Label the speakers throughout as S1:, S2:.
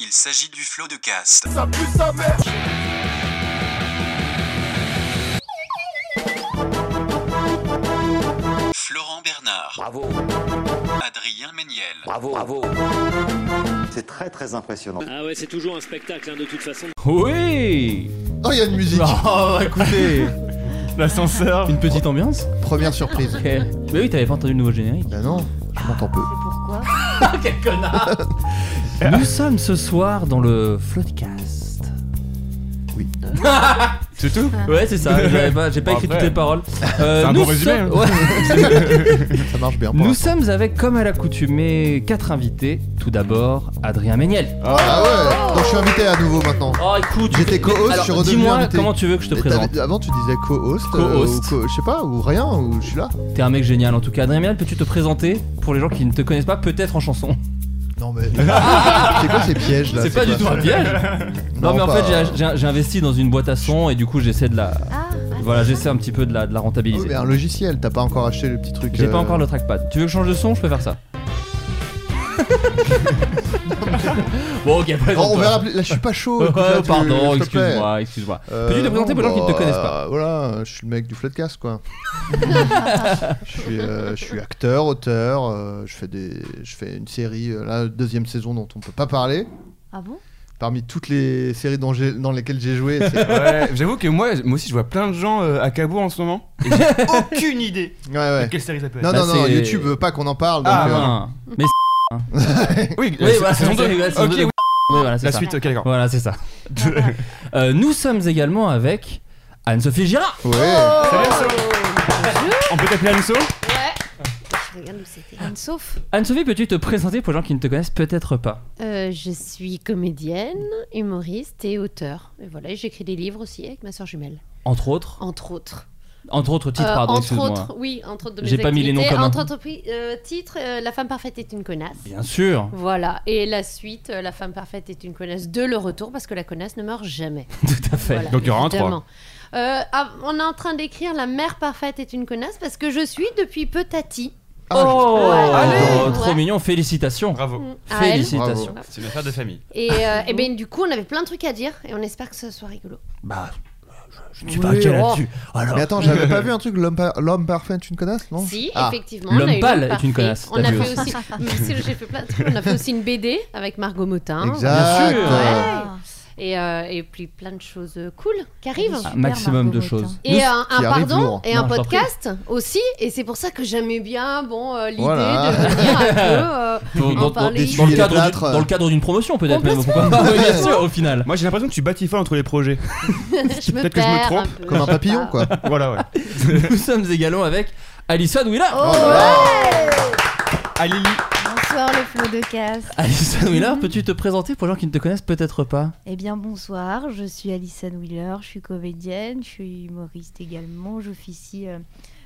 S1: Il s'agit du flot de cast.
S2: Ça pue sa mère
S1: Florent Bernard,
S3: Bravo,
S1: Adrien Méniel,
S3: bravo, bravo.
S4: C'est très très impressionnant.
S5: Ah ouais, c'est toujours un spectacle hein, de toute façon.
S6: Oui
S2: Oh, il y a une musique
S6: Oh, écoutez L'ascenseur Une petite ambiance
S2: Première surprise.
S6: Mais oui, t'avais pas entendu le nouveau générique.
S2: Bah non, je monte un peu.
S7: Pourquoi
S6: Ah, Nous sommes ce soir dans le Floodcast.
S2: Oui.
S6: c'est tout Ouais, c'est ça. j'avais pas- J'ai pas, écrit toutes les paroles. Euh,
S8: un bon
S6: nous
S8: résumé,
S6: sommes-
S8: hein.
S6: Ouais.
S2: Ça marche bien. pour
S6: nous
S2: l'instant.
S6: sommes avec, comme à l'accoutumée, quatre invités. Tout d'abord, Adrien Méniel.
S2: Ah ouais, donc je suis invité à nouveau maintenant.
S6: Oh, écoute.
S2: J'étais
S6: mais-
S2: co-host,
S6: alors,
S2: je suis redevenu
S6: Dis-moi
S2: invité.
S6: comment tu veux que je te
S2: Et
S6: présente.
S2: t'avais- Avant, tu disais co-host, euh,
S6: Co-host.
S2: ou co- je sais pas, ou rien, ou je suis là.
S6: T'es un mec génial en tout cas. Adrien Méniel, peux-tu te présenter pour les gens qui ne te connaissent pas, peut-être en chanson
S2: Non, mais. c'est quoi ces pièges là
S6: C'est pas du tout un piège. Non, mais en fait
S2: pas-
S6: j'ai- j'ai- j'ai investi dans une boîte à son et du coup j'essaie de la
S7: Ah,
S6: voilà j'essaie un petit peu de la, de la
S2: Oui,
S6: rentabiliser.
S2: mais un logiciel, t'as pas encore acheté le petit truc.
S6: J'ai
S2: euh,
S6: pas encore le trackpad. Tu veux que je change de son Je peux faire ça. bon ok
S2: Oh,
S6: présente
S2: on verra plus- Là, je suis pas chaud.
S6: Oh,
S2: écoute, là, tu-
S6: pardon,
S2: s'il te plaît.
S6: excuse-moi, excuse-moi.
S2: Euh,
S6: Peux-tu te présenter pour les gens qui ne te
S2: bah,
S6: connaissent pas
S2: Voilà, je suis le mec du floodcast quoi. je, suis, euh, je suis acteur, auteur, euh, je, fais des, je fais une série, euh, la deuxième saison dont on peut pas parler.
S7: ah bon
S2: Parmi toutes les séries dont j'ai- dans lesquelles j'ai joué, c'est- ouais,
S8: Ouais, j'avoue que moi, moi aussi, je vois plein de gens euh, à Cabourg en ce moment. Et j'ai aucune idée de
S2: ouais.
S8: quelle série ça peut être.
S2: Non,
S6: Bah,
S2: non, non,
S6: c'est-
S2: YouTube veut pas qu'on en parle. donc,
S8: Ah,
S2: euh,
S6: Ah, Mais
S8: Oui,
S6: Oui,
S8: la sa-
S6: voilà,
S8: saison
S6: c'est-
S8: 2.
S6: la saison
S8: ok,
S6: deux,
S8: oui.
S6: oui. Ouais, voilà, c'est
S8: La
S6: ça.
S8: suite, ok, d'accord.
S6: Voilà c'est ça. Euh, nous sommes également avec Anne-Sophie Girard.
S2: ouais.
S8: Salut, Anso. On peut t'appeler Anso
S7: Ouais. Je regarde où c'était. Anne Sauf.
S6: Anne-Sophie peux-tu te présenter pour les gens qui ne te connaissent peut-être pas
S7: Euh, je suis comédienne, humoriste et auteur. Et voilà, et j'écris des livres aussi avec ma soeur jumelle,
S6: Entre autres.
S7: entre autres.
S6: Entre autres titres
S7: Euh,
S6: pardon
S7: entre
S6: excuse-moi.
S7: autres, oui, entre autres de mes
S6: J'ai pas mis les noms
S7: activités.
S6: communs.
S7: Entre autres oui, euh, titres, euh, La femme parfaite est une connasse.
S6: Bien sûr.
S7: Voilà, et la suite, euh, La femme parfaite est une connasse de le retour parce que la connasse ne meurt jamais.
S6: Tout à fait.
S7: Voilà,
S8: Donc il y aura un trois.
S7: évidemment. Euh, ah, on est en train d'écrire La mère parfaite est une connasse parce que je suis depuis petati.
S2: Ah, je-
S6: Oh,
S7: Allez.
S6: trop
S7: Ouais.
S6: mignon, félicitations.
S8: Bravo.
S7: à elle.
S6: Félicitations.
S2: Bravo.
S8: C'est une affaire de famille.
S7: Et,
S6: Ah,
S7: euh, eh ben, du coup, on avait plein de trucs à dire et on espère que ce soit rigolo.
S6: Bah, je, je ne suis
S2: Oui,
S6: pas inquiet
S2: oh.
S6: là-dessus. Alors,
S2: Mais attends, j'avais pas vu un truc, l'homme par- l'homme parfait est une connasse, non
S7: Si,
S2: Ah.
S7: effectivement.
S6: L'homme
S7: on a eu
S6: pâle
S7: l'homme
S6: est
S7: parfait.
S6: une connasse,
S7: On
S6: t'as
S7: a
S6: vu
S7: fait aussi. si, j'ai fait plein de trucs. On a fait aussi une BD avec Margot Motin.
S2: Exact.
S6: sûr. Ah.
S2: euh,
S7: Et, euh, et puis plein de choses euh, cool qui arrivent.
S6: un maximum de
S7: Margot
S6: choses.
S7: Et euh, un, un
S2: qui arrive
S7: pardon
S2: lourd.
S7: et
S6: Ah, Non,
S7: un
S6: je t'en prie.
S7: podcast aussi. Et c'est pour ça que j'aimais bien bon euh, l'idée
S2: Voilà.
S7: de venir un peu. euh,
S6: Dans, dans-
S7: en parler.
S6: dans- dans le
S2: Essuyer les
S6: cadre
S2: plâtres.
S6: d'une- dans le cadre d'une promotion, peut-être même.
S7: Complètement.
S6: Pourquoi pas Oui, bien sûr, au final.
S8: Moi, j'ai l'impression que tu batifoles entre les projets.
S7: euh, je me
S8: Peut-être que je me
S7: perds un
S8: trompe,
S7: peu,
S2: Comme
S7: je
S2: un
S7: sais
S2: papillon,
S7: pas.
S2: quoi.
S8: voilà, ouais.
S6: Nous sommes également avec Alison Wheeler.
S2: Oh là
S8: Alili.
S9: Bonsoir le flot de casse.
S6: Alison Wheeler, peux-tu te présenter pour les gens qui ne te connaissent peut-être pas
S9: Eh bien bonsoir, je suis Alison Wheeler, je suis comédienne, je suis humoriste également, j'officie euh,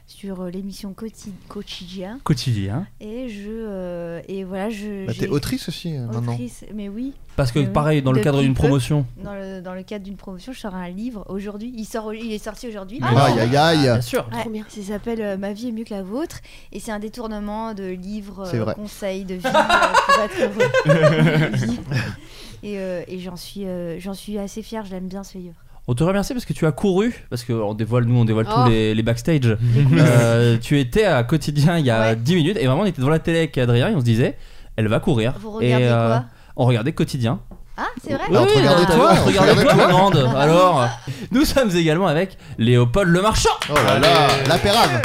S9: sur euh, l'émission Quotid- Quotidien
S6: Quotidien.
S9: et je euh, et voilà je
S2: Bah,
S9: j'ai
S2: T'es
S9: écrit-
S2: autrice aussi euh, maintenant.
S9: autrice, mais oui,
S6: Parce que,
S9: Euh,
S6: pareil, dans le
S9: de
S6: cadre d'une
S9: Pipe.
S6: promotion.
S9: dans le, dans le cadre d'une promotion, je sors un livre aujourd'hui, il sort au- il est sorti aujourd'hui.
S6: Ah,
S2: Aïe aïe aïe.
S6: Bien sûr.
S9: Ouais,
S7: Trop bien.
S9: ça s'appelle euh, Ma vie est mieux que la vôtre et c'est un détournement de livres,
S2: C'est
S9: euh,
S2: vrai.
S9: conseils de vie euh, pour être heureux. de vie. et euh, et j'en suis euh, j'en suis assez fière, je l'aime bien ce livre.
S6: On te remercie parce que tu as couru, parce que on dévoile, nous on dévoile
S7: Oh.
S6: tous les, les backstage. Euh, tu étais à quotidien il y a
S9: Ouais.
S6: 10 minutes et vraiment on était devant la télé avec Adrien et on se disait, elle va courir.
S9: Vous regardez
S6: et, euh,
S9: quoi
S6: On regardait quotidien.
S9: Ah, c'est vrai
S6: Oui,
S2: on te
S6: oui,
S2: regardait
S6: bah,
S2: toi,
S6: on te
S2: on te
S6: regardait
S2: regardait
S6: toi,
S2: toi.
S6: grande. Alors, nous sommes également avec Léopold Le Marchand.
S2: Oh là là,
S8: Allez.
S2: la pérave.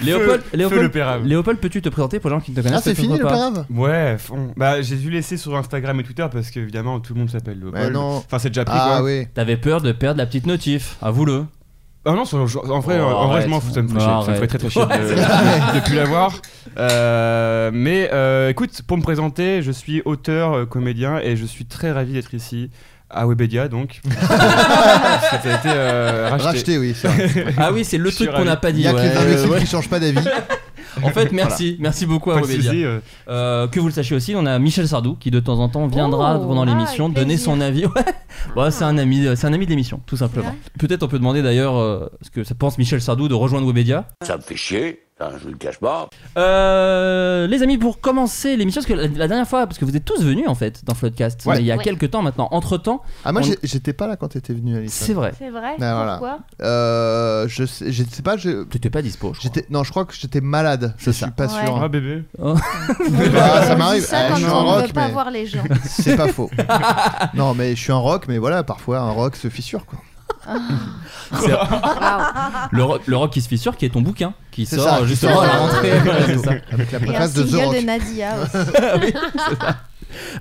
S6: Léopold,
S8: Feu le
S6: Léopold,
S8: pérave.
S6: Léopold, peux-tu te présenter pour les gens qui ne te connaissent
S2: Ah, c'est
S6: peut-être
S2: fini le
S6: pas
S2: pérave
S8: Ouais, fond. Bah, j'ai dû laisser sur Instagram et Twitter parce que, évidemment, tout le monde s'appelle Léopold.
S2: Ouais, non.
S8: Enfin, c'est déjà pris
S2: Ah
S8: quoi.
S2: oui.
S6: T'avais peur de perdre la petite notif, avoue-le.
S8: Ah non, sur le- en vrai,
S6: Oh,
S8: en vrai
S6: arrête.
S8: je m'en fous, ça me fait
S6: Non,
S8: chier. Ça me
S6: arrête.
S8: fait très très chier de,
S6: Ouais, c'est
S8: de plus l'avoir. Euh, mais euh, écoute, pour me présenter, je suis auteur, euh, comédien et je suis très ravi d'être ici à Webedia donc. ça a été euh, racheté.
S2: Racheté, oui. c'est vrai.
S6: Ah oui, c'est le
S8: Je suis
S6: truc qu'on n'a
S8: ravi.
S6: pas
S2: Il
S6: dit.
S2: y a que
S6: ouais,
S2: les imbéciles
S6: ouais.
S2: qui changent pas d'avis.
S6: En fait, merci, merci beaucoup à
S8: Pas de
S6: Webedia.
S8: soucis, euh,
S6: Euh, que vous le sachiez aussi, on a Michel Sardou qui de temps en temps viendra
S7: Oh,
S6: pendant
S7: ah,
S6: l'émission
S7: avec
S6: donner
S7: plaisir.
S6: son avis. Ouais. Bon, c'est un ami, euh, c'est un ami de l'émission, tout simplement.
S9: vrai
S6: Peut-être on peut demander d'ailleurs euh, ce que ça pense Michel Sardou de rejoindre Webedia.
S3: Ça me fait chier, hein, je ne le cache pas.
S6: Euh, les amis, pour commencer l'émission, parce que la, la dernière fois, parce que vous êtes tous venus en fait dans Floodcast,
S8: Ouais.
S6: mais il y a
S7: Ouais.
S6: quelques temps maintenant. Entre temps,
S2: Ah, moi,
S6: On-
S2: j'ai- j'étais pas là quand t'étais venu, Alice.
S6: c'est vrai.
S9: C'est vrai
S2: Ah, voilà.
S9: Pourquoi
S2: Euh, je, sais, je sais pas, je-
S6: T'étais pas dispo, je crois.
S2: j'étais. Non, je crois que j'étais malade. Je
S6: C'est
S2: suis
S6: ça.
S2: pas
S9: Ouais.
S2: sûr.
S8: Ah bébé.
S2: Bah, ça
S9: On dit
S2: m'arrive.
S9: ça
S2: Eh,
S9: quand
S2: je suis
S9: on
S2: en
S9: ne
S2: rock,
S9: veut pas
S2: mais-
S9: voir les gens.
S2: C'est pas faux. non, mais je suis un rock, mais voilà, parfois un rock se fissure quoi.
S6: Le, rock, le rock qui se fissure, qui est ton bouquin, qui
S2: C'est
S6: sort
S2: ça,
S6: euh,
S2: qui
S6: justement
S2: sort
S6: à
S2: à
S6: la
S2: la
S6: rentrée.
S2: rentrée.
S6: Voilà, c'est ça.
S2: Avec la
S9: Et un
S2: préface de The
S9: single
S2: Rock.
S9: de Nadia aussi.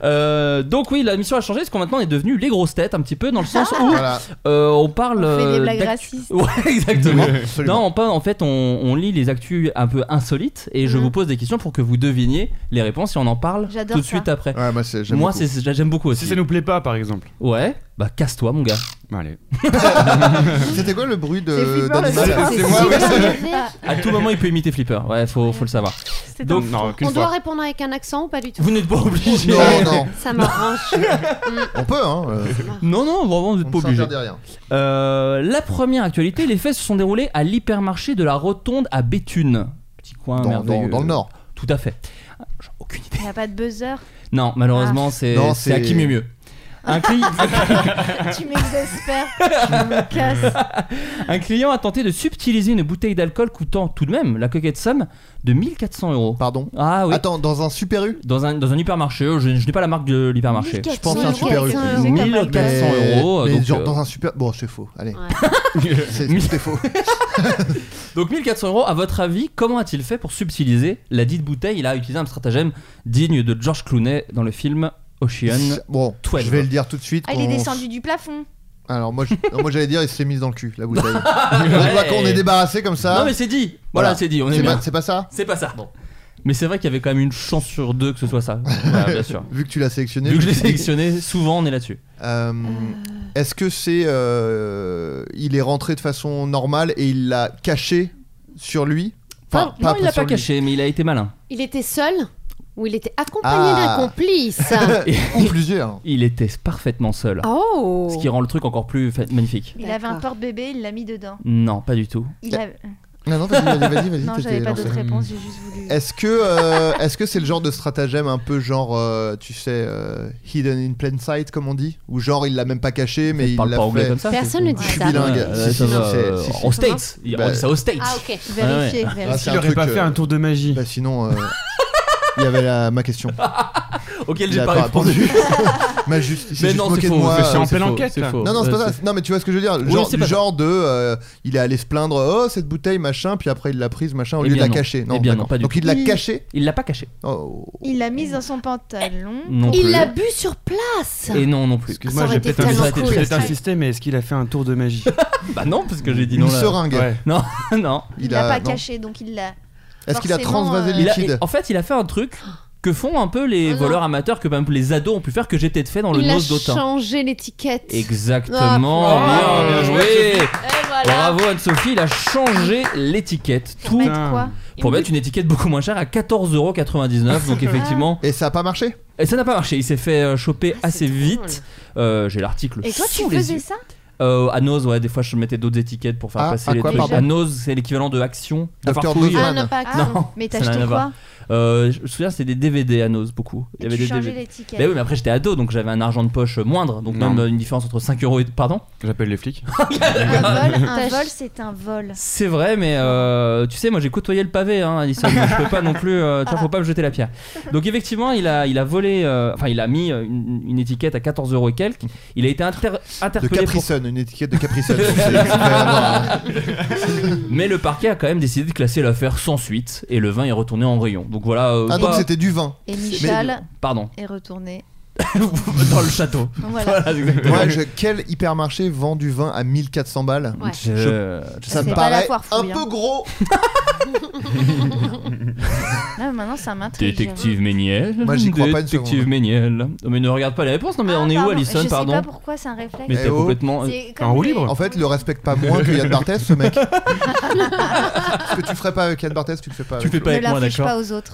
S6: Euh, donc oui, la mission a changé, parce que maintenant on est devenu les grosses têtes un petit peu, dans le
S7: Ah,
S6: sens où
S2: Voilà,
S6: euh, on parle...
S9: On fait des
S6: euh,
S9: blagues
S6: d'ac-
S9: racistes.
S6: Ouais, exactement.
S2: absolument.
S6: Non, on parle- en fait, on, on lit les actus un peu insolites et je
S7: Mhm.
S6: vous pose des questions pour que vous deviniez les réponses et on en parle tout
S9: J'adore
S6: de
S9: ça.
S6: suite après.
S2: Ouais, moi, c'est- Ah, j'aime
S6: Moi,
S2: beaucoup.
S6: c'est- c'est- j'aime beaucoup aussi.
S8: Si ça nous plaît pas, par exemple.
S6: Ouais, bah casse-toi, mon gars.
S8: Bah, allez.
S2: C'était quoi le bruit
S9: C'est
S2: de
S9: flippant, le
S2: d'animal
S9: truc,
S8: C'est moi, ouais,
S9: super
S8: c'est-
S9: élevé.
S6: À tout moment, il peut imiter Flipper. Ouais, faut, faut le savoir.
S9: C'était
S6: Donc,
S8: non, aucune
S7: On doit
S8: fois.
S7: répondre avec un accent ou pas du tout
S6: Vous n'êtes pas obligé.
S2: Non, non,
S7: Ça m'arrange.
S2: on peut, hein. euh,
S6: non, non, vraiment, vous
S2: on
S6: n'êtes
S2: ne
S6: pas obligé.
S2: s'interdit rien.
S6: Euh, la première actualité, les faits se sont déroulés à l'hypermarché de la Rotonde à Béthune. Petit coin
S2: Dans, dans-
S6: Ah, merveilleux.
S2: dans le Nord.
S6: Tout à fait. Ah, j'en ai Aucune idée.
S9: Il n'y a pas de buzzer.
S6: Non, malheureusement, c'est
S2: Non,
S6: c'est à
S2: c'est-
S6: qui mieux mieux. Un, cli-
S9: tu m'exaspères. tu me casses.
S6: un client a tenté de subtiliser une bouteille d'alcool coûtant tout de même la coquette somme de 1400 euros.
S2: Pardon.
S6: Ah oui.
S2: Attends, dans un Super U
S6: Dans un, dans un hypermarché, je, je n'ai pas la marque de l'hypermarché.
S7: 1400
S2: Je pense à un Super U.
S7: 1400 euros.
S6: 1400
S2: Mais-
S6: euros.
S2: Mais
S6: donc,
S2: genre
S6: euh,
S2: dans un Super. Bon, c'est faux, allez.
S7: Ouais.
S2: C'est tout est faux.
S6: Donc 1400 euros, à votre avis, comment a-t-il fait pour subtiliser la dite bouteille Il a utilisé un stratagème digne de George Clooney dans le film Ocean.
S2: Bon,
S6: 12.
S2: je vais le dire tout de suite.
S9: Ah, il est
S2: qu'on-
S9: descendu du plafond.
S2: Alors moi, je- non, moi j'allais dire, il s'est mis dans le cul la bouteille. On voit qu'on est débarrassé comme ça.
S6: Non mais c'est dit Voilà,
S2: Voilà.
S6: c'est dit, on est
S2: c'est
S6: bien.
S2: pas, c'est pas ça
S6: C'est pas ça. Bon. Mais c'est vrai qu'il y avait quand même une chance sur deux que ce soit ça. Voilà, bien sûr.
S2: Vu que tu l'as sélectionné.
S6: Vu que je l'ai
S2: me suis dit,
S6: sélectionné, souvent on est là-dessus.
S2: euh, Est-ce que c'est euh, il est rentré de façon normale et il l'a caché sur lui
S9: Ah,
S7: Ah,
S2: Enfin,
S6: non, il l'a
S2: sur
S6: pas
S2: lui.
S6: caché, mais il a été malin.
S7: Il était seul ou il était accompagné
S2: Ah.
S7: d'un complice
S2: Ou plusieurs.
S6: Il était parfaitement seul.
S7: Oh
S6: Ce qui rend le truc encore plus fa- magnifique.
S9: Il avait un
S7: D'accord.
S9: porte-bébé, il l'a mis dedans.
S6: Non, pas du tout.
S9: Il a-
S2: Non, non, Eh, vas-y, vas-y, vas-y. vas-y,
S9: Non,
S2: t'étais
S9: j'avais pas
S2: lancé.
S9: d'autre réponse, j'ai juste voulu.
S2: Est-ce que euh, est-ce que c'est le genre de stratagème un peu genre euh, tu sais euh, hidden in plain sight comme on dit ou genre il l'a même pas caché mais
S6: Il
S2: il
S6: parle
S2: l'a
S6: pas anglais
S2: fait
S6: comme ça.
S7: Personne ne dit
S2: Je suis
S7: ça.
S2: bilingue.
S6: Euh,
S2: Si,
S6: ça
S2: si,
S6: va,
S2: si,
S6: euh,
S2: si, si.
S6: Aux States. Il- On
S2: Bah,
S6: dit ça aux States.
S7: Ah ok.
S9: Vérifier.
S2: Ah,
S9: vérifier.
S2: c'est
S8: S'il
S2: un
S8: aurait pas
S2: truc,
S8: fait
S2: euh,
S8: un tour de magie.
S2: bah, sinon euh, il y avait la- ma question
S6: Auquel
S2: Il
S6: j'ai
S2: a
S6: pas répondu.
S2: ma juste il s'est
S6: Mais
S2: juste
S6: non,
S2: moqué
S6: c'est
S2: de
S6: faux.
S2: moi
S8: c'est chiant.
S2: euh,
S8: en pleine enquête, là.
S2: non, non, c'est pas ça. Non, mais tu vois ce que je veux dire. Le
S6: Oui,
S2: genre,
S6: c'est
S2: le
S6: pas ça.
S2: genre de. euh, il est allé se plaindre, oh, cette bouteille, machin, puis après il l'a prise, machin, au
S6: Eh
S2: lieu
S6: bien
S2: de
S6: non.
S2: la cacher. Non,
S6: Eh bien non,
S2: d'accord.
S6: pas du
S2: Donc
S6: tout.
S2: il l'a
S9: Il-
S2: caché.
S6: Il l'a pas caché.
S2: Oh.
S9: Il l'a mise dans son pantalon.
S6: Non
S7: Il
S6: plus.
S7: l'a bu sur place.
S6: Et non, non plus.
S8: Excuse-moi,
S7: Ça aurait
S8: j'ai
S7: été
S8: peut-être
S7: tellement
S8: insisté-
S7: cool.
S8: j'ai peut-être insisté, mais est-ce qu'il a fait un tour de magie
S6: Bah non, parce que j'ai dit
S2: Une
S6: non. là.
S2: seringue.
S8: Ouais.
S6: Non, non.
S9: Il l'a pas
S2: non.
S9: caché, donc il l'a.
S2: Est-ce qu'il a
S9: Forcément,
S2: transvasé
S9: euh,
S2: le
S6: Il a-
S2: liquide
S6: en fait, il a fait un truc que font un peu les
S7: Oh non.
S6: voleurs amateurs, que même les ados ont pu faire, que j'ai peut-être fait dans le
S7: il a
S6: nose d'autant.
S7: changé l'étiquette.
S6: Exactement.
S7: Ah,
S6: bien,
S8: bien
S6: joué.
S7: Et voilà.
S6: Bravo Anne-Sophie, il a changé l'étiquette.
S8: Ah,
S6: Tout
S9: Mettre
S8: Putain.
S9: quoi
S6: pour mettre une étiquette beaucoup moins chère à 14,99€. Donc effectivement,
S2: Et ça a pas marché
S6: et ça n'a pas marché. Il s'est fait euh, choper
S7: Ah, c'est
S6: assez
S7: drôle.
S6: vite. Euh, J'ai l'article.
S9: Et toi, tu
S6: sous les
S9: faisais
S6: yeux.
S9: ça
S6: Euh, à Nose, ouais, des fois je mettais d'autres étiquettes pour faire
S2: Ah,
S6: passer
S2: à
S6: les
S2: quoi,
S6: trucs.
S2: pardon
S6: À Nose, c'est l'équivalent de Action.
S2: Dr.
S6: Farfouille.
S2: Nozman.
S7: Ah, non, pas
S9: Ah,
S7: accent.
S6: Non,
S9: mais
S6: ça
S9: t'as
S6: n'a
S9: acheté
S6: rien à
S9: quoi
S6: Euh, je me souviens, c'était des DVD à Nose, beaucoup. Il y
S9: Et
S6: avait
S9: Tu
S6: des
S9: changeais
S6: DVD.
S9: l'étiquette.
S6: Mais Ben oui, mais après j'étais ado, donc j'avais un argent de poche euh, moindre, donc
S8: Non.
S6: même euh, une différence entre 5 euros et. Pardon
S8: J'appelle les flics.
S9: Un vol, un vol, c'est un vol.
S6: C'est vrai, mais euh, tu sais, moi j'ai côtoyé le pavé, hein, Alison, donc je peux pas non plus. euh, tu vois, faut pas me jeter la pierre. Donc effectivement, il a, il a volé, euh, enfin, il a mis euh, une, une étiquette à 14 euros et quelques. Il a été inter-
S2: De
S6: interpellé pour
S2: Capricorne, une étiquette de Capricorne. C'est- c'est vraiment-
S6: Mais le parquet a quand même décidé de classer l'affaire sans suite et le vin est retourné en rayon. Donc voilà. euh,
S2: ah, donc
S6: pas-
S2: c'était du vin.
S9: Et Michel
S6: Pardon.
S9: est retourné.
S6: Dans le château.
S9: Voilà.
S6: Voilà, exactement.
S2: Moi, je- quel hypermarché vend du vin à 1400 balles
S7: Ouais.
S6: Je- je sais
S2: Ça me
S9: C'est
S6: pas.
S9: pas la
S2: paraît
S9: foire
S2: un
S9: fouille, hein.
S2: peu gros.
S9: Là, maintenant, ça m'intrigue.
S6: Détective Méniel.
S2: Moi, j'y crois pas une
S6: Détective
S2: seconde.
S6: Méniel. Non, mais ne regarde pas les réponses. Non, mais
S9: Ah,
S6: on est où,
S9: pardon,
S6: Alison
S9: Je sais
S6: Pardon.
S9: pas pourquoi c'est un réflexe.
S6: Mais
S2: Eh
S6: t'es
S2: oh.
S6: complètement. euh,
S9: C'est
S8: En roue
S9: les-
S8: libre
S2: En fait, le respecte pas moins que Yann Barthès, ce mec. ce que tu ferais pas avec Yann Barthès, tu le fais pas.
S6: Tu
S2: avec
S6: fais pas
S9: Ne
S6: avec moi,
S9: l'inflige
S6: d'accord.
S9: pas aux autres.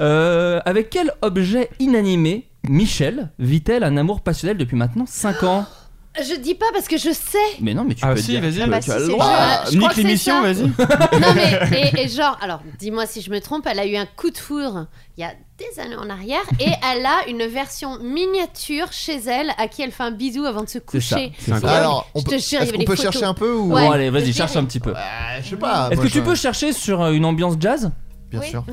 S6: Euh, avec quel objet inanimé Michel vit-elle un amour passionnel depuis maintenant 5 ans
S7: Je dis pas parce que je sais.
S6: Mais non, mais tu
S8: Ah
S6: peux
S8: si,
S6: dire.
S8: vas-y,
S6: tu
S8: bah,
S6: as
S8: tu
S7: si,
S8: as le
S7: c'est
S8: droit.
S7: ça. Je crois
S8: Nique
S7: que c'est
S8: l'émission,
S7: ça.
S8: vas-y.
S7: Non mais et, et genre, alors dis-moi si je me trompe, elle a eu un coup de foudre il y a des années en arrière et elle a une version miniature chez elle à qui elle fait un bisou avant de se
S6: C'est ça.
S7: coucher.
S6: C'est ça.
S7: Ouais,
S2: Alors, on
S7: je
S2: peut,
S7: te jure, il y
S2: est-ce
S7: avait
S2: qu'on
S7: des
S2: peut
S7: photos.
S2: chercher un peu ou
S7: Ouais.
S6: Bon, allez,
S7: je
S6: vas-y,
S7: dirais.
S6: cherche un petit peu.
S2: Ouais, Je sais pas.
S6: Est-ce
S2: Ah, moi,
S6: que tu
S2: je-
S6: peux chercher sur euh, une ambiance jazz
S2: Bien
S9: Oui.
S2: sûr.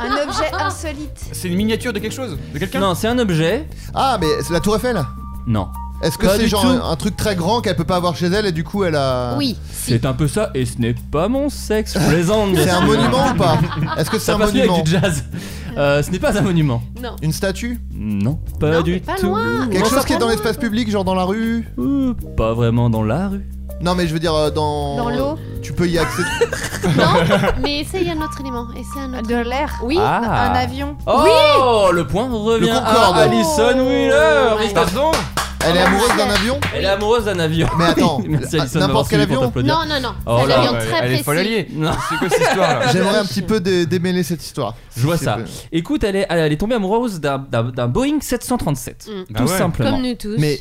S9: Un objet insolite.
S8: C'est une miniature de quelque chose De quelqu'un
S6: Non, c'est un objet.
S2: Ah, mais c'est la Tour Eiffel.
S6: Non.
S2: Est-ce que
S6: Pas
S2: c'est
S6: du
S2: genre
S6: tout.
S2: un, un truc très grand qu'elle peut pas avoir chez elle et du coup elle a.
S7: Oui, si.
S6: C'est un peu ça, et ce n'est pas mon sexe. Je plaisante.
S2: C'est un monument ou pas Est-ce que c'est
S6: Ça
S2: un
S6: passe mieux avec
S2: monument
S6: du jazz. Euh, ce n'est pas un monument.
S7: Non.
S2: Une statue
S6: Non, pas
S7: Non,
S6: du
S7: mais pas
S6: tout.
S7: loin.
S2: Quelque
S7: Non,
S2: chose
S7: ça
S2: qui est
S7: va
S2: dans
S7: loin.
S2: l'espace public, genre dans la rue
S6: Euh, pas vraiment dans la rue.
S2: Non, mais je veux dire euh,
S6: Oh.
S2: dans.
S9: Dans l'eau
S2: Tu peux y accéder.
S7: Non, mais essaye un autre élément. Essaye un autre.
S9: De l'air
S7: Oui.
S6: Ah.
S9: Un avion
S6: Oh, le point revient
S2: Le
S6: à
S2: Concorde.
S6: Alison Wheeler.
S7: Ouais.
S6: Pardon
S2: Elle est amoureuse d'un avion
S6: Elle est amoureuse d'un avion.
S2: Mais attends,
S6: Merci
S2: à-
S6: Alison
S2: Ah,
S6: d'avoir
S2: n'importe quel
S6: suivi pour
S2: avion
S6: t'applaudir.
S7: Non, non, non.
S6: Oh
S7: un
S6: là,
S7: avion
S8: ouais,
S7: très
S8: Elle est
S7: précis.
S8: folle alliée.
S6: Non,
S8: C'est quoi cette histoire là
S2: J'aimerais un petit peu dé- démêler cette histoire.
S6: je vois
S2: C'est
S6: ça.
S2: peu-
S6: Écoute, elle est, elle est tombée amoureuse d'un- d'un d'un Boeing 737.
S7: Mm.
S8: Bah
S6: Tout
S8: ouais.
S6: simplement.
S7: Comme nous tous.
S2: Mais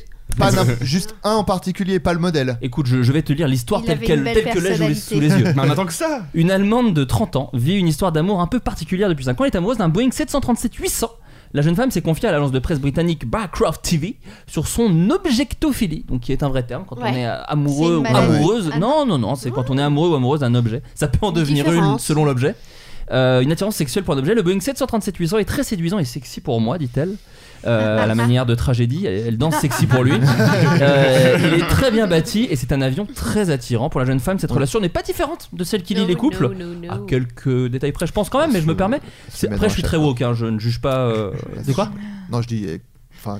S2: pas n'im- juste un en particulier, pas le modèle.
S6: Écoute, je, je vais te lire l'histoire
S9: Il
S6: telle
S9: avait
S6: qu'elle
S9: une belle
S6: telle que l'ai sous,
S9: personnalité.
S6: les yeux.
S8: Mais on attend que ça
S6: Une Allemande de 30 ans vit une histoire d'amour un peu particulière depuis 5 ans. Elle est amoureuse d'un Boeing 737-800. La jeune femme s'est confiée à l'agence de presse britannique Barcroft TV sur son objectophilie, donc qui est un vrai terme quand on
S7: Ouais.
S6: est euh, amoureux ou
S9: C'est une maladie.
S6: amoureuse.
S9: Ah
S6: non, non, non, c'est quand on est amoureux ou amoureuse d'un objet. Ça peut en
S7: Une
S6: devenir une
S7: différence.
S6: selon l'objet. Euh, une attirance sexuelle pour un objet. Le Boeing 737-800 est très séduisant et sexy pour moi, dit-elle. Euh, à la manière de tragédie, elle elle danse sexy pour lui. Euh, il est très bien bâti et c'est un avion très attirant pour la jeune femme. Cette relation n'est pas différente de celle qui lie
S7: No,
S6: les couples. Ah,
S7: no, no, no.
S6: À quelques détails près, je pense quand même, mais je me permets. C'est-
S2: mènera
S6: Après, je suis
S2: à
S6: très
S2: chaque
S6: woke, hein, je ne juge pas. euh, De quoi
S2: Non, je dis. euh, Enfin,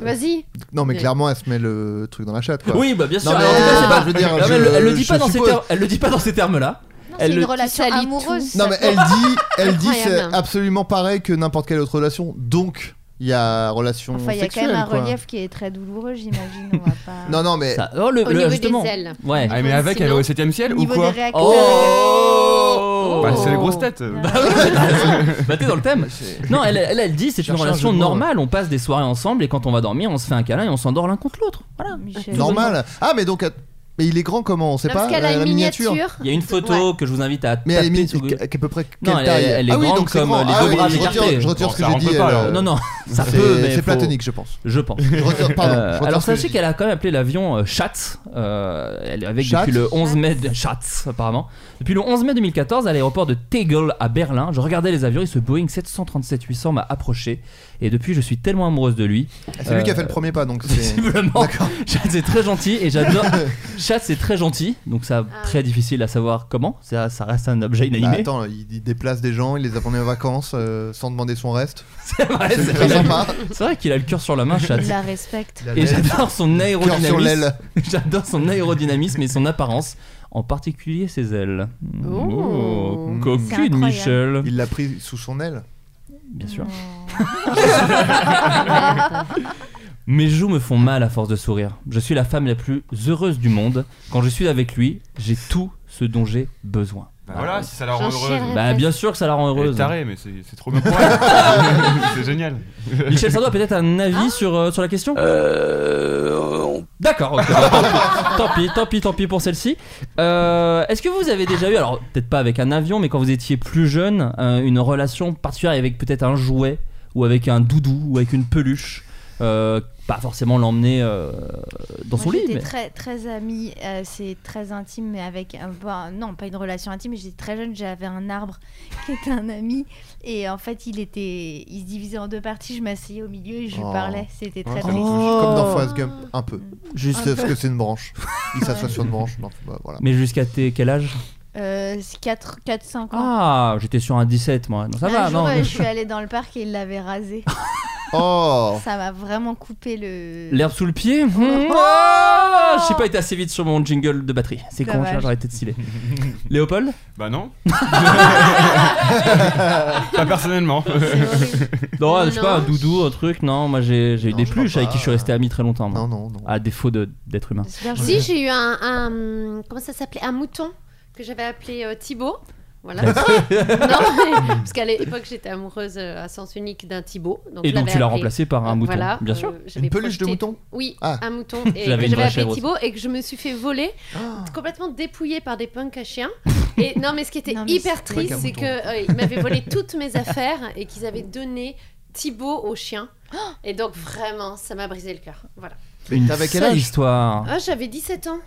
S7: Vas-y.
S2: non, mais
S7: Mais-
S2: clairement, elle se met le truc dans la chatte, quoi.
S6: Oui, bah bien sûr.
S2: Non, mais
S6: alors, en tout cas, c'est
S2: euh,
S6: pas-
S2: je veux dire,
S6: Non, mais
S2: je-
S6: elle, elle le dit
S2: je
S6: pas dans ces
S2: suppose.
S6: termes- elle le dit pas dans ces termes-là.
S9: C'est
S6: Elle
S9: une
S6: le-
S9: relation
S7: salit tout.
S9: amoureuse.
S2: Non, mais elle dit, elle dit c'est
S7: Incroyable.
S2: absolument pareil que n'importe quelle autre relation. Donc, il y a relation
S9: Enfin, il y a quand
S2: sexuelle.
S9: même un
S2: quoi.
S9: relief qui est très douloureux, j'imagine. On va pas.
S2: Non, non, mais
S6: Ça- oh, le,
S7: Au
S6: le-
S7: niveau
S6: justement.
S7: des ailes.
S6: Ouais.
S8: Ah mais avec, elle est
S7: Sinon-
S8: au 7ème ciel
S9: Au
S8: ou
S9: niveau
S8: quoi
S9: des réacteurs.
S6: Oh
S8: Bah c'est les grosses têtes
S6: Bah oui, bah t'es dans le thème.
S2: C'est-
S6: Non, elle, elle, elle dit c'est une
S2: Cherche un
S6: relation
S2: jeu de mots,
S6: normale. On passe des soirées ensemble et quand on va dormir, on se fait un câlin et on s'endort l'un contre l'autre. Voilà.
S9: Michel.
S2: normal. Ah, mais donc, att- mais il est grand comment On sait
S7: Non,
S2: pas.
S7: parce qu'elle
S2: euh,
S7: a une
S2: la
S7: miniature.
S6: Il y a une photo que je vous invite à
S2: Mais elle est
S6: taper
S2: mini-
S6: sur Google.
S2: qu'à qu'à peu près
S6: Non,
S2: quelle
S6: elle-
S2: taille
S6: elle est
S2: Ah oui,
S6: grande
S2: donc c'est
S6: comme,
S2: grand.
S6: euh, les
S2: Ah
S6: deux
S2: oui,
S6: bras
S2: je retire,
S6: écartés.
S2: je retire
S8: Bon,
S2: ce que
S8: ça
S2: j'ai
S8: rentre
S2: dit.
S8: pas, alors.
S2: euh,
S6: Non, non, ça
S2: c'est-
S6: peut, mais
S2: C'est
S6: faut-
S2: platonique, je pense.
S6: Je pense.
S2: Je retire- pardon,
S6: Euh,
S2: je retire
S6: alors
S2: ce que j'ai
S6: sachez
S2: dit.
S6: qu'elle a quand même appelé l'avion euh, Chat, euh, elle est avec
S2: Chat
S6: depuis le 11 mai de- Chat apparemment. Depuis le 11 mai 2014 à l'aéroport de Tegel à Berlin, je regardais les avions et ce Boeing 737-800 m'a approché et depuis je suis tellement amoureuse de lui.
S2: C'est lui qui a
S6: Euh,
S2: fait le premier pas, donc c'est.
S6: Visiblement,
S2: D'accord.
S6: Chat c'est très gentil et j'adore. Chat c'est très gentil, donc ça
S7: Ah.
S6: très difficile à savoir comment. Ça, ça reste un objet
S2: Bah,
S6: inanimé.
S2: attends, il, il déplace des gens, il les a promis en vacances euh, sans demander son reste.
S6: c'est vrai, c'est
S2: C'est très
S6: vrai.
S2: sympa.
S6: C'est vrai qu'il a le cœur sur la main, Chat.
S9: Il la respecte.
S2: Il a
S6: Et
S2: le
S6: j'adore son
S2: cœur sur
S6: aérodynamisme.
S2: l'aile.
S6: J'adore son aérodynamisme et son apparence, en particulier ses ailes.
S7: Oh.
S6: Oh,
S9: C'est
S6: cocu de
S9: incroyable.
S6: Michel.
S2: Il l'a pris sous son aile.
S6: Bien sûr.
S9: Non.
S6: Mes joues me font mal à force de sourire. Je suis la femme la plus heureuse du monde. Quand je suis avec lui, j'ai tout ce dont j'ai besoin.
S8: Bah voilà, si ça la rend
S7: J'en chierai.
S9: Ah,
S8: heureuse.
S6: Bah bien sûr que ça la rend
S8: Elle est
S6: heureuse.
S8: tarée, mais c'est c'est trop bien pour elle. C'est génial.
S6: Michel Sardou a peut-être un avis
S9: Ah.
S6: sur, euh, sur la question
S3: Euh, on
S6: D'accord, ok. Bah, tant pis, tant pis, tant pis pour celle-ci. Euh, Est-ce que vous avez déjà eu, alors peut-être pas avec un avion, mais quand vous étiez plus jeune, euh, une relation particulière avec peut-être un jouet, ou avec un doudou, ou avec une peluche euh, Pas forcément l'emmener euh, dans son
S9: Moi,
S6: lit,
S9: j'étais
S6: mais.
S9: très très amie, euh, c'est très intime, mais avec un, bah, non pas une relation intime, mais j'étais très jeune, j'avais un arbre qui était un ami, et en fait il était, il se divisait en deux parties, je m'asseyais au milieu et je lui
S2: Oh.
S9: parlais, c'était très
S2: Ouais,
S9: triste.
S2: comme,
S6: Oh.
S2: comme dans Forrest Gump, un peu.
S6: Juste-
S2: Ils savent ce que c'est une branche. Ils s'assoient
S9: Ouais.
S2: sur une branche. Non, bah, voilà.
S6: Mais jusqu'à tes- quel âge
S9: Euh, 4 4 5 ans.
S6: Ah, j'étais sur un 17 moi. Non, ça
S9: Oh. un
S6: va,
S9: jour,
S6: non.
S9: euh,
S6: mais-
S9: je suis allée dans le parc et il l'avait rasé.
S2: Oh
S9: Ça m'a vraiment coupé le.
S6: L'herbe sous le pied
S9: Oh.
S6: Hmm. Ah, Je sais pas été assez vite sur mon jingle de batterie. C'est con,
S9: Dommage.
S6: là, j'aurais été stylé. Léopold
S8: Bah non. Pas personnellement.
S7: C'est horrible.
S6: Non, je
S7: Oh, Non.
S6: sais pas, un doudou, un truc, non, moi j'ai j'ai eu
S2: Non,
S6: des
S2: je crois
S6: peluches avec
S2: pas.
S6: qui je suis resté ami très longtemps. moi.
S2: Non, non, non.
S6: À défaut de- d'être humain.
S9: J'espère que-
S7: Si, j'ai eu un, un- Comment ça s'appelait Un mouton que j'avais appelé euh, Thibaut. Voilà. non, mais- parce qu'à l'époque, j'étais amoureuse euh, à sens unique d'un Thibaut. Donc
S6: Et
S7: je
S6: donc
S7: l'avais
S6: tu l'as
S7: appelé.
S6: remplacé par un mouton.
S7: Voilà,
S6: Bien
S7: euh,
S6: sûr.
S7: j'avais
S2: Une peluche de
S7: projeté-
S2: mouton
S7: Oui,
S2: Ah.
S7: un mouton. Et que
S6: J'avais une
S7: j'avais
S6: vraie
S7: appelé
S6: chèvre
S7: Thibaut et que je me suis fait voler, complètement dépouillée par des punks à chiens. Et non, mais ce qui était
S9: Non, mais
S7: hyper
S9: c'est-
S7: triste,
S2: Ouais,
S7: c'est
S2: qu'un
S7: que euh, ils m'avaient volé toutes mes affaires et qu'ils avaient donné Thibaut au chien. Et donc vraiment, ça m'a brisé le cœur. Voilà.
S2: Mais T'avais quel
S6: Sale
S2: âge
S6: histoire.
S7: Ah, j'avais 17 ans.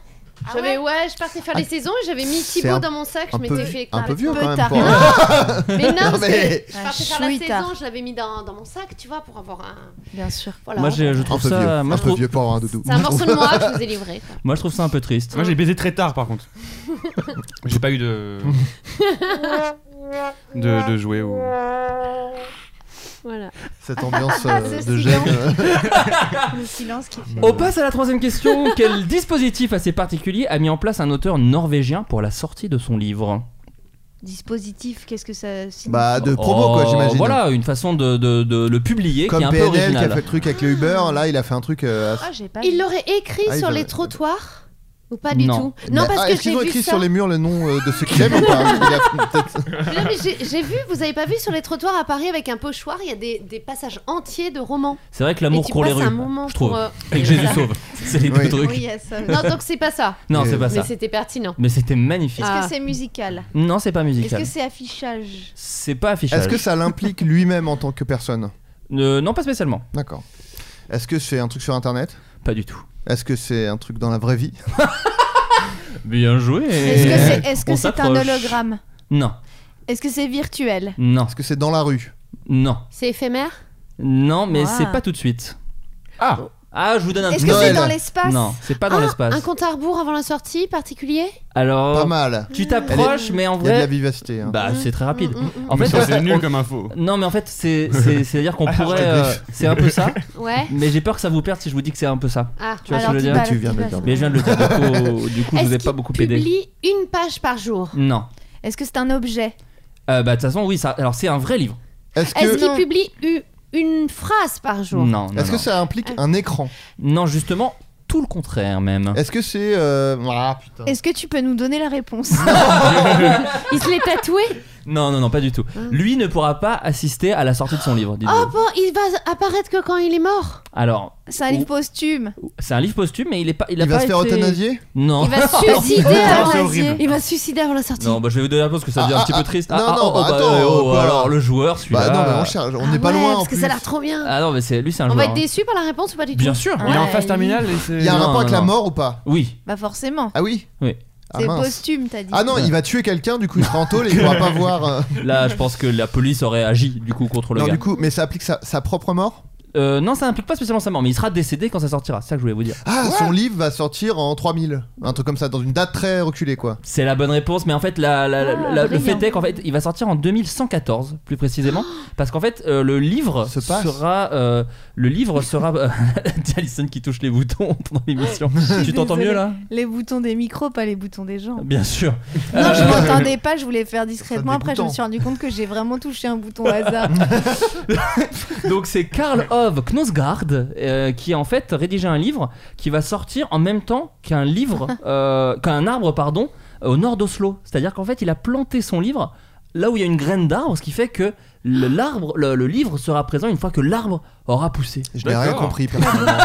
S9: Ah
S7: J'avais, ouais, je partais faire
S2: Ah,
S7: les saisons et j'avais mis
S2: c'est
S7: Thibaut
S2: un-
S7: dans mon sac. Je
S2: un peu,
S7: m'étais fait
S2: un peu vieux
S9: peu
S2: quand même.
S9: tard.
S2: Pour...
S9: Non,
S7: Mais non, parce que
S2: mais-
S7: je partais faire la
S9: Ah, chouïtard.
S7: saison, je l'avais mis dans, dans mon sac, tu vois, pour avoir un.
S9: Bien sûr.
S7: Voilà.
S6: Moi, j'ai- je
S2: Un
S6: trouve
S2: peu vieux,
S6: ça. Moi
S2: un
S6: je
S2: peu
S6: trouve,
S2: vieux pour avoir un doudou.
S7: C'est un morceau de moi que je vous ai livré.
S6: moi, je trouve ça un peu triste.
S8: Moi j'ai baisé très tard par contre. j'ai pas eu de. de, de jouets ou.
S7: Voilà.
S2: Cette ambiance euh,
S9: Ce
S2: de
S9: silence.
S2: gêne.
S7: hein.
S2: euh,
S9: Le silence qui fait.
S6: On passe à la troisième question. Quel dispositif assez particulier a mis en place un auteur norvégien pour la sortie de son livre
S9: Dispositif, qu'est-ce que ça signifie
S2: Bah, de promo, quoi,
S6: Oh,
S2: j'imagine.
S6: Voilà, une façon de, de- de le publier qui est
S2: Comme
S6: un peu
S2: PNL qui a fait
S6: originale.
S2: le truc avec le Uber, là il a fait un truc. euh,
S9: Ah, j'ai pas.
S7: Il
S9: vu.
S7: l'aurait écrit
S2: Ah, il
S7: sur
S2: va-
S7: les trottoirs ou pas du
S6: Non.
S7: tout Non,
S2: mais-
S7: parce
S2: ah,
S7: que
S2: Est-ce
S7: j'ai
S2: qu'ils ont
S7: vu
S2: écrit
S7: ça.
S2: sur les murs le nom euh, de ceux qu'ils aiment ou pas Il a- peut-être-
S7: Non, mais j'ai j'ai vu, vous avez pas vu sur les trottoirs à Paris avec un pochoir, il y a des, des passages entiers de romans.
S6: C'est vrai que
S7: Et
S6: l'amour
S7: tu
S6: court les
S7: passes
S6: rues,
S7: un moment
S6: je trouve.
S7: pour, euh,
S6: Et que Jésus sauve. C'est les deux
S2: Oui.
S6: trucs.
S9: Oui, il y a ça.
S7: Non, donc c'est pas ça.
S6: Non, c'est pas
S7: Mais
S6: ça.
S7: c'était pertinent.
S6: Mais c'était magnifique.
S9: Est-ce
S7: Ah.
S9: que c'est musical
S6: Non, c'est pas
S9: Est-ce
S6: musical.
S9: que c'est affichage
S6: C'est pas affichage.
S2: Est-ce que ça l'implique lui-même en tant que personne
S6: Euh, non, pas spécialement.
S2: D'accord. Est-ce que c'est un truc sur internet
S6: Pas du tout.
S2: Est-ce que c'est un truc dans la vraie vie
S6: Bien joué.
S9: Est-ce que c'est est-ce que
S6: On
S9: c'est un
S6: s'approche.
S9: hologramme
S6: Non,
S9: Est-ce que c'est virtuel
S6: non,
S2: Est-ce que c'est dans la rue
S6: non,
S7: C'est éphémère
S6: non, mais
S9: Ouah.
S6: c'est pas tout de suite.
S8: Ah
S6: Ah, je vous donne un
S9: Est-ce
S6: petit
S9: que c'est
S2: Noël.
S9: dans l'espace
S6: Non, c'est pas dans
S7: Ah,
S6: l'espace.
S7: Un compte à rebours avant la sortie particulier
S2: Pas
S6: Alors,
S2: mal.
S6: tu t'approches,
S7: Elle est-
S6: mais Oh. en
S2: Il y a de la
S6: vrai,
S2: vivacité. hein.
S6: bah c'est très rapide.
S7: Mm, mm,
S6: En fait,
S8: Ça, c'est
S6: on-
S8: nul Ah, comme info.
S6: non, mais en fait, c'est c'est c'est à dire qu'on pourrait, euh, c'est un peu ça.
S7: mm. Ouais.
S6: Mais j'ai peur que ça vous perde si je vous dis que c'est un peu ça.
S7: Ah.
S6: Tu vois ce
S9: Alors,
S6: que je veux
S9: dis
S6: dire
S9: pas,
S2: Tu viens
S9: dis
S2: de
S9: pas
S2: le
S9: ça.
S6: Mais je viens de le dire. Du coup, du coup je vous ai
S7: Est-ce
S6: pas
S7: qu'il
S6: beaucoup aidé. Mm.
S7: publie une page par jour
S6: Non.
S9: Est-ce que c'est un objet
S6: Euh, bah de toute façon, oui, ça. Alors c'est un vrai livre.
S2: Est-ce
S7: Est-ce
S2: que,
S7: qu'il publie u- une phrase par jour
S6: Non, non,
S2: est-ce
S6: non.
S2: que ça implique
S7: Ah.
S2: un écran
S6: Non, justement, tout le contraire même.
S2: Est-ce que c'est. euh, Ah putain.
S9: Est-ce que tu peux nous donner la réponse
S7: Il se l'est tatoué
S6: Non, non, non, pas du tout.
S7: Ah.
S6: Lui ne pourra pas assister à la sortie de son livre. dites-le.
S7: Oh bon, il va apparaître que quand il est mort
S6: Alors,
S9: C'est
S2: Oh.
S9: un livre posthume.
S6: c'est un livre posthume, mais il est pas. Il, a
S2: Il va
S6: pas
S2: se faire
S6: été-
S2: euthanasier
S6: Non.
S7: Il va se
S9: Ah,
S7: suicider avant
S8: c'est
S7: la
S8: horrible.
S7: Il va se suicider avant la sortie.
S6: Non, bah je vais vous donner la pause parce que ça devient
S2: Ah,
S6: un petit
S2: ah,
S6: peu triste.
S2: non,
S6: ah, ah,
S2: non,
S6: oh, bah,
S2: attends,
S6: euh, oh,
S2: oh, bah,
S6: alors le joueur, celui-là.
S2: Bah non, mais on cherche, on
S7: Ah
S2: n'est pas
S7: ouais,
S2: loin. en
S7: Parce que
S2: plus.
S7: ça a l'air trop bien.
S6: Ah non, mais c'est lui, c'est un
S7: On va
S6: joueur.
S7: être déçu Ah. par la réponse ou pas du tout
S6: Bien sûr.
S8: Il est en
S9: Ouais,
S8: phase
S9: il-
S8: terminale et c'est.
S2: Il y a un
S6: Non,
S2: rapport avec
S6: non,
S2: la
S6: non.
S2: mort ou pas
S6: Oui.
S9: Bah forcément.
S2: Ah oui
S6: Oui.
S2: Ah
S9: c'est
S2: mince.
S9: posthume, t'as dit.
S2: Ah non, il va tuer quelqu'un, du coup il sera en taule et il pourra pas voir. euh.
S6: Là, je pense que la police aurait agi du coup contre le
S2: Non,
S6: gars.
S2: du coup, mais ça applique sa, sa propre mort
S6: Euh, non, ça implique pas spécialement sa mort, mais il sera décédé quand ça sortira. C'est ça que je voulais vous dire.
S2: Ah, son livre va sortir en 3000. Un truc comme ça, dans une date très reculée quoi.
S6: C'est la bonne réponse, mais en fait, la- la- la-
S9: Ah,
S6: la- le
S9: brillant.
S6: fait est qu'en fait, il va sortir en 2114, plus précisément, parce qu'en fait, euh, le livre
S2: Se passe.
S6: sera, euh, le livre sera, euh, Alison qui touche les boutons pendant l'émission. tu t'entends
S9: désolée.
S6: mieux là
S9: Les boutons des micros, pas les boutons des gens.
S6: Bien sûr.
S9: Non, je
S6: Euh,
S9: m'entendais pas, je voulais faire discrètement.
S2: Ça
S9: Après, je me
S2: dégoûtant.
S9: suis rendu compte que j'ai vraiment touché un bouton au hasard.
S6: Donc c'est Karl Ove Knosgaard euh, qui a en fait rédigé un livre qui va sortir en même temps qu'un livre, euh, qu'un arbre pardon, au nord d'Oslo. C'est-à-dire qu'en fait il a planté son livre là où il y a une graine d'arbre, ce qui fait que le- l'arbre, le, le livre sera présent une fois que l'arbre aura poussé.
S2: Je n'ai rien
S8: D'accord.
S2: compris personnellement.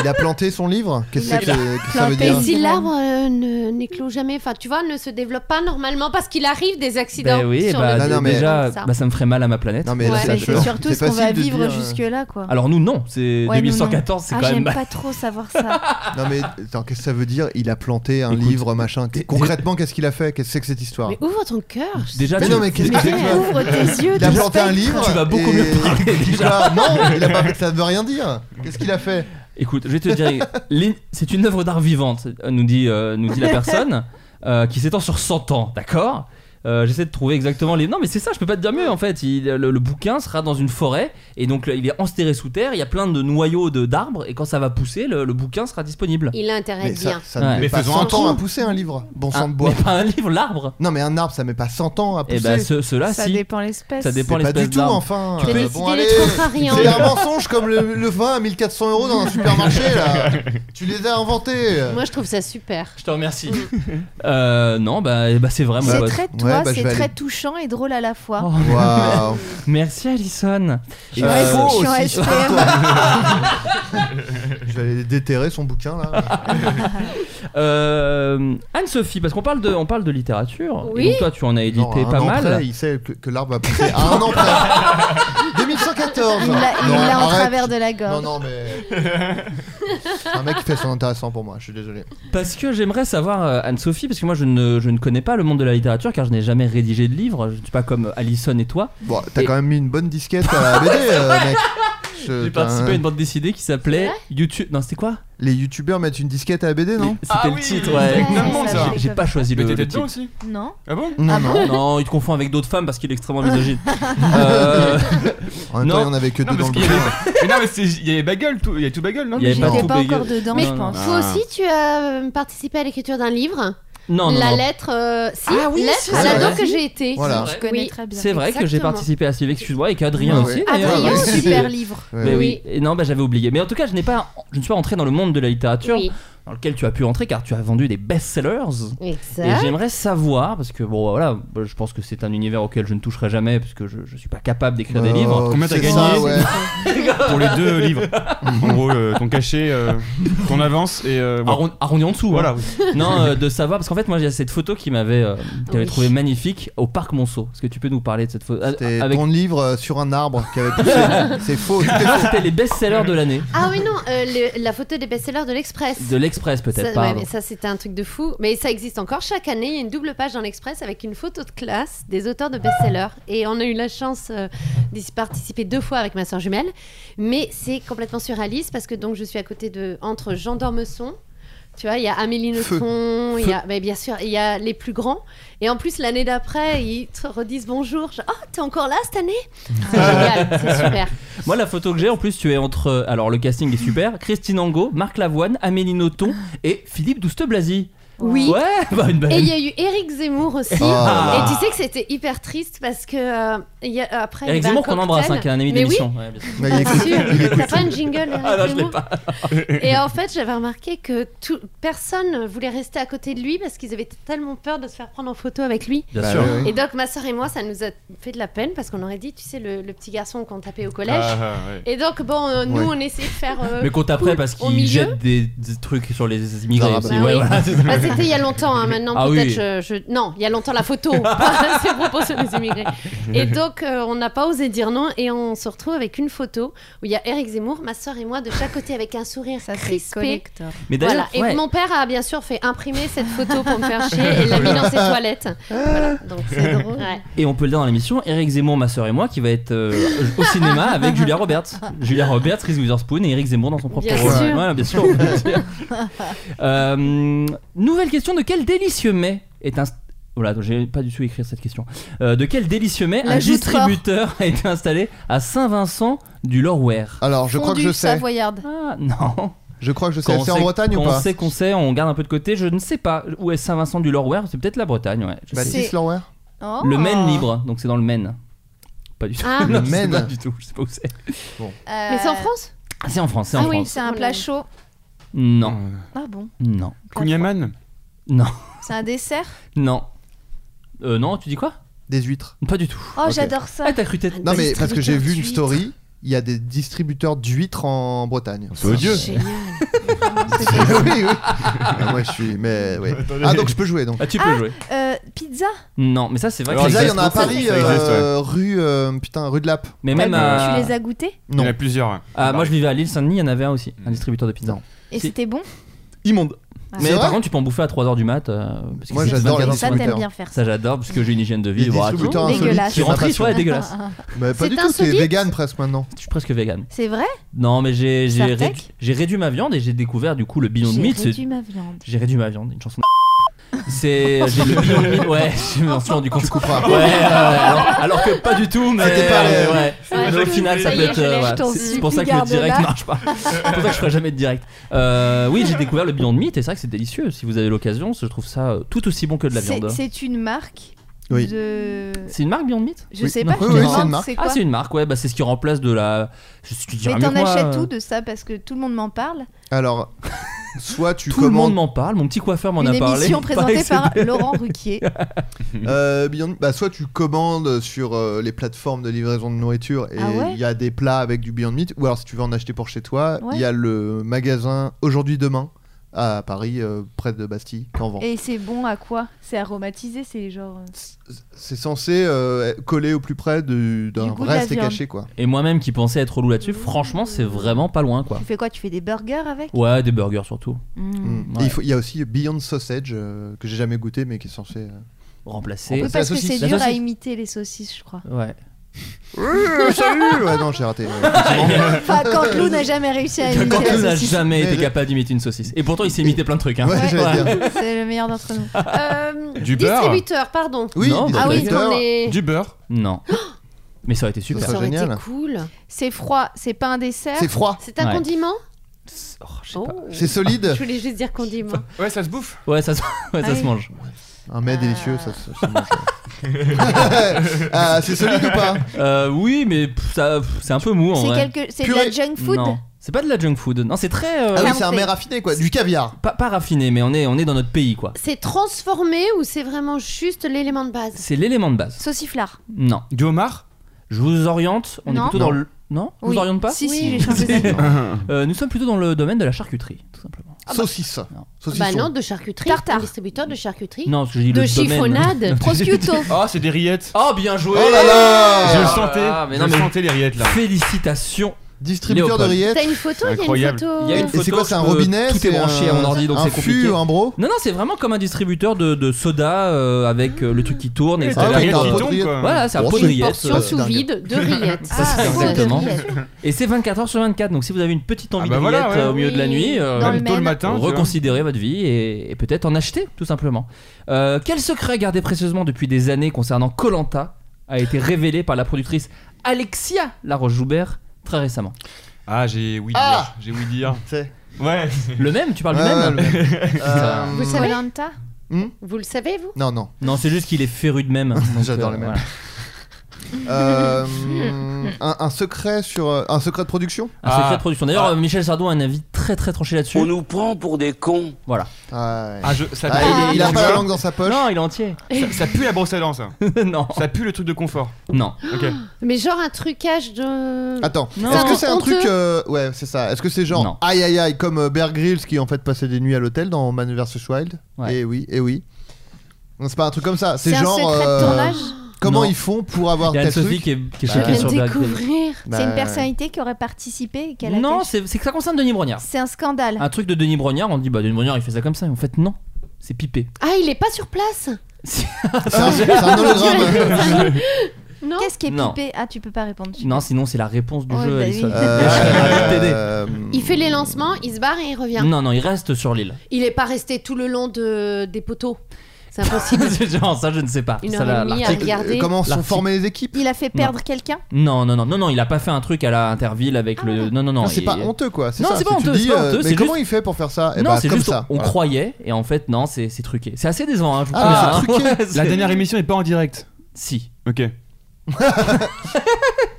S2: Il a planté son livre Qu'est-ce
S9: Il a
S2: que, c'est que- que ça
S9: planté
S2: veut
S7: Et
S2: dire
S9: Bien.
S7: si l'arbre euh, ne- n'éclot jamais, enfin tu vois, ne se développe pas normalement parce qu'il arrive des accidents
S6: Ben oui,
S7: sur
S6: bah,
S7: le
S2: Non, non, mais-
S6: déjà,
S7: comme ça.
S6: bah, ça me ferait mal à ma planète.
S2: Non mais là,
S7: Ouais,
S2: ça
S9: Mais
S2: pleure.
S9: c'est surtout
S2: C'est
S9: ce qu'on
S2: facile
S9: va
S2: de
S9: vivre
S2: dire, euh,
S9: jusque-là, quoi.
S6: Alors nous non, c'est
S9: Ouais, nous,
S6: 2114, c'est
S9: ah,
S6: quand même
S9: j'aime pas trop savoir ça.
S2: euh, Non mais attends, qu'est-ce que ça veut dire Il a planté un
S6: Écoute,
S2: livre machin.
S6: t'es-
S2: Concrètement, qu'est-ce qu'il a fait Qu'est-ce que c'est que cette histoire
S7: Mais ouvre ton cœur.
S6: déjà
S2: Mais
S6: tu-
S2: non, mais qu'est-ce
S6: tu-
S2: que c'est que ça
S9: Ouvre tes yeux.
S2: Il a
S9: du
S2: planté un
S9: spectre.
S2: livre.
S6: Tu vas beaucoup
S2: et-
S6: mieux parler,
S2: et
S6: déjà.
S2: tu vois, Non, il a pas fait- ça ne veut rien dire. Qu'est-ce qu'il a fait
S6: Écoute, je vais te dire, l'in- c'est une œuvre d'art vivante, nous dit, euh, nous dit la personne, euh, qui s'étend sur 100 ans, d'accord Euh, J'essaie de trouver exactement les. Non, mais c'est ça, je peux pas te dire mieux en fait. Il- le, le bouquin sera dans une forêt, et donc là, il est ensterré sous terre, il y a plein de noyaux de- d'arbres, et quand ça va pousser, le, le bouquin sera disponible.
S7: Il a intérêt
S2: Mais
S7: de bien.
S2: ça, ça
S6: Ouais.
S2: ne met
S8: Mais
S2: pas
S8: faisons un
S2: 100 ans à
S8: trou.
S2: pousser un livre. Bon
S6: Ah,
S2: sang de bois.
S6: Mais pas un livre, l'arbre
S2: Non mais un arbre, ça met pas 100 ans à
S6: Et
S2: pousser.
S6: bah, ce- ceux-là,
S9: Ça
S6: si.
S9: dépend l'espèce.
S6: Ça dépend.
S2: C'est pas
S6: l'espèce
S2: du tout,
S6: d'arbre.
S2: enfin.
S7: Tu peux
S2: euh,
S7: décider
S2: bon,
S7: les
S2: allez.
S7: contrariants.
S2: C'est un mensonge comme le, le vin à 1400 euros dans un supermarché là. Tu les as inventés.
S7: Moi je trouve ça super.
S6: Je te remercie. Euh, non, bah, eh bah, c'est vrai, mon
S9: C'est
S6: pote.
S9: très
S2: Ouais,
S9: touchant.
S2: Ouais,
S9: fois.
S2: bah, je
S9: c'est
S2: vais
S9: très
S2: aller-
S9: touchant et drôle à la fois.
S6: Oh,
S2: Waouh.
S6: Merci Alison.
S2: Et,
S9: Je suis
S2: euh,
S9: en- je suis en SPM.
S2: Je vais aller déterrer son bouquin là.
S6: Euh, Anne-Sophie, parce qu'on parle de, on parle de littérature.
S7: Oui.
S6: Et donc toi, tu en as édité
S2: Non, à un
S6: pas
S2: an
S6: mal.
S2: près, il sait que, que l'arbre va pousser à un an près. 2114.
S9: Il l'a il
S2: Non,
S9: l'a en
S2: arrête.
S9: travers de la gorge.
S2: Non, non, mais. C'est un mec qui fait son intéressant pour moi, je suis désolé.
S6: Parce que j'aimerais savoir, euh, Anne-Sophie, parce que moi je ne, je ne connais pas le monde de la littérature car je n'ai jamais rédigé de livre. Je ne suis pas comme Alison et toi.
S2: Bon, t'as
S6: Et-
S2: quand même mis une bonne disquette à la BD, euh, mec. Je-
S6: J'ai
S2: t'as
S6: participé
S2: un-
S6: à une bande dessinée qui
S7: C'est
S6: s'appelait
S7: vrai
S6: YouTube. Non, c'était quoi
S2: Les youtubeurs mettent une disquette à la BD, non
S6: C'était
S8: Ah
S6: le
S8: oui,
S6: titre, ouais.
S8: exactement,
S9: Ouais,
S8: ça.
S9: j'ai-
S6: J'ai pas choisi
S8: Mais
S6: le,
S8: t'étais
S6: le
S8: dedans
S6: titre.
S8: aussi
S9: Non
S8: Ah bon
S2: Non,
S9: Ah
S2: non.
S9: bon
S6: Non, il te confond avec d'autres femmes parce qu'il est extrêmement misogyne. Euh,
S2: En même temps,
S6: Non.
S2: il y en avait que
S8: Non,
S2: deux dans
S8: parce
S2: le
S8: qu'il y
S2: bouquin.
S8: Mais non, mais c'est- il y avait Bagel, tout- il y avait tout Bagel, non
S6: Il y avait
S8: déjà
S6: Bagel.
S9: J'étais
S6: tout
S9: pas encore
S6: bégayé.
S9: dedans,
S6: Non,
S9: je
S6: non,
S9: pense.
S7: Toi aussi, tu as euh, participé à l'écriture d'un livre.
S6: non, non,
S7: la
S6: non.
S7: lettre. euh, si,
S6: Ah oui,
S7: lettre
S6: si,
S2: c'est
S7: l'ado
S2: vrai.
S7: que j'ai été.
S2: Voilà.
S9: Je connais
S7: Oui.
S9: très bien.
S6: C'est vrai que j'ai
S7: Exactement.
S6: participé à ce livre, excuse-moi, et qu'Adrien
S2: Ouais,
S6: aussi.
S2: ouais.
S6: d'ailleurs.
S7: Adrien,
S6: Ouais.
S9: super livre.
S2: Ouais.
S6: Mais
S7: Oui.
S6: oui. Et non, bah, j'avais oublié. Mais en tout cas, je n'ai pas, je ne suis pas entré dans le monde de la littérature
S7: Oui,
S6: dans lequel tu as pu entrer car tu as vendu des best-sellers. Et
S7: exact.
S6: j'aimerais savoir parce que bon, voilà, bah, je pense que c'est un univers auquel je ne toucherai jamais parce que je, je suis pas capable d'écrire des
S2: Oh,
S6: livres.
S8: Combien t'as
S2: c'est
S8: gagné
S2: ça, ouais.
S8: Pour les deux livres. En gros, euh, ton cachet, euh, ton avance et. euh, ouais.
S6: Arron- Arrondi en dessous. hein.
S8: Voilà, oui.
S6: Non, euh, de savoir parce qu'en fait, moi, j'ai cette photo qui m'avait, euh, qui
S7: Ah
S6: avait
S7: Oui.
S6: trouvé magnifique au parc Monceau. Est-ce que tu peux nous parler de cette photo Ah,
S2: C'était
S6: avec
S2: ton livre euh, sur un arbre qui avait poussé. c'est faux, tout est faux.
S6: C'était les best-sellers de l'année
S7: Ah oui, non, euh, le- la photo des best-sellers de l'Express.
S6: de l'Express
S7: Ça,
S6: peut-être.
S7: ouais,
S6: pardon.
S7: mais ça c'était un truc de fou. Mais ça existe encore chaque année. Il y a une double page dans l'Express avec une photo de classe des auteurs de best-sellers. Et on a eu la chance euh, d'y participer deux fois avec ma soeur jumelle. Mais c'est complètement surréaliste parce que donc je suis à côté de entre Jean Dormesson. Tu vois, il y a Amélie
S2: Feu.
S7: Nothomb, il y
S6: Feu.
S7: a, mais bien sûr, il y a les plus grands. Et en plus, l'année d'après, ils te redisent bonjour. Genre, oh, t'es encore là cette année C'est génial, c'est super.
S6: Moi, la photo que j'ai en plus, tu es entre. euh, Alors, le casting est super. Christine Angot, Marc Lavoine, Amélie Nothomb et Philippe Douste-Blazy.
S7: Oui.
S6: Ouais, bah, une belle.
S7: Et il y a eu Eric Zemmour aussi.
S2: Ah.
S7: Et tu sais que c'était hyper triste parce que euh, il y a- après.
S6: Eric
S7: il y avait un
S6: Zemmour qu'on embrasse, hein, qui
S7: cocktail.
S6: est un ami
S7: Mais oui,
S6: d'émission. Ouais, bien sûr.
S2: Mais il
S7: bien
S2: écoute-
S7: sûr.
S2: il écoute.
S7: T'as pas une jingle Eric
S6: Ah non, je l'ai
S7: Zemmour
S6: pas.
S7: Et en fait, j'avais remarqué que tout- personne voulait rester à côté de lui parce qu'ils avaient tellement peur de se faire prendre en photo avec lui.
S6: Bien
S2: Bah,
S6: sûr.
S2: ouais, ouais.
S7: Et donc, ma soeur et moi, ça nous a fait de la peine parce qu'on aurait dit, tu sais, le, le petit garçon qu'on tapait au collège.
S8: Ah, ah, ouais.
S7: Et donc, bon, euh, nous,
S2: Ouais.
S7: on essayait de faire. euh,
S6: Mais compte après parce
S7: au
S6: qu'il
S7: milieu.
S6: jette des, des trucs sur les immigrés.
S2: Ah,
S6: aussi.
S7: bah
S6: Ouais,
S7: oui.
S6: voilà, c'est ça.
S7: Bah, c'était il y a llongtemps, hein, maintenant
S6: Ah
S7: peut-être.
S6: oui.
S7: Je, je- Non, il y a longtemps la photo. Pas- C'est propos sur les immigrés. Et donc, euh, on n'a pas osé dire non et on se retrouve avec une photo où il y a Eric Zemmour, ma soeur et moi, de chaque côté avec un sourire
S9: Ça, c'est
S7: crispé.
S9: collector.
S6: Mais
S7: Voilà.
S6: d'ailleurs,
S7: Et
S6: ouais.
S7: mon père a bien sûr fait imprimer cette photo pour me faire chier et l'a mis dans ses toilettes. Voilà, donc c'est drôle. Ouais.
S6: Et on peut le dire dans l'émission, Eric Zemmour, ma sœur et moi, qui va être euh, au cinéma avec Julia Roberts. Julia Roberts, Reese Witherspoon et Eric Zemmour dans son propre
S7: Bien
S6: rôle.
S7: sûr.
S6: Voilà, bien sûr. on peut le dire. Euh, nouvelle question de quel délicieux mets est un voilà, donc j'ai pas du tout écrit cette question. Euh, de quel délicieux mets
S9: La
S6: un
S9: joute fort.
S6: distributeur a été installé à Saint-Vincent du Laurware
S2: Alors, je crois que
S9: Fondue
S2: je sais.
S9: savoyarde.
S6: Ah non.
S2: Je crois que je
S6: Quand
S2: sais.
S6: on
S2: C'est en
S6: sait-
S2: Bretagne ou
S6: quand
S2: pas
S6: On sait qu'on sait, on garde un peu de côté. Je ne sais pas où est Saint-Vincent du Laurware. C'est peut-être la Bretagne, ouais. Je sais
S2: Baptiste
S9: C'est-
S2: Lerouer
S9: Oh.
S6: Le Maine libre, donc c'est dans le Maine. Pas du tout.
S7: Ah.
S6: Non,
S2: Le
S6: c'est
S2: Maine.
S6: Pas du tout, je sais pas où c'est.
S9: Euh,
S7: Mais c'est en France
S6: Ah, c'est en France, c'est
S7: Ah
S6: en
S7: oui.
S6: France. Hmm.
S9: C'est un plat chaud.
S6: Non,
S8: Euh,
S9: Ah bon
S6: non,
S8: Kunyaman
S6: non,
S9: C'est un dessert
S6: non. Euh, non, tu dis quoi
S2: Des huîtres.
S6: Pas du tout.
S9: Oh,
S2: Ok.
S9: j'adore ça.
S6: Ah, t'as cru tête.
S2: Non, mais
S9: Bah, distributeur
S2: parce que j'ai vu une
S9: d'huîtres.
S2: story, il y a des distributeurs d'huîtres en Bretagne.
S8: C'est odieux.
S7: Génial.
S2: oui, oui. Ah, moi, je suis. Mais, oui. Ah, donc je peux jouer donc.
S6: Ah, tu peux
S9: Ah.
S6: jouer.
S9: Euh, pizza
S6: Non, mais ça, c'est vrai que
S8: Alors,
S6: ça
S2: Déjà, il y en
S6: existe
S2: a à
S6: encore.
S2: Paris,
S8: Ça existe,
S2: euh, rue. euh, putain, rue de Lap.
S6: Mais même
S9: Tu
S6: à.
S9: les as goûtés
S8: Il y en
S2: Non.
S8: a plusieurs. ouais.
S6: Ah, moi, je vivais à l'île Saint-Denis, il y en avait un aussi, un distributeur de pizza.
S2: Non.
S9: Et
S6: Si.
S9: c'était bon
S6: Immonde. Mais
S2: C'est
S6: par
S2: vrai
S6: contre, tu peux en bouffer à 3h du mat. euh, parce que
S2: Moi,
S6: c'est 24
S2: j'adore les
S6: heures.
S9: Ça,
S2: distributeurs.
S9: t'aimes bien faire ça.
S6: Ça, j'adore, parce que j'ai une hygiène de vie.
S2: Les
S6: voilà,
S2: distributeurs
S9: tout.
S2: insolites.
S9: Dégueulasse. Ah,
S6: qui
S2: c'est ma
S6: rentre,
S2: passion.
S6: ouais, dégueulasse.
S2: Mais Bah, pas
S7: C'est
S2: du tout, c'est
S7: insolite
S2: vegan presque maintenant.
S6: Je suis presque vegan.
S9: C'est vrai
S6: Non, mais j'ai j'ai
S9: Sartec
S6: réduit, j'ai réduit ma viande et j'ai découvert du coup le Beyond
S9: J'ai
S6: Meat. c'est-
S9: réduit ma viande.
S6: J'ai réduit ma viande, une chanson. de C'est. J'ai le Beyond Meat. Ouais, je me suis rendu compte.
S2: Tu couperas.
S6: Ouais, ouais, ouais, alors, alors que pas du tout, mais.
S2: C'était pas les-
S6: ouais.
S7: Ouais,
S6: Mais au final, ça
S7: y
S6: peut
S7: est,
S6: être.
S7: je l'ai,
S6: euh,
S7: je
S6: voilà,
S9: t'en
S6: c'est- C'est
S9: supplie,
S6: pour ça que le direct
S9: garde-la.
S6: marche pas. C'est pour ça que je ferai jamais de direct. Euh, oui, j'ai découvert le Beyond Meat et c'est vrai que c'est délicieux. Si vous avez l'occasion, je trouve ça euh, tout aussi bon que de la
S9: C'est
S6: viande.
S9: c'est une marque
S2: Oui.
S9: de.
S6: C'est une marque Beyond Meat
S9: Je
S2: Oui.
S9: sais
S6: Non.
S9: pas,
S6: Oui,
S9: je te
S6: oui,
S2: c'est une
S9: demande,
S2: marque.
S9: c'est
S6: Ah,
S9: quoi
S6: c'est une marque, ouais, bah c'est ce qui remplace de la. Je suis euh,
S9: Mais t'en achètes tout de ça parce que tout le monde m'en parle.
S2: Alors, soit tu
S6: Tout le monde
S2: commandes
S6: m'en parle, mon petit coiffeur m'en
S9: Une
S6: a parlé.
S9: émission présentée par
S6: etc.
S9: Laurent Ruquier.
S2: Euh, Beyond- bah, soit tu commandes sur euh, les plateformes de livraison de nourriture et il
S9: Ah ouais
S2: y a des plats avec du Beyond Meat, ou alors si tu veux en acheter pour chez toi, il
S9: Ouais.
S2: y a le magasin Aujourd'hui Demain à Paris, euh, près de Bastille, qui en vend.
S9: Et c'est bon à quoi C'est aromatisé, c'est genre. euh,
S2: C'est censé euh, coller au plus près du- d'un
S9: Du goût de
S2: vrai
S9: la
S2: steak
S9: viande.
S2: haché, quoi.
S6: Et moi-même qui pensais être relou là-dessus, franchement, c'est vraiment pas loin quoi.
S9: Tu fais quoi Tu fais des burgers avec
S6: Ouais, des burgers surtout.
S9: Mm.
S2: Mm.
S6: Ouais.
S2: Et il, faut- il y a aussi Beyond Sausage, euh, que j'ai jamais goûté, mais qui est censé. euh,
S6: Remplacer.
S9: Oui,
S2: c'est la
S9: parce que
S2: saucisse.
S9: c'est
S6: La
S9: dur à
S6: saucisse.
S9: imiter les saucisses, je crois.
S6: Ouais.
S2: Euh, salut Ouais, non, j'ai raté. ouais.
S9: Enfin, Cantelou n'a jamais réussi à imiter
S6: Quand
S9: la
S6: il n'a
S9: saucisse.
S6: jamais
S2: Mais
S6: été
S2: je-
S6: capable d'imiter une saucisse. Et pourtant, il s'est imité plein de trucs. Hein.
S2: Ouais, j'allais dire.
S9: C'est le meilleur d'entre nous.
S7: Euh,
S8: Du beurre
S7: distributeur, pardon.
S2: Oui,
S6: Non, bah,
S2: des
S7: Ah oui,
S2: acteurs.
S7: on est-
S8: Du beurre.
S6: Non. Mais ça aurait été super.
S2: Ça
S7: Ça aurait
S2: génial.
S7: été cool.
S9: C'est froid, c'est pas un dessert.
S2: c'est froid,
S7: C'est un
S6: Ouais.
S7: condiment
S6: Oh, je sais
S7: Oh.
S6: pas.
S2: c'est solide.
S7: Je voulais juste dire condiment.
S8: Ouais, ça se bouffe.
S6: Ouais, ça, se- ouais, ça
S9: Ah
S6: se
S9: oui.
S6: mange.
S2: Un mets
S9: Ah.
S2: délicieux, ça, se- ça mange. ouais. ah, c'est solide ou pas
S6: Euh, oui, mais pff, ça, pff, c'est un peu mou en
S9: C'est
S6: vrai.
S9: quelque... c'est de la
S2: Purée.
S9: junk food
S6: Non, c'est pas de la junk food. Non, c'est très euh,
S2: Ah oui,
S9: Là, on
S2: c'est un
S9: fait-
S2: mets raffiné, quoi. Du caviar.
S6: pas, pas raffiné, mais on est on est dans notre pays quoi.
S7: C'est transformé ou c'est vraiment juste l'élément de base
S6: C'est l'élément de base.
S9: Sauciflard.
S6: Non.
S8: Du homard
S6: Je vous oriente. On
S9: Non.
S6: est plutôt dans le. Non. Je
S9: Oui.
S6: vous oriente pas.
S9: Si,
S7: Oui.
S9: si, j'ai changé d'avis.
S6: Euh, nous sommes plutôt dans le domaine de la charcuterie, tout simplement.
S2: Saucisse.
S6: Non.
S2: Saucisson.
S7: Ah Bah non, de charcuterie.
S9: Tartare.
S7: Un distributeur de charcuterie.
S6: Non, je dis
S7: De
S6: le domaine.
S7: chiffonnade.
S9: Prosciutto.
S8: Oh, c'est des rillettes.
S6: Oh, bien joué.
S2: Oh là là
S8: Je le
S6: Ah,
S8: sentais.
S6: mais
S8: je
S6: non,
S8: le
S6: mais- Ah,
S8: sentais les rillettes là.
S6: Félicitations.
S2: Distributeur de
S6: Léopold.
S7: T'as
S2: rillettes.
S7: une photo Il y a une
S8: Incroyable.
S7: photo.
S6: Il y a une
S2: Et c'est
S6: photo,
S2: quoi, c'est un
S6: je peux-
S2: robinet
S6: tout est
S2: c'est
S6: branché à mon
S2: un-
S6: ordi, donc
S2: un
S6: c'est
S2: fût,
S6: compliqué.
S2: un bro
S6: Non, non, c'est vraiment comme un distributeur de, de soda euh, avec euh, le truc qui tourne et
S8: Ouais,
S6: etc.
S8: t'as
S2: Ah
S8: les
S2: ouais,
S8: rillettes
S2: t'as un
S8: qui
S2: pot de
S8: tombent,
S2: rillettes.
S8: quoi.
S6: Voilà, c'est un
S2: Bon,
S6: pot
S2: c'est
S6: de
S2: une
S7: Une
S6: rillettes.
S7: portion
S6: euh,
S7: sous
S2: dingue.
S7: vide de rillettes.
S6: Ça, c'est
S7: Ah,
S6: exactement.
S7: bon,
S9: bien
S6: Et c'est 24 heures sur 24, donc si vous avez une petite envie
S8: Ah bah
S6: de
S8: voilà,
S6: rillettes
S8: ouais.
S6: euh, au milieu de la
S7: Oui.
S6: nuit, euh,
S9: Dans le
S8: Même tôt le
S9: Maine.
S8: matin. tu vois.
S6: reconsidérez votre vie et, et peut-être en acheter, tout simplement. Euh, quel secret gardé précieusement depuis des années concernant Colanta a été révélé par la productrice Alexia Laroche-Joubert très récemment
S8: Ah, j'ai oui
S2: Ah
S8: dire. J'ai oui dire.
S2: C'est-
S8: Ouais.
S6: Le même Tu parles du
S2: Ouais,
S6: même
S2: ouais, Ah, le même. Euh,
S7: Vous savez
S9: Polenta.
S6: Hmm
S7: Vous le savez, vous
S2: Non, non.
S6: Non, c'est juste qu'il est féru de même.
S2: J'adore le même. Euh, un, un secret sur euh, un secret de production.
S6: Un
S8: Ah.
S6: secret de production. D'ailleurs,
S8: Ah.
S6: euh, Michel Sardou a un avis très très tranché
S3: On
S2: Oh,
S6: là-dessus.
S3: nous prend pour des cons.
S6: Voilà.
S2: Ah, ouais.
S8: Ah, je, ça,
S2: Ah,
S8: pue,
S2: il, il a pas la langue dans sa poche.
S6: Non, il est entier.
S8: ça, ça pue la brosse à dents, ça.
S6: non.
S8: Ça pue le truc de confort.
S6: Non.
S8: Ok.
S7: Mais genre un trucage de.
S2: Attends,
S6: Non.
S2: est-ce que c'est un
S7: Honteux.
S2: truc euh, Ouais, c'est ça. Est-ce que c'est genre
S6: Non.
S2: aïe aïe aïe comme euh, Bear Grylls qui en fait passait des nuits à l'hôtel dans Man vs Wild
S6: Ouais.
S2: Et oui, et oui. Non, c'est pas un truc comme ça. C'est
S9: C'est un
S2: genre
S9: secret de
S2: euh,
S9: tournage.
S2: comment
S6: Non.
S2: ils font pour avoir
S6: Il y a
S2: tel
S6: Anne-Sophie
S2: truc
S6: qui est, qui est
S2: Bah,
S7: Je
S6: choquée
S7: viens
S6: sur
S7: de
S6: Black Mirror.
S7: découvrir.
S2: Bah,
S9: C'est une personnalité qui aurait participé et qu'elle a
S6: Non, Ah
S9: caché.
S6: c'est c'est que ça concerne Denis Brognard.
S9: c'est un scandale.
S6: Un truc de Denis Brognard, on dit bah Denis Brognard il fait ça comme ça. Et en fait, non. C'est pipé.
S7: Ah, il est pas sur place
S2: C'est un, c'est un hologramme. Euh,
S7: Non
S9: Qu'est-ce qui est
S6: Non.
S9: pipé Ah, tu peux pas répondre. tu-
S6: Non, sinon c'est la réponse du
S9: Ouais,
S6: jeu,
S9: bah
S6: Alison.
S9: oui.
S2: Euh,
S6: Je serais ravi de t'aider.
S2: euh,
S7: Il fait les lancements, il se barre et il revient.
S6: Non, non, il reste sur l'île.
S7: Il est pas resté tout le long de... des poteaux. C'est impossible.
S6: Genre, ça, je ne sais pas.
S7: Une
S6: Ça,
S7: heure
S6: la-
S7: et demie à
S6: l'article-
S7: regarder.
S2: Comment sont
S6: L'article.
S2: formées les équipes
S9: Il a fait perdre quelqu'un
S6: Non, non, non, non, non, il a pas fait un truc à la Interville avec le. Non, non, non.
S2: Non, c'est
S6: il-
S2: pas honteux quoi.
S6: Non,
S2: ça,
S6: c'est pas
S2: si tu
S6: honteux,
S2: dis,
S6: c'est pas
S2: euh,
S6: honteux,
S2: Mais
S6: c'est
S2: comment
S6: juste-
S2: il fait pour faire ça Eh
S6: non,
S2: bah,
S6: c'est
S2: comme
S6: juste
S2: ça.
S6: on
S2: Voilà.
S6: croyait et en fait non, c'est c'est truqué. C'est assez décevant, hein, je vous
S2: Ah, c'est
S6: préviens, hein.
S2: truqué.
S6: Ouais,
S8: La
S6: c'est-
S8: dernière émission est pas en direct.
S6: Si.
S8: Ok.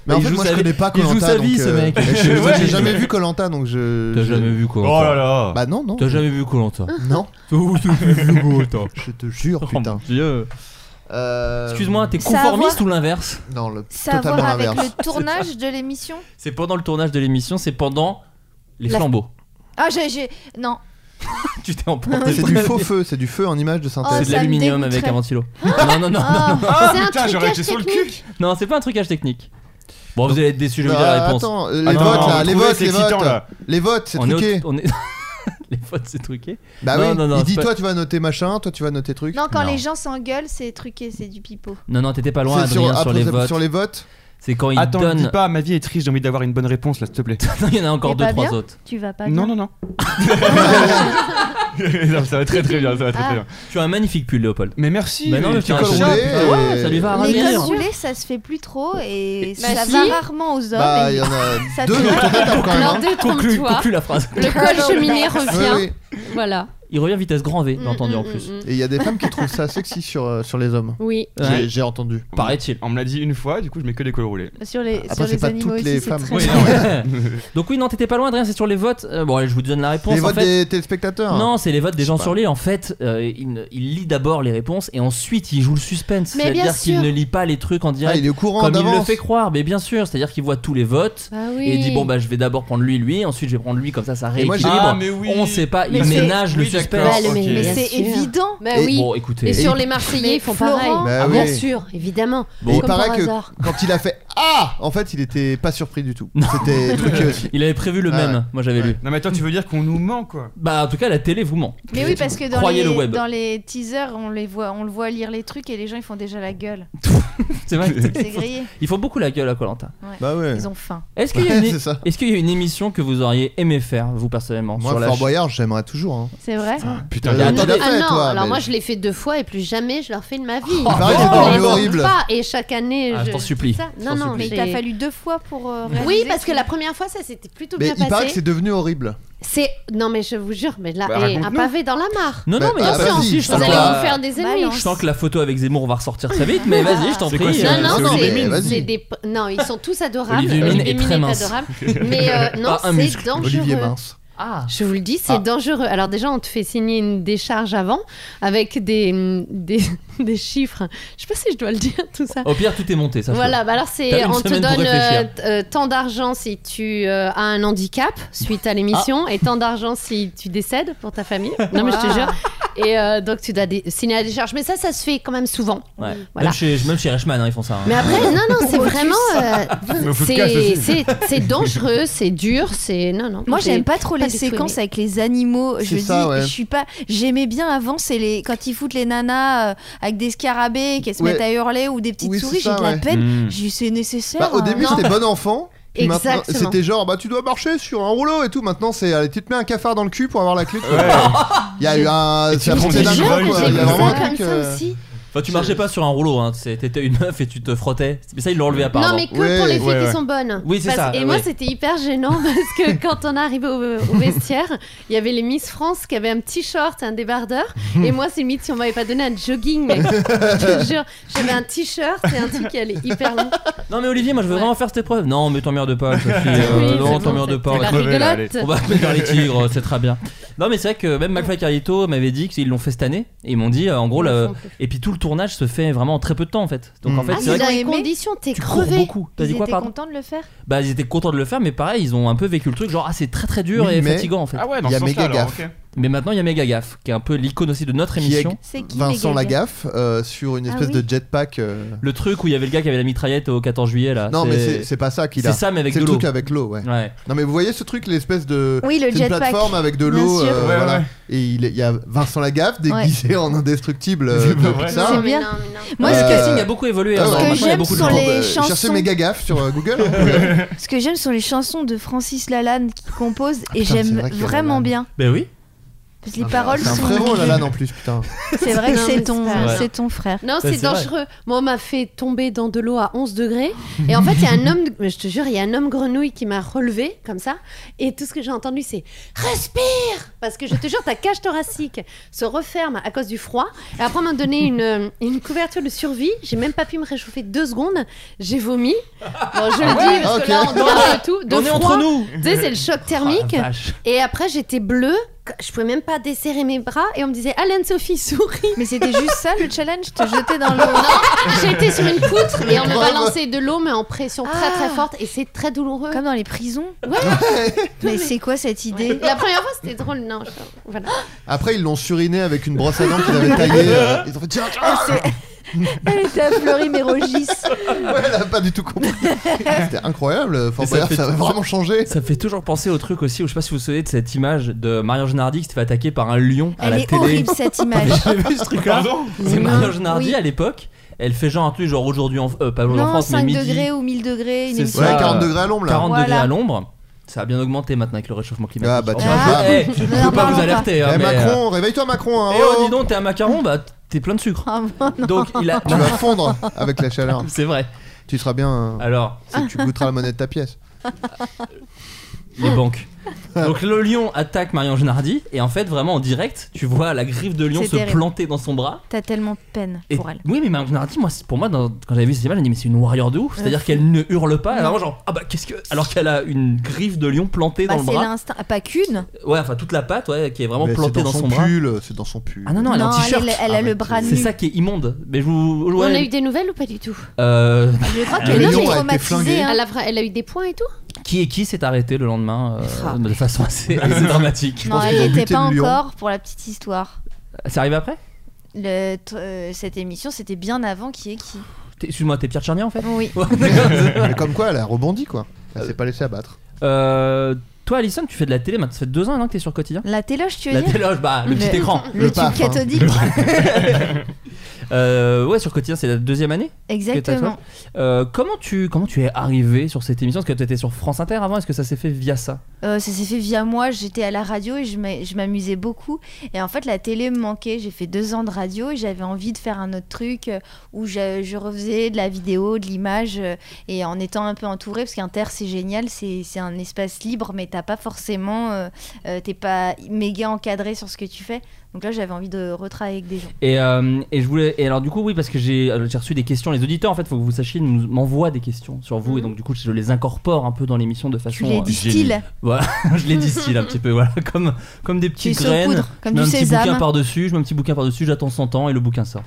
S2: Mais en
S6: Il
S2: fait,
S6: joue
S2: moi
S6: sa
S2: je
S6: vie-
S2: connais pas euh,
S6: il joue
S2: Colanta.
S6: sa vie, ce mec. Ouais.
S2: J'ai jamais vu Colanta donc je.
S6: T'as
S2: je-
S6: jamais vu quoi
S8: Oh là là.
S2: Bah non, non.
S6: T'as jamais vu Colanta
S2: Non, je te
S6: Oh
S2: jure, Hein putain. Euh,
S6: Excuse-moi, t'es
S9: Ça a
S6: conformiste ou l'inverse
S2: Non, le
S9: Ça a à
S2: totalement
S9: voir avec
S2: l'inverse.
S9: le tournage de l'émission
S6: C'est pendant le tournage de l'émission, c'est pendant les
S9: La-
S6: flambeaux.
S9: Ah, j'ai. j'ai- Non.
S6: Tu t'es emporté.
S2: C'est du faux feu, c'est du feu en image de
S6: C'est
S2: synthèse.
S9: Oh,
S6: de
S9: ça me
S6: l'aluminium avec
S9: dégoûterait.
S6: un ventilo. Non, non, non.
S9: Ah,
S8: Ah
S7: C'est un
S8: putain, j'aurais
S7: trucage
S8: été sur le
S7: technique.
S8: cul.
S6: Non, c'est pas un trucage technique. Bon, vous allez être déçus, je vais
S2: Non,
S6: vous dire la réponse.
S2: bah,
S6: Ah,
S2: attends, euh, les
S8: Attends,
S2: votes
S8: on va
S2: là, les
S8: trouver,
S2: votes,
S8: c'est
S2: les
S8: excitant,
S2: votes,
S8: là.
S2: les votes, c'est
S6: On est au-
S2: truqué.
S6: on est- Les votes, c'est truqué.
S2: Bah
S6: Non,
S2: oui,
S6: non, non,
S2: il
S6: c'est
S2: dit
S6: pas-
S2: toi tu vas noter machin, toi tu vas noter truc.
S9: non, quand
S6: Non.
S9: les gens s'engueulent, c'est truqué, c'est du pipeau.
S6: Non, non, t'étais pas loin,
S2: C'est sur,
S6: Adrien, sur,
S2: après,
S6: les
S2: c'est
S6: votes.
S2: sur les votes.
S6: C'est quand il
S8: Attends,
S6: donne.
S8: dis pas, ma vie est triste, j'ai envie d'avoir une bonne réponse là, s'il te plaît.
S6: Non, il y en a encore
S9: Et
S6: deux,
S9: pas
S6: trois
S9: bien
S6: autres.
S9: Tu vas pas
S8: Non, non,
S9: bien.
S8: non. Non, ça va très très bien, ça va très très bien.
S2: Ah.
S6: Tu as un magnifique pull, Léopold.
S8: Mais merci. euh,
S6: Bah non, mais
S8: tu
S6: putain,
S8: colles
S6: je-
S2: roulé,
S8: roulé.
S2: et-
S6: Ouais, ça lui va à
S9: Les
S6: ravir.
S9: cols roulés, ça se fait plus trop et
S7: Bah
S9: ça
S7: si.
S9: va rarement aux hommes.
S2: Bah
S9: et-
S2: il y en a
S9: Ça
S2: deux
S9: te-
S2: autour de la table, quand même.
S7: Alors,
S2: hein.
S6: Conclue,
S7: détrompe-toi.
S6: conclue la phrase.
S7: Le col cheminé
S2: Oui,
S7: revient.
S2: oui.
S7: Voilà.
S6: il revient vitesse grand V, j'ai
S7: Mm,
S6: entendu
S7: mm,
S6: en
S7: mm,
S6: plus.
S7: mm.
S2: Et il y a des femmes qui trouvent ça sexy sur, euh, sur les hommes.
S7: Oui.
S6: Ouais.
S2: J'ai- J'ai entendu.
S6: Paraît-il.
S8: On me l'a dit une fois, du coup je mets que des cols roulés. Ah,
S9: Sur les,
S2: Après,
S9: sur
S2: Ah, bah, c'est
S9: les
S2: pas
S9: animaux
S2: toutes
S9: aussi,
S2: les
S9: c'est
S2: femmes.
S9: très-
S2: Oui,
S6: Donc oui, non, t'étais pas loin, Adrien, c'est sur les votes. Euh, bon, allez, je vous donne la réponse.
S2: les
S6: en
S2: votes
S6: fait,
S2: des téléspectateurs Ah,
S6: non, c'est les votes des
S2: Je sais
S6: gens
S2: pas.
S6: sur l'île. En fait, euh, il, ne- il lit d'abord les réponses et ensuite il joue le suspense.
S7: Mais bien
S6: C'est-à-dire qu'il
S7: sûr.
S6: ne lit pas les trucs en
S2: Ah,
S6: direct.
S2: il est au courant
S6: comme il le
S2: d'avance.
S6: fait croire, mais bien sûr, c'est-à-dire qu'il voit tous les votes
S7: Bah oui.
S6: et il dit bon bah je vais d'abord prendre lui, lui, ensuite je vais prendre lui comme ça ça
S2: Et moi,
S6: rééquilibre.
S2: j'ai-
S8: Ah, mais oui.
S6: On sait pas, il
S8: Mais c'est-
S6: ménage le
S8: oui, d'accord.
S6: suspense.
S7: Bah, le-
S8: Ok.
S7: mais, mais Bien
S9: Mais c'est
S7: sûr.
S6: hein.
S9: évident.
S7: Bah oui.
S6: Bon, écoutez.
S7: et sur les Marseillais,
S9: Mais
S7: ils font
S9: Florent-
S7: pareil.
S2: Bah
S7: Bien
S2: oui.
S7: sûr, évidemment.
S2: Bon, il
S7: comme par
S2: paraît que
S7: hasard.
S2: quand il a fait Ah En fait, il était pas surpris du tout. C'était truqué aussi.
S6: Il avait prévu le
S2: Ah
S6: même, moi j'avais
S2: Ouais.
S6: lu.
S8: Non mais attends, tu veux dire qu'on nous ment quoi
S6: Bah en tout cas la télé vous ment.
S9: Mais oui, parce que dans
S6: Croyez
S9: les,
S6: le web.
S9: dans les teasers, on, les voit, on le voit lire les trucs et les gens ils font déjà la gueule.
S6: C'est vrai.
S9: C'est grillé.
S6: Ils font beaucoup la gueule à Colanta.
S2: Bah ouais.
S9: Ils ont faim.
S6: Est-ce qu'il y, a une...
S2: Ouais, c'est ça.
S6: est-ce qu'il y a une émission que vous auriez aimé faire vous personnellement
S2: Moi,
S6: sur la
S2: Fort
S6: ch-
S2: Boyard, j'aimerais toujours. hein.
S9: C'est vrai
S8: Putain,
S2: Euh,
S6: attendez.
S2: tu l'as
S7: Ah
S2: fait,
S7: non,
S2: toi,
S7: alors
S2: mais-
S7: moi je l'ai fait deux fois et plus jamais je leur fais de ma vie.
S2: paraît que
S7: Je
S2: c'est
S7: les
S2: devenu
S7: montre
S2: horrible.
S7: pas, et chaque année
S6: Ah, je t'en
S7: dis
S6: supplie.
S7: ça.
S6: Je
S7: Non,
S6: t'en
S7: non,
S6: supplie.
S9: Mais il t'a fallu deux fois pour euh,
S7: Oui,
S9: réaliser
S7: parce que
S9: ce-
S7: la première fois, ça s'était plutôt
S2: Mais
S7: bien
S2: il paraît que c'est
S7: passé.
S2: devenu horrible.
S7: C'est non, mais je vous jure, mais là,
S8: Bah,
S7: et un
S8: raconte-nous.
S7: pavé dans la mare.
S6: Non non
S2: Bah,
S6: mais
S2: ah,
S6: pas de
S2: vas-y,
S6: souci, je
S7: Vous
S6: sens
S2: Attends,
S7: allez
S6: que la-
S7: vous faire des ennemis.
S9: Balance.
S6: Je sens que la photo avec Zemmour va ressortir très vite, mais vas-y, je t'en
S8: C'est
S6: prie.
S8: quoi, c'est-
S6: euh,
S7: Non, non,
S8: Olivier
S7: c'est-
S8: Mine.
S7: c'est
S2: Vas-y.
S7: des. Non, ils sont tous adorables.
S6: Olivier Mine est très
S7: Mine
S6: mince.
S7: adorable. Mais euh, non,
S6: Pas un
S7: c'est
S6: muscle.
S2: Olivier
S7: dangereux.
S2: Mince.
S6: Ah.
S7: Je vous le dis, c'est
S6: Ah.
S7: dangereux. Alors déjà, on te fait signer une décharge avant avec des, des, des chiffres. Je sais pas si je dois le dire tout ça.
S6: Au pire, tout est monté, ça. je
S7: Voilà, bah alors c'est
S6: T'as une
S7: on te
S6: semaine pour
S7: donne euh,
S6: réfléchir.
S7: t- euh, tant d'argent si tu euh, as un handicap suite à l'émission
S6: Ah.
S7: et tant d'argent si tu décèdes pour ta famille. Non mais je te
S9: Wow.
S7: jure. Et euh, donc tu dois dé- signer la décharge. Mais ça, ça se fait quand même souvent.
S6: peux. Ouais.
S7: Voilà.
S6: Même chez, même chez Reichmann, hein, ils font ça. hein.
S7: Mais après, non, non, c'est vraiment. euh,
S8: Mais faut le cache
S7: c'est-
S8: aussi.
S7: c'est c'est dangereux, c'est dur, c'est. Non, non.
S9: Moi, j'aime pas trop
S7: pas du
S9: les
S7: tout
S9: séquences
S7: aimé.
S9: avec les animaux. Je
S2: C'est ça,
S9: dis,
S2: ouais.
S9: je suis pas. J'aimais bien avant, c'est les quand ils foutent les nanas euh, avec des scarabées et qu'elles se
S2: Ouais.
S9: mettent à hurler ou des petites
S2: Oui, c'est
S9: souris. J'ai
S2: ça,
S9: de la
S2: ouais.
S9: peine.
S6: Hmm.
S8: Mm.
S9: J'ai dit, c'est nécessaire.
S2: Bah, au
S9: hein.
S2: début,
S7: Non.
S2: c'était bon enfant. Puis maintenant,
S7: Exactement.
S2: C'était genre, bah tu dois marcher sur un rouleau et tout. Maintenant, c'est allez, tu te mets un cafard dans le cul pour avoir la clé. quoi. Il y a eu un.
S8: Et
S2: C'est
S8: tu prends
S2: apporté
S8: des
S2: d'un coup,
S8: jeux,
S2: quoi.
S8: j'ai
S2: Il y a
S8: vu
S2: vraiment
S8: ça
S2: un truc.
S7: comme
S2: euh,
S7: ça aussi.
S6: Enfin, tu marchais pas sur un rouleau, hein. c'est- t'étais une meuf et tu te frottais. Mais ça, ils l'ont enlevé apparemment.
S7: Non, mais que
S2: Ouais,
S7: pour les filles
S8: ouais,
S7: qui
S8: ouais.
S7: sont bonnes.
S6: Oui, c'est
S7: Parce-
S6: ça,
S7: Et moi,
S6: ouais.
S7: c'était hyper gênant parce que quand on est arrivé au, au vestiaire, il y avait les Miss France qui avaient un petit short, un débardeur. Et moi, c'est mythe si on m'avait pas donné un jogging, mais je te jure, j'avais un t-shirt et un truc qui allait hyper long.
S6: Non, mais Olivier, moi je veux
S7: Ouais.
S6: vraiment faire cette épreuve. Non, mais t'emmerdes pas, Sophie. euh,
S7: Oui,
S6: non,
S7: c'est bon,
S6: t'emmerdes
S7: c'est-
S6: pas.
S7: c'est
S6: on va
S7: la
S8: crever, là,
S7: rigolote.
S6: On va appeler vers les tigres, c'est très bien. Non, mais c'est vrai que même Malfa Carlito m'avait dit qu'ils l'ont fait cette année. Et ils m'ont dit, euh, en gros,
S7: Ils le
S6: le-
S7: font plus.
S6: et puis tout le tournage se fait vraiment en très peu de temps en fait. Donc en
S2: Mm.
S6: fait,
S7: Ah, mais
S6: c'est vrai que
S7: dans les
S9: aimé
S7: conditions, t'es
S6: tu cours
S7: crevé.
S6: beaucoup. T'as
S9: Ils
S6: dit quoi,
S9: étaient
S6: pardon
S9: contents de le faire.
S6: Bah, ils étaient contents de le faire, mais pareil, ils ont un peu vécu le truc, genre, ah, c'est très très dur
S2: Oui,
S6: et
S2: mais-
S6: fatigant en fait.
S8: Ah ouais, dans
S2: Il y a
S8: ce sens-là,
S2: méga
S8: alors,
S2: gaffe.
S8: ok.
S6: Mais maintenant, il y a Méga Gaffe, qui est un peu l'icône aussi de notre
S2: Qui est-
S6: émission.
S9: C'est qui
S2: Vincent
S9: les gars
S2: Lagaffe euh, sur une
S9: Ah
S2: espèce de
S9: oui.
S2: jetpack. euh,
S6: Le truc où il y avait le gars qui avait la mitraillette au 14 juillet là.
S2: Non, mais c'est- c'est pas ça qu'il
S6: Ah, C'est
S2: a.
S6: ça, mais avec
S2: C'est
S6: de
S2: le
S6: l'eau.
S2: truc avec l'eau, ouais.
S6: Ouais.
S2: Non, mais vous voyez ce truc, l'espèce de.
S9: Oui, le
S2: C'est une
S9: jetpack.
S2: plateforme avec de
S9: Bien
S2: l'eau,
S9: sûr.
S2: euh,
S8: Ouais,
S2: voilà.
S8: ouais.
S2: Et il est- il y a Vincent Lagaffe déguisé en indestructible euh,
S8: C'est
S2: de
S8: pas vrai.
S2: Pixar.
S9: C'est
S7: mais
S9: bien.
S7: non, mais non.
S9: Moi,
S2: Euh,
S9: ce
S6: Le
S9: que-
S6: casting a beaucoup évolué.
S2: Ah,
S6: hein,
S2: ce
S6: maintenant,
S2: que
S6: il y a
S9: j'aime
S6: beaucoup de
S9: sur
S6: gens.
S9: les- chansons.
S2: euh, Cherchez méga gaffe sur euh, Google. on peut-
S9: ce que j'aime sont les chansons de Francis Lalanne qui compose et
S2: putain, c'est
S9: j'aime
S2: vrai qu'il y a
S9: vraiment
S2: Lalanne.
S9: bien.
S6: Ben oui.
S9: Parce que
S2: Ah,
S9: les paroles
S2: C'est un
S9: sont.
S2: frérot là, là en plus, putain.
S9: C'est vrai que
S7: Non,
S9: c'est
S7: mais
S9: ton,
S7: c'est pas-
S9: c'est ton frère.
S7: Non,
S6: Ça,
S7: c'est
S6: c'est vrai.
S7: dangereux. Moi, on m'a fait tomber dans de l'eau à 11 degrés. Et en fait, il y a un homme, mais je te jure, il y a un homme grenouille qui m'a relevé comme ça. Et tout ce que j'ai entendu, c'est respire Parce que je te jure, ta cage thoracique se referme à cause du froid. Et après, on m'a donné une, euh, une couverture de survie. J'ai même pas pu me réchauffer deux secondes. J'ai vomi. Bon, je le dis, parce
S2: Ah, ok.
S7: que là, on parle de tout. De
S6: on est
S7: froid.
S6: entre nous.
S7: Tu sais, c'est le choc
S6: Ah,
S7: thermique. et après, j'étais bleue. Je pouvais même pas desserrer mes bras. Et on me disait, Alain Sophie, souris
S9: Mais c'était juste ça le challenge, te jeter dans l'eau.
S7: J'étais sur une poutre et on me
S2: Bravo.
S7: balançait de l'eau, mais en pression très
S9: Ah.
S7: très forte et c'est très douloureux.
S9: Comme dans les prisons.
S7: Ouais.
S9: Mais c'est quoi cette idée
S7: La première fois c'était drôle, non. je- Voilà.
S2: Après, ils l'ont suriné avec une brosse à dents qu'ils avaient taillée. euh, Ils ont fait tiens, tiens,
S9: Elle était à Fleury-Mérogis.
S2: ouais, elle a pas du tout compris. C'était incroyable. euh, Fort
S6: Mais ça
S2: Boyard,
S6: fait-
S2: ça avait vraiment changé.
S6: Ça me fait toujours penser au truc aussi où je sais pas si vous vous souvenez de cette image de Marion Genardi qui s'était fait attaquer par un lion à
S9: Elle
S6: la
S9: est
S6: télé.
S9: horrible cette image.
S6: J'ai vu ce truc là.
S8: Pardon
S6: C'est Marion Genardi
S9: Oui.
S6: à l'époque. Elle fait genre un truc genre aujourd'hui en euh, pas aujourd'hui en
S9: Non,
S6: France
S9: 5
S6: mais midi
S9: degrés ou 1000 degrés. une
S6: C'est
S9: émission.
S2: Ouais,
S6: Ça,
S2: 40 degrés à l'ombre là.
S6: 40 degrés
S9: Voilà.
S6: à l'ombre. Ça a bien augmenté maintenant avec le réchauffement climatique.
S2: Ah, bah,
S6: Enfin,
S2: tiens.
S6: je-
S2: Ah.
S6: eh, je
S9: Non,
S6: peux pas
S9: parlons
S6: vous
S9: pas.
S6: alerter.
S2: Eh,
S6: hein, mais, euh,
S2: Macron, réveille-toi Macron. hein,
S6: Eh oh,
S2: oh.
S6: dis donc, t'es un macaron, bah t'es plein de sucre.
S9: Ah, bon, non.
S6: Donc il a.
S2: Tu vas fondre avec la chaleur.
S6: C'est vrai.
S2: Tu seras bien. euh,
S6: Alors,
S2: c'est que tu goûteras la monnaie de ta pièce.
S6: les banques. Donc le lion attaque Marion Genardi et en fait vraiment en direct, tu vois la griffe de lion
S9: C'est
S6: se
S9: terrible.
S6: planter dans son bras.
S9: T'as tellement peine
S6: Et-
S9: pour elle.
S6: Oui mais Marion Genardi, moi c'est- pour moi dans- quand j'avais vu cette image, j'ai dit mais c'est une warrior de ouf,
S9: Euh,
S6: c'est-à-dire qu'elle ne hurle pas, elle est vraiment genre ah bah qu'est-ce que alors qu'elle a une griffe de lion plantée
S9: Bah,
S6: dans le
S9: c'est
S6: bras.
S9: l'instinct. ah, Pas qu'une.
S6: Ouais, enfin toute la patte ouais qui est vraiment
S2: Mais c'est
S6: plantée
S2: dans,
S6: dans,
S2: son,
S6: son bras.
S2: pull, Euh, c'est dans son pull.
S6: Ah non non, elle est en t-shirt. Ah,
S9: elle, elle a le bras
S6: C'est
S9: nu.
S6: ça qui est immonde. Mais je vous
S7: On a
S6: ouais,
S7: eu des nouvelles ou pas du tout
S6: euh,
S9: Je crois
S2: Le
S9: qu'elle est
S2: lion a été
S9: traumatisée.
S2: flingué.
S9: hein.
S7: elle, a, vra- elle a eu des points et tout
S6: qui et qui s'est arrêté le lendemain euh,
S9: Ah.
S6: de façon assez, assez dramatique.
S9: Non,
S2: pense
S9: elle
S2: qu'ils ont
S9: n'y était
S2: buté
S9: pas
S2: le lion.
S9: encore pour la petite histoire.
S6: C'est arrivé après
S9: Le, t- euh, cette émission, c'était bien avant qui est qui.
S6: T'es- Excuse-moi, t'es Pierre Charnier en fait
S9: Oui.
S6: Ouais, d'accord.
S2: Mais comme quoi, elle a rebondi quoi. Elle s'est pas laissée abattre.
S6: Euh, toi, Alison, tu fais de la télé, maintenant ça fait deux ans maintenant que t'es sur quotidien.
S9: La téloche, tu veux
S6: La
S9: dire
S6: téloge, bah, le petit
S9: Le-
S6: écran.
S9: Le,
S2: Le
S9: tube
S2: paf, hein.
S9: cathodique.
S6: Euh, ouais, sur quotidien, c'est la deuxième année.
S9: Exactement.
S6: Euh, comment tu comment tu es arrivé sur cette émission Est-ce que tu étais sur France Inter avant Est-ce que ça s'est fait via ça
S9: Euh, ça s'est fait via moi, j'étais à la radio et je m'a- je m'amusais beaucoup. Et en fait, la télé me manquait. J'ai fait deux ans de radio et j'avais envie de faire un autre truc euh, où je, je refaisais de la vidéo, de l'image euh, et en étant un peu entourée. Parce qu'Inter, c'est génial, c'est c'est un espace libre, mais t'as pas forcément. euh, euh, T'es pas méga encadré sur ce que tu fais. Donc là, j'avais envie de retravailler avec des gens.
S6: Et, euh, et je voulais et alors du coup oui parce que j'ai euh, j'ai reçu des questions les auditeurs en fait faut que vous sachiez nous m'envoient des questions sur vous et donc du coup je les incorpore un peu dans l'émission de
S9: Mhm. Tu
S6: façon euh,
S9: les distilles,
S6: je les distille un petit peu voilà comme comme des
S9: tu les
S6: petites graines
S9: saupoudres, comme
S6: je mets un
S9: du
S6: petit bouquin
S9: sésame.
S6: par-dessus, je mets un petit bouquin par-dessus, j'attends 100 ans et le bouquin sort.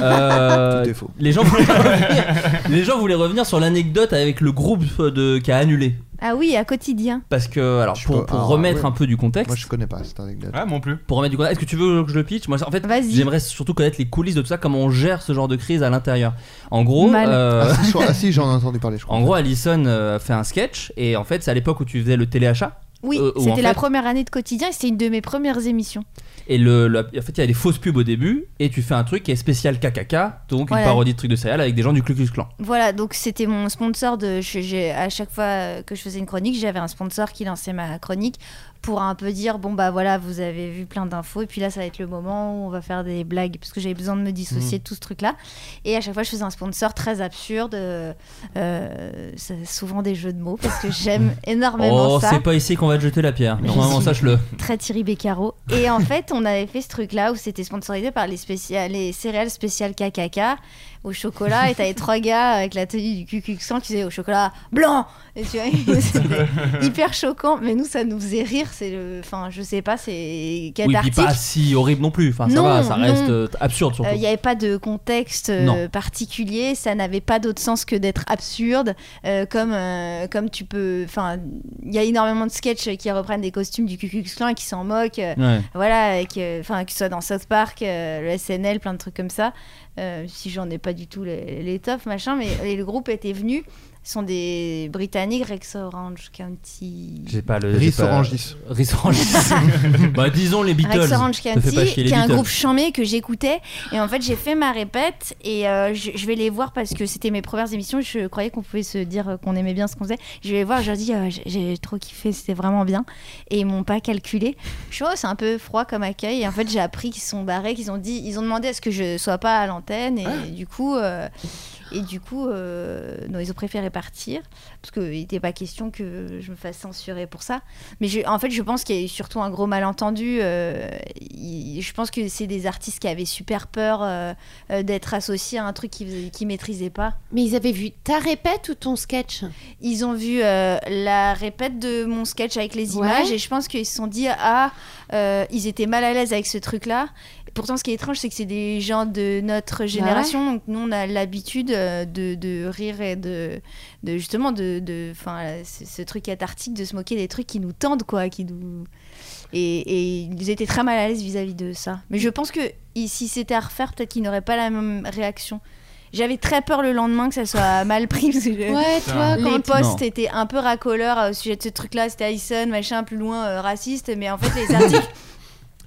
S6: Euh,
S2: Tout est faux.
S6: les, gens voulaient revenir, les gens voulaient revenir sur l'anecdote avec le groupe euh, de, qui a annulé.
S9: Ah oui, à quotidien.
S6: Parce que, alors,
S2: Je
S6: pour,
S2: peux-
S6: pour
S2: alors,
S6: remettre
S2: ouais.
S6: un peu du contexte,
S2: Moi, je connais pas cette
S6: Euh.
S2: anecdote.
S8: Ah, moi non plus.
S6: pour remettre du contexte, est-ce que tu veux que je le pitch Moi, en fait,
S9: Vas-y.
S6: j'aimerais surtout connaître les coulisses de tout ça, comment on gère ce genre de crise à l'intérieur. En gros,
S9: Mal.
S6: euh,
S2: Ah, si, sur- ah, si, j'en ai entendu parler, je crois.
S6: en gros, Allison euh, fait un sketch et en fait, c'est à l'époque où tu faisais le téléachat
S9: Oui,
S6: euh, ou en
S9: c'était la
S6: fait-
S9: première année de quotidien et c'était une de mes premières émissions.
S6: et le, le- en fait, il y a des fausses pubs au début et tu fais un truc qui est spécial KKK, donc
S9: Voilà.
S6: une parodie de trucs de céréales avec des gens du Ku Klux Klan.
S9: Voilà, donc c'était mon sponsor de. je- j'ai- à chaque fois que je faisais une chronique, j'avais un sponsor qui lançait ma chronique pour un peu dire bon bah voilà, vous avez vu plein d'infos et puis là ça va être le moment où on va faire des blagues parce que j'avais besoin de me
S6: Mmh.
S9: dissocier de tout ce truc-là. Et à chaque fois, je faisais un sponsor très absurde, euh, euh, c'est souvent des jeux de mots parce que j'aime énormément
S6: Oh,
S9: ça.
S6: c'est pas ici qu'on va te jeter la pierre. Normalement,
S9: si.
S6: sache-le.
S9: Très Thierry Beccaro. Et en fait, on avait fait ce truc-là où c'était sponsorisé par les, spécial- les céréales spéciales KKK au chocolat. Et t'avais trois gars avec la tenue du QQ qui disaient au chocolat blanc. Et tu vois, c'était hyper choquant. Mais nous, ça nous faisait rire. C'est le. Enfin, je sais pas, c'est
S6: Oui, puis
S9: cathartique.
S6: pas si horrible non plus. Enfin, ça
S9: Non,
S6: va, ça reste
S9: non.
S6: euh, absurde
S9: Euh,
S6: surtout.
S9: Il n'y avait pas de contexte euh,
S6: Non.
S9: particulier, ça n'avait pas d'autre sens que d'être absurde, euh, comme, euh, comme tu peux... Enfin, il y a énormément de sketchs qui reprennent des costumes du Ku Klux Klan et qui s'en moquent. euh,
S6: Ouais.
S9: voilà, et que, enfin, que ce soit dans South Park, euh, le SNL, plein de trucs comme ça. Euh, si j'en ai pas du tout les, les tops, machin, mais et le groupe était venu. Ce sont des Britanniques, Rex Orange County.
S6: J'ai pas Ah, le.
S2: Riz
S6: j'ai pas-
S2: Orangis.
S6: Riz Orangis. bah, disons les Beatles.
S9: Rex Orange
S6: Te fais pas chier,
S9: County, qui
S6: les
S9: est un
S6: Beatles.
S9: groupe chamé que j'écoutais. Et en fait, j'ai fait ma répète et euh, je, je vais les voir parce que c'était mes premières émissions. Je croyais qu'on pouvait se dire euh, qu'on aimait bien ce qu'on faisait. Je vais les voir, je leur dis, euh, j'ai- j'ai trop kiffé, c'était vraiment bien. Et ils m'ont pas calculé. Je suis, oh, c'est un peu froid comme accueil. Et en fait, j'ai appris qu'ils se sont barrés, qu'ils ont dit, ils ont demandé à ce que je sois pas à l'antenne. Et du coup. euh, et du coup, euh, non, ils ont préféré partir parce qu'il n'était pas question que je me fasse censurer pour ça. Mais je- en fait, je pense qu'il y a eu surtout un gros malentendu. euh, il- je pense que c'est des artistes qui avaient super peur euh, euh, d'être associés à un truc qu'ils ne maîtrisaient pas.
S7: Mais ils avaient vu ta répète ou ton sketch
S9: Ils ont vu euh, la répète de mon sketch avec les
S7: Ouais.
S9: images et je pense qu'ils se sont dit Ah, euh, ils étaient mal à l'aise avec ce truc-là. Pourtant, ce qui est étrange, c'est que c'est des gens de notre génération. Donc, nous, on a l'habitude euh, de, de rire et de, de justement, de, de, 'fin, euh, ce, ce truc cathartique, de se moquer des trucs qui nous tendent, quoi, qui nous. Et, et ils étaient très mal à l'aise vis-à-vis de ça. Mais je pense que i- si c'était à refaire, peut-être qu'ils n'auraient pas la même réaction. J'avais très peur le lendemain que ça soit mal pris. parce que je-
S7: Ouais, toi,
S9: les
S7: quand
S9: posts étaient un peu racoleurs euh, au sujet de ce truc-là, c'était Allison, machin, plus loin, euh, raciste, mais en fait, les articles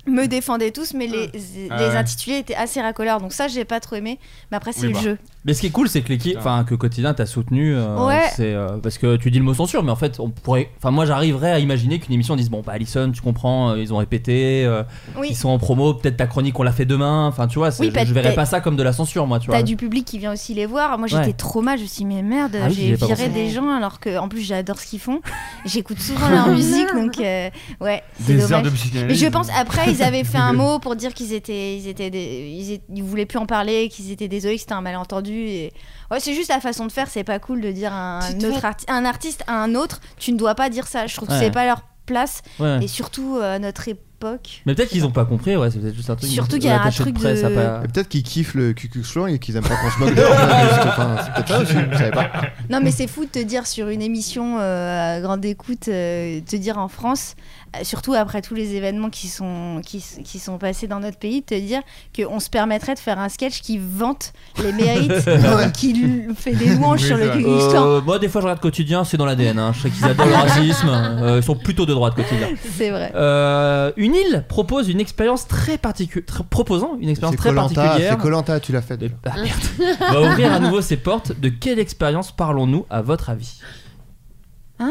S9: me défendaient tous, mais les, les
S8: Ah ouais.
S9: intitulés étaient assez racoleurs, donc ça, j'ai pas trop aimé, mais après, c'est
S8: Oui,
S9: le
S8: bah.
S9: jeu.
S6: Mais ce qui est cool, c'est que l'équipe, enfin que quotidien t'a soutenu, euh,
S9: Ouais.
S6: c'est euh, parce que tu dis le mot censure, mais en fait, on pourrait, enfin moi j'arriverais à imaginer qu'une émission dise bon bah Alison, tu comprends, euh, ils ont répété, euh,
S9: Oui.
S6: ils sont en promo, peut-être ta chronique on la fait demain, enfin tu vois, c'est-
S9: Oui,
S6: je,
S9: peut-être-
S6: je verrais pas ça comme de la censure moi, tu vois.
S9: T'as du public qui vient aussi les voir. Moi,
S6: Ouais.
S9: j'étais trop mal. Je me suis dit, mais merde,
S6: Ah oui, j'y
S9: j'ai
S6: ai pas
S9: viré
S7: pensé.
S9: des gens alors que, en plus, j'adore ce qu'ils font. J'écoute souvent leur musique, donc euh, ouais, c'est
S8: Des heures
S9: dommage.
S8: de
S6: Mm.
S9: Mais
S8: psychanalyse.
S9: je pense après ils avaient fait un mot pour dire qu'ils étaient ils étaient des- ils, étaient- ils voulaient plus en parler qu'ils étaient désolés que c'était un malentendu et ouais c'est juste la façon de faire c'est pas cool de dire à
S7: Tu
S9: un
S7: te
S9: autre
S7: fais-
S9: arti- un artiste à un autre tu ne dois pas dire ça je trouve
S6: Ouais.
S9: que c'est pas leur place
S6: Ouais.
S9: et surtout euh, à notre époque
S6: Mais peut-être qu'ils ont pas compris, ouais, c'est peut-être juste un truc.
S9: Surtout
S6: de-
S9: qu'il y a un
S6: l'attaché
S9: truc de-
S6: presse a pas-
S2: Et Peut-être qu'ils kiffent le QQ Sloan et qu'ils aiment pas qu'on se moque d'eux. Juste, enfin, c'est peut-être ça aussi, je savais pas.
S9: non mais c'est fou de te dire sur une émission euh, à grande écoute euh, te dire en France euh, surtout après tous les événements qui sont qui, s- qui sont passés dans notre pays de te dire qu'on se permettrait de faire un sketch qui vante les mérites euh,
S6: Ouais.
S9: qui l- fait des louanges
S8: Oui,
S9: sur le
S8: c'est vrai.
S9: Ku Klux Klan.
S6: Euh, moi, des fois, je regarde quotidien, c'est dans l'ADN. Hein. Je sais qu'ils adorent le racisme. euh, ils sont plutôt de droite quotidien.
S9: C'est vrai.
S6: Euh, une île propose une expérience très particulière, proposant une expérience
S2: C'est
S6: très
S2: Colanta,
S6: particulière.
S2: c'est Colanta, tu l'as fait.
S6: Et-
S2: déjà.
S6: Ah, merde. va ouvrir à nouveau ses portes. De quelle expérience parlons-nous, à votre avis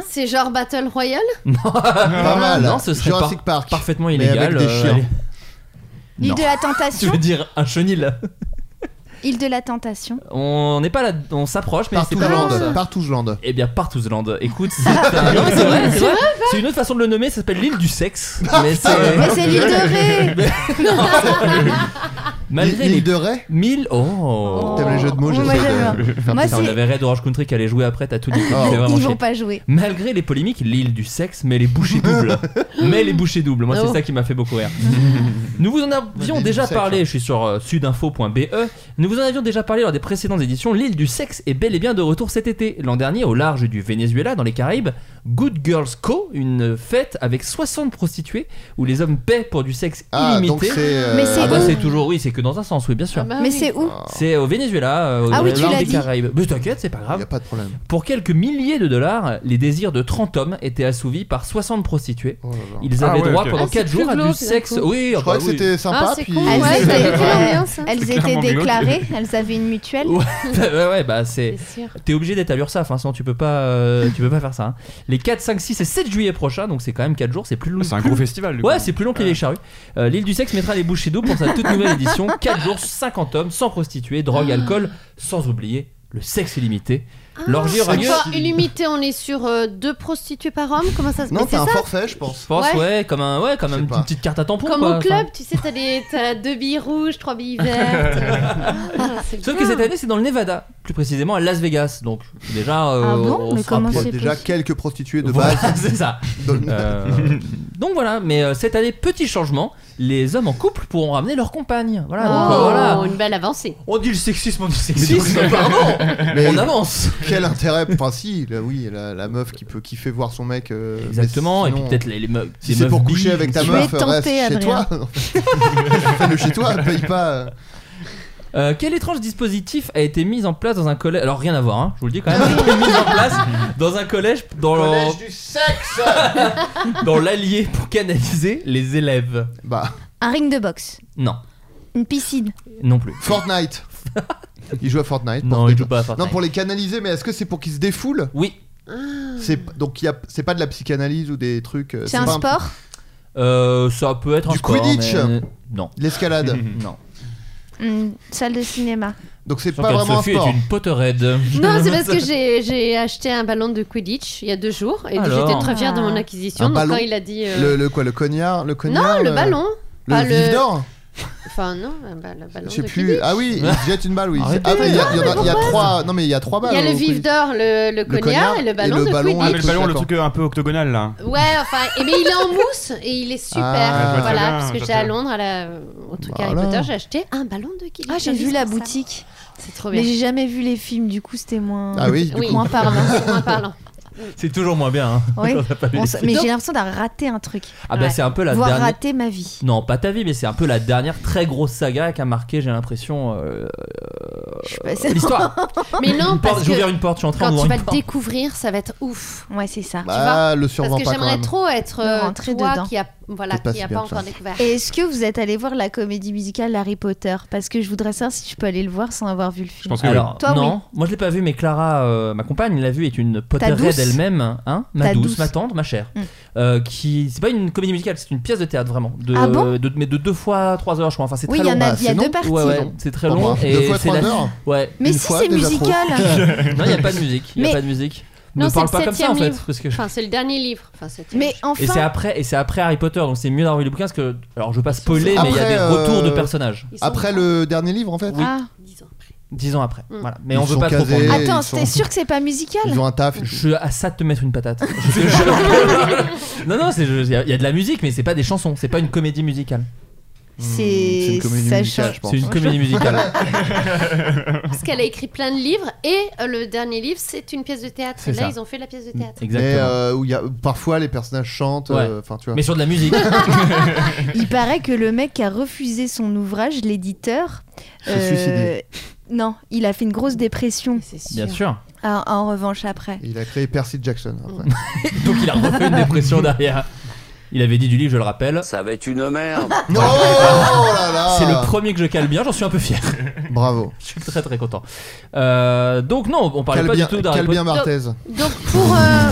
S7: C'est genre Battle Royale
S8: Ah.
S2: Pas mal.
S6: Ah, Non, ce serait
S2: Jurassic Park.
S6: Parfaitement
S2: Mais
S6: illégal. euh,
S2: avec des chiens.
S6: allez.
S9: L'île
S6: Non.
S9: de la
S6: Tu
S9: tentation.
S6: veux dire un chenil
S9: Île de la tentation.
S6: On n'est pas là, on s'approche, mais c'est pas vraiment ça.
S2: Partouzland. Partouzland.
S6: Eh bien, Partouzland. Écoute, c'est un- Non, mais Ah, c'est vrai, c'est vrai. C'est une autre façon de le nommer, ça s'appelle l'île du sexe.
S2: Ah,
S6: Mais c'est.
S9: Mais c'est l'île de Ré.
S6: Malgré les
S2: L'île de Ray
S6: 1000. Oh
S2: T'aimes les jeux de mots,
S9: Moi,
S2: j'essaie
S9: j'aime.
S2: de faire
S9: Moi,
S6: Putain,
S2: plaisir.
S6: on
S9: c'est-
S6: avait Red Orange Country qui allait jouer après, t'as tout dit.
S2: Oh.
S6: C'est vraiment
S9: Ils
S6: chier.
S9: vont pas jouer.
S6: Malgré les polémiques, l'île du sexe met les bouchées doubles. mais les bouchées doubles, moi c'est
S7: Oh.
S6: ça qui m'a fait beaucoup rire. Nous vous en avions
S2: L'île
S6: déjà
S2: du sexe,
S6: parlé,
S2: hein.
S6: je suis sur euh, sudinfo.be, nous vous en avions déjà parlé lors des précédentes éditions, l'île du sexe est bel et bien de retour cet été. L'an dernier, au large du Venezuela, dans les Caraïbes, Good Girls Co, une fête avec 60 prostituées où les hommes paient pour du sexe
S2: Ah, donc
S6: illimité.
S2: c'est. bah. euh,
S9: Mais c'est
S6: Ah bah
S9: où
S6: c'est toujours, oui, c'est que dans un sens, oui, bien sûr.
S7: Ah
S9: Mais
S7: oui.
S9: c'est où
S6: C'est au Venezuela, euh,
S9: Ah
S6: au
S9: oui, tu
S6: large
S9: l'as
S6: des
S9: dit.
S6: Caraïbes. Mais t'inquiète, c'est pas grave.
S2: Y a pas de problème.
S6: Pour quelques milliers de dollars, les désirs de 30 hommes étaient assouvis par 60 prostituées.
S2: Oh là là.
S6: Ils
S8: Ah
S6: avaient
S8: ouais,
S6: droit
S8: ok.
S6: pendant
S7: Ah,
S6: 4
S7: c'est plus
S6: jours à du
S7: glauque, d'un
S6: sexe.
S7: coup.
S6: Oui,
S2: Je
S6: ah
S2: crois
S6: bah
S2: que
S6: oui.
S2: c'était
S7: Ah,
S2: sympa.
S7: c'est
S2: puis-
S7: cool. Ouais,
S9: Elles
S7: ça
S9: étaient-
S7: évite l'ambiance. hein.
S9: Elles
S8: C'est
S9: étaient
S8: clairement glauque.
S9: déclarées. Elles avaient une mutuelle.
S6: Ouais, ouais, ouais, bah c'est.
S7: C'est sûr.
S6: T'es obligé d'être à l'URSSAF, hein, sinon tu peux pas, euh, tu peux pas faire ça. hein. Les 4, 5, 6 et 7 juillet prochains, donc c'est quand même 4 jours, c'est plus long.
S8: Ah, C'est un
S6: plus-
S8: gros festival. du
S6: Ouais,
S8: coup.
S6: c'est plus long que les Vieilles charrues. Euh, L'île du sexe mettra les bouchées d'eau pour sa toute nouvelle édition. 4 jours, 50 hommes, sans prostituées, drogue, alcool, sans oublier le sexe illimité. L'orgie aura lieu.
S7: Encore illimité, on est sur euh, deux prostituées par homme Comment ça se
S2: Non,
S7: passe
S2: t'as un
S7: ça
S2: forfait, je pense.
S6: Je pense, ouais,
S7: Ouais.
S6: comme, un, ouais, comme
S2: Je sais
S6: une
S2: pas.
S6: petite carte à tampon.
S7: Comme
S6: quoi.
S7: au club, tu sais, t'as des- t'as deux billes rouges, trois billes vertes. Ah, c'est
S6: Sauf
S7: bien.
S6: que cette année, c'est dans le Nevada, plus précisément à Las Vegas. Donc déjà, euh,
S9: Ah bon
S6: on
S9: Mais
S6: sera
S9: comment
S6: plus-
S9: c'est
S2: Déjà
S9: possible.
S2: quelques prostituées de
S6: Voilà,
S2: base.
S6: c'est ça.
S2: Donne-
S6: Euh, donc voilà, mais euh, cette année, petit changement, les hommes en couple pourront ramener leur compagne. Voilà, donc, euh,
S7: Oh,
S6: voilà.
S7: une belle avancée.
S6: On dit le sexisme, on dit le
S2: Mais
S6: sexisme,
S2: donc-
S6: pardon.
S2: Mais-
S6: On avance.
S2: Quel intérêt Enfin, si, là, oui, la, la meuf qui peut kiffer voir son mec. euh, mais
S6: Exactement, et puis
S2: sinon- euh,
S6: peut-être les, les meufs.
S2: Si c'est pour coucher avec ta
S9: Tu
S2: meuf,
S9: es tenté,
S2: reste chez
S9: Adrien.
S2: toi. Fais-le chez toi, paye pas. euh.
S6: Euh, quel étrange dispositif a été mis en place dans un collège Alors rien à voir, hein, je vous le dis quand même. a été mis en place dans un collège dans le-
S2: du sexe
S6: dans l'Allier pour canaliser les élèves.
S2: Bah,
S9: Un ring de boxe.
S6: Non,
S9: Une piscine.
S6: non plus.
S2: Fortnite Il joue à Fortnite.
S6: Non,
S2: pour-
S6: il joue pas à Fortnite.
S2: Non, pour les canaliser, mais est-ce que c'est pour qu'ils se défoulent
S6: Oui,
S2: C'est donc il y a- c'est pas de la psychanalyse ou des trucs. euh,
S9: C'est un
S2: pas
S9: sport.
S6: euh, ça peut être
S2: Du
S6: un sport,
S2: Quidditch.
S6: mais- Non,
S2: de L'escalade.
S6: non.
S9: Une salle de cinéma.
S2: donc c'est
S6: Je
S2: pas
S6: pense que
S2: vraiment un
S6: Sophie
S2: sport.
S6: est une potterhead.
S7: Non, c'est parce que j'ai- j'ai acheté un ballon de Quidditch il y a deux jours et
S6: Alors.
S7: j'étais très fière de mon
S9: Ah.
S7: acquisition.
S2: Un
S7: donc
S2: ballon
S7: quand il a dit. euh,
S2: Le, le quoi, le cognard, le cognard. euh,
S7: Non, le ballon.
S2: Le
S7: Pas le-
S2: vif d'or.
S7: Enfin, non, un ba- le ballon.
S2: Je sais
S7: de
S2: plus.
S7: Quidditch.
S2: Ah oui, il jette une balle, oui.
S6: Arrête
S2: Ah, mais il y, a- il y en a-
S7: mais
S2: il y a trois. Non, mais il y a trois balles.
S7: Il y a le
S2: au
S7: vif
S2: Quidditch.
S7: d'or, le, le cognard et le ballon de
S2: ballon,
S8: Ah, mais
S7: Quidditch.
S8: le ballon, le
S2: D'accord.
S8: truc un peu octogonal là.
S7: Ouais, enfin, et mais il est en mousse et il est super.
S2: Ah, je vois très
S7: voilà,
S8: bien,
S7: parce que
S8: je vois
S7: j'étais
S8: très
S7: à
S8: bien.
S7: Londres, à la, au truc
S2: Voilà.
S7: Harry Potter, j'ai acheté un ballon de Quidditch.
S9: Ah, j'ai vu la boutique.
S7: C'est trop
S9: Mais
S7: bien.
S9: j'ai jamais vu les films, du coup, c'était moins.
S2: Ah oui, du
S7: Oui,
S2: coup.
S9: moins parlant.
S7: C'est moins parlant.
S10: C'est toujours moins bien. hein.
S9: Oui.
S10: Quand t'as pas lu
S9: On
S10: les
S9: s-
S10: trucs.
S9: mais j'ai l'impression d'avoir raté un truc.
S6: Ah bah
S9: Ouais.
S6: c'est un peu la
S9: Voir
S6: dernière.
S9: rater ma vie.
S6: Non, pas ta vie, mais c'est un peu la dernière très grosse saga qui a marqué, j'ai l'impression, euh,
S9: Je suis passée-
S6: euh, l'histoire.
S7: Mais non,
S6: Une porte-
S7: parce
S6: J'ai ouvert
S7: que
S6: une porte, je suis en train
S7: quand tu
S6: d'ouvrir
S7: vas
S6: une
S7: le
S6: porte.
S7: découvrir, ça va être ouf.
S9: Ouais, c'est ça.
S2: Bah, le survend
S7: Parce que
S2: pas quand
S7: j'aimerais
S2: même.
S7: trop être euh,
S9: De rentrer
S7: toi
S9: dedans.
S7: qui a voilà
S2: Peut-être pas
S7: qui a
S2: si
S7: pas
S2: bien que ça.
S7: encore découvert.
S9: Et Est-ce que vous êtes allé voir la comédie musicale Harry Potter Parce que je voudrais savoir si je peux aller le voir sans avoir vu le film.
S8: Je pense que oui.
S6: Alors,
S9: Toi, oui.
S6: non, moi je l'ai pas vu, mais Clara, euh, ma compagne, l'a vu, est une potterhead
S9: douce.
S6: d'elle-même, hein, ma
S9: Ta
S6: douce,
S9: douce.
S6: ma tante, ma chère.
S9: Mm.
S6: Euh, qui, c'est pas une comédie musicale, c'est une pièce de théâtre vraiment. De,
S9: Ah bon
S6: de- Mais de deux fois trois heures, je crois. Enfin, c'est
S9: Oui, il
S6: très
S9: y en
S6: long.
S9: a,
S2: Bah,
S9: il y a
S2: c'est
S9: deux
S2: long.
S9: parties.
S6: Ouais, ouais, c'est très long.
S2: Enfin,
S6: et
S2: deux fois
S6: c'est
S2: trois
S6: la-
S2: heures.
S6: Ouais.
S9: Mais
S2: Une
S9: si
S2: fois,
S9: c'est
S2: déjà
S9: musical
S6: Non, il n'y a pas de musique. Il n'y a
S9: Mais-
S6: pas de musique.
S7: Non,
S6: ne
S7: c'est
S6: parle
S7: le
S6: pas comme ça en
S7: septième
S6: fait.
S7: livre.
S6: Parce que...
S7: Enfin, c'est le dernier livre. Enfin, c'est-
S6: Et
S9: Mais
S6: c'est
S9: enfin,
S6: après, et c'est après Harry Potter, donc c'est mieux d'avoir vu le bouquin parce que, alors je veux pas spoiler, mais il y a
S2: Après,
S6: des
S2: euh,
S6: retours de personnages
S7: Ils sont
S2: Après le dernier livre, en fait
S9: Ah.
S7: dix ans après.
S6: dix ans après.
S7: Mm.
S6: Voilà. Mais
S2: Ils
S6: on veut
S2: sont
S6: pas trop.
S2: casés.
S6: prendre-
S2: Ah,
S9: attends,
S2: ils
S9: c'était
S2: sont-
S9: sûr que c'est pas musical
S2: Ils ont un taf.
S6: Je suis à ça de te mettre une patate. Je- je- non, non, c'est- je- il y, a- il y a de la musique, mais c'est pas des chansons, c'est pas une comédie musicale.
S9: C'est-
S2: une comédie
S9: ça
S2: musicale,
S9: change.
S2: je pense.
S6: C'est une comédie musicale.
S7: Parce qu'elle a écrit plein de livres et euh, le dernier livre, c'est une pièce de théâtre.
S6: C'est
S7: Là,
S6: ça.
S7: ils ont fait la pièce de théâtre.
S2: Mais
S6: Exactement.
S2: euh, où il y a, où parfois les personnages chantent.
S6: Ouais.
S2: euh, Enfin, tu vois.
S6: Mais sur de la musique.
S9: Il paraît que le mec qui a refusé son ouvrage, l'éditeur, euh,
S2: S'est suicidé.
S9: non, il a fait une grosse dépression.
S7: C'est
S6: Bien sûr.
S9: Ah, en revanche, après.
S2: Il a créé Percy Jackson. après.
S6: Donc il a refait une dépression derrière. Il avait dit du livre, je le rappelle.
S3: Ça va être une merde.
S2: Non, oh là là
S6: C'est le premier que je cale bien, j'en suis un peu fier.
S2: Bravo.
S6: Je suis très très content. Euh, donc non, on parlait
S2: Calbien,
S6: pas du tout d'Harry Potter.
S2: Calbien Martez.
S7: Donc pour euh,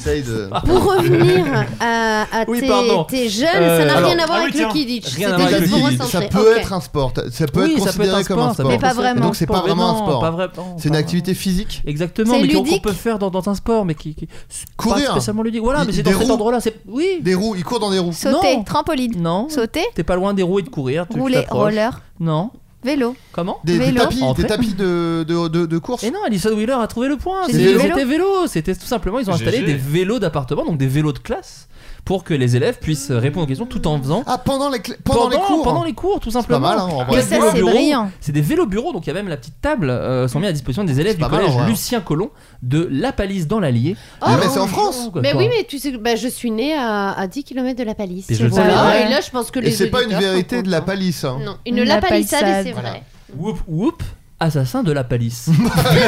S2: Essaye de.
S6: Ah,
S7: pour revenir à, à
S6: Oui,
S7: tes,
S6: pardon.
S7: tes jeunes,
S6: Euh,
S7: ça n'a
S6: alors-
S7: rien à voir
S8: ah oui,
S7: avec le
S8: tiens.
S7: Kidditch.
S6: Rien
S7: C'était
S6: à voir avec
S7: juste
S6: le
S7: pour
S6: Kidditch.
S2: Ça
S7: recentrer.
S2: peut
S7: Ok.
S2: être un sport. Ça peut
S6: Oui,
S2: être
S6: ça peut
S2: considéré
S6: être un
S2: comme un
S6: sport, ça peut
S2: sport.
S9: Mais
S6: être
S9: pas
S6: considéré-
S9: vraiment.
S2: Donc, c'est pas
S6: mais
S2: vraiment un
S6: non,
S2: sport.
S6: pas vraiment,
S2: C'est une
S6: pas
S2: activité physique.
S6: Exactement,
S9: C'est
S6: mais qu'on- qu'on
S9: ludique.
S6: peut faire dans, dans un sport, mais qui, qui- c'est
S2: Courir.
S6: pas spécialement ludique. Voilà,
S2: Il-
S6: mais c'est
S2: des
S6: dans cet
S2: roues.
S6: endroit-là. C'est oui.
S2: Des roues, il court dans des roues.
S9: Sauter,
S6: Non.
S9: trampoline,
S6: Non,
S9: sauter,
S6: t'es pas loin des roues et de courir. Tu tu
S9: rouler,
S6: t'approches.
S9: roller,
S6: Non.
S9: vélo.
S6: Comment
S2: Des, des
S9: Vélo.
S2: tapis,
S6: En
S2: des
S6: fait.
S2: tapis de, de, de, de course.
S6: Et non, Alison Wheeler a trouvé le point.
S9: J'ai
S6: C'est-
S2: dit vélo.
S6: C'était vélo. C'était tout simplement, ils ont installé
S8: GG.
S6: des vélos d'appartement, donc des vélos de classe, pour que les élèves puissent répondre aux questions tout en faisant.
S2: Ah, pendant les, cl- pendant, les cours
S6: pendant les cours, tout
S2: C'est pas
S6: simplement.
S2: mal, hein, en
S9: Et
S2: vrai.
S9: ça,
S6: Vélo
S9: c'est
S6: bureau.
S9: brillant.
S6: C'est des vélos bureaux, donc il y a même la petite table euh, sont mis à disposition des élèves
S2: C'est
S6: du
S2: pas mal,
S6: collège
S2: en vrai. hein.
S6: Lucien Collomb de La Palisse dans l'Allier.
S2: Ah,
S6: Le
S2: mais c'est en
S6: jour,
S2: France.
S6: quoi,
S7: Oh. Mais
S6: quoi.
S7: oui, mais tu sais, que- bah, je suis née à, à 10 km de la palisse.
S6: Mais je le
S7: Voilà.
S9: savais.
S7: Et là, je pense que
S2: Et
S7: les
S2: c'est pas une
S7: auditeurs
S2: vérité
S7: sont
S2: de la
S7: contents.
S2: palisse. hein.
S7: Non, une
S9: La
S7: la palissade, et c'est
S9: palissade.
S7: vrai.
S6: Whoop whoop, assassin de la palisse.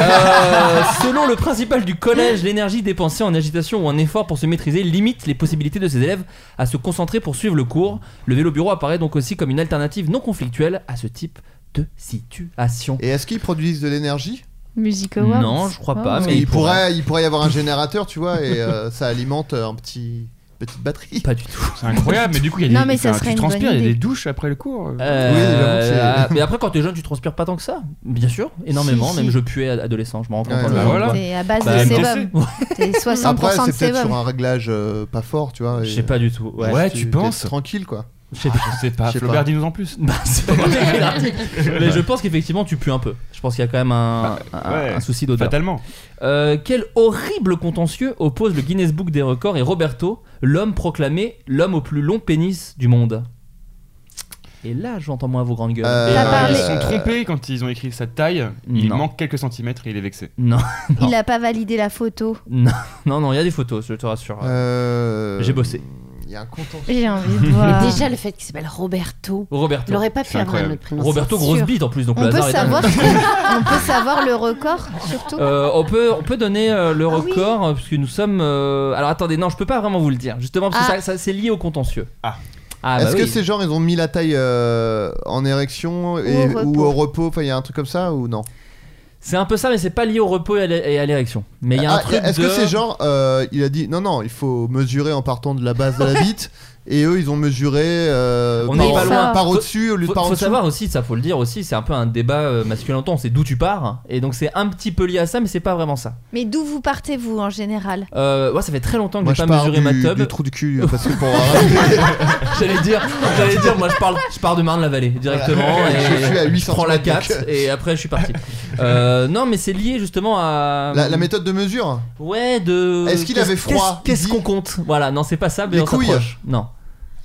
S6: Euh, selon le principal du collège, l'énergie dépensée en agitation ou en effort pour se maîtriser limite les possibilités de ses élèves à se concentrer pour suivre le cours. Le vélo bureau apparaît donc aussi comme une alternative non conflictuelle à ce type de situation.
S2: Et est-ce qu'ils produisent de l'énergie
S9: Music Awards.
S6: Non, je crois pas,
S9: Oh.
S6: mais
S2: Il
S6: il pourrait.
S2: pourrait, il pourrait y avoir un générateur, tu vois, et euh, ça alimente un petit petite batterie.
S6: Pas du tout.
S8: C'est incroyable, mais du coup, il y a
S9: Non,
S8: des,
S9: mais ça
S8: enfin,
S9: serait
S8: tu
S9: une
S8: transpires,
S9: bonne
S8: il y a des
S9: idée.
S8: douches après le cours.
S2: Oui, j'avoue que
S6: Euh,
S2: c'est-
S6: mais après, quand t'es jeune, tu transpires pas tant que ça. Bien sûr, énormément.
S9: Si, si.
S6: même je puais ad- adolescent, je me rends compte.
S2: Ouais,
S6: en
S2: bah
S6: le-
S8: voilà.
S9: C'est à base
S6: Bah,
S9: de
S8: MDC.
S9: sébum. C'est 60%
S2: Après,
S9: de
S2: c'est peut-être sur
S9: sébum.
S2: un réglage euh, pas fort, tu vois. et-
S6: Je sais pas du tout. Ouais.
S8: Ouais,
S2: tu-
S8: tu
S2: t'es
S8: penses
S2: Tranquille, quoi.
S6: Je sais
S8: Ah,
S6: pas.
S8: je sais pas,
S2: Je sais
S8: Flaubert
S2: pas.
S8: dit nous en plus.
S6: Bah, c'est pas moi qui ai écrit l'article. Mais je pense qu'effectivement, tu pues un peu. Je pense qu'il y a quand même un, un-
S8: ouais.
S6: un souci d'odeur.
S8: Fatalement.
S6: Euh, quel horrible contentieux oppose le Guinness Book des records et Roberto, l'homme proclamé l'homme au plus long pénis du monde Et là, j'entends moins vos grandes gueules.
S2: Euh,
S8: Et,
S9: T'as
S8: euh,
S9: parlé-
S8: ils se sont trompés quand ils ont écrit sa taille. Il
S6: Non.
S8: manque quelques centimètres et il est vexé.
S6: Non,
S9: Il n'a pas validé la photo.
S6: non, non, non, il y a des photos, je te rassure.
S2: Euh,
S6: J'ai bossé.
S2: Il y a un content.
S9: J'ai envie de voir.
S7: Mais déjà, le fait qu'il s'appelle Roberto, il
S6: Roberto.
S7: aurait pas
S8: C'est
S7: pu avoir un
S8: incroyable.
S7: autre prénom.
S6: Roberto,
S7: c'est
S6: grosse
S7: sûr.
S6: bite en plus, donc le
S9: on, peut
S6: hasard est dingue.
S9: savoir, on peut savoir le record, surtout.
S6: Euh, on, peut, on peut donner euh, le
S9: Ah oui.
S6: record euh, parce que nous sommes. euh, Alors attendez, non, je peux pas vraiment vous le dire, justement parce que
S9: Ah.
S6: ça, ça- c'est lié au contentieux.
S8: Ah.
S6: Ah, bah
S2: Est-ce que
S6: oui.
S2: ces gens ils ont mis la taille euh, en érection et,
S9: au
S2: ou
S9: repos.
S2: au repos Enfin, il y a un truc comme ça ou non
S6: C'est un peu ça, mais c'est pas lié au repos et à l'é- et à l'érection. Mais il y a un
S2: Ah,
S6: truc.
S2: Est-ce
S6: de-
S2: que ces gens, euh, il a dit non, non, il faut mesurer en partant de la base de la bite et eux ils ont mesuré euh,
S6: On
S2: par,
S6: est pas loin.
S2: par
S6: Faut-
S2: au-dessus au lieu de
S6: Faut,
S2: par en
S6: faut
S2: dessous
S6: savoir aussi, ça faut le dire aussi, c'est un peu un débat euh, masculin temps, c'est d'où tu pars, et donc c'est un petit peu lié à ça, mais c'est pas vraiment ça.
S9: Mais d'où vous partez-vous en général
S6: Euh, moi, ça fait très longtemps que
S2: Moi
S6: j'ai
S2: je
S6: pas
S2: pars
S6: mesuré
S2: du,
S6: ma
S2: du
S6: tub.
S2: trou du cul parce que pour euh, avoir-
S6: J'allais dire, j'allais dire, moi je parle, je pars de Marne-la-Vallée directement
S2: Voilà.
S6: et
S2: Je suis à 8
S6: prends la
S2: centimètres,
S6: 4
S2: donc,
S6: et après je suis parti. Euh, non, mais c'est lié justement à
S2: la, la méthode de mesure.
S6: Ouais, de.
S2: Est-ce qu'il
S6: Qu'est-ce-
S2: avait froid
S6: Qu'est-ce qu'est-ce
S2: Il
S6: qu'on
S2: dit-
S6: compte Voilà, non, c'est pas ça, mais
S2: Les
S6: on
S2: couilles.
S6: s'approche. Non.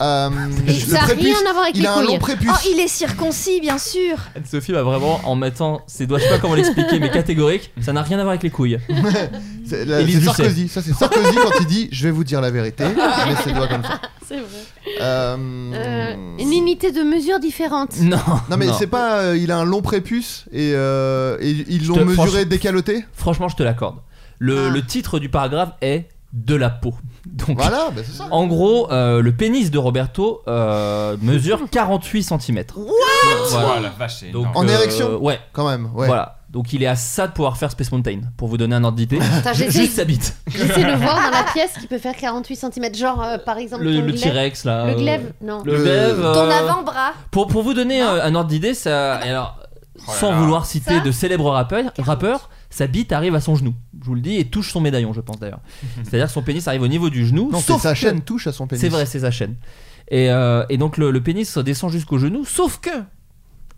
S2: Euh,
S7: Et
S2: le
S7: ça n'a
S2: prépuce,
S7: rien à voir avec
S2: il
S7: les
S2: a un long
S7: couilles.
S2: prépuce.
S9: Oh, il est circoncis, bien sûr.
S6: Sophie va vraiment en mettant ses doigts, je sais pas comment l'expliquer, mais catégorique, ça n'a rien à voir avec les couilles.
S2: C'est la-
S6: Élise
S2: c'est
S6: Lucet.
S2: Sarkozy, ça c'est Sarkozy quand il dit je vais vous dire la vérité. Il met ses doigts comme ça.
S7: C'est vrai.
S2: Euh,
S7: une unité de mesure différente.
S2: Hmm.
S6: Non.
S2: Non mais c'est pas, euh, il a un long prépuce et, euh, et ils l'ont
S6: te-
S2: mesuré
S6: franchement-
S2: décaloté.
S6: Franchement, je te l'accorde. Le,
S7: Ah.
S6: le titre du paragraphe est De la peau. Donc,
S2: Voilà, bah, c'est ça.
S6: en gros, euh, le pénis de Roberto euh, mesure 48 cm.
S10: Voilà, la vache, c'est
S6: Donc, euh,
S10: énorme.
S2: En érection
S6: Ouais,
S2: Quand même, ouais.
S6: voilà. Donc, il est à ça de pouvoir faire Space Mountain, pour vous donner un ordre d'idée.
S7: Attends,
S6: Ju-
S7: j'essaie-
S6: Juste sa bite.
S7: J'essaie de voir dans la pièce qui peut faire 48 cm. Genre, euh, par exemple,
S6: Le,
S7: ton
S6: le
S7: glaive.
S6: T-Rex, là.
S7: Le
S6: euh,
S7: glaive Non.
S6: Le
S2: Le-
S6: glaive.
S9: Ton
S6: euh,
S9: avant-bras.
S6: Pour, pour vous donner euh, un ordre d'idée, ça. et alors,
S2: Oh
S10: là
S6: sans
S10: là.
S6: vouloir citer
S7: Ça
S6: de célèbres rappeurs, rappeurs, sa bite arrive à son genou. Je vous le dis, et touche son médaillon, je pense d'ailleurs. C'est-à-dire que son pénis arrive au niveau du genou.
S2: Non, c'est
S6: sauf
S2: sa
S6: que-
S2: chaîne touche à son pénis.
S6: C'est vrai, c'est sa chaîne. Et, euh, et donc le, le pénis descend jusqu'au genou, sauf que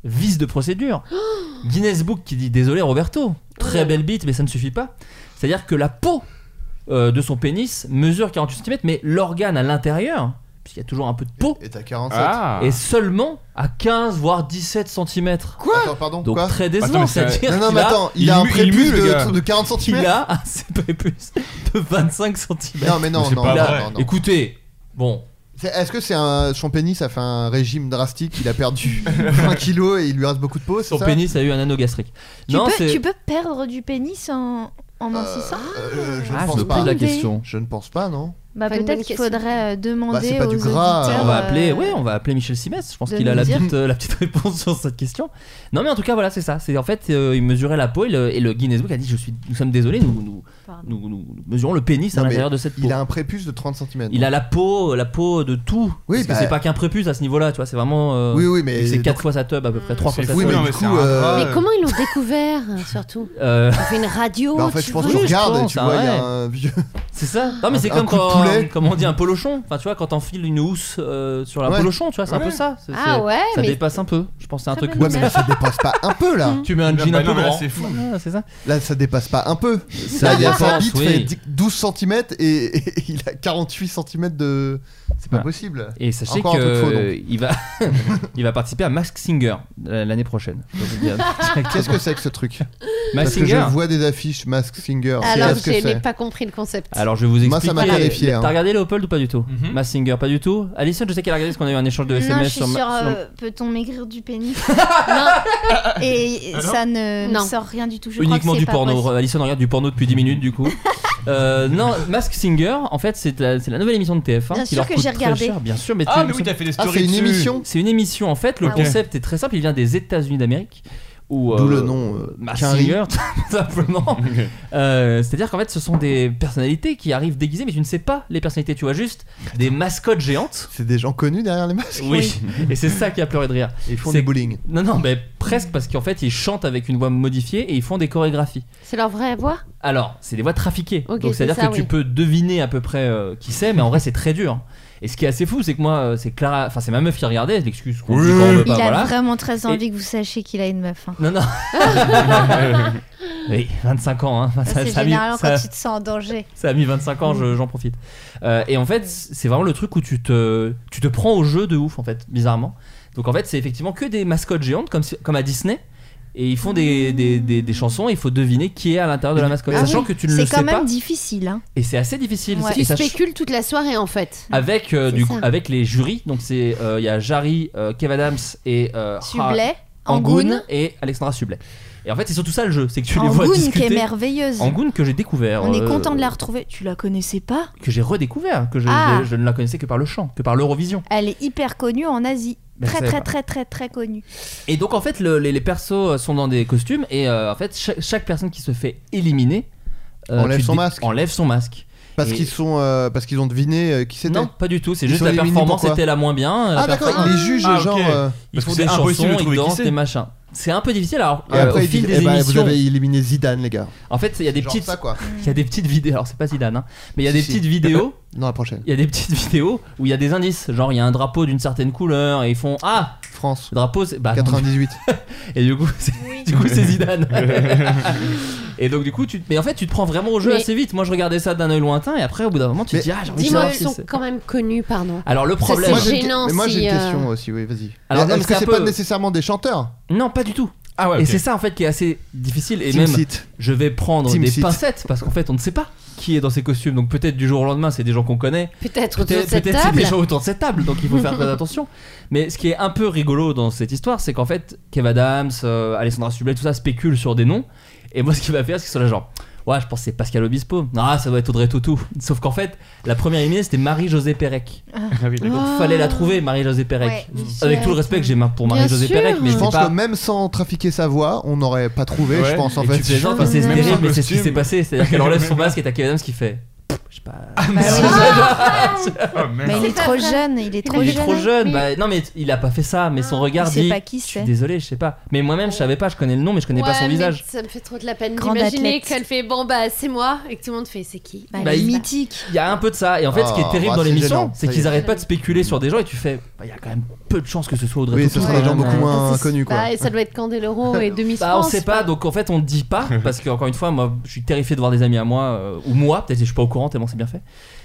S6: vice de procédure. Guinness Book qui dit désolé Roberto, très belle bite, mais ça ne suffit pas. C'est-à-dire que la peau euh, de son pénis mesure 48 cm, mais l'organe à l'intérieur, puisqu'il y a toujours un peu de peau,
S2: Et t'as 47.
S8: Ah
S6: est seulement à 15 voire 17 cm.
S2: Attends, pardon,
S6: Donc
S2: quoi
S6: très
S8: Attends,
S6: décevant,
S8: mais ça-
S6: c'est-à-dire
S2: Non, non,
S6: qu'il
S2: mais
S6: a-
S2: attends, il,
S8: il
S2: a un
S8: mu- il
S2: prépuce
S8: mue, le gars.
S2: de, de 40 cm.
S6: il a un prépuce de 25 cm.
S2: Non, mais non,
S8: C'est
S2: non,
S8: pas
S2: non,
S8: vrai.
S2: non, non.
S6: Écoutez, bon,
S2: C'est- Est-ce que c'est un son pénis a fait un régime drastique, il a perdu 20 kilos et il lui reste beaucoup de peau, c'est
S6: son
S2: ça
S6: pénis a eu un anneau gastrique.
S9: Tu,
S6: non,
S9: peux,
S6: c'est-
S9: tu peux perdre du pénis en, en mincissant
S2: Euh, je
S6: Ah,
S2: ne
S6: je
S2: pense
S6: me pose
S2: pas.
S6: la question.
S2: Je ne pense pas, non.
S9: Bah,
S7: Pas une
S9: Peut-être
S7: bonne
S9: qu'il
S7: question.
S9: faudrait
S2: Bah,
S9: euh, demander
S2: c'est pas
S9: aux
S2: du gras,
S9: auditeurs,
S2: alors
S6: Ah, on va
S9: euh,
S6: appeler, ouais, on va appeler Michel Simès. Je pense
S9: de
S6: qu'il a
S9: nous
S6: la
S9: dire.
S6: petite, euh, la petite réponse sur cette question. Non, mais en tout cas, voilà, c'est ça. C'est en fait, euh, il mesurait la peau et le, et le Guinness Book a dit je suis, nous sommes désolés, nous, nous,
S9: Pardon.
S6: nous, nous mesurons le pénis à
S2: Non, mais
S6: l'intérieur de cette peau.
S2: Il a un prépuce de 30 cm.
S6: Il a la peau, la peau de tout.
S2: Oui,
S6: parce
S2: bah-
S6: que c'est pas qu'un prépuce à ce niveau-là, tu vois. C'est vraiment. euh,
S2: Oui, oui, mais
S6: c'est 4 fois sa teub à peu près, 3 fois
S8: C'est
S6: sa
S8: fou,
S2: Oui,
S6: teub.
S2: mais
S8: Non,
S2: du
S8: mais
S2: coup,
S8: c'est un
S2: euh,
S7: Mais comment ils l'ont découvert, surtout
S6: Euh,
S7: On fait une radio.
S2: bah, en fait,
S7: tu
S2: je pense que
S7: vois.
S2: tu
S6: Oui, je
S2: regardes et
S6: pense,
S2: tu
S6: ah
S2: vois, il y
S6: ouais.
S2: a un vieux.
S6: c'est ça. Non, mais
S2: Un-
S6: c'est
S2: un
S6: comme
S2: coup de
S6: quand,
S2: poulet.
S6: comme on dit un polochon. Enfin, tu vois, quand t'enfiles une housse euh, sur la
S2: Ouais.
S6: polochon, tu vois, c'est un peu
S8: Ouais.
S6: ça. C'est-
S7: Ah
S6: c'est-
S7: ouais,
S6: Ça
S7: mais.
S6: dépasse un peu. Je pense que c'est un
S9: Très
S6: truc.
S9: bonne
S2: Ouais, mais là, ça dépasse pas un peu, là.
S6: Tu mets un
S8: Non,
S6: jean
S8: bah
S6: un peu
S8: non, mais là,
S6: grand.
S8: c'est fou.
S6: Ah, c'est ça.
S2: Là, ça dépasse pas un peu.
S6: Ça
S2: Là, il y a sa
S6: dépasse,
S2: bite
S6: oui.
S2: fait 10 12 cm et, et il a 48 cm de. C'est pas
S6: Voilà.
S2: possible.
S6: Et sachez
S2: Encore un truc faux, donc.
S6: qu'il va, il va participer à Mask Singer euh, l'année prochaine. Je peux vous le dire directement.
S2: Qu'est-ce que c'est que ce truc
S6: Mask
S2: Parce que je
S6: Singer
S2: vois des affiches Mask Singer.
S7: Alors,
S2: Qu'est-ce
S7: je
S2: que
S7: n'ai
S2: c'est
S7: pas compris le concept.
S6: Alors je vais vous
S2: Moi,
S6: expliquer.
S2: ça m'a terrifié, hein.
S6: T'as regardé Léopold ou pas du tout
S10: Mhm.
S6: Mask Singer, pas du tout. Alison, je sais qu'elle a regardé parce qu'on a eu un échange de SMS
S9: Non, je suis
S6: sur.
S9: sur,
S6: ma- sur-
S9: euh, peut-on maigrir du pénis Et ça ne
S7: Non.
S9: ne sort rien du tout. Je
S6: Uniquement
S9: crois que
S6: du
S9: c'est pas
S6: porno.
S9: possible.
S6: Alison regarde du porno depuis 10 minutes du coup. Euh, non, Mask Singer, en fait, c'est la, c'est la nouvelle émission de TF1
S9: Bien
S6: qui
S9: sûr
S6: leur
S9: que
S6: coûte
S9: j'ai
S6: très
S9: regardé.
S6: cher, bien sûr. Mais
S10: Ah,
S6: tu-
S10: mais oui, t'as fait des
S2: Ah,
S10: stories.
S2: c'est une
S10: dessus.
S2: émission
S6: c'est une émission en fait. Le
S9: Ah,
S8: ouais.
S6: concept est très simple. Il vient des États-Unis d'Amérique. Où,
S2: D'où le
S6: euh,
S2: nom. euh,
S6: Mask
S2: Quinry.
S6: Singer, tout simplement. Euh, C'est-à-dire qu'en fait, ce sont des personnalités qui arrivent déguisées, mais tu ne sais pas les personnalités, tu vois juste des mascottes géantes.
S2: C'est des gens connus derrière les masques.
S6: Et c'est ça qui a pleuré de rire.
S2: Et Ils font
S6: C'est-
S2: du bowling.
S6: Non, non, mais presque parce qu'en fait, ils chantent avec une voix modifiée et ils font des chorégraphies.
S7: C'est leur vraie voix
S6: Alors, c'est des voix trafiquées.
S7: Ok,
S6: Donc,
S7: c'est
S6: c'est-à-dire
S7: ça,
S6: que tu
S7: oui.
S6: peux deviner à peu près euh, qui c'est, mais en vrai, c'est très dur. Et ce qui est assez fou, c'est que moi, euh, c'est Clara, enfin, c'est ma meuf qui regardait, l'excuse qu'on dit qu'on veut
S9: Il
S6: pas,
S9: a
S6: bah, voilà.
S9: vraiment très envie que vous sachiez qu'il a une meuf. hein.
S6: Non, non. oui, 25 ans, hein. Ça,
S9: C'est
S6: ça a mis-
S9: généralement
S6: ça-
S9: quand tu te sens en danger.
S6: Ça a mis 25 ans, je- j'en profite. Euh, et en fait, c'est vraiment le truc où tu te, tu te prends au jeu de ouf, en fait, bizarrement. Donc en fait, c'est effectivement que des mascottes géantes, comme, si- comme à Disney. Et ils font des, des, des- des chansons, et il faut deviner qui est à l'intérieur de la mascotte.
S9: Ah
S6: sachant
S9: oui,
S6: que tu ne le
S9: C'est
S6: sais
S9: quand
S6: pas.
S9: même difficile. hein.
S6: Et c'est assez difficile.
S9: Ouais.
S6: Et
S7: Tu
S6: sach-
S7: spécules toute la soirée, en fait.
S6: avec, euh,
S7: C'est
S6: du
S7: ça.
S6: coup, avec les jurys, donc c'est euh, il y a Jarry, euh, Kev Adams et euh,
S9: Sublet,
S6: Ra- Angoun
S9: Angoun,
S6: et Alexandra Sublet. Et en fait, c'est surtout ça le jeu, c'est que tu les vois
S9: Angoun qui est
S6: discuter.
S9: merveilleuse.
S6: Angoun que j'ai découvert.
S9: On est
S6: euh,
S9: content de la retrouver. Tu la connaissais pas
S6: que j'ai redécouvert, que je,
S9: Ah.
S6: je ne la connaissais que par le chant, que par l'Eurovision.
S9: Elle est hyper connue en Asie.
S6: Ben,
S9: Très
S6: je savais
S9: très
S6: pas.
S9: très très très connue.
S6: Et donc en fait, le- les, les persos euh, sont dans des costumes et euh, en fait, cha- chaque, personne qui se fait éliminer euh,
S2: Enlève
S6: tu
S2: son
S6: dé-
S2: masque.
S6: Enlève son masque.
S2: Parce
S6: Et-
S2: qu'ils sont, euh, parce qu'ils ont deviné euh, qui c'était.
S6: Non, pas du tout. C'est
S2: Ils
S6: juste
S2: sont
S6: la
S2: éliminés
S6: performance
S2: pourquoi
S6: était la moins bien. euh, la
S2: Ah d'accord,
S6: performance-
S2: ils les jugent
S8: Ah, ok.
S2: genre. euh,
S6: ils
S8: Parce
S6: font
S8: que
S6: des
S8: c'est impossible de
S6: chansons, ils
S8: trouver qui
S6: dansent,
S8: c'est.
S6: des machins. C'est un peu difficile. Alors
S2: Et
S6: euh,
S2: après,
S6: au
S2: ils
S6: fil
S2: disent,
S6: des
S2: eh ben,
S6: émissions,
S2: vous avez éliminé Zidane, les gars.
S6: en fait, il y a des
S2: Genre
S6: petites,
S2: ça, quoi.
S6: il y a des petites vidéos. Alors c'est pas Zidane, hein, mais il y a des
S2: Si, si.
S6: petites vidéos.
S2: Non, la prochaine.
S6: Il y a des petites vidéos où il y a des indices. Genre il y a un drapeau d'une certaine couleur et ils font ah
S2: France.
S6: le drapeau c'est bah, non,
S2: 98.
S6: Et du coup, c'est, du coup, c'est Zidane. Et donc du coup, tu... mais en fait, tu te prends vraiment au jeu
S7: Mais-
S6: assez vite. Moi, je regardais ça d'un œil lointain et après, au bout d'un moment, tu
S2: Mais-
S6: te dis ah, j'ai envie de
S7: Dis-moi,
S6: savoir
S7: ils
S6: si
S7: sont
S6: c'est-
S7: quand même connus, pardon.
S6: Alors le problème,
S2: Moi,
S7: c'est
S2: j'ai une-
S7: gênant
S2: mais moi, j'ai
S7: si,
S2: une
S7: euh,
S2: question aussi, oui, vas-y.
S6: Alors, non, mais
S2: Est-ce que
S6: c'est un
S2: c'est pas
S6: peu-
S2: nécessairement des chanteurs
S6: non, pas du tout.
S10: Ah ouais,
S6: Et
S10: ok.
S6: c'est ça en fait qui est assez difficile et
S2: Team
S6: même
S2: Seat.
S6: je vais prendre
S2: Team
S6: des
S2: Seat.
S6: pincettes parce qu'en fait on ne sait pas qui est dans ces costumes donc peut-être du jour au lendemain c'est des gens qu'on connaît
S7: Peut-être autour de
S6: peut-être
S7: cette
S6: peut-être c'est
S7: table.
S6: des gens autour de cette table donc il faut faire très attention mais ce qui est un peu rigolo dans cette histoire c'est qu'en fait Kev Adams euh, Alessandra Sublet tout ça spéculent sur des noms et moi ce qui va faire c'est qu'ils sont là genre ouais je pense que c'est Pascal Obispo ah ça doit être Audrey Tautou sauf qu'en fait la première éminée c'était Marie-Josée Pérec
S8: Ah oui, d'accord.
S6: donc fallait la trouver Marie-Josée Pérec
S9: Oh. Ouais,
S6: avec tout le respect que j'ai pour
S7: Bien
S6: Marie-Josée
S7: sûr.
S6: Pérec mais
S7: Je
S2: Je
S6: c'est
S2: pense
S6: pas
S2: que même sans trafiquer sa voix, on n'aurait pas trouvé,
S8: Ouais.
S2: je pense, en
S6: Et
S2: fait.
S6: tu plaisantes, mais c'est
S8: Même
S6: terrible,
S8: sans
S6: mais c'est ce qui
S8: costume.
S6: s'est passé. C'est-à-dire qu'elle enlève son masque et t'as Kevin Adams qui fait. Je sais pas.
S9: Bah oui.
S8: Oh, merde.
S9: Mais il
S7: C'est
S9: est
S7: pas
S9: trop
S7: vrai.
S9: jeune, il est
S7: Il
S9: trop
S6: il
S7: est
S6: est
S9: jeune.
S6: trop jeune.
S7: oui.
S6: Bah, non, mais il a pas fait ça, mais son regard
S9: Il sait
S6: dit.
S9: pas qui
S6: Je suis
S9: c'est.
S6: désolé, je sais pas. Mais moi-même, je savais pas, je connais le nom, mais je connais pas
S7: Ouais,
S6: son
S7: mais
S6: visage.
S7: Ça me fait trop de la peine
S9: Grande
S7: d'imaginer
S9: athlète.
S7: qu'elle fait bon bah c'est moi et que tout le monde fait c'est qui.
S9: Bah,
S6: Bah,
S9: il-
S6: il-
S7: mythique.
S6: Il y a un peu de ça. Et en fait, ce qui est
S2: Ah,
S6: terrible
S2: bah,
S6: dans
S2: c'est
S6: l'émission,
S2: gênant,
S6: c'est
S2: ça y
S6: qu'ils
S2: est.
S6: arrêtent pas de spéculer sur des gens et tu fais. Bah, il y a quand même peu de chances que ce soit Audrey
S2: Oui,
S6: Tautou,
S2: ce sera des gens
S6: quand même.
S2: beaucoup moins connus, quoi.
S7: Bah, et ça doit être Candeloro et demi
S6: Bah, on sait pas, donc en fait on dit pas, parce que encore une fois, moi je suis terrifié de voir des amis à moi, euh, ou moi, peut-être que je suis pas au courant tellement c'est bien fait.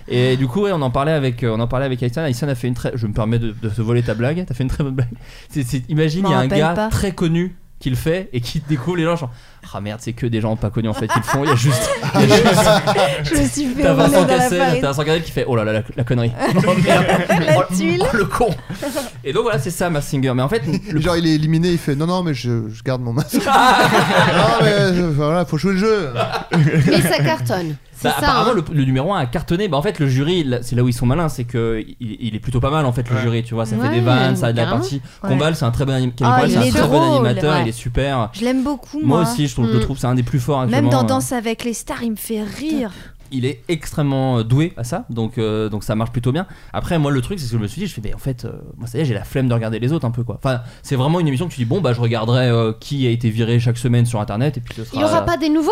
S6: Et du coup, ouais, on en parlait avec, euh, on en parlait avec Aysen. Aysen a fait une très, je me permets de, de te voler ta blague, t'as fait une très bonne blague. C'est- c'est- imagine, il
S9: Je
S6: y
S9: m'en
S6: a un
S9: rappelle
S6: gars
S9: pas.
S6: très connu qui le fait et qui découvre les gens, genre, ah merde, c'est que des gens pas connus en fait qui le font, il y a juste, il y a juste-
S9: Je me suis fait
S6: t'as
S9: rouler
S6: Vincent
S9: dans la
S6: Cassel, t'as
S9: farine.
S6: Vincent Cassel qui fait, oh là là, la, la connerie, oh merde,
S9: La
S6: Oh,
S9: tuile.
S6: oh, le con. Et donc voilà, c'est ça, ma singer. Mais en fait, le Ah,
S2: Genre, il est éliminé, il fait non, non, mais je, je garde mon masque. non, mais euh, voilà, faut jouer le jeu.
S7: Mais ça cartonne. C'est
S6: Bah,
S7: ça.
S6: apparemment,
S7: hein.
S6: le, le numéro 1 a cartonné. Bah, en fait, le jury, là, c'est là où ils sont malins, c'est que il, il est plutôt pas mal en fait le
S8: Ouais.
S6: jury. Tu vois, ça
S7: Ouais,
S6: fait des vannes, ça a de la
S7: carrément.
S6: partie.
S9: Ouais.
S6: Combal, c'est un très bon, anim- Kevin
S9: Ah,
S6: Combal,
S9: il
S6: c'est un
S9: est
S6: très bon
S9: drôle,
S6: animateur.
S9: ouais.
S6: Il est super.
S9: Je l'aime beaucoup,
S6: Moi
S9: moi.
S6: aussi, je trouve, je le
S7: Mm.
S6: trouve, c'est un des plus forts.
S9: Même
S6: actuellement,
S9: dans
S6: euh.
S9: Danse avec les stars, il me fait rire.
S6: il est extrêmement euh, doué à ça, donc euh, donc ça marche plutôt bien. Après, moi, le truc, c'est ce que je me suis dit, je fais, mais en fait, euh, moi, ça y est, j'ai la flemme de regarder les autres un peu quoi. Enfin, c'est vraiment une émission que tu dis, bon, bah, je regarderai euh, qui a été viré chaque semaine sur Internet et puis ce sera. euh,
S7: Il y aura pas des nouveaux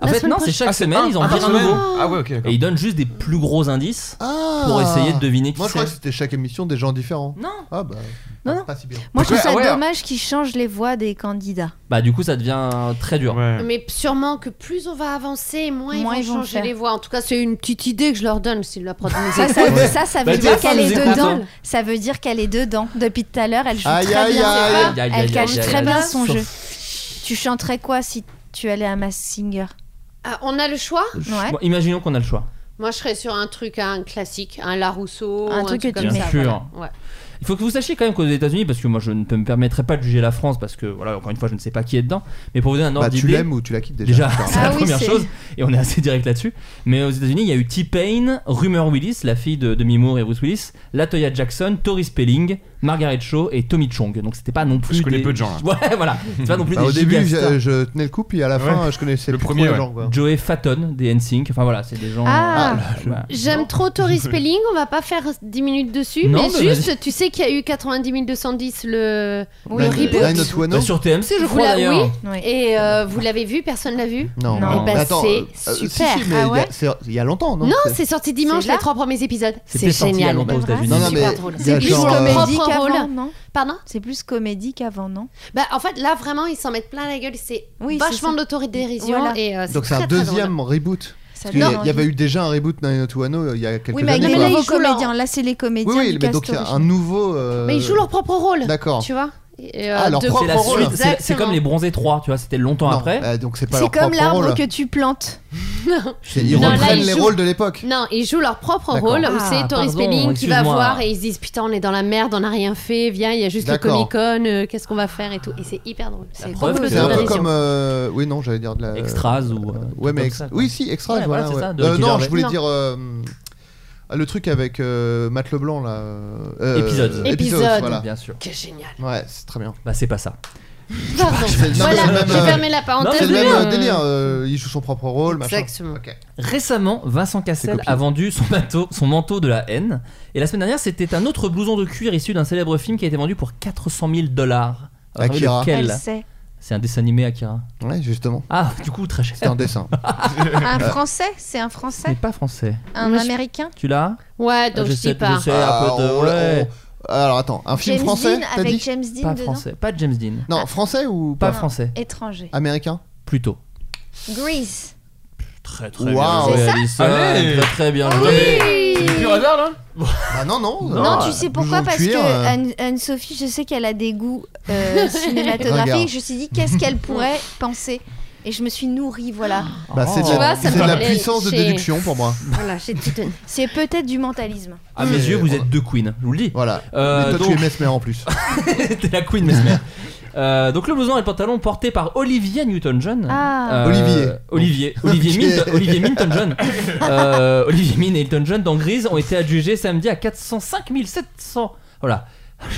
S6: En
S7: la
S6: fait,
S7: semaine
S6: non, c'est
S7: prochaine
S6: chaque
S8: Ah, c'est
S6: semaine,
S8: un-
S6: ils en
S8: un par
S6: virent un
S8: semaine
S6: nouveau.
S8: Ah ouais, ok,
S6: Et
S8: d'accord.
S6: ils donnent juste des plus gros indices.
S2: Ah.
S6: pour essayer de deviner qui
S2: Moi, je
S6: c'est.
S2: crois que c'était chaque émission des gens différents.
S6: Non.
S2: Ah bah.
S9: Non,
S2: pas-
S9: non.
S2: Pas si bien.
S9: Moi, je trouve
S8: Ouais,
S9: ça
S8: ouais.
S9: dommage qu'ils changent les voix des candidats.
S6: Bah du coup ça devient très dur.
S8: Ouais.
S7: Mais sûrement que plus on va avancer, moins,
S9: Moins
S7: ils vont changer
S9: faire.
S7: les voix. En tout cas, c'est une petite idée que je leur donne s'ils la prennent.
S9: Ça, ça,
S2: Ouais.
S9: ça, ça
S6: Bah,
S9: veut
S6: tu
S9: dire
S6: vois,
S9: qu'elle
S6: nous
S9: est
S6: écoutons.
S9: dedans. Ça veut dire qu'elle est dedans. Depuis tout à l'heure, elle joue
S2: hein. Aïe,
S9: très
S2: aïe, aïe.
S9: bien. Ah,
S6: Aïe, aïe,
S9: Elle
S6: aïe,
S9: cache
S6: aïe,
S9: très
S6: aïe.
S9: bien son
S6: Sauf-
S9: jeu. Tu chanterais quoi si tu allais à Mass Singer
S7: Ah, on a le choix
S9: Ouais.
S6: Bon, imaginons qu'on a le choix.
S7: Moi, je serais sur un truc, un classique, un Larousseau.
S9: Un truc que tu
S7: comme
S9: mets.
S7: ça,
S6: Bien
S7: voilà. Ouais.
S6: Il faut que vous sachiez quand même qu'aux États-Unis, parce que moi je ne peux- me permettrai pas de juger la France, parce que voilà, encore une fois, je ne sais pas qui est dedans, mais pour vous donner un ordre
S2: Bah, tu
S6: d'idée,
S2: l'aimes ou tu la quittes déjà.
S6: déjà, c'est la
S9: Ah oui,
S6: première
S9: c'est-
S6: chose, et on est assez direct là-dessus. Mais aux États-Unis, il y a eu T-Pain, Rumor Willis, la fille de Demi Moore et Bruce Willis, Latoya Jackson, Tori Spelling, Margaret Shaw et Tommy Chong. Donc c'était pas non plus.
S8: connais
S6: des-
S8: peu de gens, là.
S6: Ouais, voilà. C'est pas non plus
S2: Bah,
S6: des
S2: au début,
S6: gigastars.
S2: je, je tenais le coup, puis à la fin, je connaissais
S8: Le
S2: plus
S8: premier,
S2: trop les
S8: ouais.
S2: gens, quoi.
S6: Joey Fatton des NSYNC. Enfin voilà, c'est des gens. euh,
S9: Ah.
S6: Voilà. Bah,
S7: J'aime trop Tori Spelling, on va pas faire 10 minutes dessus,
S6: Non,
S7: mais,
S6: mais
S7: juste, tu sais qu'il y a eu 90 210 le,
S9: Oui.
S7: le
S2: Nine-
S7: reboot.
S2: Nine Not One,
S6: Bah, sur TMC, je
S7: Vous
S6: crois
S7: la-
S6: d'ailleurs.
S7: oui.
S9: Ouais.
S7: Et euh, vous l'avez vu, personne l'a vu
S2: Non,
S9: Non.
S2: non.
S9: Eh ben,
S2: Mais attends,
S7: c'est
S2: euh, euh, si,
S7: super.
S2: si, mais il
S9: Ah
S2: y a-
S9: ouais
S2: c'est il y a longtemps, non
S7: Non,
S2: c'est-
S7: c'est sorti dimanche,
S9: C'est là
S7: les trois premiers épisodes.
S6: C'est
S7: C'est
S6: peut-être sorti il y a
S7: génial.
S6: longtemps aux
S9: C'est vrai
S6: États-Unis.
S2: Non, non, mais
S7: super drôle.
S2: il y a
S9: Plus
S2: genre, euh,
S9: comédie
S7: Propre
S9: qu'avant,
S7: rôle.
S9: non
S7: Pardon
S9: C'est plus comédie qu'avant, non
S7: Bah, en fait, là, vraiment, ils s'en mettent plein la gueule. C'est
S9: Oui, c'est
S7: vachement
S9: ça.
S7: d'autodérision.
S9: Voilà.
S7: Et, euh,
S2: donc
S7: très,
S2: c'est
S7: très
S2: un
S7: drôle.
S2: deuxième reboot.
S9: Ça
S2: Parce qu'il y a-
S9: donne
S2: Il y avait
S9: envie.
S2: eu déjà un reboot Nine Not One oh, il y a quelques
S9: Oui, mais avec
S2: années.
S9: des
S7: Non, mais là,
S2: quoi.
S9: nouveaux
S7: ils jouent leur-
S9: comédiens. Là, c'est les comédiens
S2: oui, oui,
S9: du
S2: mais
S9: cast
S2: donc il y a un
S9: original.
S2: nouveau. euh,
S7: Mais ils jouent leur propre rôle.
S2: D'accord.
S7: Tu vois Et, euh,
S2: Ah, leur
S7: de-
S2: propre
S6: C'est la
S2: Propre rôle.
S6: suite, c'est- c'est comme les
S7: Exactement.
S6: bronzés 3, tu vois, c'était longtemps
S2: Non,
S6: après.
S2: euh, donc c'est pas leur
S9: C'est comme
S2: propre
S9: l'arbre
S2: rôle.
S9: que tu plantes.
S2: C'est- Ils
S6: Non, là,
S2: reprennent
S7: ils
S2: les
S7: jouent-
S2: rôles de l'époque.
S7: Non, ils jouent leur propre
S2: D'accord.
S7: rôle. où
S6: Ah,
S7: c'est Tori
S6: pardon,
S7: Spelling qui va
S6: excuse-moi.
S7: voir et ils se disent Putain, on est dans la merde, on n'a rien fait. Viens, il y a juste le
S2: D'accord.
S7: Comic Con, euh, qu'est-ce qu'on va faire et tout. Et c'est hyper drôle. C'est
S6: preuve
S7: complètement
S6: que
S2: C'est un peu
S7: dérision.
S2: comme. euh, Oui, non, j'allais dire de la.
S6: Extras ou. euh,
S2: Ouais,
S6: tout
S2: mais
S6: comme
S2: ex-
S6: ça, quoi.
S2: oui, si, extra.
S6: Ouais,
S2: voilà,
S6: voilà, c'est
S2: ouais.
S6: ça, de
S2: Euh,
S6: Ricky
S2: non,
S6: Gervais.
S2: je voulais
S7: Non.
S2: dire euh, le truc avec euh, Matt Leblanc là. euh,
S6: Épisode.
S2: euh,
S7: Épisode.
S2: voilà.
S6: Bien sûr.
S7: Que génial.
S2: Ouais, c'est très bien.
S6: Bah, c'est pas ça.
S7: Pardon.
S2: C'est le- non, mais
S7: voilà,
S2: c'est le même,
S7: je
S2: euh,
S7: fermais la parenthèse.
S2: C'est le
S6: Ah, C'est
S2: même
S6: bien.
S2: euh, délire. euh, il joue son propre rôle, machin.
S7: Exactement.
S2: Ok.
S6: Récemment, Vincent
S2: C'est
S6: Cassel
S2: copié.
S6: a vendu son, manteau, son manteau de la haine. Et la semaine dernière, c'était un autre blouson de cuir issu d'un célèbre film qui a été vendu pour 400 000 dollars.
S2: Akira.
S6: Euh.
S9: Elle sait.
S6: C'est un dessin animé Akira.
S2: Ouais, justement.
S6: Ah, du coup, très cher.
S2: C'est un dessin.
S6: Euh.
S9: Un français C'est
S6: Ce
S9: un
S6: n'est
S2: Euh,
S9: français
S6: pas français.
S9: Un
S7: Moi, je-
S9: américain
S6: Tu l'as
S7: Ouais, donc je,
S6: sais,
S7: dis pas.
S6: Je sais, un peu de.
S2: Ah, on-
S6: ouais.
S2: on- Alors attends, un film
S9: James
S2: français
S9: Dean
S2: t'as
S9: avec
S2: dit
S9: James Dean
S6: Pas
S9: dedans
S6: français. Pas James Dean.
S2: Non, français ou
S6: Pas
S2: pas
S6: français.
S9: Étranger.
S2: américain
S6: Plutôt.
S9: Grease.
S6: Très très
S2: Waouh.
S6: bien
S2: C'est
S6: joué,
S2: ça
S6: Alice.
S8: Allez.
S6: Très très bien joué.
S8: C'est pur hasard là
S2: Bah non, non.
S9: Non, tu sais pourquoi
S2: toujours
S9: Parce
S2: cuir,
S9: que
S2: euh.
S9: Anne- Anne-Sophie, je sais qu'elle a des goûts euh,
S2: Regarde.
S9: cinématographiques. je me suis dit, qu'est-ce qu'elle pourrait penser Et je me suis nourrie, voilà.
S6: euh,
S2: Bah, c'est de
S7: Tu
S2: la,
S7: vois, ça
S2: c'est de la
S7: me-
S2: puissance de
S7: j'ai-
S2: déduction pour moi.
S7: Voilà, Oh j'ai tout donné.
S9: C'est peut-être du mentalisme.
S6: À mes
S2: Mais
S6: yeux, vous
S2: on-
S6: êtes deux queens, je vous le dis.
S2: Voilà.
S6: Euh,
S2: Mais toi,
S6: donc- Ah,
S2: tu es Mesmer en plus.
S6: T'es la queen, mesmer. Euh, donc le blouson et le pantalon portés par Olivia Newton-John.
S9: Ah.
S2: Olivier.
S6: Euh, Olivier. Olivier,
S2: Ok.
S6: Mint- Olivier Minton-John. Euh, Olivier Min et Hilton-John dans Grise ont été adjugés samedi à 405 700. Voilà,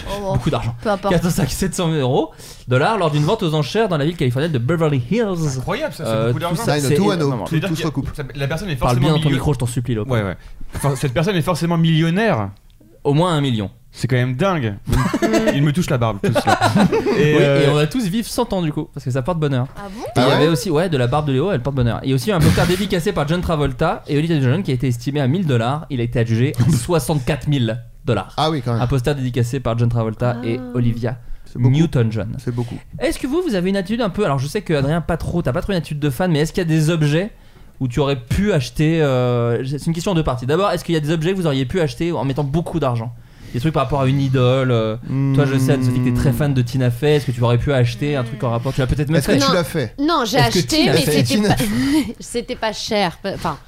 S9: Oh,
S6: Euh, beaucoup d'argent.
S9: peu importe.
S6: 405 700 euros dollars lors d'une vente aux enchères dans la ville californienne de Beverly Hills.
S10: Incroyable, ça, c'est
S6: Euh,
S10: beaucoup
S6: tout
S10: d'argent.
S6: ça,
S2: Sign
S6: c'est énorme.
S2: tout, Anneau.
S10: Ça veut dire
S2: Tout
S10: qu'il
S2: se
S10: y a-
S2: recoupe.
S10: ça- La personne est
S6: Parle
S10: forcément
S6: bien dans ton
S10: milli-
S6: micro, je t'en supplie, Lope.
S8: Ouais, ouais. Enfin, cette personne est forcément millionnaire.
S6: Au moins un million.
S8: C'est quand même dingue. Il me touche la barbe, tout ça. Et,
S6: Oui,
S8: euh,
S6: et on va tous vivre 100 ans du coup, parce que ça porte bonheur.
S9: Ah bon
S6: Et il
S2: Ah
S6: y
S2: ouais
S6: avait aussi, ouais, de la barbe de Léo, elle porte bonheur. Il y a aussi un poster dédicacé par John Travolta et Olivia Newton-John qui a été estimé à 1000 dollars. Il a été adjugé à 64 000 dollars.
S2: Ah oui, quand
S6: Un
S2: même.
S6: poster dédicacé par John Travolta et
S7: Ah.
S6: Olivia
S2: C'est beaucoup.
S6: Newton-John.
S2: C'est beaucoup.
S6: Est-ce que vous, vous avez une attitude un peu. Alors je sais que Adrien, pas trop, t'as pas trop une attitude de fan, mais est-ce qu'il y a des objets où tu aurais pu acheter. euh, C'est une question en deux parties. D'abord, est-ce qu'il y a des objets que vous auriez pu acheter en mettant beaucoup d'argent Des trucs par rapport à une idole euh, Toi, je
S2: Hmm.
S6: sais, Anne-Sophie, que t'es très fan de Tina Fey. Est-ce que tu aurais pu acheter un truc en rapport Tu l'as peut-être même
S2: Est-ce que
S6: fait.
S2: tu
S7: Non.
S2: l'as fait
S7: Non, j'ai
S6: Est-ce que
S7: acheté,
S6: Tina
S7: mais
S6: fait-
S7: c'était
S2: Tina
S7: pas... c'était pas cher. Enfin,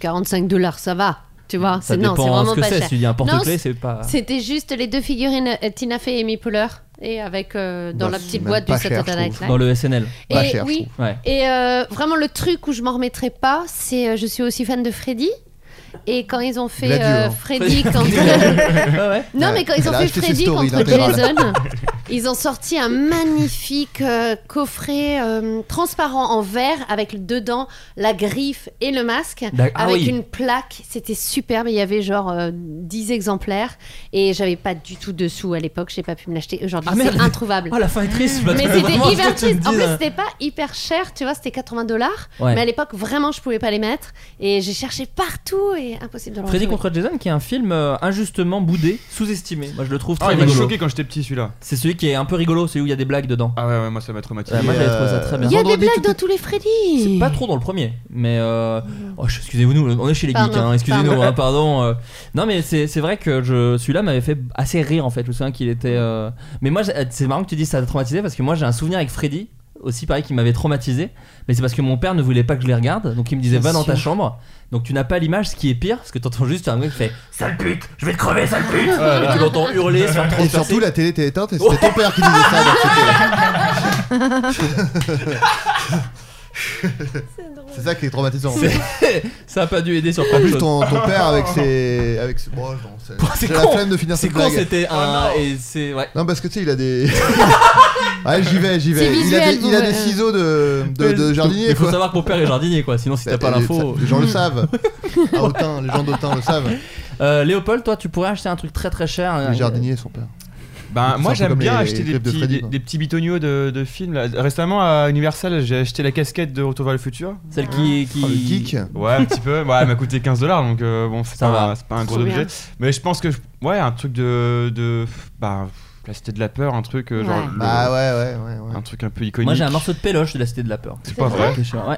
S7: 45 dollars, ça va. Tu vois,
S6: Ça
S7: c'est non, c'est
S6: dépend
S7: vraiment
S6: ce que
S7: pas
S6: c'est.
S7: cher.
S6: Si tu dis un porte-clés,
S7: Non,
S6: c'est pas.
S7: C'était juste les deux figurines euh, Tina Fey et Amy Poehler et avec euh, dans
S2: Bah,
S7: la
S2: c'est
S7: petite
S2: même
S7: boîte du
S2: pas cher,
S7: Saturday
S2: je
S7: Night
S2: trouve.
S7: Live.
S6: Dans le SNL.
S7: Et
S2: Pas cher, je
S7: oui.
S6: Ouais.
S7: Et euh, vraiment le truc où je m'en remettrai pas, c'est euh, je suis aussi fan de Freddy. Et quand ils ont fait
S2: Gladio,
S7: euh,
S2: hein.
S7: Freddy contre
S6: ouais, ouais.
S7: non mais quand ils
S2: Elle
S7: ont
S2: a
S7: fait
S2: acheté ses
S7: Freddy
S2: stories
S7: contre
S2: d'intégrale.
S7: Jason, ils ont sorti un magnifique euh, coffret euh, transparent en verre avec dedans la griffe et le masque
S6: D'ac- ah
S7: avec
S6: oui.
S7: une plaque. C'était superbe. Il y avait genre euh, 10 exemplaires et j'avais pas du tout de sous à l'époque. J'ai pas pu me l'acheter. Aujourd'hui,
S6: Ah, merde.
S7: c'est introuvable.
S6: Oh, la fin est triste. je la
S7: Mais
S6: trouve
S7: c'était
S6: vraiment
S7: hyper
S6: triste,
S7: triste. En
S6: me
S7: plus,
S6: dis, hein.
S7: c'était pas hyper cher, tu vois, c'était 80 dollars.
S6: Ouais.
S7: Mais à l'époque, vraiment, je pouvais pas les mettre. Et j'ai cherché partout et impossible de le
S6: Freddy
S7: retrouver.
S6: contre Jason, qui est un film euh, injustement boudé, sous-estimé. Moi, je le trouve
S8: Ah,
S6: très
S8: il m'a
S6: rigolo.
S8: choqué quand j'étais petit celui-là.
S6: C'est celui qui est un peu rigolo, celui où il y a des blagues dedans.
S8: Ah ouais, ouais, moi ça m'a traumatisé.
S6: Ouais, moi,
S2: Et,
S6: j'avais trouvé ça
S2: euh,
S6: très bien.
S7: Il y a des
S2: Vendredi,
S7: blagues
S2: tout
S7: dans
S2: est-
S7: tous les Freddy.
S6: C'est pas trop dans le premier, mais euh...
S2: Mmh.
S6: oh, je- excusez-vous, nous, on est chez les geeks,
S7: Pardon,
S6: hein, excusez-nous,
S7: pardon.
S6: hein, pardon. euh. Non, mais c'est c'est vrai que je, celui-là m'avait fait assez rire en fait. Je me souviens qu'il était. euh, Mais moi, j'ai- c'est marrant que tu dis ça t'a traumatisé parce que moi j'ai un souvenir avec Freddy aussi pareil qui m'avait traumatisé, mais c'est parce que mon père ne voulait pas que je les regarde, donc il me disait va dans ta chambre. Donc tu n'as pas l'image, ce qui est pire, parce que t'entends juste un mec qui fait sale pute, je vais te crever, sale pute. Et tu l'entends hurler, se faire
S2: Et
S6: transpercer.
S2: surtout, la télé était éteinte et c'était ton père qui disait ça. donc c'était- C'est ça qui est traumatisant.
S6: C'est- ça a pas dû aider sur
S2: En
S6: plein de
S2: plus,
S6: choses.
S2: ton, ton père avec ses. Avec ses... Bon, non, c'est-
S6: C'est
S2: J'ai la
S6: con.
S2: flemme de finir
S6: C'est
S2: cette
S6: con,
S2: blague. Oh
S6: c'était un et c'est ouais.
S2: Non, parce que tu sais, il a des. ouais, j'y vais, j'y vais.
S7: C'est
S2: Il a
S7: visuel,
S2: des, il a
S7: vous-
S2: des ciseaux de, de, de jardinier,
S6: Il faut
S2: quoi.
S6: savoir que mon père est jardinier quoi, sinon si t'as pas
S2: Et
S6: l'info.
S2: ça, Les gens le savent. À Autun, les gens d'Autun le savent.
S6: Euh, Léopold, toi tu pourrais acheter un truc très très cher. euh,
S2: Les jardiniers et son père.
S8: Ben,
S2: C'est un
S8: moi
S2: peu
S8: j'aime
S2: comme
S8: bien
S2: les-
S8: acheter
S2: les
S8: des
S2: clips de
S8: petits,
S2: Freddy,
S8: des,
S2: quoi.
S8: des petits bitonnios de, de films. là. Récemment à Universal, j'ai acheté la casquette de Retour vers le futur.
S6: Celle qui qui
S2: Oh, le geek.
S8: Ouais, un petit peu. Ouais, elle m'a coûté 15 dollars donc euh, bon, c'est
S6: Ça va.
S8: pas, c'est pas un gros
S7: Trop
S8: objet.
S7: bien.
S8: Mais je pense que, je- ouais, un truc de. de bah, la cité de la peur, un truc euh, genre.
S7: Ouais.
S8: le-
S2: Bah ouais, ouais, ouais. ouais.
S8: Un truc un peu iconique.
S6: Moi j'ai un morceau de péloche de la Cité de la Peur.
S8: C'est pas vrai.
S6: Quelque chose, Ouais.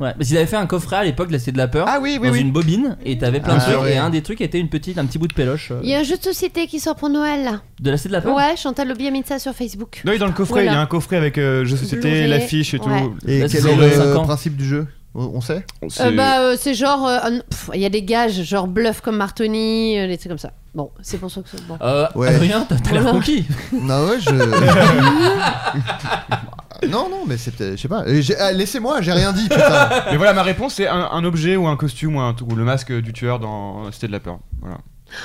S6: Ouais, parce qu'ils avaient fait un coffret à l'époque de la Cité de la Peur
S8: Ah oui, oui,
S6: dans
S8: oui.
S6: une bobine et t'avais plein de
S2: Ah,
S6: trucs
S2: ouais.
S6: et un des trucs était une petite un petit bout de péloche euh,
S7: Il y a un jeu de société qui sort pour Noël là.
S6: de la Cité de la Peur.
S7: Ouais, Chantal Lobby a mis ça sur Facebook.
S8: Non, il est dans le coffret,
S7: Voilà.
S8: il y a un coffret avec euh, jeu société,
S7: Blu-ray,
S8: l'affiche et
S7: ouais.
S8: tout.
S2: Et
S6: Parce
S2: quel
S6: qu'ils
S2: est
S6: ont
S2: le
S6: 25 ans.
S2: principe du jeu On on sait
S8: C'est-
S7: Euh, bah, euh, c'est genre. euh, un- pff, Il y a des gages, genre bluff comme Martoni, euh, des trucs comme ça. Bon, c'est pour ça que ça. Bon.
S6: Euh,
S2: Ouais.
S6: Adrien, t'as t'as l'air
S7: Voilà.
S6: conquis.
S2: Non, ouais, je. non, non, mais c'est peut-être. Je sais pas. Et j'ai- ah, Laissez-moi, j'ai rien dit, putain.
S8: Mais voilà, ma réponse c'est un, un objet ou un costume ou, un, ou le masque du tueur dans la Cité de la Peur. Voilà.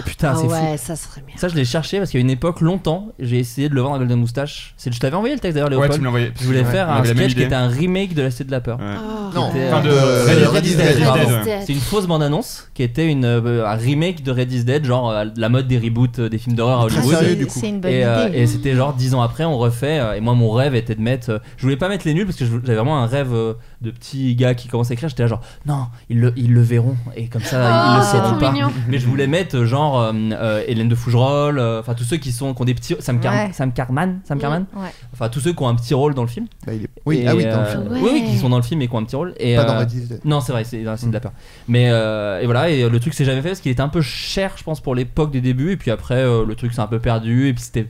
S6: Putain,
S7: Ah
S6: c'est fou.
S7: ouais, ça serait bien.
S6: Ça, je l'ai cherché parce qu'à une époque, longtemps, j'ai essayé de le vendre à Golden Moustache. C'est- Je t'avais envoyé le texte d'ailleurs,
S8: Ouais,
S6: Léopold.
S8: tu me l'envoyais.
S6: je voulais faire
S8: On
S6: un
S8: avait la même
S6: sketch qui
S8: idée.
S6: était un remake de la Cité de la Peur.
S8: Ouais.
S7: Oh.
S2: Non.
S6: C'était,
S8: Enfin, de
S2: Euh,
S8: Red
S6: Dead,
S8: Red
S6: Red
S8: is
S6: Dead,
S8: Dead,
S6: pardon.
S8: Dead.
S7: Dead.
S6: C'est une fausse bande-annonce qui était une, euh, un remake de Red is Dead, genre euh, la mode des reboots euh, des films d'horreur à
S2: Très
S6: Hollywood.
S2: sérieux, du coup.
S9: C'est une bonne
S6: Et, euh,
S9: idée.
S6: et c'était genre 10 ans après, on refait. euh, et moi, mon rêve était de mettre. euh, je voulais pas mettre les nuls parce que je- j'avais vraiment un rêve euh, de petit gars qui commence à écrire. J'étais là genre, non, ils le, ils le verront. Et comme ça, ils
S7: Oh,
S6: le
S7: c'est
S6: sauront
S7: trop
S6: pas.
S7: mignon.
S6: Mais je voulais mettre euh, genre euh, euh, Hélène de Fougerolles, euh, enfin tous ceux qui sont qui ont des petits Sam, Car-
S9: Ouais.
S6: Sam Carman, Sam Carman,
S9: Ouais.
S6: enfin tous ceux qui ont un petit rôle dans le film.
S2: Bah, il est- Oui,
S6: Et,
S2: ah oui, dans le
S6: euh,
S2: film.
S9: Ouais.
S6: oui, oui, qui sont dans le film et qui ont un petit rôle. Et,
S2: Pas dans
S6: euh,
S2: Red Dead.
S6: non, c'est vrai, c'est c'est de
S2: Mm.
S6: la peur. Mais euh, et voilà, et le truc s'est jamais fait parce qu'il était un peu cher, je pense, pour l'époque des débuts. Et puis après, euh, le truc s'est un peu perdu. Et puis c'était.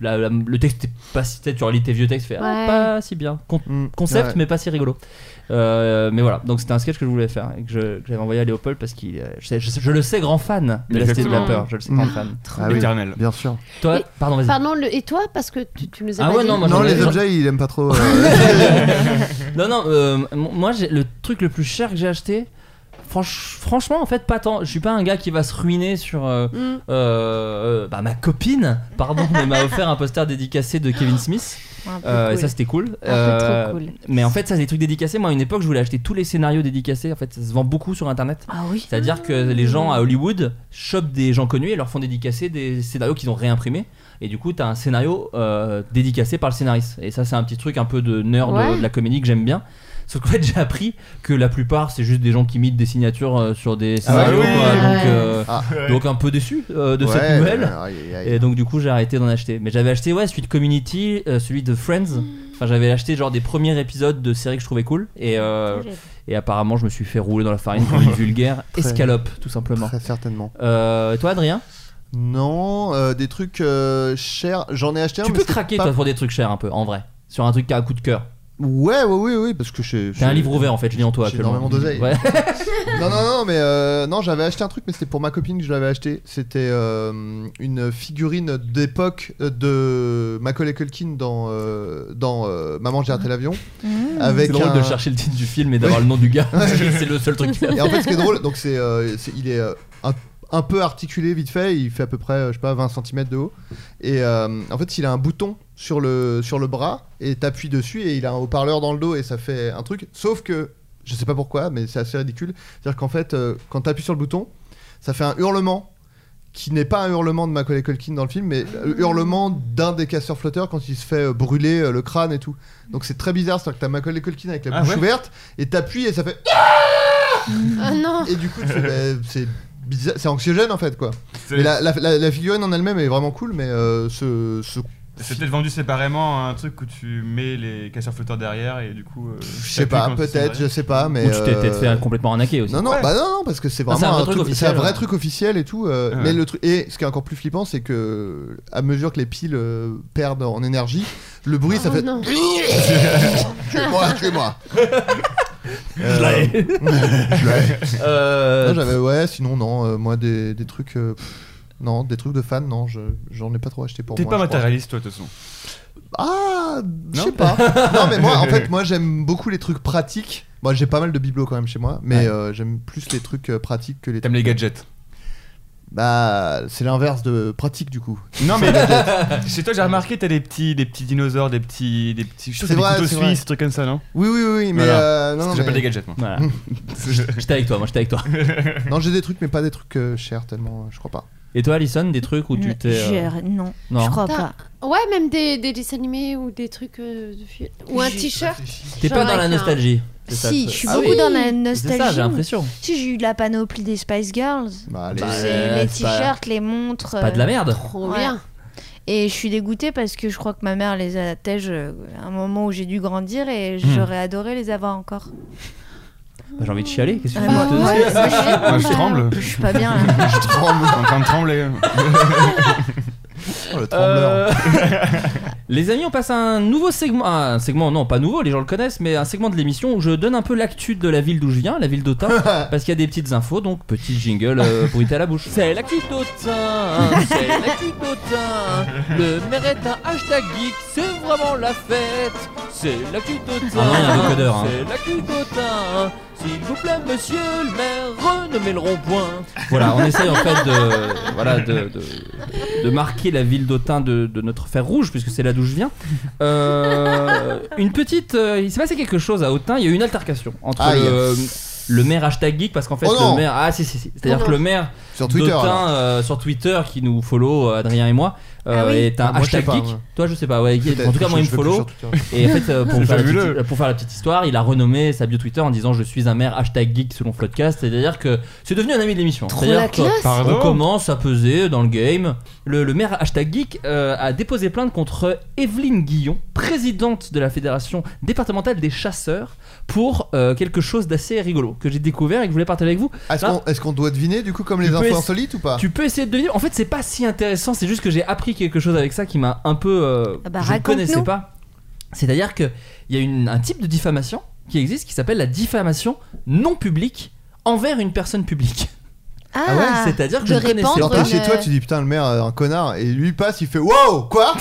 S6: la- la- le texte était pas si. peut-être Tu relis tes vieux textes, tu fais ah,
S7: Ouais.
S6: pas si bien. Con-
S2: Mm.
S6: hmm, concept,
S2: Ouais.
S6: mais pas si rigolo. Euh, mais voilà, donc c'était un sketch que je voulais faire et que je- que j'avais envoyé à Léopold parce qu'il. euh, je, sais- je sais- je le sais, grand fan de la Cité de la
S7: Exactement.
S6: Peur. Je le sais,
S2: Mm.
S6: grand fan.
S2: Ah oui,
S8: Éternel.
S2: bien sûr.
S6: Toi,
S7: Et-
S6: pardon, vas-y.
S7: Pardon, le- et toi Parce que tu, tu nous as
S6: Ah
S7: pas
S6: ouais,
S7: dit.
S6: non, moi,
S2: non,
S6: j'en ai-
S2: les
S6: j'en-
S2: objets, il aime pas trop. euh,
S6: Non, non, euh, m- moi, j'ai- le truc le plus cher que j'ai acheté, franch- franchement, en fait, pas tant. Je suis pas un gars qui va se ruiner sur. euh,
S7: Mm.
S6: euh, bah, ma copine, pardon, mais m'a offert un poster dédicacé de Kevin Smith.
S9: Un peu
S6: Euh, et
S9: cool.
S6: ça, c'était cool.
S7: peu Ah,
S6: Euh,
S7: trop cool.
S6: Mais en fait, ça, c'est des trucs dédicacés. Moi, à une époque, je voulais acheter tous les scénarios dédicacés. En fait, ça se vend beaucoup sur internet.
S9: Ah oui.
S6: C'est-à-dire que les gens à Hollywood chopent des gens connus et leur font dédicacer des scénarios qu'ils ont réimprimés. Et du coup, t'as un scénario euh, dédicacé par le scénariste. Et ça, c'est un petit truc un peu de nerd
S7: Ouais.
S6: de, de la comédie que j'aime bien. Sauf qu'en fait, j'ai appris que la plupart, c'est juste des gens qui imitent des signatures euh, sur des scénarios.
S8: oui.
S6: quoi.
S7: Ouais.
S6: donc, euh,
S2: Ah.
S6: donc un peu déçu euh, de
S2: ouais,
S6: cette nouvelle.
S2: euh, aïe, aïe, aïe.
S6: Et donc du coup j'ai arrêté d'en acheter. Mais j'avais acheté ouais celui de Community, euh, celui de Friends. Enfin j'avais acheté genre des premiers épisodes de séries que je trouvais cool. Et, euh, et apparemment je me suis fait rouler dans la farine comme une vulgaire
S2: Très-
S6: escalope tout simplement.
S2: Très certainement.
S6: Euh, toi Adrien,
S2: Non, euh, des trucs euh, chers. J'en ai acheté un.
S6: tu
S2: mais
S6: peux
S2: c'était
S6: craquer
S2: pas-
S6: toi pour des trucs chers un peu en vrai. Sur un truc qui a un coup de cœur.
S2: Ouais, ouais, oui, oui, parce que j'ai.
S6: T'as un livre ouvert en fait, je lis en toi
S2: J'ai
S6: actuellement.
S2: énormément d'oseille.
S6: Ouais.
S2: Non, non, non, mais euh, non, j'avais acheté un truc, mais c'était pour ma copine que je l'avais acheté. C'était euh, une figurine d'époque euh, de Macaulay Culkin dans, euh, dans euh, Maman, j'ai raté l'avion.
S6: Ah. C'est
S2: Avec
S6: drôle
S2: un-
S6: de chercher le titre du film et d'avoir le nom du gars. c'est le seul truc qu'il a.
S2: Et en fait, ce qui est drôle, donc c'est, euh, c'est- il est euh, un, un peu articulé vite fait. Il fait à peu près, euh, je sais pas, 20 cm de haut. Et euh, en fait, il a un bouton sur le sur le bras et t'appuies dessus et il a un haut-parleur dans le dos et ça fait un truc. Sauf que je sais pas pourquoi, mais c'est assez ridicule. C'est-à-dire qu'en fait, euh, quand t'appuies sur le bouton, ça fait un hurlement qui n'est pas un hurlement de Macaulay Culkin dans le film, mais le hurlement d'un des casseurs flotteurs quand il se fait euh, brûler euh, le crâne et tout. Donc c'est très bizarre, c'est-à-dire que t'as Macaulay Culkin avec la
S8: Ah
S2: bouche
S8: ouais
S2: ouverte et t'appuies et ça fait
S7: Ah non
S2: et du coup, tu fais, bah, c'est bizarre, c'est anxiogène en fait quoi.
S8: C'est-
S2: Mais la, la, la- la figurine en elle-même est vraiment cool, mais euh, ce, ce-
S8: C'est peut-être vendu séparément un truc où tu mets les casseurs flotteurs derrière et du coup. euh,
S2: je sais pas,
S8: t'appuies quand ils sont
S2: peut-être, je
S8: derrière.
S2: sais pas, mais
S6: Ou tu t'es
S2: euh,
S6: peut-être fait complètement arnaquer aussi.
S2: Non non,
S8: Ouais.
S2: bah non non parce que c'est
S6: Ah,
S2: vraiment
S6: c'est un vrai
S2: un
S6: truc
S2: truc, c'est un
S6: officiel,
S2: vrai
S6: ouais.
S2: truc officiel et tout. euh,
S8: Ouais.
S2: Mais le truc et ce qui est encore plus flippant, c'est que à mesure que les piles euh, perdent en énergie, le bruit ça
S7: Oh
S2: fait.
S7: non.
S2: Tuez-moi, tuez-moi. Euh, je l'ai.
S6: Euh,
S2: Non, j'avais ouais, sinon non, euh, moi des, des trucs. euh, pff, non, des trucs de fans, non, je- j'en ai pas trop acheté pour
S8: T'es
S2: moi.
S8: pas
S2: je pense.
S8: matérialiste toi de toute façon.
S2: Ah, je sais pas. non, mais moi, en fait, moi, j'aime beaucoup les trucs pratiques. Moi, j'ai pas mal de bibelots quand même chez moi, mais euh, j'aime plus les trucs euh, pratiques que les.
S8: T'aimes
S2: trucs-
S8: les gadgets.
S2: Bah, c'est l'inverse de pratique du coup.
S8: Non mais chez toi j'ai remarqué t'as des petits, des petits dinosaures, des petits, des petits. Je trouve
S2: C'est
S8: que t'as
S2: vrai,
S8: des couteaux
S2: c'est vrai.
S8: suisses, des trucs comme ça non.
S2: Oui, oui, oui, mais
S8: Voilà.
S2: euh, non, non,
S8: J'appelle
S2: mais-
S8: des gadgets moi.
S6: Voilà. J'étais avec toi, moi j'étais avec toi.
S2: non, j'ai des trucs, mais pas des trucs euh, chers tellement, euh, je crois pas.
S6: Et toi Alison, des trucs où tu t'es... euh,
S9: Je- Non,
S6: Non.
S9: je crois
S7: T'as-
S9: pas.
S7: Ouais, même des, des dessins animés ou des trucs. euh, de fi- Ou un
S9: J'ai-
S7: t-shirt.
S6: T'es pas
S7: Genre
S6: dans la
S7: avec un-
S6: nostalgie. c'est ça,
S9: Si,
S6: c'est-
S9: je suis
S6: Ah
S9: beaucoup
S6: oui.
S9: dans la
S6: C'est ça, j'ai
S9: nostalgie.
S6: l'impression.
S9: Si j'ai eu la panoplie des Spice Girls,
S2: Bah, allez.
S6: Bah,
S9: C'est
S6: euh,
S9: les
S6: c'est pas-
S9: t-shirts, les montres.
S6: Pas de la merde.
S7: Trop
S9: Ouais.
S7: bien.
S9: Et je suis dégoûtée parce que je crois que ma mère les a tège à un moment où j'ai dû grandir et
S6: Hmm.
S9: j'aurais adoré les avoir encore.
S6: Bah, j'ai envie de chialer. Qu'est-ce que
S9: Ah,
S6: tu veux
S9: moi-
S6: que
S9: moi,
S6: je te dise
S9: c'est-
S8: Moi, je tremble.
S9: Je suis pas bien. hein. là.
S8: Je tremble. en train de trembler.
S6: euh,
S2: Oh, le trembleur.
S6: Les amis, on passe à un nouveau segment. ah, un segment, non, pas nouveau, les gens le connaissent, mais un segment de l'émission où je donne un peu l'actu de la ville d'où je viens, la ville d'Autun, parce qu'il y a des petites infos, donc petit jingle euh, bruit à la bouche. C'est l'actu d'Autun, c'est l'actu d'Autun, le maire est un hashtag geek, c'est vraiment la fête. C'est l'actu d'Autun, c'est l'actu d'Autun, s'il vous plaît, monsieur le maire, renommez le rond-point. Voilà, on essaye en fait de, voilà, de- de, de marquer la ville d'Autun de, de notre fer rouge, puisque c'est là d'où je viens. Euh, une petite. euh, il s'est passé quelque chose à Autun, il y a eu une altercation entre
S2: Aïe.
S6: le, le maire hashtag geek, parce qu'en fait,
S2: Oh non.
S6: le maire. Ah, si, si, si. C'est-à-dire
S7: Oh
S6: que
S7: non.
S6: le maire
S2: Ça Sur Twitter,
S6: D'autun,
S2: alors.
S6: euh, sur Twitter qui nous follow, euh, Adrien et moi, euh,
S9: Ah oui.
S6: est un
S2: Ah, moi, je sais
S6: hashtag
S2: pas,
S6: geek.
S2: moi.
S6: Toi, je sais pas, ouais.
S2: Peut-être,
S6: En tout cas,
S2: je-
S6: moi, il
S2: je
S6: me
S2: vais plus
S6: follow.
S2: sur Twitter.
S6: Et en fait, euh, pour,
S8: C'est
S6: faire la
S8: fabuleux.
S6: petite, pour faire la petite histoire, il a renommé sa bio Twitter en disant Je suis un maire hashtag geek selon Floodcast. C'est-à-dire que c'est devenu un ami de l'émission.
S7: Trop
S6: C'est-à-dire
S7: la
S6: que
S7: classe.
S8: Pardon
S6: on commence à peser dans le game. Le, le maire hashtag geek euh, a déposé plainte contre Evelyne Guillon, présidente de la Fédération départementale des chasseurs, pour euh, quelque chose d'assez rigolo que j'ai découvert et que je voulais partager avec vous.
S2: Est-ce
S6: Là-
S2: qu'on est-ce qu'on doit deviner du coup comme
S6: Tu
S2: les
S6: peux
S2: infos
S6: essa-
S2: insolites ou pas
S6: Tu peux essayer de deviner. En fait, c'est pas si intéressant. C'est juste que j'ai appris quelque chose avec ça qui m'a un peu. euh,
S9: Ah bah,
S6: je ne
S9: raconte-nous.
S6: connaissais pas. C'est-à-dire que il y a une- un type de diffamation qui existe qui s'appelle la diffamation non publique envers une personne publique.
S9: Ah,
S6: C'est-à-dire que je
S9: de
S6: ne connaissais
S9: répandre
S6: pas.
S2: Genre t'es
S9: Une-
S2: chez toi, tu dis putain le maire euh, un connard et lui il passe, il fait wow quoi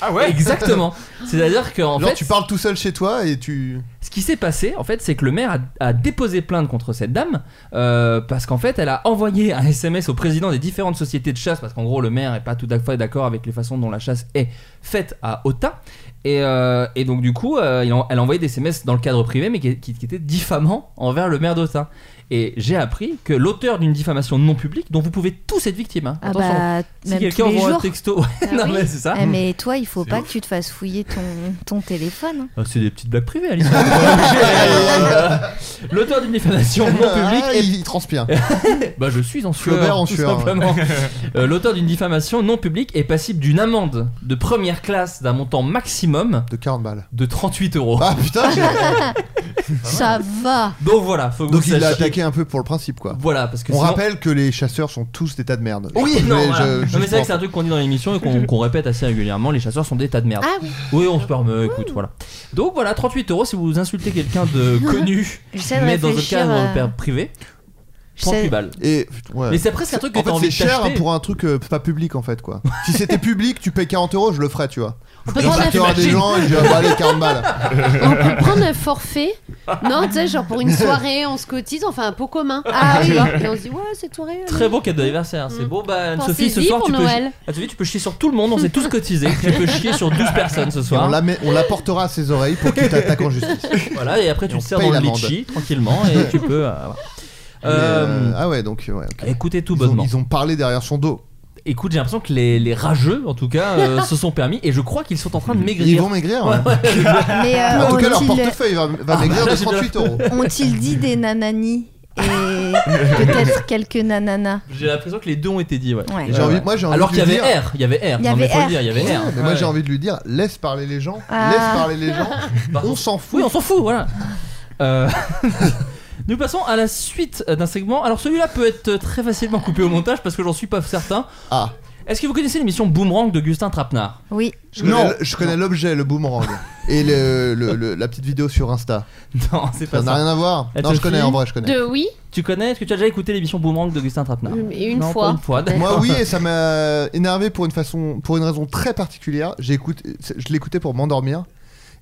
S8: Ah ouais
S6: Exactement. C'est-à-dire que en
S2: Genre
S6: fait,
S2: tu parles tout seul chez toi et tu
S6: ce qui s'est passé, en fait, c'est que le maire a, a déposé plainte contre cette dame euh, parce qu'en fait, elle a envoyé un SMS au président des différentes sociétés de chasse parce qu'en gros, le maire est pas tout à fait d'accord avec les façons dont la chasse est faite à Ota. Et, euh, et donc du coup, euh, il en- elle a envoyé des SMS dans le cadre privé, mais qui, qui- qui étaient diffamants envers le maire d'Ota. Et j'ai appris que l'auteur d'une diffamation non publique, dont vous pouvez tous être victime, hein,
S9: Ah
S6: attention,
S9: bah,
S6: si
S9: même
S6: quelqu'un
S9: tous les
S6: envoie un
S9: jours.
S6: texto, Ouais,
S7: Ah
S6: non
S7: oui.
S6: mais c'est ça.
S9: Eh, mais toi, il faut
S10: C'est
S9: pas
S10: ouf.
S9: que tu te fasses fouiller ton, ton téléphone. hein.
S6: Ah, C'est des petites blagues privées, Alice. Euh, L'auteur d'une diffamation non publique
S2: Ah,
S6: est...
S2: il, il transpire.
S6: Bah, je suis en sueur,
S2: Flaubert en
S6: tout
S2: sueur,
S6: simplement. Euh, L'auteur d'une diffamation non publique est passible d'une amende de première classe d'un montant maximum
S2: De 40 balles.
S6: de 38 euros.
S2: Ah putain
S6: Ah,
S9: Ça va.
S6: Donc voilà, faut que
S2: Donc
S6: vous
S2: il l'a
S6: sachiez.
S2: attaqué un peu pour le principe quoi.
S6: Voilà, parce que
S2: On
S6: sinon-
S2: rappelle que les chasseurs sont tous des tas de merde.
S6: Oui,
S2: Je-
S6: non,
S2: je-
S6: voilà.
S2: je-
S6: Non,
S2: je
S6: mais c'est vrai que c'est
S2: pense.
S6: un truc qu'on dit dans l'émission et qu'on qu'on répète assez régulièrement. Les chasseurs sont des tas de merde.
S7: Ah oui.
S6: Oui, on se permet, écoute, voilà. Donc voilà, 38 euros si vous insultez quelqu'un de connu,
S9: J'essaie de
S6: mais dans un
S9: réfléchir,
S6: cadre
S9: euh,
S6: père privé,
S9: j'essaie-
S6: 38 balles.
S2: Et ouais.
S6: Mais c'est presque un truc que
S2: en
S6: t'as
S2: fait,
S6: envie
S2: c'est
S6: de
S2: cher hein,
S6: t'acheter.
S2: pour un truc euh, pas public en fait quoi. si c'était public, tu payes 40 euros, je le ferais, tu vois.
S7: On peut,
S2: Il
S7: prendre
S2: y aura
S7: un,
S2: des gens et je dirais, bah, allez, 40 balles.
S7: on peut prendre un forfait. Non, tu sais, genre pour une soirée, on se cotise, on fait un pot commun. Ah oui. Et on se dit, ouais, cette soirée.
S6: Très beau cadeau d'anniversaire, c'est
S7: Mm.
S6: beau. Bah, Anne-Sophie,
S7: Sophie,
S6: ce soir,
S7: pour
S6: tu peux,
S7: Noël.
S6: Anne-Sophie, tu peux chier sur tout le monde, on s'est tous cotisés. tu peux chier sur 12 personnes ce
S2: Et on
S6: soir.
S2: la met- on l'apportera à ses oreilles pour qu'il t'attaque en justice. Mais,
S6: Voilà, et après, tu
S2: on
S6: te sers
S2: paye
S6: dans le
S2: l'amende.
S6: litchi tranquillement et tu peux. euh, voilà. Euh,
S2: euh, ah ouais, donc ouais, ok.
S6: Écoutez tout
S2: ils, ont,
S6: bonnement.
S2: ils ont parlé derrière son dos.
S6: Écoute, j'ai l'impression que les, les rageux, en tout cas, euh, se sont permis et je crois qu'ils sont en train de
S2: Ils
S6: maigrir.
S2: vont hein. maigrir.
S6: Ouais,
S2: ouais.
S6: ouais.
S9: Mais euh,
S2: En tout cas, leur
S9: ont-ils-
S2: portefeuille va, va
S6: bah,
S2: maigrir
S6: là,
S2: de
S6: j'ai bien-
S2: 38 euros.
S9: ont-ils dit des nananis et peut-être quelques nananas
S6: J'ai l'impression que les deux ont été dit, ouais.
S9: Ouais.
S2: J'ai envie- moi, j'ai envie
S6: Alors
S2: de
S6: qu'il y
S2: lui
S6: avait
S2: dire-
S6: R, il y avait R.
S9: Il y
S6: non, mais
S9: avait
S6: faut le
S9: R.
S6: dire, il y avait R.
S2: Mais moi,
S6: Ouais.
S2: j'ai envie de lui dire laisse parler les gens,
S9: Ah.
S2: laisse parler les gens.
S6: Par
S2: On
S6: contre-
S2: s'en
S6: Oui,
S2: fout.
S6: on s'en fout, voilà. Euh, Nous passons à la suite d'un segment. Alors celui-là peut être très facilement coupé au montage parce que j'en suis pas certain.
S2: Ah,
S6: Est-ce que vous connaissez l'émission Boomerang de Gustin Trapenard
S9: Oui.
S2: je connais,
S8: Non.
S2: le- je connais l'objet, le boomerang. Et le, le- le- la petite vidéo sur Insta.
S6: Non, c'est
S2: Ça
S6: pas
S2: n'a
S6: ça.
S2: rien à voir.
S6: Elle
S2: Non,
S6: te
S2: je connais
S6: suit
S2: en vrai, je connais.
S7: De oui.
S6: Tu connais Est-ce que tu as déjà écouté l'émission Boomerang de Gustin Trapenard
S7: Et une
S6: Non, pas
S7: fois.
S6: une fois, d'accord.
S2: Moi oui et ça m'a énervé pour une façon pour une raison très particulière. J'écoute je l'écoutais pour m'endormir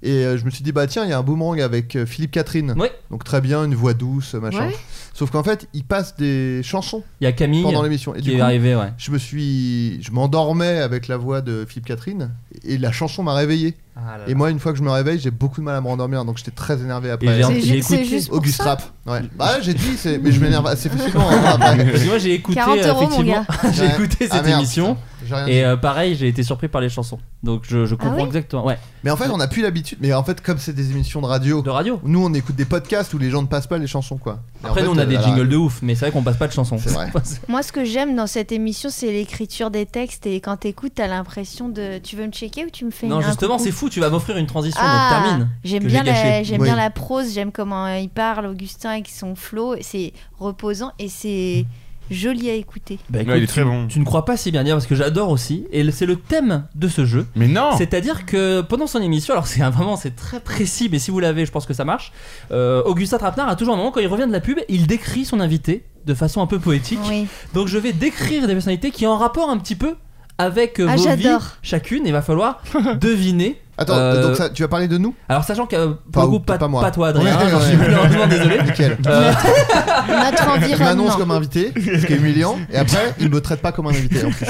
S2: et euh, je me suis dit bah tiens, il y a un boomerang avec euh, Philippe Catherine.
S6: Oui.
S2: Donc très bien, une voix douce, machin.
S7: Ouais.
S2: Sauf qu'en fait, il passe des chansons
S6: Il y a Camille
S2: pendant l'émission et
S6: qui
S2: du
S6: est
S2: coup,
S6: arrivée, ouais.
S2: je me suis je m'endormais avec la voix de Philippe Catherine et la chanson m'a réveillé.
S6: Ah
S8: Ah,
S2: Et moi une fois que je me réveille, j'ai beaucoup de mal à me rendormir donc j'étais très énervé
S6: Et
S2: après.
S6: j'ai-
S9: C'est ju-
S6: écouté
S9: c'est juste pour
S2: Auguste
S9: ça.
S2: Rap. Ouais. Bah j'ai dit c'est mais je m'énerve assez facilement hein, après.
S6: Parce que moi j'ai écouté
S9: 40
S6: euh,
S9: euros, mon
S6: effectivement,
S9: gars.
S6: j'ai
S2: Ouais.
S6: écouté cette
S2: Ah, merde,
S6: émission
S2: putain. J'ai rien dit.
S6: et euh, pareil j'ai été surpris par les chansons. Donc je, je comprends
S9: Ah oui
S6: exactement. Ouais.
S2: Mais en fait, on n'a plus l'habitude. Mais en fait, comme c'est des émissions de radio,
S6: De radio.
S2: nous on écoute des podcasts où les gens ne passent pas les chansons quoi. Et
S6: Après
S2: en fait,
S6: nous on a
S2: euh,
S6: des
S2: la-
S6: jingles de ouf, mais c'est vrai qu'on passe pas de chansons.
S2: C'est vrai.
S9: Moi, ce que j'aime dans cette émission, c'est l'écriture des textes. Et quand t'écoutes, t'as l'impression de. Tu veux me checker ou tu me fais
S6: Non
S9: un
S6: justement
S9: coucou
S6: c'est fou, tu vas m'offrir une transition
S9: Ah,
S6: donc termine.
S9: J'aime
S6: que
S9: bien,
S6: j'ai gâché.
S9: la, j'aime
S2: Oui.
S9: bien la prose, j'aime comment euh, il parle, Augustin, avec son flow. C'est reposant et c'est joli à écouter.
S6: Bah,
S8: Ouais, il
S6: tu-
S8: est très bon.
S6: Tu ne crois pas si bien dire parce que j'adore aussi et le- c'est le thème de ce jeu.
S8: Mais non
S6: C'est-à-dire que pendant son émission, alors c'est un- vraiment c'est très précis, mais si vous l'avez, je pense que ça marche. euh, Augustin Trapenard a toujours un moment quand il revient de la pub, il décrit son invité de façon un peu poétique.
S9: Oui.
S6: Donc je vais décrire des personnalités qui ont un rapport un petit peu avec euh,
S9: Ah,
S6: vos vies
S9: j'adore.
S6: chacune. Il va falloir deviner.
S2: Attends,
S6: Euh,
S2: donc ça, tu vas parler de nous
S6: Alors sachant que euh, pour
S2: Pas-
S6: le coup pas,
S2: pas moi.
S6: toi Adrien, hein,
S2: Ouais,
S6: j'en suis
S2: ouais.
S6: malheureusement désolé.
S2: Nickel.
S6: Euh,
S9: Notre
S2: Il m'annonce
S9: environnement.
S2: comme invité, ce qui est humiliant, et après il me traite pas comme un invité en plus.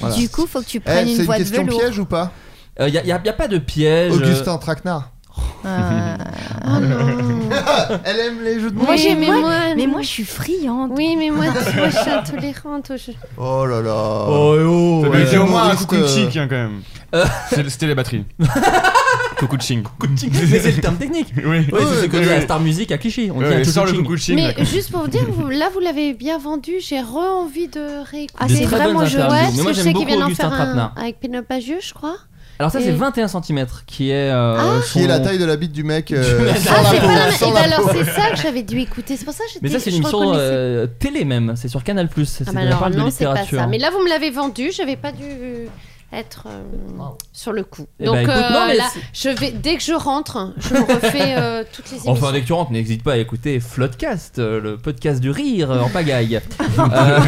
S2: Voilà.
S9: Du coup, faut que tu
S2: Eh,
S9: prennes
S2: c'est
S9: une
S2: une
S9: boîte de
S2: question
S9: velours.
S2: piège ou pas
S6: Il n'y a, y a pas de piège. euh,
S2: Augustin Traquenard.
S9: Euh,
S7: Oh non.
S2: Elle aime les jeux de mots.
S7: Moi, j'ai- mais
S9: moi-
S7: moi-
S9: mais moi, je suis friande.
S7: Oui, mais moi, moi, je suis intolérante. au jeu.
S2: Oh là là.
S6: Oh, oh,
S2: ouais.
S8: Mettez au moins un
S2: Humoriste,
S8: coucou de
S2: euh.
S8: chic hein, quand même.
S6: Euh.
S8: C'est- C'était les batteries. coucou de chic.
S6: Mais c'est le terme technique.
S8: Oui, oui,
S6: Oui, c'est ce que
S8: oui,
S6: dit la
S8: oui.
S6: Star Music à Clichy. On dit
S8: Ouais,
S6: à
S8: sors le
S6: Kukuching.
S8: coucou de chic.
S7: Mais juste pour vous dire, vous- là, vous l'avez bien vendu. J'ai re-envie de réécouter.
S9: Ah,
S6: Des
S9: c'est
S6: très
S9: vraiment
S6: bonnes
S9: joli.
S7: Ouais,
S6: interviews.
S7: parce
S6: Mais
S7: que
S6: moi
S7: je
S6: j'aime
S7: sais qu'ils
S6: beaucoup
S7: viennent en
S6: Augustin
S7: faire un
S6: Trapenard. Ah,
S7: avec Pénélope Bagieux, je crois.
S6: Alors ça c'est
S7: Et-
S6: 21 cm qui est euh, son-
S2: Qui est la taille de la bite du mec euh,
S6: Du mec.
S2: sans
S7: Ah,
S2: la
S7: c'est
S2: peau,
S7: pas la même.
S2: sans
S7: Et
S2: la
S7: ben alors,
S2: peau.
S7: c'est ça que j'avais dû écouter. C'est pour ça que j'étais.
S6: Mais ça c'est une
S7: je
S6: émission
S7: reconnaissais.
S6: euh, télé même, c'est sur Canal+, c'est
S7: Ah,
S6: c'est-
S7: bah
S6: on
S7: alors,
S6: parle de
S7: non, c'est pas
S6: littérature.
S7: ça. Mais là, vous me l'avez vendu. J'avais pas dû être euh, sur le coup.
S6: Eh
S7: Donc,
S6: bah, écoute,
S7: euh,
S6: non, mais
S7: là,
S6: c'est-
S7: je vais, dès que je rentre, je me refais euh, toutes les émissions.
S6: Enfin, dès que tu rentres, n'hésite pas à écouter Floodcast, euh, le podcast du rire euh, en pagaille. Euh,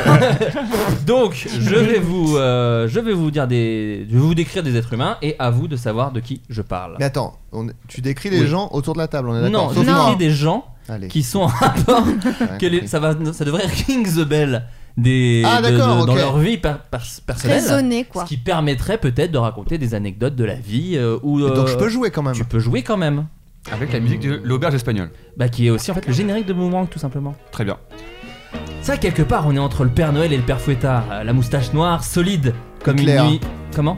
S6: donc, je vais vous, euh, je vais vous dire des, je vais vous décrire des êtres humains et à vous de savoir de qui je parle.
S2: Mais attends, on- tu décris les
S6: Oui.
S2: gens autour de la table, on est
S6: Non,
S2: d'accord
S6: je
S2: Sauf
S6: décris
S2: moi.
S6: des gens
S2: Allez.
S6: qui sont en rapport.
S2: Ouais,
S6: que les-
S2: compris.
S6: ça va, ça devrait ring the bell des
S2: Ah,
S6: de-
S2: d'accord,
S6: de-
S2: ok.
S6: dans leur vie per- per- personnelle.
S9: Raisonner,
S6: Ce
S9: quoi.
S6: qui permettrait peut-être de raconter des anecdotes de la vie euh, ou.
S2: Mais
S6: euh,
S2: Donc je peux jouer quand même.
S6: Tu peux jouer quand même.
S8: Avec la musique de l'auberge espagnole.
S6: Bah, qui est aussi en fait le générique de Boomerang tout simplement.
S8: Très bien.
S6: Ça, quelque part, on est entre le Père Noël et le Père Fouettard. Euh, La moustache noire, solide, comme
S2: Hitler.
S6: une nuit. Comment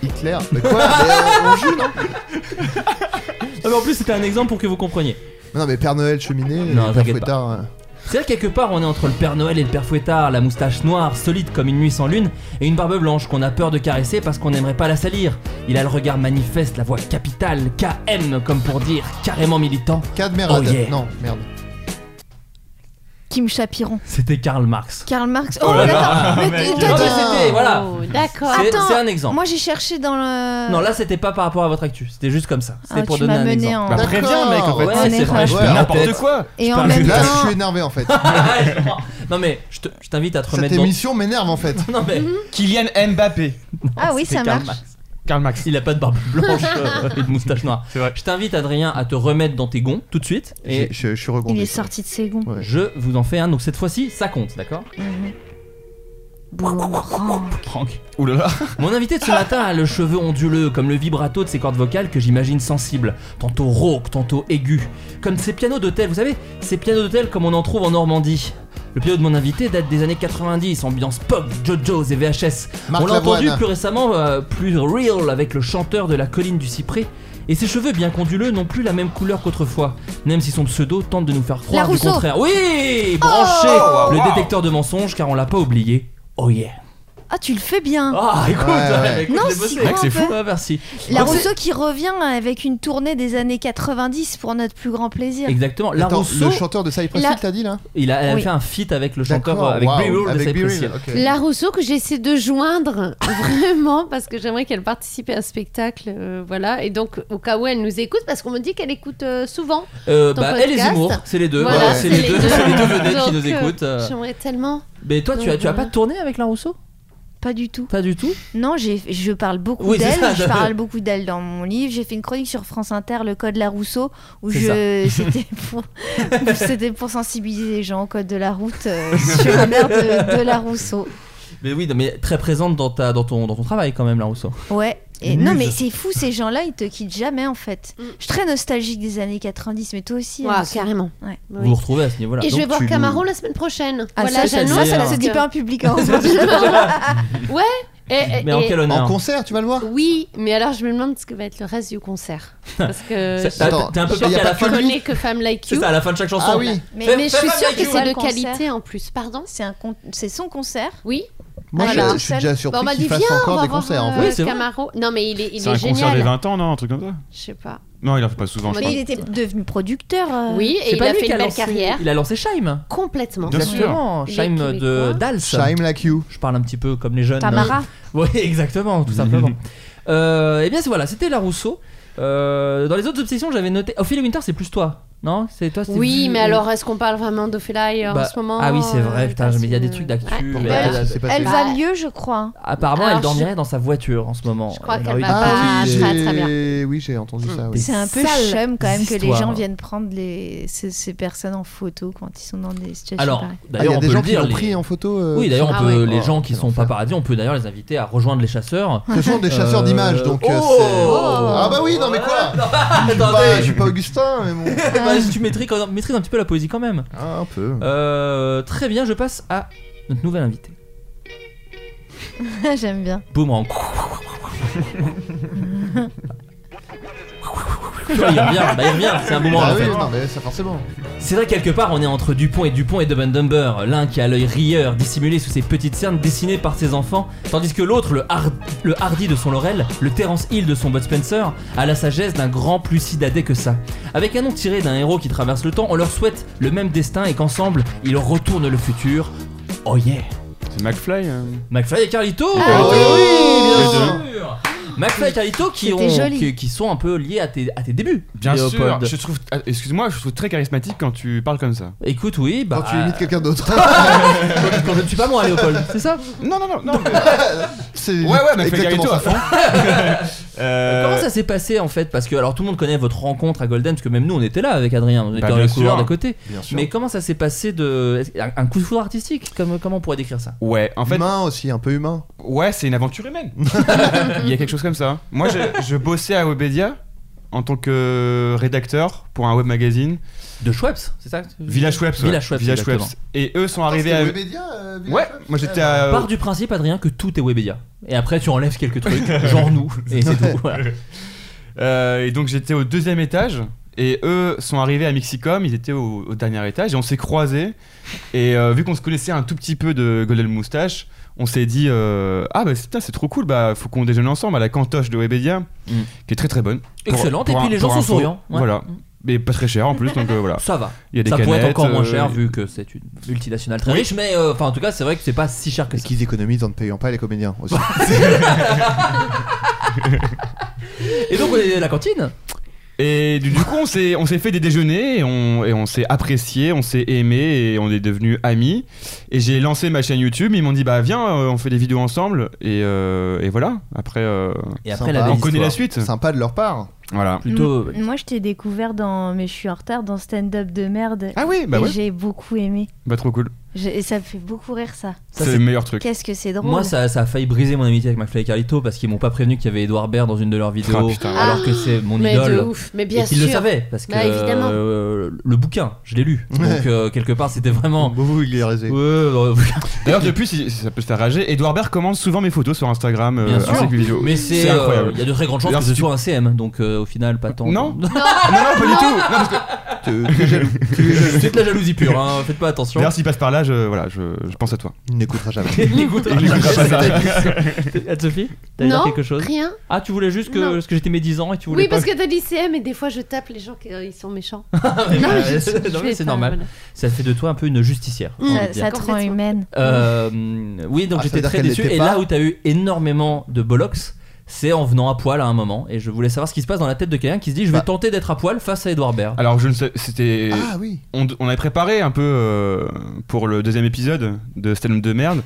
S2: Hitler Mais quoi Mais, euh, on joue, non
S6: Ah, mais En plus, c'était un exemple pour que vous compreniez.
S2: Non mais Père Noël cheminée,
S6: Non,
S2: Père
S6: t'inquiète
S2: Fouettard, euh.
S6: C'est là, quelque part, on est entre le Père Noël et le Père Fouettard. La moustache noire, solide comme une nuit sans lune, et une barbe blanche qu'on a peur de caresser parce qu'on n'aimerait pas la salir. Il a le regard manifeste, la voix capitale, KM, comme pour dire carrément militant.
S2: Cadmerade.
S6: Oh, yeah.
S2: Non, merde.
S9: Kim Chapiron.
S6: C'était Karl Marx.
S9: Karl Marx. Oh,
S8: Oh là là,
S9: attends, mais
S8: mec.
S9: t'as-
S6: Non,
S9: t'as-
S6: mais c'était, voilà.
S7: Oh, D'accord.
S6: C'est
S9: Attends,
S6: c'est un exemple.
S9: Moi, j'ai cherché dans le.
S6: Non, là, c'était pas par rapport à votre actu. C'était juste comme ça. C'était
S9: Ah,
S6: pour
S9: tu
S6: donner
S9: m'as
S6: un
S9: mené
S6: exemple.
S9: en.
S8: Bah, préviens, mec, en
S2: D'accord.
S8: fait.
S6: Ouais,
S9: on est
S6: c'est vrai, je
S2: Ouais,
S6: perds la
S8: N'importe
S6: tête.
S8: quoi.
S9: Et en
S6: parle
S9: même
S2: Là je suis
S9: temps.
S2: énervé en fait.
S6: Ah, je crois. non mais je te- je t'invite à te
S2: Cette
S6: remettre dans.
S2: émission m'énerve en fait.
S6: Non mais
S8: Kylian Mbappé.
S9: Ah oui,
S6: c'était
S9: ça
S6: Karl
S9: marche.
S6: Marx.
S8: Karl Max.
S6: Il a pas de barbe blanche euh, et de moustache noire.
S8: C'est vrai.
S6: Je t'invite Adrien à te remettre dans tes gonds tout de suite et
S2: J'ai- Je je suis
S9: Il
S2: reconduit.
S9: est sorti de ses gonds.
S2: Ouais.
S6: je vous en fais un. Donc cette fois-ci, ça compte, d'accord Franck.
S8: Oulala.
S6: Mon invité de ce matin a le cheveu onduleux, comme le vibrato de ses cordes vocales que j'imagine sensibles, tantôt rauque, tantôt aigu, comme ces pianos d'hôtel, vous savez, ces pianos d'hôtel comme on en trouve en Normandie. Le piano de mon invité date des années 90, ambiance pop, JoJo's et VHS.
S2: Marc
S6: on l'a
S2: Lavoine.
S6: entendu plus récemment, euh, plus real avec le chanteur de la colline du Cyprès. Et ses cheveux bien conduleux n'ont plus la même couleur qu'autrefois, même si son pseudo tente de nous faire croire du
S9: Rousseau.
S6: contraire. Oui, branché
S8: Oh,
S6: le
S8: wow.
S6: détecteur de mensonges car on l'a pas oublié. Oh yeah.
S9: Ah, tu le fais bien.
S6: Ah, écoute,
S2: Ouais, ouais.
S6: écoute,
S9: Non,
S6: j'ai
S9: si,
S6: bossé.
S9: Mec,
S8: c'est fou.
S6: Ah, merci.
S9: La
S6: Donc, c'est-
S9: Rousseau qui revient avec une tournée des années 90 pour notre plus grand plaisir.
S6: Exactement. La
S2: Attends,
S6: Rousseau,
S2: le chanteur de Cypress
S7: La-
S2: Hill t'as dit là
S6: il a, elle a
S9: Oui.
S6: fait un feat avec le chanteur
S2: D'accord,
S6: euh, avec
S2: waouh,
S6: Be Real de
S2: avec
S6: Cypress
S2: Be Real,
S6: Hill.
S2: ok.
S7: La Rousseau que j'essaie de joindre vraiment parce que j'aimerais qu'elle participe à un spectacle, euh, voilà. Et donc au cas où elle nous écoute, parce qu'on me dit qu'elle écoute euh, souvent.
S6: Euh,
S7: Ton
S6: bah, elle et
S7: podcast.
S6: Zemmour, c'est les deux.
S7: Voilà,
S6: Ouais, c'est les, deux, c'est les deux vedettes qui
S7: Donc,
S6: nous
S7: euh,
S6: écoutent. euh.
S7: J'aimerais tellement.
S6: Mais toi, tu as, tu as
S7: Donc,
S6: pas
S7: euh,
S6: tourné avec la Rousseau
S9: Pas du tout.
S6: Pas du tout.
S9: Non, j'ai- je parle beaucoup
S6: Oui, c'est ça,
S9: d'elle. Je
S6: je-
S9: parle beaucoup d'elle dans mon livre. J'ai fait une chronique sur France Inter, le code La Rousseau, où
S6: C'est
S9: je c'était pour, c'était pour sensibiliser les gens au code de la route euh, sur l'ère de, de La Rousseau.
S6: Mais oui, non, mais très présente dans ta, dans ton, dans ton travail quand même, la Rousseau.
S9: Ouais. Et non,
S6: Muse.
S9: mais c'est fou, ces gens-là, ils te quittent jamais en fait.
S7: Mm.
S9: Je suis très nostalgique des années 90, mais toi aussi. hein,
S7: Ouah,
S9: Alonso.
S7: carrément.
S9: Ouais.
S7: Oui.
S6: Vous vous retrouvez à ce niveau-là.
S7: Et je
S6: Donc,
S7: vais voir
S6: tu-
S7: Camaro la semaine prochaine.
S9: Ah,
S7: voilà,
S9: ça, ça,
S6: ça,
S7: j'annonce.
S6: ça
S9: ça
S7: parce
S9: se dit
S7: que-
S9: pas en public. hein.
S7: Et- et-
S6: Mais en
S7: et-
S6: quel
S2: En
S6: honneur
S2: concert, tu vas le voir
S7: Oui, mais alors je me demande ce que va être le reste du concert. Parce que
S6: Ça- T'as
S2: Attends,
S6: t'es un peu
S2: y
S6: peur
S2: a
S6: qu'à
S2: pas
S6: la
S2: que
S6: fin.
S7: je
S2: lui
S7: connais que Femme Like
S6: C'est
S7: You.
S6: ça, à la fin de chaque chanson.
S2: Ah oui,
S9: Mais,
S6: Fais-
S7: Mais je
S6: fais
S7: suis
S6: Femme
S7: sûre
S6: Like
S7: que
S6: You.
S7: c'est de
S9: Le concert.
S7: qualité en plus. Pardon
S9: C'est un con- c'est son concert.
S7: Oui.
S2: moi je-
S7: Voilà.
S2: je, suis déjà
S7: Bon, on
S2: surpris
S7: m'a
S2: qu'il
S7: dit
S2: fasse
S7: viens, on
S2: encore
S7: va
S2: des
S7: voir
S2: concerts en
S7: euh,
S2: fait.
S6: Oui, c'est vrai.
S7: Camaro. Non mais il est, il est
S8: C'est un concert des
S7: génial.
S8: 20 ans, non Un truc comme ça
S7: Je sais pas.
S8: Non, il en fait pas souvent, je
S7: Mais
S9: Mais
S8: pense.
S9: il était devenu producteur. euh,
S7: Oui,
S6: Ah C'est
S7: et il
S6: pas
S7: a
S6: lui
S7: fait
S6: qui
S7: une belle
S6: lancé-
S7: carrière.
S6: Il a lancé Shime.
S7: Complètement.
S8: Bien sûr.
S6: Absolument.
S7: Il est
S6: Shime de
S7: québécois.
S6: Dals.
S2: Shime like you.
S6: Je parle un petit peu comme les jeunes.
S9: Tamara.
S6: Oui, exactement, tout simplement. eh euh, et bien c'est- voilà, c'était la Rousseau. Euh, dans les autres obsessions, j'avais noté. Ophélie Winter, c'est plus toi. Non C'est toi c'était
S7: Oui,
S6: du-
S7: mais alors est-ce qu'on parle vraiment d'Ophélie euh, en
S6: Bah,
S7: ce moment
S6: Ah oui, c'est vrai,
S7: euh,
S6: putain, je- mais il y a des
S7: parce
S6: trucs
S7: que-
S6: d'actu.
S7: Ouais.
S6: mais-
S9: Elle-
S6: euh,
S2: c'est pas
S9: Elle
S2: ça.
S9: va mieux, je crois.
S6: Apparemment,
S7: Alors,
S6: elle dormirait dans sa voiture en ce moment.
S7: je crois
S6: Elle
S7: qu'elle
S6: aurait
S7: va
S6: une
S7: pas-
S6: petite-
S7: Ah, je serais très
S2: bien. Oui, j'ai entendu ça. oui. Ah,
S9: C'est un peu
S7: sales
S9: chum quand même que les
S6: histoires.
S9: gens viennent prendre les, ces, ces personnes en photo quand ils sont dans des situations
S6: Alors,
S9: pareilles.
S2: Ah, Il
S6: d'ailleurs,
S2: y a
S6: on
S2: des
S6: peut
S2: gens
S6: le
S2: qui
S6: dire.
S2: l'ont
S6: les-
S2: pris en photo. euh,
S6: Oui, d'ailleurs, on
S7: Ah
S6: peut-
S7: ouais.
S6: les
S2: Oh,
S6: gens qui
S2: quel
S6: sont
S2: enfer.
S6: paparazzi, on peut d'ailleurs les inviter à rejoindre les chasseurs.
S2: Ce sont des chasseurs
S6: Euh,
S2: d'images, donc. euh,
S6: oh.
S2: c'est-
S6: Oh.
S2: Ah bah oui, non mais quoi
S6: Non,
S2: Je suis
S6: attendez.
S2: pas- Je suis pas Augustin, mais bon.
S6: Bah, si tu maîtrises, quand même- maîtrises un petit peu la poésie quand même.
S2: Ah, un peu.
S6: Euh, très bien, je passe à notre nouvelle invitée.
S9: J'aime bien.
S6: Boomerang. il revient, bah il revient, c'est un boomerang
S2: Ah
S6: en
S2: oui,
S6: fait.
S2: non mais ça forcément.
S6: C'est vrai, quelque part, on est entre Dupont et Dupont et Dumb and Dumber. L'un qui a l'œil rieur, dissimulé sous ses petites cernes dessinées par ses enfants, tandis que l'autre, le, Har- le Hardy de son Laurel, le Terence Hill de son Bud Spencer, a la sagesse d'un grand plus sidadé que ça. Avec un nom tiré d'un héros qui traverse le temps, on leur souhaite le même destin et qu'ensemble, ils retournent le futur. Oh yeah!
S8: C'est McFly. euh.
S6: McFly et Carlito
S7: Ah
S2: oui,
S6: oui,
S2: bien
S6: sûr McFly et Carlito qui,
S9: C'était
S6: ont-
S9: joli.
S6: qui, qui sont un peu liés à tes, à tes débuts.
S8: Bien
S6: Léopold.
S8: sûr. Je trouve. ah, Excuse-moi, je trouve très charismatique quand tu parles comme ça.
S6: Écoute, oui, bah.
S2: Quand tu imites quelqu'un d'autre.
S6: quand je ne suis pas moi, Léopold, c'est ça
S8: Non, non, non, non. mais-
S2: C'est
S8: Ouais, ouais, McFly
S2: exactement
S8: Carlito à
S2: ça.
S8: fond. Euh,
S6: Comment ça s'est passé en fait Parce que alors tout le monde connaît votre rencontre à Golden, parce que même nous on était là avec Adrien, on était
S8: Bah,
S6: dans
S8: bien
S6: le couloir
S8: sûr.
S6: d'à côté.
S2: Bien sûr.
S6: Mais comment ça s'est passé de est-ce- un un coup de foudre artistique Comme- Comment on pourrait décrire ça
S8: Ouais, en fait,
S2: Humain aussi, un peu humain.
S8: ouais, c'est une aventure humaine. Il y a quelque chose comme ça. Moi, je, je bossais à Webedia en tant que rédacteur pour un web magazine,
S6: De Schweppes, c'est ça
S8: Mmh. Village Webs. ouais.
S6: Village Schweppes, exactement.
S8: Schweppes. Et eux sont arrivés
S2: Parce
S8: à.
S2: que Ah, Webedia, euh, Village
S8: Ouais,
S2: Web,
S8: moi j'étais à.
S6: Part du principe, Adrien, que tout est Webedia. Et après tu enlèves quelques trucs, genre nous, et c'est tout. voilà.
S8: Euh, et donc j'étais au deuxième étage. Et eux sont arrivés à Mixicom, ils étaient au, au dernier étage et on s'est croisés. Et euh, vu qu'on se connaissait un tout petit peu de Golden Moustache, on s'est dit euh, Ah bah c'est- putain, c'est trop cool, bah faut qu'on déjeune ensemble à la cantoche de Webedia,
S6: Mm.
S8: qui est très très bonne. Pour-
S6: Excellente, et
S8: pour
S6: puis
S8: un-
S6: les gens
S8: pour
S6: sont
S8: info.
S6: souriants. ouais.
S8: Voilà.
S6: Mm.
S8: Mais pas très cher en plus, donc euh, voilà.
S6: Ça va.
S8: Il y a des
S6: Ça pourrait être
S8: canettes,
S6: encore moins
S8: euh,
S6: cher vu que c'est une multinationale très
S8: Oui.
S6: riche, mais euh, enfin en tout cas c'est vrai que c'est pas si cher que
S2: Et
S6: ça.
S2: qu'ils économisent en ne payant pas les comédiens aussi.
S6: Et donc on est à la cantine
S8: Et du, du coup, on s'est, on s'est fait des déjeuners et on, et on s'est apprécié, on s'est aimé et on est devenus amis. Et j'ai lancé ma chaîne YouTube. Ils m'ont dit bah viens, euh, on fait des vidéos ensemble. Et, euh, et voilà. Après, euh,
S6: et après
S2: Sympa.
S6: la
S2: On
S8: on
S6: belle
S8: connaît la
S6: histoire.
S8: suite.
S2: Sympa de leur part.
S8: Voilà.
S6: Plutôt
S9: M- Mm. Moi, je t'ai découvert dans. Mais je suis en retard dans stand-up de merde.
S8: Ah oui, bah
S9: et
S8: ouais.
S9: j'ai beaucoup aimé.
S8: Bah trop cool.
S9: Je- Et ça me fait beaucoup rire, ça.
S6: Ça,
S8: c'est
S6: c'est-
S8: le meilleur truc.
S9: Qu'est-ce que c'est drôle.
S6: Moi, ça, ça a failli briser mon amitié avec McFly et Carlito parce qu'ils m'ont pas prévenu qu'il y avait Edouard Baird dans une de leurs vidéos,
S8: Ah, putain, ouais.
S6: alors que c'est mon
S7: Mais de
S6: idole.
S7: ouf, mais
S6: Et
S7: bien
S6: qu'ils le
S7: sûr.
S6: savaient parce que
S7: Bah, évidemment.
S6: euh, le bouquin, je l'ai lu. Donc
S2: Ouais.
S6: euh, quelque part, c'était vraiment.
S2: Bon, vous, il est raisé.
S6: Ouais, euh,
S8: D'ailleurs, depuis, si, si ça peut se faire rager, Edouard Baird commente souvent mes photos sur Instagram
S6: Bien
S8: euh,
S6: sûr.
S8: ainsi que les vidéos.
S6: mais c'est.
S8: C'est
S6: euh,
S8: incroyable.
S6: Il y a de très grandes chances
S8: D'ailleurs,
S6: que ce
S8: si tu-
S6: soit un CM, donc euh, au final, pas tant.
S8: Non. Ah, Non, non, pas du tout. Non, parce que-
S2: Te- t'es jaloux. Tu es jaloux.
S6: c'est de la jalousie pure, hein, faites pas attention.
S8: D'ailleurs, s'il passe par là, je, voilà, je, je pense à toi.
S2: Il n'écoutera jamais.
S6: Il écoutera
S8: Il écoutera pas ça.
S6: Anne-Sophie, t'as
S7: Non,
S6: dit quelque chose
S7: Rien.
S6: Ah, tu voulais juste que,
S7: Non.
S6: parce que j'étais médisant et tu voulais
S7: Oui,
S6: pas
S7: parce que t'as dit CM et des fois je tape les gens qui euh, ils sont méchants.
S6: mais
S7: Non,
S6: c'est-
S7: je- je
S6: non, mais
S7: vais
S6: c'est
S7: pas,
S6: normal.
S7: voilà.
S6: ça fait de toi un peu une justicière.
S7: Mm.
S6: on va
S9: Ça,
S6: dire.
S9: ça te rend
S7: Complètement.
S9: humaine.
S6: Euh, oui, donc
S2: Ah, ça
S6: j'étais
S2: veut dire
S6: très
S2: qu'elle
S6: déçu.
S2: n'était
S6: Et
S2: pas-
S6: là où t'as eu énormément de bollocks, c'est en venant à poil à un moment. Et je voulais savoir ce qui se passe dans la tête de quelqu'un qui se dit je vais
S2: Bah.
S6: tenter d'être à poil face à Edouard Baird.
S8: Alors, je ne sais, c'était.
S2: Ah oui.
S8: on, on avait préparé un peu euh, pour le deuxième épisode de Stellum de merde.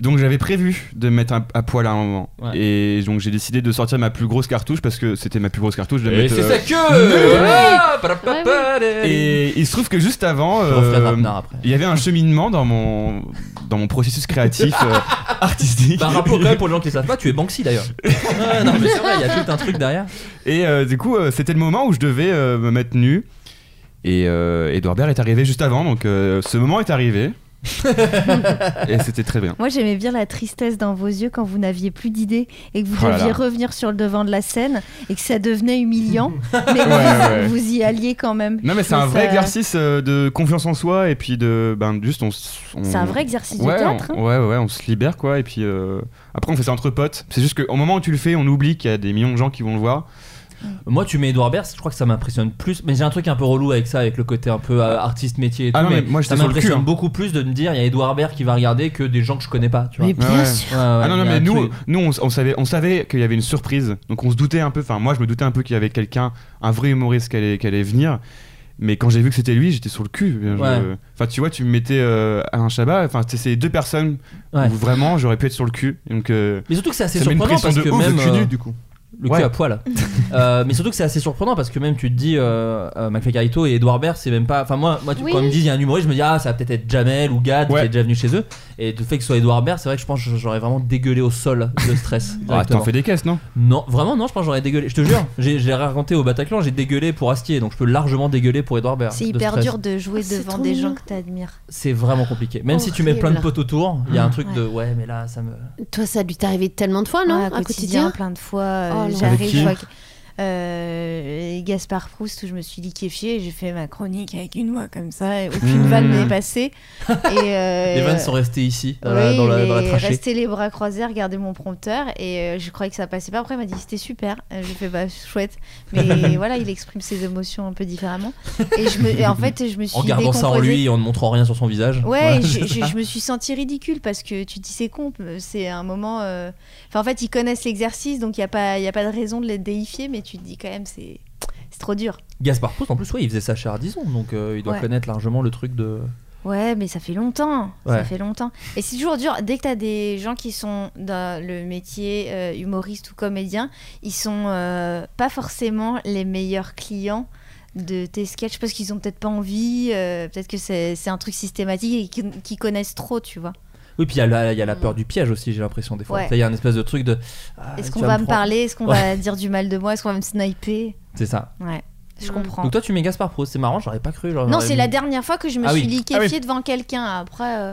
S8: Donc j'avais prévu de me mettre un- à poil à un moment.
S6: Ouais.
S8: Et donc j'ai décidé de sortir ma plus grosse cartouche parce que c'était ma plus grosse cartouche de
S6: Et
S8: mettre.
S6: c'est
S8: euh,
S6: sa queue Ah, parapapare.
S8: Et il se trouve que juste avant,
S6: Je referai
S8: euh,
S6: Rapnard après.
S8: il y avait un cheminement dans mon dans mon processus créatif euh, artistique.
S6: Bah, rappelons quand même pour les gens qui ne savent pas, tu es Banksy d'ailleurs. Ah, non, mais c'est vrai, il y a tout un truc derrière.
S8: Et euh, du coup, euh, c'était le moment où je devais euh, me mettre nu. Et euh, Edouard Baird est arrivé juste avant, donc euh, ce moment est arrivé. et c'était très bien.
S9: Moi, j'aimais bien la tristesse dans vos yeux quand vous n'aviez plus d'idées et que vous
S8: Oh là
S9: deviez
S8: là.
S9: revenir sur le devant de la scène et que ça devenait humiliant. mais vous,
S8: ouais.
S9: vous y alliez quand même.
S8: Non mais
S9: Je
S8: c'est un
S9: trouve
S8: vrai
S9: ça-
S8: exercice euh, de confiance en soi et puis de ben juste on, s- on-
S9: C'est un vrai exercice
S8: ouais,
S9: de théâtre. hein.
S8: on- ouais ouais ouais, on se libère quoi et puis euh, après on fait ça entre potes c'est juste qu'au moment où tu le fais on oublie qu'il y a des millions de gens qui vont le voir
S6: Moi, tu mets Edouard Baird, je crois que ça m'impressionne plus. Mais j'ai un truc un peu relou avec ça, avec le côté un peu euh, artiste métier et tout.
S8: Ah non, mais moi,
S6: ça
S8: j'étais sur le cul,
S6: m'impressionne
S8: hein.
S6: beaucoup plus de me dire il y a Edouard Baird qui va regarder que des gens que je connais pas, tu vois.
S7: Mais bien
S8: Ouais, ouais.
S7: sûr.
S6: Ouais, ouais,
S8: ah non non
S6: il y a
S8: mais
S6: un
S8: nous
S6: truc-
S8: nous on, s- on savait on savait qu'il y avait une surprise donc on se doutait un peu enfin moi je me doutais un peu qu'il y avait quelqu'un un vrai humoriste qui allait qui allait venir Mais quand j'ai vu que c'était lui, j'étais sur le cul. Je-
S6: Ouais.
S8: Enfin, tu vois, tu me mettais euh, Alain Chabat. Enfin, c'est- c'est deux personnes
S6: Ouais.
S8: où vraiment j'aurais pu être sur le cul. Donc, euh,
S6: Mais surtout que c'est assez
S8: Ça met une
S6: surprenant
S8: pression
S6: parce
S8: de
S6: que
S8: ouf,
S6: même.
S8: le cul
S6: euh,
S8: nu,
S2: du coup.
S6: Le
S8: Ouais.
S6: cul à poil. Euh, mais surtout que c'est assez surprenant parce que même tu te dis, euh, euh, McFly Carito et Edouard Baird, c'est même pas. Enfin, moi, moi tu-
S7: Oui.
S6: quand ils me disent il y a un humoriste, je me dis, ah, ça va peut-être être Jamel ou Gad
S8: Ouais.
S6: qui est déjà venu chez eux. Et le fait que ce soit Edouard Baird, c'est vrai que je pense que j'aurais vraiment dégueulé au sol de stress.
S8: ah,
S6: directement.
S8: t'en fais des caisses, non
S6: Non, vraiment, non, je pense que j'aurais dégueulé. Je te jure, j'ai j'ai raconté au Bataclan, j'ai dégueulé pour Astier, donc je peux largement dégueuler pour Edouard Baird.
S9: C'est
S6: de
S9: hyper
S6: stress.
S9: dur de jouer
S7: Ah, C'est
S9: devant
S7: trop
S9: des
S7: mignon.
S9: gens que t'admires.
S6: C'est vraiment compliqué. Même si tu mets
S7: Horrible.
S6: plein de potes autour, il y a un truc
S9: Ouais.
S6: de ouais, mais là, ça me.
S7: Toi, ça a dû t'arriver tellement de fois, Oh non
S9: Ouais,
S7: Un
S9: à
S7: quotidien
S9: quotidien, plein de fois. euh,
S7: Oh là.
S8: Avec
S9: J'arrive,
S8: qui
S9: je vois que- euh, Gaspard Proust, où je me suis liquéfiée, et j'ai fait ma chronique avec une voix comme ça, et aucune
S6: Mmh.
S9: vanne n'est passée. et, euh,
S6: Les vannes sont restées ici, dans, la,
S9: oui,
S6: dans, la,
S9: il
S6: dans la
S9: est
S6: trachée.
S9: resté les bras croisés, à regarder mon prompteur, et euh, je croyais que ça passait pas. Après, il m'a dit c'était super. Euh, J'ai fait bah chouette, mais voilà, il exprime ses émotions un peu différemment. Et, je me, et en fait, je me suis
S6: En gardant ça en
S9: décomposée.
S6: lui et en ne montrant rien sur son visage.
S9: Ouais,
S6: Voilà,
S9: je,
S6: c'est
S9: je-
S6: ça.
S9: je me suis sentie ridicule parce que tu te dis c'est con, c'est un moment. euh, Enfin, en fait, ils connaissent l'exercice, donc il n'y a, pas- y a pas de raison de les déifier, mais tu te dis quand même c'est c'est trop dur.
S6: Gaspard Proust, en plus, ouais, il faisait ça chez Ardisson, donc euh, il doit
S9: Ouais.
S6: connaître largement le truc de.
S9: Ouais, mais ça fait longtemps.
S6: Ouais.
S9: Ça fait longtemps. Et c'est toujours dur. Dès que t'as des gens qui sont dans le métier euh, humoriste ou comédien, ils sont euh, pas forcément les meilleurs clients de tes sketchs parce qu'ils ont peut-être pas envie, euh, peut-être que c'est c'est un truc systématique et qu'ils- qu'ils connaissent trop, tu vois.
S6: Oui, puis il y, a la- il y a la peur du piège aussi, j'ai l'impression, des fois.
S9: Ouais.
S6: Tu sais, Il y a un espèce de truc de. ah,
S9: Est-ce
S6: tu
S9: qu'on
S6: vas
S9: va me
S6: prendre-
S9: parler Est-ce qu'on va dire du mal de moi Est-ce qu'on va me sniper
S6: C'est ça.
S9: Ouais, je
S7: Mm.
S9: comprends.
S6: Donc toi, tu mets Gaspard Proust, c'est marrant, j'aurais pas cru. genre,
S9: non,
S6: j'aurais
S9: c'est
S6: mis-
S9: la dernière fois que je me
S6: Ah oui.
S9: suis
S8: Ah oui.
S9: liquéfiée devant quelqu'un. Après, euh,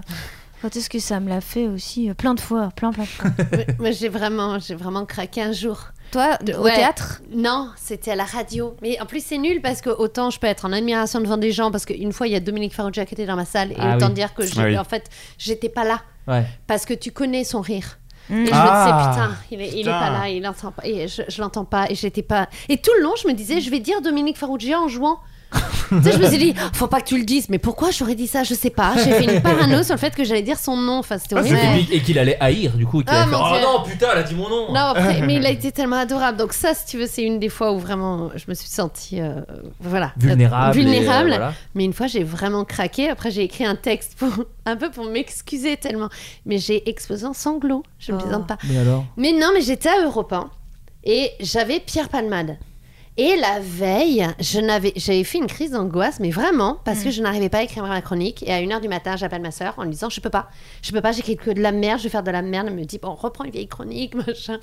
S9: quand est-ce que ça me l'a fait aussi Euh, Plein de fois, plein, plein, plein.
S7: Moi, j'ai vraiment, j'ai vraiment craqué un jour.
S9: Toi, de- au
S7: Ouais.
S9: théâtre
S7: Non, c'était à la radio. Mais en plus, c'est nul parce que autant je peux être en admiration devant des gens parce qu'une fois, il y a Dominique Farrugia qui était dans ma salle et
S6: Ah
S7: autant
S6: oui.
S7: dire que j'ai-
S8: Ah oui.
S7: en fait, j'étais pas là
S6: Ouais.
S7: parce que tu connais son rire.
S9: Mm.
S7: Et
S6: Ah.
S7: je me disais, putain, il est, il est
S8: Putain.
S7: pas là, il entend pas, et je, je l'entends pas, et j'étais pas. Et tout le long, je me disais, je vais dire Dominique Farrugia en jouant. tu sais, je me suis dit, faut pas que tu le dises, mais pourquoi j'aurais dit ça Je sais pas. J'ai fait une parano sur le fait que j'allais dire son nom. Enfin, c'était
S6: Et
S7: horrible.
S6: qu'il- Et qu'il allait haïr, du coup. et qu'il
S7: Ah,
S6: allait faire,
S7: mon
S6: oh
S7: Dieu.
S6: non, putain, elle a dit mon nom.
S7: Non, après, mais il a été tellement adorable. Donc, ça, si tu veux, c'est une des fois où vraiment je me suis sentie. euh, voilà.
S6: Vulnérable. et, euh,
S7: Vulnérable.
S6: voilà.
S7: Mais une fois, j'ai vraiment craqué. Après, j'ai écrit un texte pour, un peu pour m'excuser tellement. Mais j'ai explosé en sanglots. Je me
S9: Oh.
S7: disais pas.
S6: Mais alors
S7: Mais non, mais j'étais à Europe 1 et j'avais Pierre Palmade. Et la veille, je n'avais, j'avais fait une crise d'angoisse, mais vraiment, parce que je n'arrivais pas à écrire ma chronique. Et à 1h du matin, j'appelle ma sœur en lui disant Je peux pas, je peux pas, j'écris que de la merde, je vais faire de la merde. Elle me dit Bon, reprends une vieille chronique, machin.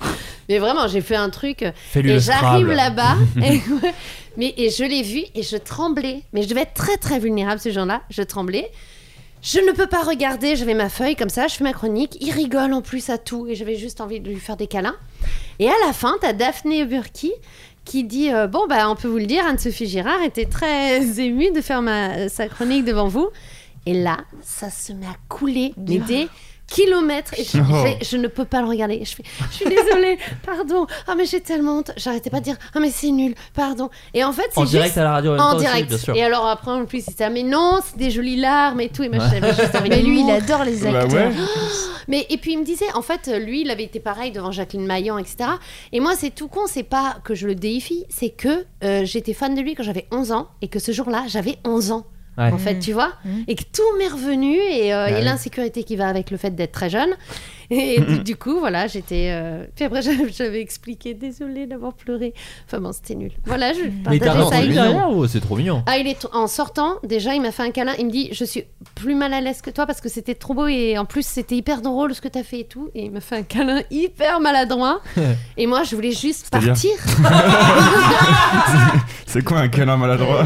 S7: Mais vraiment, j'ai fait un truc. euh,
S6: Fais-lui
S7: Et
S6: le
S7: j'arrive
S6: Scrabble.
S7: là-bas, et, ouais, mais, et je l'ai vu et je tremblais. Mais je devais être très très vulnérable ce jour-là, je tremblais. Je ne peux pas regarder, j'avais ma feuille comme ça, je fais ma chronique, il rigole en plus à tout et j'avais juste envie de lui faire des câlins. Et à la fin, t'as Daphné Burki qui dit euh, Bon, bah on peut vous le dire, Anne-Sophie Girard était très émue de faire ma, sa chronique devant vous. Et là, ça se met à couler, mais des
S6: oh.
S7: kilomètres. Et je, je- je ne peux pas le regarder. Je, fais, je suis désolée, pardon. Ah, mais j'ai tellement honte. J'arrêtais pas de dire Ah, mais c'est nul, pardon. Et en fait, c'est
S6: En
S7: juste.
S6: direct à la radio, en, même
S7: en
S6: temps aussi,
S7: direct.
S6: bien sûr.
S7: et alors après, en plus, c'était ah, mais non, c'est des jolies larmes et tout. Et moi,
S6: Ouais.
S7: j'avais juste envie de
S9: Mais lui, il
S7: mourir.
S9: adore les
S8: Bah
S9: acteurs.
S8: ouais.
S7: Mais et puis il me disait, en fait, lui, il avait été pareil devant Jacqueline Maillan, etc. Et moi, c'est tout con, c'est pas que je le déifie, c'est que euh, j'étais fan de lui quand j'avais 11 ans et que ce jour-là, j'avais 11 ans.
S6: Ouais.
S7: En fait, tu vois,
S9: Mhm.
S7: et que tout m'est revenu et, euh,
S6: Bah
S7: et
S6: oui.
S7: l'insécurité qui va avec le fait d'être très jeune. Et du, du coup, voilà, j'étais. euh, Puis après, j'avais j'avais expliqué, désolée d'avoir pleuré. Enfin bon, c'était nul. Voilà, je
S6: Mais
S7: partageais
S6: t'as
S7: ça
S6: rencontré
S7: avec
S2: mignon.
S6: derrière ou c'est trop mignon
S7: ah, il est en sortant, déjà, il m'a fait un câlin. Il me dit Je suis plus mal à l'aise que toi parce que c'était trop beau et en plus, c'était hyper drôle ce que t'as fait et tout. Et il me fait un câlin hyper maladroit. et moi, je voulais juste
S8: C'est-à-dire
S7: partir.
S8: C'est quoi un câlin maladroit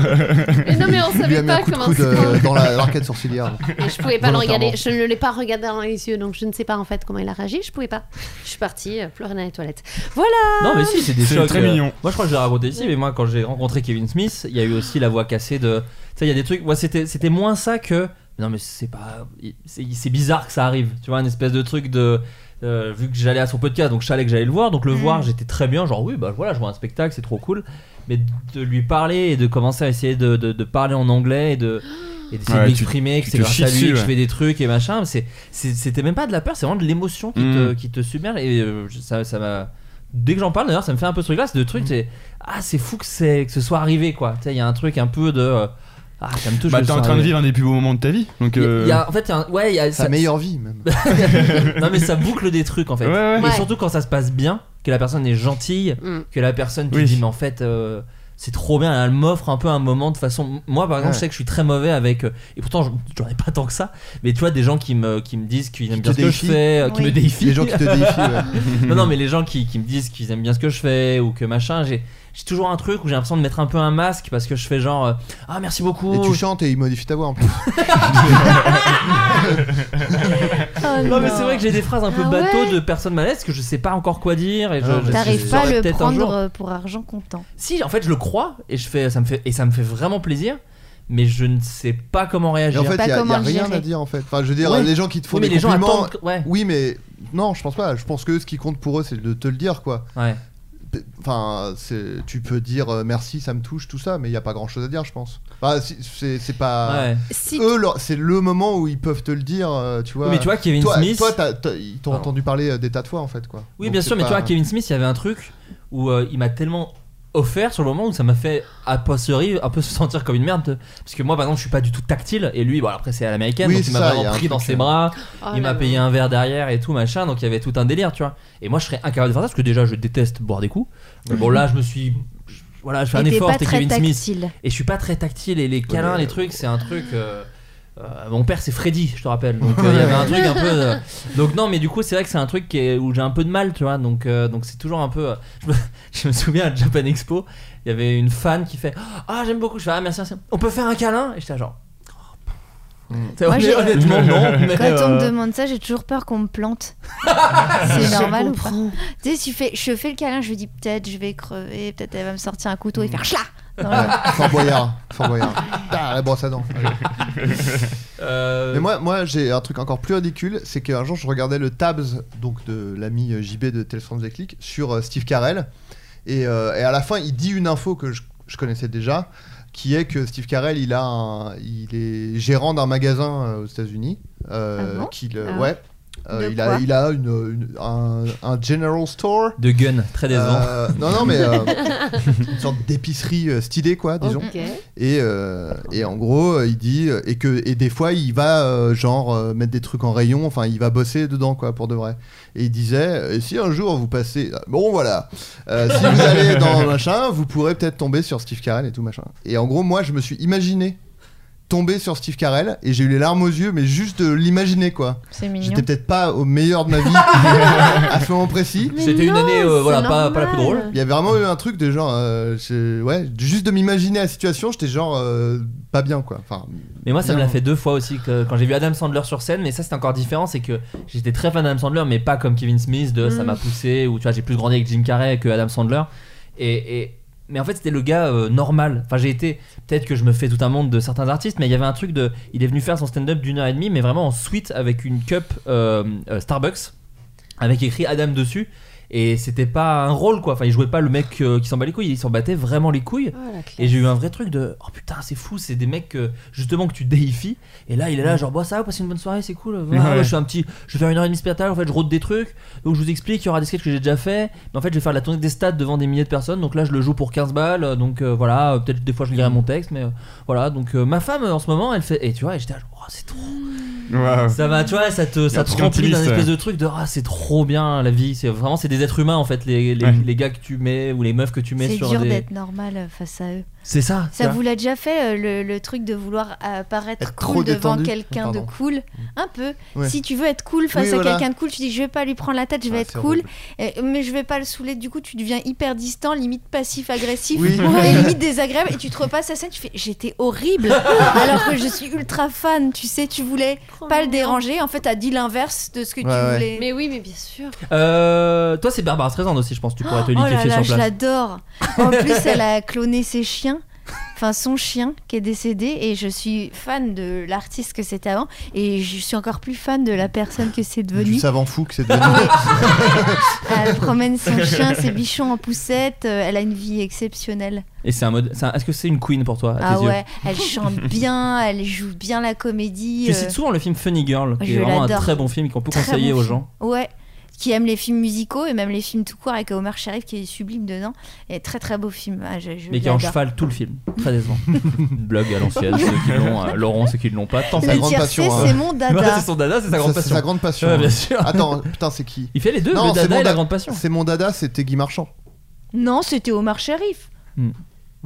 S7: mais non, mais on
S2: Il lui a
S7: savait
S2: mis un
S7: pas
S2: coup de
S7: comment
S2: coude euh,
S7: c'était.
S2: dans la- l'arcade sourcilière.
S7: Et je pouvais pas le
S2: volontairement.
S7: regarder. Je ne l'ai pas regardé dans les yeux, donc je ne sais pas en fait comment il a réagi. Je pouvais pas. Je suis partie euh, pleurer dans les toilettes. Voilà
S6: Non, mais si, c'est des
S8: C'est
S6: chocs. euh,
S8: très mignon.
S6: Moi, je crois que je l'ai raconté ici, mais moi, quand j'ai rencontré Kevin Smith, il y a eu aussi la voix cassée de. Tu sais, il y a des trucs. Moi, c'était c'était moins ça que. Non, mais c'est pas. C'est c'est bizarre que ça arrive. Tu vois, une espèce de truc de. euh, vu que j'allais à son podcast, donc je savais que j'allais le voir, donc le
S9: Mm.
S6: voir, j'étais très bien, genre oui, bah voilà, je vois un spectacle, c'est trop cool. Mais de lui parler et de commencer à essayer de, de- de parler en anglais et de et d'essayer
S8: Ouais,
S6: de
S8: tu-
S6: l'exprimer,
S8: tu
S6: que c'est
S8: te
S6: grâce
S8: chies
S6: à lui
S8: dessus,
S6: que je
S8: ouais.
S6: fais des trucs et machin, c'est c'est- c'était même pas de la peur, c'est vraiment de l'émotion qui, te,
S8: Mm.
S6: qui te submerge et euh, ça ça m'a dès que j'en parle d'ailleurs ça me fait un peu ce truc là c'est de
S8: Mm.
S6: truc c'est ah c'est fou que c'est que ce soit arrivé quoi tu sais il y a un truc un peu de euh, ah ça me touche
S8: Bah,
S6: que
S8: t'es
S6: ce
S8: en
S6: soit
S8: train de
S6: arrivé.
S8: vivre un des plus beaux moments de ta vie. Donc,
S6: Il y a-
S8: euh,
S6: il y a- en fait il y a un- ouais il y a
S2: Sa
S6: ça-
S2: meilleure vie, même.
S6: non mais ça boucle des trucs en fait
S8: Ouais, ouais.
S6: et
S7: Ouais.
S6: surtout quand ça se passe bien que la personne est gentille
S7: Mm.
S6: que la personne tu
S8: Oui.
S6: dis mais en fait euh, c'est trop bien elle m'offre un peu un moment de façon moi par exemple je sais que je suis très mauvais avec euh, et pourtant j'en- j'en ai pas tant que ça mais tu vois des gens qui me qui me disent qu'ils aiment
S2: te
S6: bien ce que je
S2: déifient.
S6: fais euh, qui
S9: Oui.
S6: me déifient
S2: Les gens qui te défient, ouais.
S6: non, non, mais les gens qui, qui me disent qu'ils aiment bien ce que je fais ou que machin, j'ai j'ai toujours un truc où j'ai l'impression de mettre un peu un masque parce que je fais genre euh, ah merci beaucoup.
S2: Et tu chantes et ils modifient ta voix en plus.
S9: Oh,
S6: non mais c'est vrai que j'ai des phrases un peu
S7: Ah
S6: bateau
S7: ouais
S6: de personnes mal à l'aise que je sais pas encore quoi dire et je,
S2: Ah,
S6: je- je
S9: T'arrives pas à
S6: saurais
S9: le
S6: peut-être un jour.
S9: prendre euh, pour argent comptant.
S6: Si en fait je le crois et je fais ça me fait et ça me fait vraiment plaisir mais je ne sais pas comment
S2: Et
S6: réagir.
S2: en fait,
S9: pas
S2: il y a, y
S9: comment
S2: a
S9: le
S2: rien
S9: gérer.
S2: à dire en fait. Enfin, je veux dire,
S6: Ouais.
S2: les gens qui te font
S6: Oui, mais
S2: des
S6: les gens
S2: compliments.
S6: attendent que- ouais.
S2: Oui, mais non, je pense pas. Je pense que ce qui compte pour eux, c'est de te le dire, quoi.
S6: Ouais.
S2: Enfin, c'est- tu peux dire euh, merci, ça me touche, tout ça, mais il y a pas grand chose à dire, je pense. Enfin, si- c'est c'est pas.
S6: ouais.
S7: Si
S2: Eux, leur- c'est le moment où ils peuvent te le dire, euh, tu vois.
S6: Mais tu vois Kevin
S2: toi,
S6: Smith
S2: toi, t'as- t'as- ils t'ont
S6: Pardon.
S2: entendu parler euh, des tas de fois en fait, quoi.
S6: Oui,
S2: Donc,
S6: bien
S2: c'est
S6: sûr, mais tu
S2: pas-
S6: vois, Kevin Smith, il y avait un truc où euh, il m'a tellement offert sur le moment où ça m'a fait a posteriori un peu se sentir comme une merde de- parce que moi par exemple je suis pas du tout tactile et lui bon alors après c'est à l'américaine
S2: Oui,
S6: donc il
S2: c'est
S6: m'a
S2: ça, il y
S6: vraiment
S2: a un
S6: pris dans
S2: truc,
S6: ses
S2: euh,
S6: bras
S7: Oh
S6: il
S7: là
S6: m'a
S7: là.
S6: payé un verre derrière et tout machin donc il y avait tout un délire tu vois et moi je serais incapable de faire ça parce que déjà je déteste boire des coups mais bon là je me suis je- voilà je fais un
S9: Et t'es
S6: effort
S9: pas
S6: c'était
S9: très
S6: Kevin Smith
S9: tactile.
S6: et je suis pas très tactile et les câlins les trucs c'est un truc euh, euh, mon père c'est Freddy je te rappelle donc euh, il y avait un truc un peu euh, donc non mais du coup c'est vrai que c'est un truc qui est- où j'ai un peu de mal tu vois donc euh, donc c'est toujours un peu euh, je, me, je me souviens à Japan Expo il y avait une fan qui fait ah j'aime beaucoup je fais ah merci, merci on peut faire un câlin et j'étais genre oh. C'est-
S9: Moi, j'ai-
S6: honnêtement non mais,
S9: Quand on
S6: euh,
S9: me demande ça, j'ai toujours peur qu'on me plante. c'est normal ou pas Tu sais, tu fais, je fais le câlin, je me dis peut-être je vais crever, peut-être elle va me sortir un couteau et
S6: Mm.
S9: faire chla dans la-
S2: Ouais, Fort Boyard, Fort Boyard. Ah, la brosse à dents.
S6: euh,
S2: Mais moi, moi j'ai un truc encore plus ridicule, c'est qu'un jour je regardais le Tabs, donc de l'ami euh, JB de Tales from the Click, sur euh, Steve Carell. Et, euh, et à la fin, il dit une info que je, je connaissais déjà, qui est que Steve Carell, il, a un- il est gérant d'un magasin euh, aux États-Unis. euh,
S9: Ah bon
S2: qu'il, euh,
S9: Ah.
S2: Ouais. Euh,
S9: De
S2: il, a,
S9: quoi
S2: il a une, une- un, un general store.
S6: de gun très décevant
S2: Euh, non, non, mais euh, une sorte d'épicerie euh, stylée, quoi, disons.
S7: Ok.
S2: Et, euh, et en gros, euh, il dit euh, et que et des fois il va euh, genre euh, mettre des trucs en rayon, enfin il va bosser dedans quoi pour de vrai. Et il disait euh, et si un jour vous passez bon voilà, euh, si vous allez dans machin, vous pourrez peut-être tomber sur Steve Carell et tout machin. Et en gros, moi je me suis imaginé tomber sur Steve Carell et j'ai eu les larmes aux yeux mais juste de l'imaginer quoi.
S9: C'est mignon.
S2: J'étais peut-être pas au meilleur de ma vie à ce moment précis.
S7: Mais
S6: C'était une
S7: non,
S6: année, euh,
S7: c'est
S6: voilà, pas- pas la plus
S7: normal.
S2: Il y a vraiment eu un truc de genre, euh, je- ouais, juste de m'imaginer la situation, j'étais genre euh, pas bien quoi. Enfin,
S6: Mais moi, ça me l'a
S2: Non.
S6: fait deux fois aussi que- quand j'ai vu Adam Sandler sur scène. Mais ça, c'est encore différent. C'est que j'étais très fan d'Adam Sandler, mais pas comme Kevin Smith de ça
S9: Mm.
S6: m'a poussé ou tu vois, j'ai plus grandi avec Jim Carrey que Adam Sandler. Et, et- mais en fait, c'était le gars euh, normal. Enfin, j'ai été peut-être que je me fais tout un monde de certains artistes, mais il y avait un truc de il est venu faire son stand-up d'une heure et demie, mais vraiment en suite avec une cup euh, euh, Starbucks avec écrit Adam dessus. Et c'était pas un rôle quoi. Enfin, il jouait pas le mec euh, qui s'en bat les couilles. Il s'en battait vraiment les couilles.
S7: Oh, la
S6: Et
S7: classe.
S6: j'ai eu un vrai truc de oh putain c'est fou c'est des mecs que, justement que tu déifies et là il est là genre bon ça va passez une bonne soirée c'est cool voilà,
S8: Ouais.
S6: ouais, je fais un petit je vais faire une heure et demie de spectacle en fait je rôde des trucs donc je vous explique il y aura des sketchs que j'ai déjà fait mais en fait je vais faire la tournée des stades devant des milliers de personnes donc là je le joue pour 15 balles donc euh, voilà euh, peut-être des fois je lirai mon texte mais euh, voilà donc euh, ma femme euh, en ce moment elle fait et tu vois et j'étais là, genre, oh, c'est trop
S8: waouh.
S6: ça va tu vois ça te ça
S8: un
S6: te
S8: truc
S6: remplit d'un
S8: intimiste,
S6: espèce de truc de ah c'est trop bien la vie c'est vraiment c'est des êtres humains en fait les, les,
S8: Ouais.
S6: les gars que tu mets ou les meufs que tu mets
S9: C'est
S6: sur
S9: dur
S6: des-
S9: d'être normal euh, face à eux.
S6: c'est ça tu
S9: Ça
S6: vois.
S9: vous l'a déjà fait euh, le, le truc de vouloir apparaître
S2: Être
S9: cool
S2: trop
S9: devant
S2: détendu.
S9: quelqu'un de
S2: Pardon. Mm.
S9: cool Un peu.
S2: Ouais.
S9: Si tu veux être cool face
S2: Oui,
S9: à
S2: voilà.
S9: quelqu'un de cool, tu dis je vais pas lui prendre la tête, je vais
S2: Ah, c'est
S9: être cool,
S2: horrible.
S9: euh, mais je vais pas le saouler. Du coup, tu deviens hyper distant, limite passif-agressif,
S2: Oui.
S9: et limite désagréable, et tu te repasses la scène, tu fais j'étais horrible, alors que je suis ultra fan, tu sais, tu voulais
S7: Trop
S9: pas le
S7: mignon.
S9: déranger. En fait, t'as dit l'inverse de ce que
S2: Ouais,
S9: tu
S2: ouais.
S9: voulais.
S7: Mais oui, mais bien sûr.
S6: Euh, toi, c'est Barbara Streisand aussi, je pense. Tu pourrais te
S9: Oh là
S6: liquéfier
S9: là, je
S6: sur place.
S9: l'adore. En plus, elle a cloné ses chiens. Enfin, son chien qui est décédé, et je suis fan de l'artiste que c'était avant, et je suis encore plus fan de la personne que c'est
S2: du
S9: devenu.
S2: savant fou que c'est devenu.
S9: Elle promène son chien, ses bichons en poussette, euh, elle a une vie exceptionnelle.
S6: Et c'est un mode. c'est un- Est-ce que c'est une queen pour toi à
S9: Ah
S6: tes yeux
S9: ouais, elle chante bien, elle joue bien la comédie.
S6: Tu
S9: euh,
S6: cites souvent le film Funny Girl, qui
S9: je
S6: est vraiment un
S9: l'adore.
S6: très bon film qu'on peut
S9: Très
S6: conseiller
S9: bon
S6: aux
S9: film.
S6: gens.
S9: Ouais. qui aime les films musicaux et même les films tout court avec Omar Sharif qui est sublime dedans. Et très très beau film. Ah, je- je
S6: Mais qui est en
S9: l'adore.
S6: cheval tout le film. Très décevant. Blague à l'ancienne, ceux qui l'ont, euh, Laurent, ceux qui ne l'ont pas, tant
S9: Le
S6: pis.
S2: sa grande
S9: tiercé,
S2: passion, hein.
S9: c'est mon
S6: Voilà,
S9: dada.
S6: c'est son dada, c'est sa
S2: Ça,
S6: grande
S2: c'est
S6: passion.
S2: sa grande passion. hein.
S6: Ouais, bien sûr.
S2: Attends, putain, c'est qui
S6: Il fait les deux,
S2: Non,
S6: le
S2: c'est
S6: dada
S2: mon
S6: et la
S2: dada.
S6: grande passion.
S2: C'est mon dada, c'était Guy Marchand.
S9: Non, c'était Omar Sharif.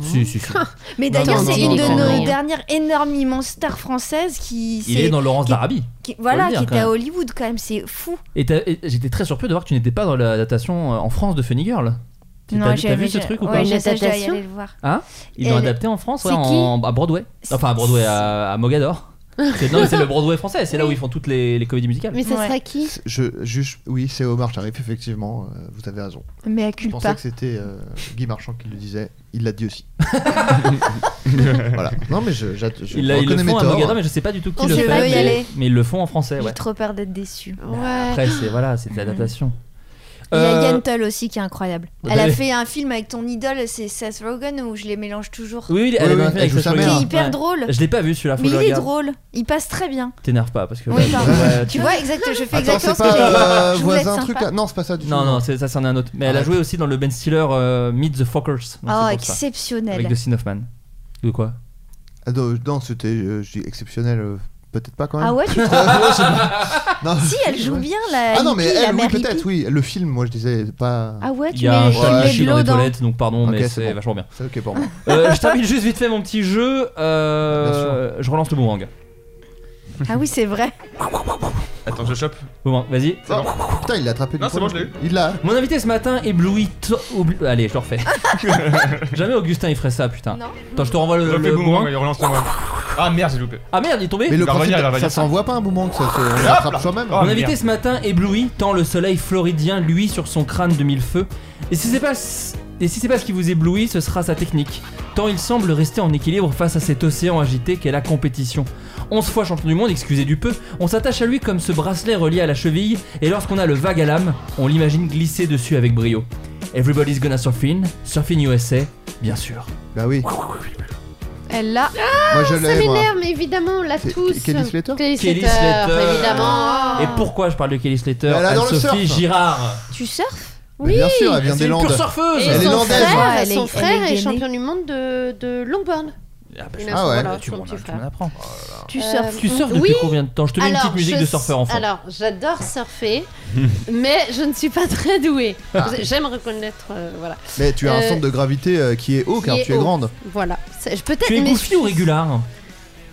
S6: Si, si, si.
S9: Mais
S2: Non,
S9: d'ailleurs,
S2: non,
S9: c'est
S2: non,
S9: une
S2: non,
S9: de
S2: non,
S9: nos
S2: non.
S9: dernières énormément stars françaises qui,
S6: Il
S9: s'est-
S6: est dans Laurence
S9: qui-
S6: d'Arabie.
S9: qui- voilà,
S6: le dire,
S9: qui
S6: quand
S9: était à
S6: même.
S9: Hollywood quand même. C'est fou.
S6: Et, t'as- et j'étais très surpris de voir que tu n'étais pas dans l'adaptation euh, en France de Funny Girl. Tu- T'as t'as vu
S9: j'avais-
S6: ce truc ou
S9: ouais,
S6: pas
S9: j'ai- ça, je dois y
S7: Adaptation
S9: aller le voir.
S6: Ils l'ont
S9: elle-
S6: adapté en France, ouais,
S7: c'est
S6: en- à Broadway. Enfin, à Broadway, à, à Mogador. C'est- Non, mais c'est le Broadway français, c'est là où ils font toutes les, les comédies musicales.
S7: Mais ça
S9: Ouais.
S7: sera qui
S2: Je juge, oui, c'est Omar Sharif, effectivement, euh, vous avez raison.
S9: Mais à
S2: Je pensais
S9: culpa.
S2: que c'était euh, Guy Marchand qui le disait, il l'a dit aussi. voilà. Non, mais je, j'att- je
S6: Ils, la- ils le
S2: reconnais mes
S6: font à
S2: torts.
S6: Mogador, mais je sais pas du tout qui
S9: On
S6: le
S9: se
S6: fait.
S9: veut y
S6: mais,
S9: aller.
S6: mais ils le font en français, ouais.
S9: J'ai trop peur d'être déçue.
S7: Ouais.
S6: Après, c'est voilà, c'est de l'adaptation.
S9: Il y a
S6: Euh, Bah,
S9: Yentl aussi qui est incroyable. Elle a
S6: d'ailleurs-
S9: fait un film avec ton idole, c'est Seth Rogen, où je les mélange toujours.
S6: Oui, oui, elle
S2: Oui,
S6: est dans
S2: oui,
S6: un film
S2: elle
S6: avec
S2: joue
S6: Seth
S2: sa
S9: Qui
S6: Rogen.
S2: mère.
S9: est
S2: merde.
S9: hyper
S6: Ouais.
S9: drôle.
S6: Je l'ai pas vu celui-là, faut
S9: Mais
S6: le
S9: il est
S6: regarder.
S9: drôle. Il passe très bien.
S6: T'énerve pas parce que.
S9: Oui,
S6: là,
S9: pardon.
S6: ouais,
S9: Tu vois, exact, je fais
S2: Attends,
S9: exactement
S2: c'est
S9: ce que j'ai
S2: pas
S9: dit.
S2: euh,
S9: Je voulais
S2: voisin
S9: être
S2: truc
S6: hein.
S9: sympa.
S2: là Non, c'est pas ça du tout.
S6: Non, non, c'est- ça c'en est un autre. Mais elle a
S2: Arrête.
S6: joué aussi dans le Ben Stiller euh, Meet the Fockers. donc
S9: Oh,
S6: c'est pour ça. Avec
S9: exceptionnel.
S6: Dustin Hoffman. De quoi
S2: Ah, non, non, c'était euh, je dis exceptionnel, euh, peut-être pas quand même.
S9: Ah ouais, tu trouves
S2: Non.
S9: Si, elle joue bien la.
S2: Ah non, mais
S9: Hippie, la
S2: elle, oui,
S9: mère
S2: peut-être,
S9: hippie.
S2: oui. Le film, moi je disais pas.
S9: Ah ouais,
S6: Il
S9: tu
S6: y a un
S9: mets, tu
S6: chat
S2: ouais,
S9: mets
S6: qui
S9: de
S6: chie dans
S9: l'eau
S6: les
S9: dans.
S6: toilettes, donc pardon,
S2: Ok,
S6: mais
S2: c'est
S6: c'est
S2: bon.
S6: vachement bien.
S2: C'est ok pour moi.
S6: Euh, je termine juste vite fait mon petit jeu. euh, je relance le boomerang.
S9: Ah oui, c'est vrai.
S8: Attends, je chope.
S6: Boomerang, vas-y.
S2: Ah, Putain, il l'a attrapé du
S8: Non, c'est
S2: poing.
S8: bon, je l'ai eu.
S2: Il l'a.
S6: Mon invité ce matin éblouit. to- oubli- Allez, je le refais. Jamais Augustin il ferait ça, putain.
S9: Non.
S6: Ah. Attends, je te renvoie le,
S8: Chope
S6: le
S8: le boomerang
S6: boomerang.
S8: et relance le boomerang. Ah merde, j'ai loupé.
S6: Ah merde, il est tombé.
S2: Mais le
S8: va
S2: principe,
S8: revenir, il va
S2: ça
S8: revenir.
S2: s'envoie pas un boomerang, ça se- on l'attrape soi-même.
S8: Ah,
S6: Mon invité
S8: merde.
S6: ce matin ébloui tant le soleil floridien luit sur son crâne de mille feux. Et si c'est pas et si c'est pas ce qui vous éblouit, ce sera sa technique. Tant il semble rester en équilibre face à cet océan agité qu'est la compétition. 11 fois champion du monde, excusez du peu, on s'attache à lui comme ce bracelet relié à la cheville, et lorsqu'on a le vague à l'âme, on l'imagine glisser dessus avec brio. Everybody's gonna surfing, surfing USA, bien sûr.
S2: Bah oui,
S7: Oh, Elle l'a.
S2: moi je
S7: Ça
S2: l'ai. moi.
S7: m'énerve, mais évidemment, on l'a
S2: C'est-
S7: tous.
S2: Kelly Slater
S7: Kelly
S6: Kelly Slater. Ah.
S7: Slater, évidemment.
S6: Et pourquoi je parle de Kelly Slater
S2: Elle adore le
S6: Anne-Sophie
S2: surf.
S6: Girard
S9: Tu surfes
S2: Mais Bien sûr, elle vient
S6: C'est
S2: des
S6: une
S2: Landes.
S6: pure surfeuse
S7: Et
S2: Elle est
S7: son
S2: landaise.
S7: frère,
S9: Elle est-
S7: son
S9: elle est
S7: frère est,
S9: gainée.
S7: champion du monde de, de longboard.
S6: Ah bah,
S7: Il
S6: je-
S7: a
S2: Ah
S7: son-
S2: ouais.
S7: voilà,
S6: tu
S7: son
S6: m'en
S7: petit
S6: tu
S7: frère.
S6: m'en apprends.
S9: Tu
S7: Euh,
S9: surfes
S6: Tu surfes depuis
S7: Oui.
S6: combien de temps Je te mets une petite
S7: Alors,
S6: musique
S7: je
S6: de surfeur enfant.
S7: Alors, j'adore surfer, mais je ne suis pas très douée. J'aime reconnaître, euh, voilà.
S2: Mais tu as un
S7: Euh,
S2: centre de gravité euh, qui est haut
S7: qui
S2: car
S7: est
S2: tu es
S7: haut.
S2: grande.
S7: Voilà. C'est- je- Peut-être.
S6: tu es
S7: mais
S6: goofy
S7: je-
S6: ou régulard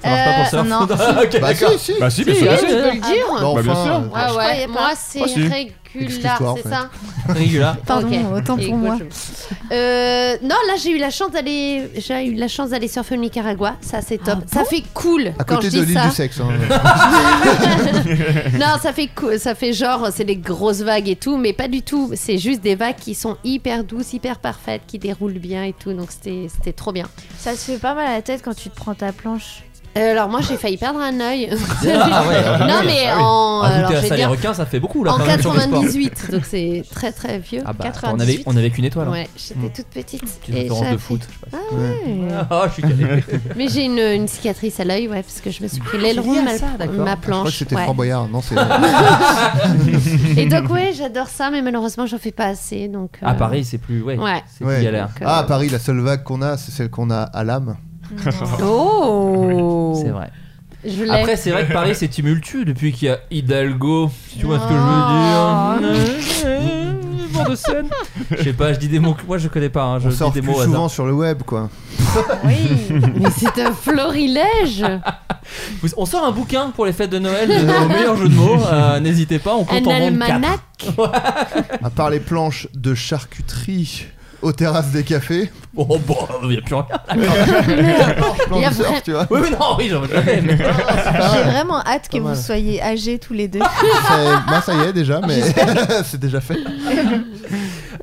S6: Ça marche pas pour ça.
S9: Euh, non.
S6: Ok,
S2: Bah
S6: d'accord.
S2: si, si.
S8: Bah si,
S6: C'est
S8: bien sûr.
S6: ça.
S7: Oui, je peux le
S9: Ah,
S7: dire.
S2: Bon,
S8: Bah, bien sûr.
S2: enfin,
S7: Ouais,
S9: je
S7: ouais,
S9: croyais
S7: moi
S9: pas.
S7: c'est
S8: Moi, si.
S7: régular,
S2: Excuse-toi, en
S7: c'est
S2: fait.
S7: ça
S6: Régulard.
S9: Pardon,
S7: Ok.
S9: autant
S7: Et
S9: pour moi.
S7: écoute, je- Euh, non, là j'ai eu la chance d'aller, j'ai eu la chance d'aller surfer au Nicaragua, ça c'est top,
S9: Ah
S7: ça fait cool
S2: à
S7: quand je
S2: côté de
S7: dis
S2: l'île
S7: ça.
S2: du sexe. hein.
S7: non, ça fait cou- ça fait genre c'est des grosses vagues et tout, mais pas du tout. C'est juste des vagues qui sont hyper douces, hyper parfaites, qui déroulent bien et tout. Donc c'était c'était trop bien.
S9: Ça se fait pas mal à la tête quand tu te prends ta planche.
S7: Euh, alors moi j'ai failli perdre un œil.
S6: Ah ouais, ah
S7: non
S6: oui.
S7: mais en alors,
S6: Ajouter
S7: je
S6: à
S7: vais
S6: ça les
S7: dire,
S6: requins, ça fait beaucoup là.
S7: en
S6: quand même, sur le sport.
S7: 98, donc c'est très très vieux.
S6: Ah bah, attends, on
S7: 98.
S6: avait, on avait qu'une étoile. hein.
S7: Ouais, j'étais
S6: Mm.
S7: toute petite.
S6: Petite référence de
S7: j'avais-
S6: foot, je sais pas.
S7: Ah ouais.
S6: Ah, je suis calé.
S7: Mais j'ai une, une cicatrice à l'œil, ouais, parce que je me suis
S2: Ah,
S7: pris l'aileron
S6: lié à
S7: de ma,
S6: ça, d'accord.
S7: ma
S2: Je crois que
S7: planche.
S2: c'était
S7: ouais. Euh,
S2: Franck Boyard. Non, c'est.
S7: Et donc ouais, j'adore ça, mais malheureusement j'en fais pas assez, donc. euh,
S6: À Paris, c'est plus. Ouais.
S7: Ouais.
S6: C'est
S2: Ouais.
S6: plus galère.
S7: Donc, euh,
S2: Ah, à Paris, la seule vague qu'on a, c'est celle qu'on a à l'âme.
S7: Oh.
S6: C'est vrai.
S7: Je l'ai.
S6: Après, c'est vrai que Paris, c'est tumultueux depuis qu'il y a Hidalgo. Si tu vois ce que
S7: Ah.
S6: je veux dire. Bord de Seine. Je sais pas, je dis des mots. que- Moi, je connais pas. hein, Je
S2: On sort
S6: dis des
S2: plus
S6: mots au hasard.
S2: souvent sur le web, quoi.
S7: Oui. Mais c'est un florilège.
S6: Vous- On sort un bouquin pour les fêtes de Noël, euh, au meilleur jeu de mots. euh, N'hésitez pas, on compte
S7: un
S6: en vendre quatre.
S7: almanach.
S2: À part les planches de charcuterie aux terrasses des cafés.
S6: Oh bon, il n'y a plus rien.
S7: Il y a
S2: Planche de surf,
S7: vrai-
S2: tu vois.
S6: Oui, mais non, oui, j'en veux jamais. mais-
S9: J'ai vraiment hâte que
S2: Ah. Pas
S9: vous
S2: mal.
S9: soyez âgés tous les deux.
S2: Ça- Moi, ça y est déjà, mais c'est déjà fait.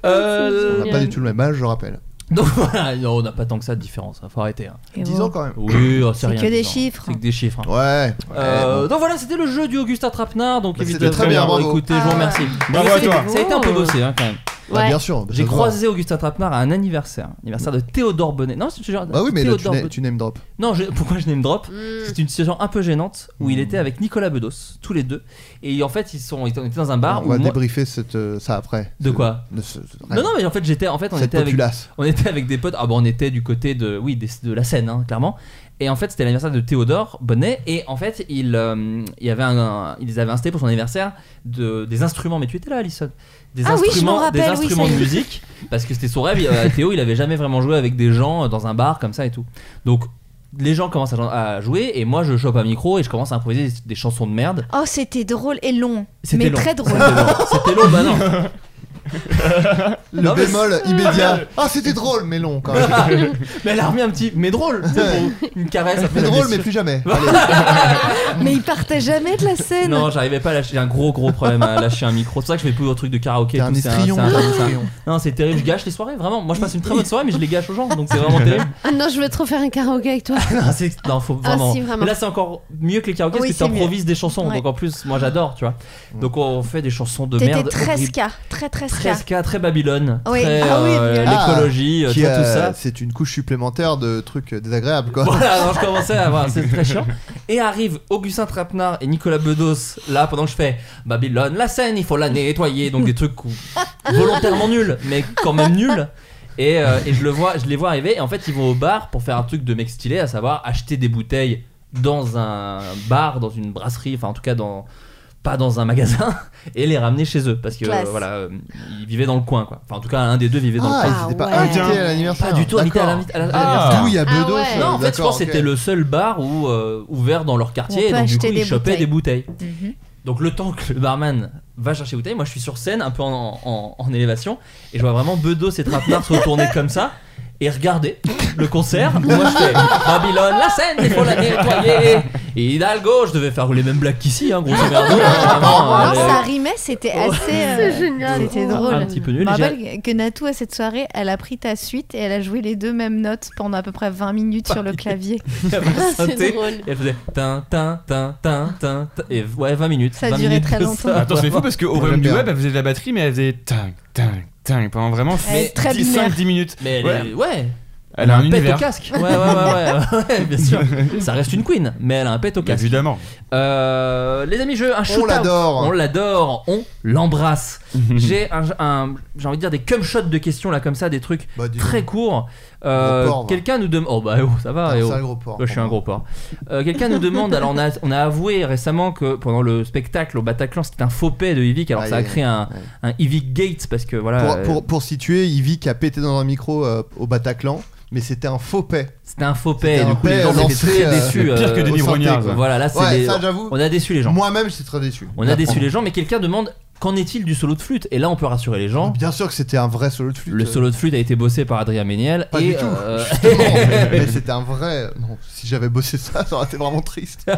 S6: Euh,
S2: On n'a pas du tout le même âge, je rappelle.
S6: Donc voilà, non, on n'a pas tant que ça de différence, hein, faut arrêter. hein.
S2: 10 ans quand même.
S6: Oui, oh, c'est
S9: C'est
S6: rien.
S9: que des
S6: disons.
S9: chiffres.
S6: C'est que des chiffres. hein.
S2: Ouais.
S6: Euh,
S2: ouais, Eh, bon.
S6: donc voilà, c'était le jeu du Augustin Trapnard. Donc
S2: Bah, c'était
S6: évidemment,
S2: très bien,
S6: bon,
S2: bravo.
S9: Ah.
S2: Oh.
S6: écoutez, je vous remercie.
S8: Bravo à
S6: Ça a été-
S8: toi.
S6: Ça a été un peu bossé hein, quand même.
S2: Bah,
S7: Ouais.
S2: bien sûr.
S6: J'ai
S2: ça se voit.
S6: croisé Augustin Trapenard à un anniversaire, anniversaire de Théodore Bonnet. Non, c'est toujours.
S2: Bah oui, mais là, tu,
S6: Théodore
S2: na-
S6: Bonnet.
S2: tu name drop.
S6: Non, je- pourquoi je name drop
S7: Mm.
S6: C'est une situation un peu gênante où il était avec Nicolas Bedos, tous les deux, et en fait ils sont, ils étaient dans un bar
S2: on
S6: où
S2: va
S6: Bah, moi-
S2: débriefer cette, euh, ça après.
S6: De quoi
S2: De ce-
S6: Non, non, mais en fait j'étais, en fait on
S2: Cette
S6: était avec,
S2: populace.
S6: on était avec des potes. Ah bon, on était du côté de, oui, des- de la scène, hein, clairement. Et en fait, c'était l'anniversaire de Théodore Bonnet. Et en fait, il, euh, il y avait un, un- ils avaient incité pour son anniversaire de, des instruments. Mais tu étais là, Alison. Des
S7: Ah oui, je
S6: instruments,
S7: m'en rappelle,
S6: des
S7: oui,
S6: instruments
S7: ça y
S6: de
S7: est.
S6: musique. Parce que c'était son rêve. il- euh, Théo, il avait jamais vraiment joué avec des gens euh, dans un bar comme ça et tout. Donc, les gens commencent à, à jouer. Et moi, je chope un micro et je commence à improviser des, des chansons de merde.
S9: Oh, c'était drôle et long.
S6: C'était
S9: Mais
S6: long.
S9: très drôle.
S6: C'était long. C'était long, bah non.
S2: Le
S6: Non, mais-
S2: bémol immédiat. Ah, c'était drôle, mais long quand même.
S6: Mais elle a remis un petit. Mais drôle. tu sais, pour Une caresse. après
S2: mais
S6: la
S2: drôle,
S6: blessure.
S2: mais plus jamais.
S7: Mais il partait jamais de la scène.
S6: Non, j'arrivais pas à lâcher. J'ai un gros gros problème à lâcher un micro. C'est pour ça que je fais plus de trucs de karaoké. et
S2: T'es un
S6: tout, c'est
S2: estrion.
S6: c'est un-
S2: t'es un
S6: c'est un-
S2: estrion.
S6: Non, c'est terrible. Je gâche les soirées, vraiment. Moi, je passe une très bonne soirée, mais je les gâche aux gens. Donc, c'est vraiment terrible.
S7: Ah non, je veux trop faire un karaoké avec toi.
S6: Non, c'est- non, faut vraiment.
S7: si, vraiment.
S6: Mais Là, c'est encore mieux que les karaokés
S9: Ah, Oui,
S6: parce que
S9: c'est mieux.
S6: t'improvises des chansons.
S9: Ouais.
S6: Donc, en plus, moi, j'adore, tu vois.
S2: Mm.
S6: Donc, on fait des chansons de
S9: T'étais
S6: merde.
S9: très
S6: horribles.
S9: ska, très très ska.
S6: Très ska, très Babylone.
S9: Oui.
S6: Très
S9: Ah oui,
S6: euh,
S9: violent.
S6: l'écologie, euh, tu
S2: Qui,
S6: vois, tout
S2: euh,
S6: ça.
S2: C'est une couche supplémentaire de trucs euh, désagréables, quoi.
S6: Voilà, non, je commençais à voir, c'est très chiant. Et arrivent Augustin Trapenard et Nicolas Bedos, là, pendant que je fais Babylone, la scène, il faut la nettoyer. Donc des trucs où- volontairement nuls, mais quand même nuls. Et, euh, et je, le vois, je les vois arriver, et en fait, ils vont au bar pour faire un truc de mec stylé, à savoir acheter des bouteilles dans un bar, dans une brasserie, enfin, en tout cas, dans pas dans un magasin et les ramener chez eux parce que
S9: Classe.
S6: voilà euh, ils vivaient dans le coin quoi enfin en tout cas un des deux vivait dans
S2: Ah,
S6: le
S2: ils
S6: coin
S7: Ah
S2: étaient pas
S7: ouais.
S2: invités à
S8: Pas
S2: l'anniversaire.
S6: pas du tout invité à la- à la- à l'anniversaire.
S2: D'où il y a
S7: Ah
S2: Bedos,
S7: ouais.
S2: euh,
S6: Non, en fait, je
S2: d'accord,
S6: pense que
S2: ok.
S6: c'était le seul bar où, euh, ouvert dans leur quartier.
S9: On peut
S6: donc, du coup,
S9: acheter
S6: ils
S9: des
S6: chopaient
S9: bouteilles.
S6: des bouteilles.
S9: Mhm.
S6: Donc, le temps que le barman va chercher bouteille, moi, je suis sur scène, un peu en, en- en élévation, et je vois vraiment Bedos et Trapenard se retourner comme ça. Et regarder le concert, moi je fais Babylone, la scène, il faut la nettoyer. Et Hidalgo, je devais faire les mêmes blagues qu'ici, hein, grosso merdo. hein, vraiment,
S9: Non,
S6: euh,
S9: Oh, ça rimait, c'était assez. euh,
S7: C'est génial.
S9: C'était
S7: Un-
S9: Ah, drôle. Bah,
S6: un petit peu nul,
S9: Je me
S6: et j'ai-
S9: rappelle que Natou, à cette soirée, elle a pris ta suite et elle a joué les deux mêmes notes pendant à peu près 20 minutes sur le clavier.
S6: elle avait un synthé,
S7: C'est drôle.
S6: et elle faisait tin, tin, tin, tin, tin, tin, et ouais, 20 minutes.
S9: Ça
S6: 20
S9: durait
S6: minutes
S9: très
S6: de
S9: longtemps.
S6: ça.
S8: Attends, c'est fou parce qu'au
S2: Moi,
S8: royaume
S2: j'aime
S8: du
S2: bien.
S8: web, elle faisait de la batterie, mais elle faisait ting, ting, ting pendant vraiment
S9: Elle est très
S8: 10,
S9: binaire.
S8: 5, 10 minutes.
S6: Mais elle
S8: Ouais.
S6: est- ouais,
S8: Elle a un
S6: pète Bah, au
S8: univers.
S6: casque. Ouais, ouais, ouais, ouais, ouais, ouais, bien sûr. Ça reste une queen, mais elle a un pète au
S8: Bah,
S6: casque.
S8: Évidemment.
S6: Euh, les amis, je un
S2: On
S6: shootout. On
S2: l'adore.
S6: l'adore, on l'embrasse.
S8: Mhm.
S6: J'ai un, un- j'ai envie de dire des cum shots de questions là comme ça, des trucs
S2: Bah, dis donc.
S6: très courts. Euh,
S2: Gros porc, va.
S6: Quelqu'un nous demande. Oh bah oh, ça va.
S2: Putain,
S6: eh oh.
S2: Ah, c'est un gros porc.
S6: Ouais, je suis un gros porc. Euh, Quelqu'un nous demande, alors on a, on a avoué récemment que pendant le spectacle au Bataclan, c'était un faux paix de Yvick, alors
S2: Aïe,
S6: ça a
S2: aïe,
S6: créé un, un Yvick Gate parce que voilà,
S2: Pour,
S6: euh,
S2: pour, pour situer, Ivy qui a pété dans un micro euh, au Bataclan, mais c'était un faux paix.
S6: c'était un faux paix,
S2: C'était
S6: et du
S2: un
S6: coup les
S2: paix
S6: gens étaient
S2: lancé,
S6: très
S2: euh,
S6: déçus.
S8: Pire que
S6: euh,
S2: au
S8: des
S2: synthé,
S8: livrognages.
S2: quoi.
S6: Voilà, là c'est
S2: Ouais,
S6: des-
S2: ça j'avoue.
S6: on a déçu les gens.
S2: Moi-même, j'étais très déçu.
S6: On a déçu les gens, mais quelqu'un demande qu'en est-il du solo de flûte Et là, on peut rassurer les gens.
S2: Bien sûr que c'était un vrai solo de flûte.
S6: Le solo de flûte a été bossé par Adrien Méniel.
S2: Pas
S6: et,
S2: du tout.
S6: euh,
S2: Justement, mais, mais c'était un vrai. Non, si j'avais bossé ça, ça aurait été vraiment triste.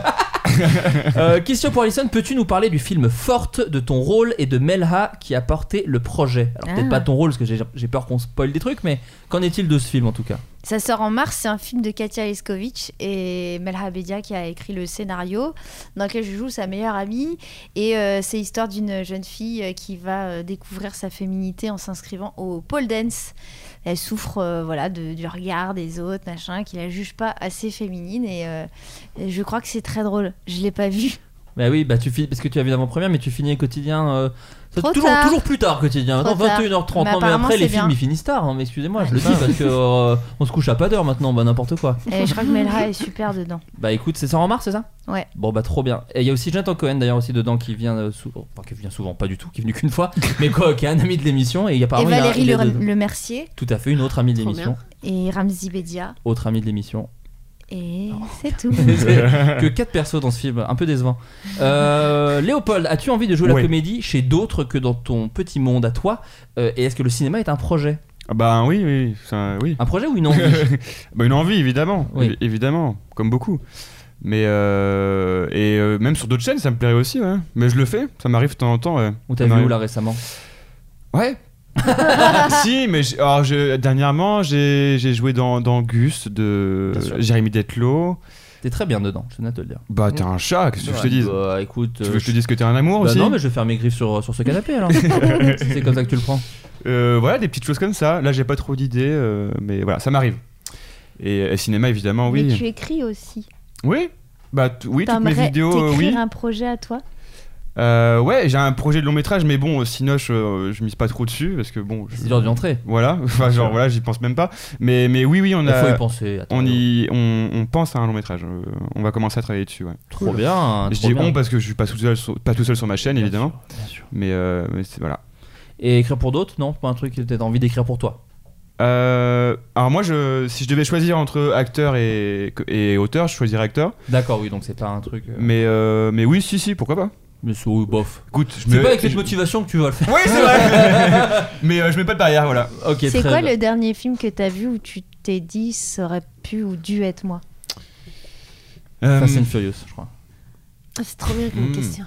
S6: euh, question pour Alison peux-tu nous parler du film Forte, de ton rôle et de Melha qui a porté le projet Alors, peut-être
S9: Ah.
S6: pas ton rôle, parce que j'ai- j'ai peur qu'on spoil des trucs, mais qu'en est-il de ce film en tout cas
S9: Ça sort en mars, c'est un film de Katia Leskovic et Melha Bedia qui a écrit le scénario dans lequel je joue sa meilleure amie. Et euh, c'est l'histoire d'une jeune fille euh, qui va euh, découvrir sa féminité en s'inscrivant au pole dance. Elle souffre euh, voilà, de- du regard des autres, machin, qui la juge pas assez féminine et, euh, et je crois que c'est très drôle. Je l'ai pas vu.
S6: Bah oui, bah tu finis, parce que tu as vu l'avant-première, mais tu finis quotidien. euh, ça-
S9: Trop
S6: toujours,
S9: tard.
S6: toujours plus tard, quotidien.
S9: Trop
S6: Non,
S9: tard.
S6: 21h30.
S9: Mais
S6: non, mais
S9: apparemment,
S6: après, les
S9: c'est
S6: films,
S9: bien.
S6: ils finissent tard. hein, mais excusez-moi, je le dis parce que euh, on se couche à pas d'heure maintenant, bah n'importe quoi.
S9: Et je crois que Melha est super dedans.
S6: Bah écoute, c'est sort en mars, c'est ça
S9: Ouais.
S6: Bon bah trop bien. Et il y a aussi Jonathan Cohen d'ailleurs aussi dedans qui vient euh, sou- enfin, qui vient souvent, pas du tout, qui est venu qu'une fois, mais quoi, qui est un ami de l'émission et il y a
S9: Et
S6: apparemment il y a-
S9: Valérie
S6: il y
S9: le,
S6: a deux-
S9: le Mercier
S6: tout à fait une autre amie de
S7: Trop
S6: l'émission,
S9: et Ramzi Bedia.
S6: autre amie de l'émission.
S9: Et
S6: Oh.
S9: c'est tout.
S6: C'est que quatre persos dans ce film, un peu décevant. Euh, Léopold, as-tu envie de jouer la
S8: Oui.
S6: comédie chez d'autres que dans ton petit monde à toi Euh, Et est-ce que le cinéma est un projet
S8: Ah Bah oui, oui, ça, oui.
S6: Un projet ou une envie
S8: bah, une envie, évidemment.
S6: Oui.
S8: Évi- Évidemment, comme beaucoup. Mais euh, et euh, même sur d'autres chaînes, ça me plairait aussi, ouais. Mais je le fais, ça m'arrive de temps en temps. Ouais.
S6: On t'a
S8: Ça
S6: vu
S8: m'arrive.
S6: où là récemment
S8: Ouais. si, mais j'ai- alors, je- dernièrement, j'ai j'ai joué dans, dans Gus de
S6: Bien sûr.
S8: Jérémy Detlo.
S6: T'es très bien dedans, je tenais à te le dire.
S8: Bah t'es un chat, qu'est-ce que je te dis
S6: Mm. Bah écoute,
S8: Tu veux
S6: euh,
S8: que je te dise que t'es un amour
S6: Bah
S8: aussi
S6: non, mais je vais faire mes griffes sur, sur ce canapé alors. c'est comme ça que tu le prends.
S8: Euh, voilà, des petites choses comme ça. Là, j'ai pas trop d'idées, euh, mais voilà, ça m'arrive. Et, euh, cinéma, évidemment, oui.
S9: Mais tu écris aussi.
S8: Oui, bah t- oui, toutes mes
S9: T'aimerais
S8: vidéos, euh,
S9: t'écrire
S8: oui.
S9: un projet à toi
S8: Euh, ouais, j'ai un projet de long métrage, mais bon, euh, Cinoche, euh, je mise pas trop dessus parce que bon. je-
S6: C'est dur d'y entrer.
S8: Voilà, enfin, genre voilà, j'y pense même pas. Mais mais oui, oui, on
S6: Il faut y
S8: a.
S6: penser. attends. euh,
S8: On, y, on, on pense à un long métrage. euh, on va commencer à travailler dessus. Ouais.
S6: Trop bien. hein,
S8: Je
S6: Ah, trop
S8: dis
S6: bien.
S8: on parce que je suis pas tout seul sur, pas tout seul sur ma chaîne,
S6: Bien
S8: évidemment.
S6: sûr, bien sûr.
S8: Mais, euh, mais c'est- voilà.
S6: Et écrire pour d'autres, non Pas un truc que t'as envie d'écrire pour toi.
S8: Euh, alors moi, je, si je devais choisir entre acteur et, et auteur, je choisirais acteur.
S6: D'accord, oui, donc c'est pas un truc. euh,
S8: Mais, euh, mais oui, si, si, pourquoi pas.
S6: Mais c'est oui, bof.
S8: Écoute, je
S6: C'est
S8: mets-
S6: pas avec
S8: je-
S6: cette motivation que tu vas le faire.
S8: Oui, c'est vrai. mais euh, je mets pas de barrière, voilà.
S6: Ok,
S9: C'est
S6: très
S9: quoi
S6: bien.
S9: le dernier film que t'as vu où tu t'es dit ça aurait pu ou dû être moi
S8: Euh,
S6: Fast and Furious, je crois.
S7: Ah, C'est trop bien comme
S8: Mm.
S7: question.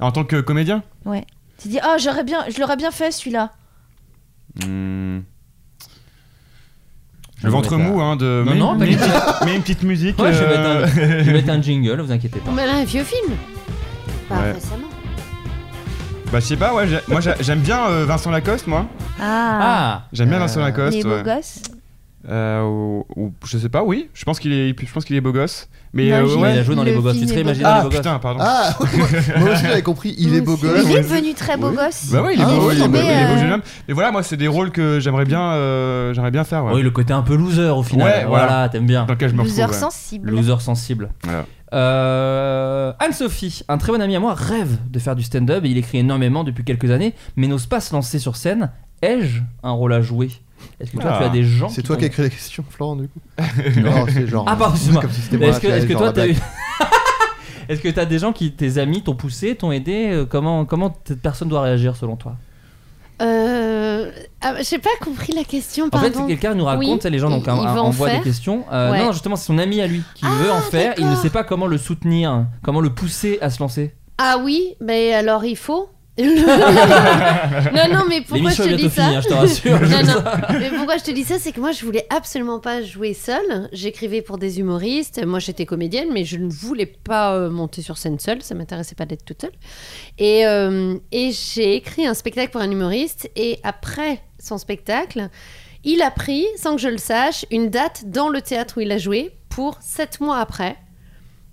S8: en tant que comédien
S9: Tu dis ah j'aurais bien, je l'aurais bien fait celui-là.
S8: Hmm.
S6: Je vais
S8: Le ventre
S6: mettre
S8: mou, hein, de.
S6: Non,
S8: mets-
S6: non,
S8: mets,
S6: mais-
S8: mets une petite musique.
S6: Ouais, je vais
S8: euh,
S6: mettre Je vais mettre un jingle, vous inquiétez pas.
S7: Mais là, un vieux film Pas
S8: Ouais.
S7: récemment.
S8: Bah, je sais pas, ouais, j'ai- moi j'ai- j'aime bien euh, Vincent Lacoste, moi.
S9: Ah.
S6: Ah
S8: J'aime bien Vincent
S9: les
S8: Lacoste.
S9: beaux
S8: ouais.
S9: gosses.
S8: Euh, ou, ou- je sais pas, oui. Je pense qu'il est, je pense qu'il est beau gosse. Mais
S9: Non,
S8: euh,
S9: j'ai-
S6: Il
S8: ouais.
S6: a joué dans
S9: Le
S6: Les Beaux Gosses. Tu
S9: film
S6: serais
S9: est
S6: imaginé dans Les
S8: Ah
S6: Beaux Gosses
S8: putain, pardon.
S2: Ah, moi aussi j'avais compris, il est beau
S9: Moi
S2: gosse.
S9: aussi. Mais il est
S2: Ouais.
S9: devenu très beau gosse.
S8: Bah oui, il est
S2: Ah
S8: beau,
S2: oui,
S8: il est beau,
S2: mais,
S8: il est beau
S9: euh,
S8: jeune homme. Mais voilà, moi, c'est des rôles que j'aimerais bien, euh, j'aimerais bien faire. ouais.
S6: Oui, le côté un peu loser au final.
S8: Ouais,
S6: voilà,
S8: voilà.
S6: t'aimes bien.
S8: Dans lequel je me retrouve. hein.
S9: Loser
S8: ouais.
S9: sensible.
S6: Loser sensible.
S8: Voilà.
S6: Euh, Anne-Sophie, un très bon ami à moi, rêve de faire du stand-up et il écrit énormément depuis quelques années, mais n'ose pas se lancer sur scène. Ai-je un rôle à jouer Est-ce que toi
S8: Ah.
S6: tu as des gens
S2: C'est toi qui as
S6: t'ont-
S2: écrit les questions, Florent, du coup Non, c'est genre.
S6: Ah, pardon, excuse-moi.
S2: Comme si c'était moi,
S6: Est-ce que,
S2: tu vois,
S6: est-ce que
S2: genre,
S6: toi
S2: la
S6: t'as
S2: blague.
S6: eu. Est-ce que t'as des gens qui, tes amis, t'ont poussé, t'ont aidé euh, Comment, comment cette personne doit réagir selon toi
S7: Euh... ah, J'ai pas compris la question,
S6: En fait,
S7: pardon.
S6: quelqu'un nous raconte,
S7: Oui.
S6: ça, les gens donc
S7: Il- il va en
S6: envoient des
S7: faire
S6: questions. Euh,
S7: Ouais. Ah,
S6: Non, justement, c'est son ami à lui qui veut en faire. Il ne
S7: d'accord.
S6: sait pas comment le soutenir, comment le pousser à se lancer.
S7: Ah oui, mais alors il faut... non, non, mais pourquoi je
S6: L'émission
S7: te
S6: est bientôt
S7: dis ça
S6: finie, hein, je te rassure.
S7: Non, non. Mais pourquoi je te dis ça, c'est que moi je voulais absolument pas jouer seule. J'écrivais pour des humoristes, moi j'étais comédienne, mais je ne voulais pas euh, monter sur scène seule, ça m'intéressait pas d'être toute seule. Et, euh, et j'ai écrit un spectacle pour un humoriste, et après son spectacle, il a pris, sans que je le sache, une date dans le théâtre où il a joué pour sept mois après.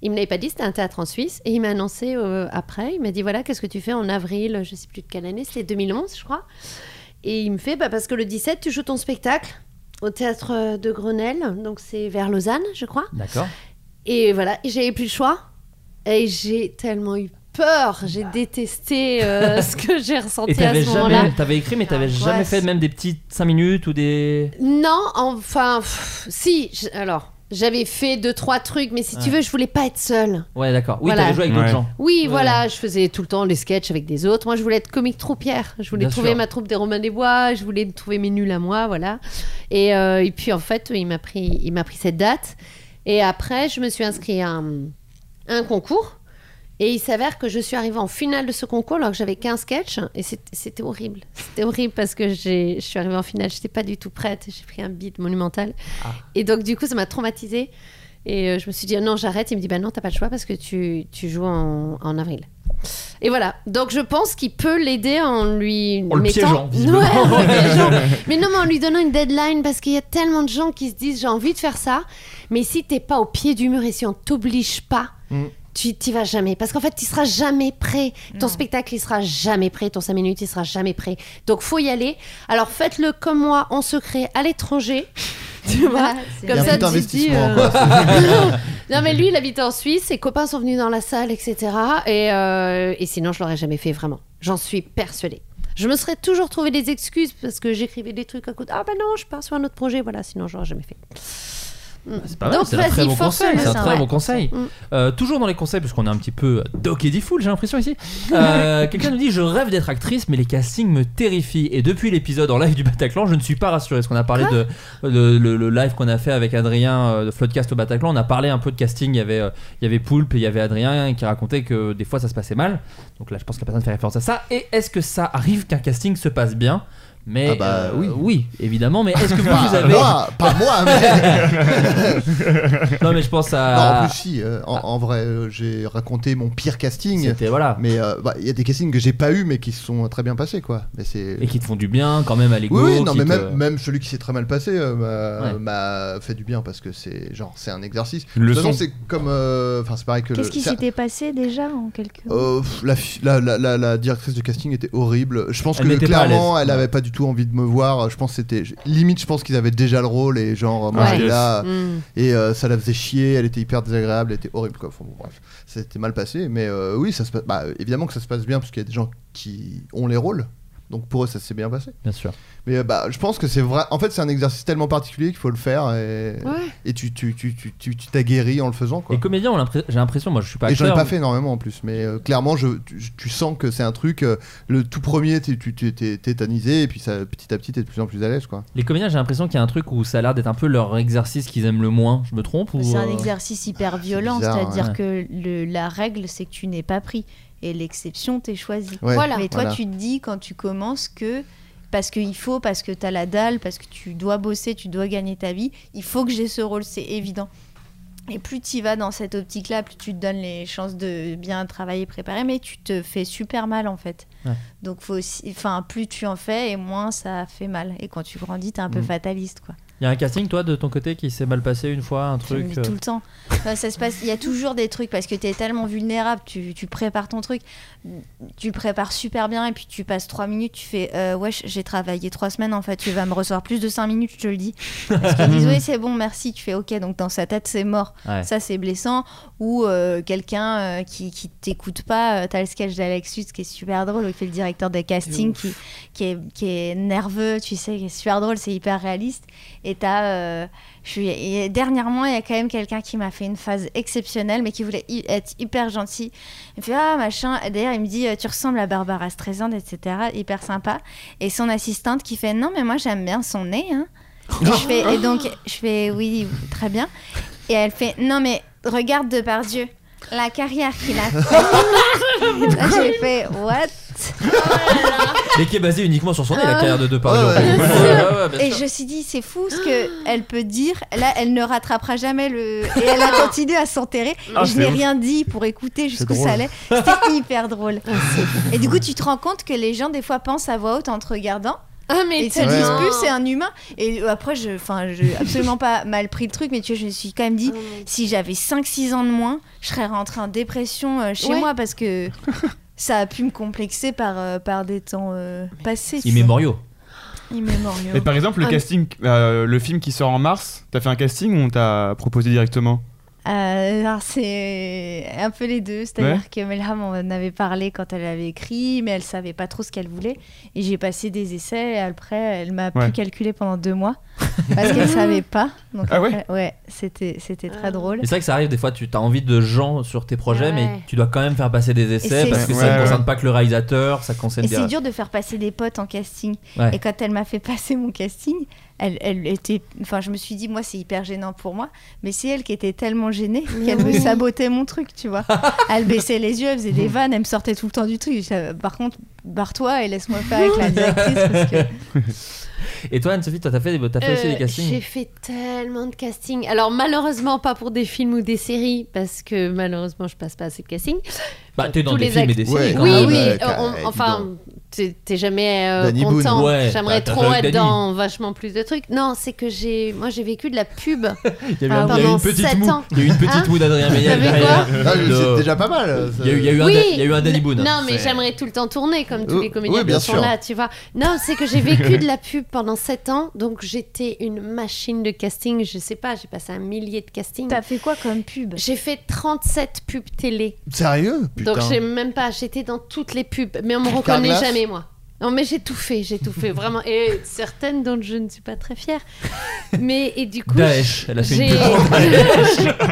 S7: Il me l'avait pas dit, c'était un théâtre en Suisse, et il m'a annoncé euh, après, il m'a dit voilà, qu'est-ce que tu fais en avril, je sais plus de quelle année, c'était 2011 je crois. Et il me fait, bah, parce que le 17, tu joues ton spectacle au théâtre euh, de Grenelle, donc c'est vers Lausanne, je crois.
S6: D'accord.
S7: Et voilà, et j'avais plus le choix. Et j'ai tellement eu peur, j'ai détesté euh, ce que j'ai
S6: Et
S7: ressenti à
S6: t'avais
S7: ce
S6: jamais,
S7: moment-là. Ah,
S6: t'avais écrit, mais t'avais jamais
S7: Ouais.
S6: fait même des petites 5 minutes ou des.
S7: Non, enfin, pff, si, j- alors, j'avais fait deux, trois trucs, mais si tu
S6: Ouais.
S7: veux, je voulais pas être seule.
S6: Ouais, d'accord. Oui,
S7: Voilà.
S6: t'avais joué avec d'autres
S8: Ouais.
S6: gens.
S7: Oui,
S6: Ouais.
S7: voilà, je faisais tout le temps les sketchs avec des autres. Moi, je voulais être comique troupière. Je voulais
S6: Bien
S7: trouver
S6: sûr.
S7: ma troupe des Romains des Bois. Je voulais trouver mes nuls à moi, voilà. Et, euh, et puis, en fait, il m'a pris, il m'a pris cette date. Et après, je me suis inscrite à un, un concours. Et il s'avère que je suis arrivée en finale de ce concours alors que j'avais qu'un sketch. Et c'est- c'était horrible. C'était horrible parce que j'ai- je suis arrivée en finale. J'étais pas du tout prête. J'ai pris un bide monumental.
S6: Ah.
S7: Et donc, du coup, ça m'a traumatisée. Et euh, je me suis dit, non, j'arrête. Il me dit, bah non, t'as pas le choix parce que tu, tu joues en, en avril. Et voilà. Donc, je pense qu'il peut l'aider en lui.
S6: En le piégeant,
S7: mettant...
S6: visiblement.
S7: Ouais, en le piégeant. Mais non, mais en lui donnant une deadline parce qu'il y a tellement de gens qui se disent, j'ai envie de faire ça. Mais si t'es pas au pied du mur et si on t'oblige pas.
S2: Mm.
S7: Tu t'y vas jamais parce qu'en fait tu seras jamais prêt. Ton
S9: Non.
S7: spectacle il sera jamais prêt, ton 5 minutes il sera jamais prêt. Donc faut y aller. Alors faites-le comme moi en secret à l'étranger. Tu vois
S2: Il y a
S7: Comme
S2: un
S7: ça,
S2: peu
S7: tu te
S2: d'investissement.
S7: dis, euh,
S2: quoi.
S7: non mais lui il habite en Suisse, ses copains sont venus dans la salle, etc. Et, euh, et sinon je l'aurais jamais fait vraiment. J'en suis persuadée. Je me serais toujours trouvé des excuses parce que j'écrivais des trucs à côté. Ah bah non, je pars sur un autre projet, voilà, sinon je l'aurais jamais fait.
S6: Bah, C'est pas mal,
S7: Donc,
S6: c'est un très
S7: vas-y,
S6: bon
S7: force,
S6: conseil. C'est un
S9: c'est
S6: très
S9: un
S6: bon
S9: vrai
S6: conseil.
S7: conseil. Mm.
S6: Euh, toujours dans les conseils, parce qu'on est un petit peu doc et difoul, j'ai l'impression ici. Euh, Quelqu'un nous dit Je rêve d'être actrice, mais les castings me terrifient. Et depuis l'épisode en live du Bataclan, je ne suis pas rassuré. Parce qu'on a parlé de, de- le, le live qu'on a fait avec Adrien euh, de Floodcast au Bataclan. On a parlé un peu de casting. Il y avait, euh, il y avait Poulpe et il y avait Adrien qui racontait que des fois ça se passait mal. Donc là, je pense que la personne fait référence à ça. Et est-ce que ça arrive qu'un casting se passe bien Mais
S2: Ah bah,
S6: euh,
S2: oui. Ah,
S6: évidemment. Mais est-ce que vous,
S2: Pas
S6: vous avez
S2: Bah, moi, pas moi, mais.
S6: Non, mais je pense
S2: non, en
S6: à.
S2: plus, si, euh,
S6: Ah.
S2: en, en vrai, euh, j'ai raconté mon pire casting.
S6: C'était voilà.
S2: Mais euh, bah, il y a des castings que j'ai pas eu, mais qui se sont très bien passés, quoi. Mais c'est.
S6: Et qui te font du bien quand même à l'ego.
S2: Oui, oui, non,
S6: qui
S2: mais
S6: te-
S2: même, même celui qui s'est très mal passé euh, m'a
S6: Ouais.
S2: m'a fait du bien parce que c'est genre c'est un exercice.
S8: Une
S2: De toute façon,
S8: leçon.
S2: c'est comme, euh, enfin, c'est pareil que. le-
S9: Qu'est-ce qui
S2: c'est-
S9: s'était passé déjà en quelques mots
S2: Euh, pff, la, fi- la, la, la- la directrice de casting était horrible. Je pense
S6: Elle
S2: que
S6: n'était pas à
S2: clairement,
S6: l'aise.
S2: elle avait pas du tout envie de me voir. Je pense que c'était je- limite, je pense qu'ils avaient déjà le rôle et genre moi
S7: Ouais.
S2: j'étais
S8: Yes.
S9: Ah.
S2: là
S7: Hmm.
S2: et euh, ça la faisait chier. Elle était hyper désagréable, elle était horrible quoi. Enfin, bon, bref, c'était mal passé. Mais euh, oui, ça se passe. Bah, évidemment que ça se passe bien parce qu'il y a des gens qui ont les rôles. Donc pour eux, ça s'est bien passé.
S6: Bien sûr.
S2: Mais euh, bah, je pense que c'est vrai. En fait, c'est un exercice tellement particulier qu'il faut le faire et,
S7: Ouais.
S2: et tu tu tu tu tu tu t'aguerris en le faisant quoi.
S6: Et comédien, on l'impr- j'ai l'impression, moi je suis pas
S2: Et j'en ai
S6: acteur.
S2: pas fait énormément en plus, mais euh, clairement, je, tu, tu sens que c'est un truc. euh, le tout premier, t'es- tu tu- t'es tétanisé, et puis ça, petit à petit, t'es de plus en plus à l'aise, quoi.
S6: Les comédiens, j'ai l'impression qu'il y a un truc où ça a l'air d'être un peu leur exercice qu'ils aiment le moins. Je me trompe ou
S9: C'est un
S6: euh,
S9: exercice hyper violent,
S2: bizarre,
S9: c'est-à-dire que le- la règle, c'est que tu n'es pas pris et l'exception, t'es choisi.
S2: Ouais,
S7: Voilà.
S9: Mais toi,
S2: voilà.
S9: tu te dis quand tu commences que parce qu'il faut, parce que t'as la dalle, parce que tu dois bosser, tu dois gagner ta vie, il faut que j'ai ce rôle, c'est évident. Et plus tu vas dans cette optique-là, plus tu te donnes les chances de bien travailler, préparer, mais tu te fais super mal en fait.
S6: Ouais.
S9: Donc faut aussi, enfin plus tu en fais et moins ça fait mal. Et quand tu grandis, t'es un peu
S2: Mm.
S9: fataliste quoi.
S6: Il y a un casting, toi, de ton côté, qui s'est mal passé une fois, un
S9: Tu le
S6: truc.
S9: vis
S6: euh,
S9: tout le temps. Enfin, ça se passe. Il y a toujours des trucs parce que tu es tellement vulnérable. Tu, tu prépares ton truc, tu le prépares super bien et puis tu passes trois minutes. Tu fais euh, wesh, j'ai travaillé trois semaines en fait. Tu vas me recevoir plus de cinq minutes, je te le dis.
S6: euh,
S9: Parce qu'ils disent oui, c'est bon, merci. Tu fais ok. Donc dans sa tête, c'est mort.
S6: Ouais.
S9: Ça, c'est blessant. Ou euh, quelqu'un euh, qui, qui t'écoute pas. tu as le sketch d'Alex Lutz qui est super drôle. où Il fait le directeur de casting qui, qui, est, qui est nerveux, tu sais, qui est super drôle. C'est hyper réaliste. Et t'as. euh, je suis... et Dernièrement, il y a quand même quelqu'un qui m'a fait une phase exceptionnelle, mais qui voulait hy- être hyper gentil. Il me fait Ah, machin. Et D'ailleurs, il me dit euh, Tu ressembles à Barbara Streisand, etc. Hyper sympa. Et son assistante qui fait Non, mais moi, j'aime bien son nez. hein. Et, je fais, et donc, je fais Oui, très bien. Et elle fait Non, mais regarde Depardieu. La carrière qu'il a fait. Là, j'ai fait what
S6: Mais qui est basé uniquement sur son
S9: Ah.
S6: nez, la carrière de Depardieu.
S2: Ouais, ouais.
S6: Ouais, ouais, ouais, bien
S9: Et
S6: sûr.
S9: je me suis dit, c'est fou ce que elle peut dire. Là, elle ne rattrapera jamais le. Et elle a continué à s'enterrer.
S8: Ah,
S9: Et je
S8: c'est
S9: n'ai
S8: ouf.
S9: rien dit pour écouter jusqu'où
S2: drôle.
S9: ça allait. C'était hyper drôle. Et du coup, tu te rends compte que les gens, des fois, pensent à voix haute en te regardant.
S7: Ah, mais Ah,
S9: Et se
S2: tellement.
S9: disent, plus, c'est un humain. Et après, je enfin, je absolument pas mal pris le truc, mais tu vois, je me suis quand même dit, si j'avais 5-6 ans de moins, je serais rentrée en dépression euh, chez
S7: Ouais.
S9: moi parce que. Ça a pu me complexer par, euh, par des temps euh, passés.
S6: Immémoriaux.
S9: Immémoriaux.
S8: Et par exemple, le
S7: Ah.
S8: casting, euh, le film qui sort en mars, t'as fait un casting ou on t'a proposé directement
S9: Euh, alors c'est un peu les deux, c'est-à-dire que Melham on en avait parlé quand elle avait écrit, mais elle savait pas trop ce qu'elle voulait. Et j'ai passé des essais. Et après, elle m'a
S8: Ouais.
S9: plus calculé pendant deux mois parce qu'elle savait pas. Donc
S8: Ah ouais
S9: après- c'était c'était très
S7: Ah.
S9: drôle.
S6: Mais c'est vrai que ça arrive des fois, tu as envie de gens sur tes projets,
S7: Ouais.
S6: mais tu dois quand même faire passer des
S9: Et
S6: essais
S9: c'est-
S6: parce que ça
S8: Ouais,
S6: ne
S8: ouais.
S6: concerne pas que le réalisateur, ça concerne
S9: Et
S6: des.
S9: c'est dur de faire passer des potes en casting.
S6: Ouais.
S9: Et quand elle m'a fait passer mon casting, elle, elle était. Enfin, je me suis dit, moi, c'est hyper gênant pour moi. Mais c'est elle qui était tellement gênée qu'elle me sabotait mon truc, tu vois. elle baissait les yeux, elle faisait des
S7: Mmh.
S9: vannes, elle me sortait tout le temps du truc. Je disais, Par contre, barre-toi et laisse-moi faire avec la directrice. parce que-
S6: Et toi, Anne-Sophie, toi, t'as fait, des- t'as fait aussi
S7: Euh,
S6: des castings
S7: J'ai fait tellement de castings. Alors malheureusement pas pour des films ou des séries parce que malheureusement je passe pas assez de castings.
S6: Bah, t'es dans
S7: tous
S6: des
S7: les
S6: films et
S7: actes.
S6: des
S2: Ouais.
S6: séries quand
S7: oui,
S2: même,
S7: oui.
S2: euh,
S7: euh, on-
S2: évident.
S7: enfin, t'es t'es jamais euh,
S2: Danny Boone.
S7: content.
S6: Ouais,
S7: J'aimerais
S6: bah, t'as
S7: trop
S6: joué
S7: être
S6: avec Danny.
S7: dans vachement plus de trucs. Non, c'est que j'ai, moi j'ai vécu de la pub
S6: même. Il y a eu,
S7: Ah,
S6: un- il y a eu
S7: pendant
S6: une petite
S7: sept
S6: moue.
S7: ans.
S6: Il y a eu une petite
S7: Hein
S6: moue d'Adrien Meyer
S7: T'avais
S6: derrière.
S2: Ah,
S6: De-
S2: C'est déjà pas mal. ça.
S6: Il y a eu- il y a eu un
S7: Oui.
S6: da- il y a eu un Danny Boone. hein.
S7: Non, mais
S6: C'est-
S7: j'aimerais tout le temps tourner comme tous
S2: Oh,
S7: les comédiens
S2: oui, bien
S7: qui sont
S2: sûr.
S7: là, tu vois. Non, c'est que j'ai vécu de la pub pendant 7 ans, donc j'étais une machine de casting. Je sais pas, j'ai passé un millier de castings.
S9: T'as fait quoi comme pub
S7: J'ai fait 37 pubs télé.
S2: Sérieux Putain.
S7: Donc j'ai même pas, j'étais dans toutes les pubs, mais on me
S2: Carglass
S7: reconnaît jamais moi. Non mais j'ai tout fait, j'ai tout fait vraiment et certaines dont je ne suis pas très fière. Mais et du coup
S6: Daesh, elle a fait une
S7: j'ai-
S6: pub pour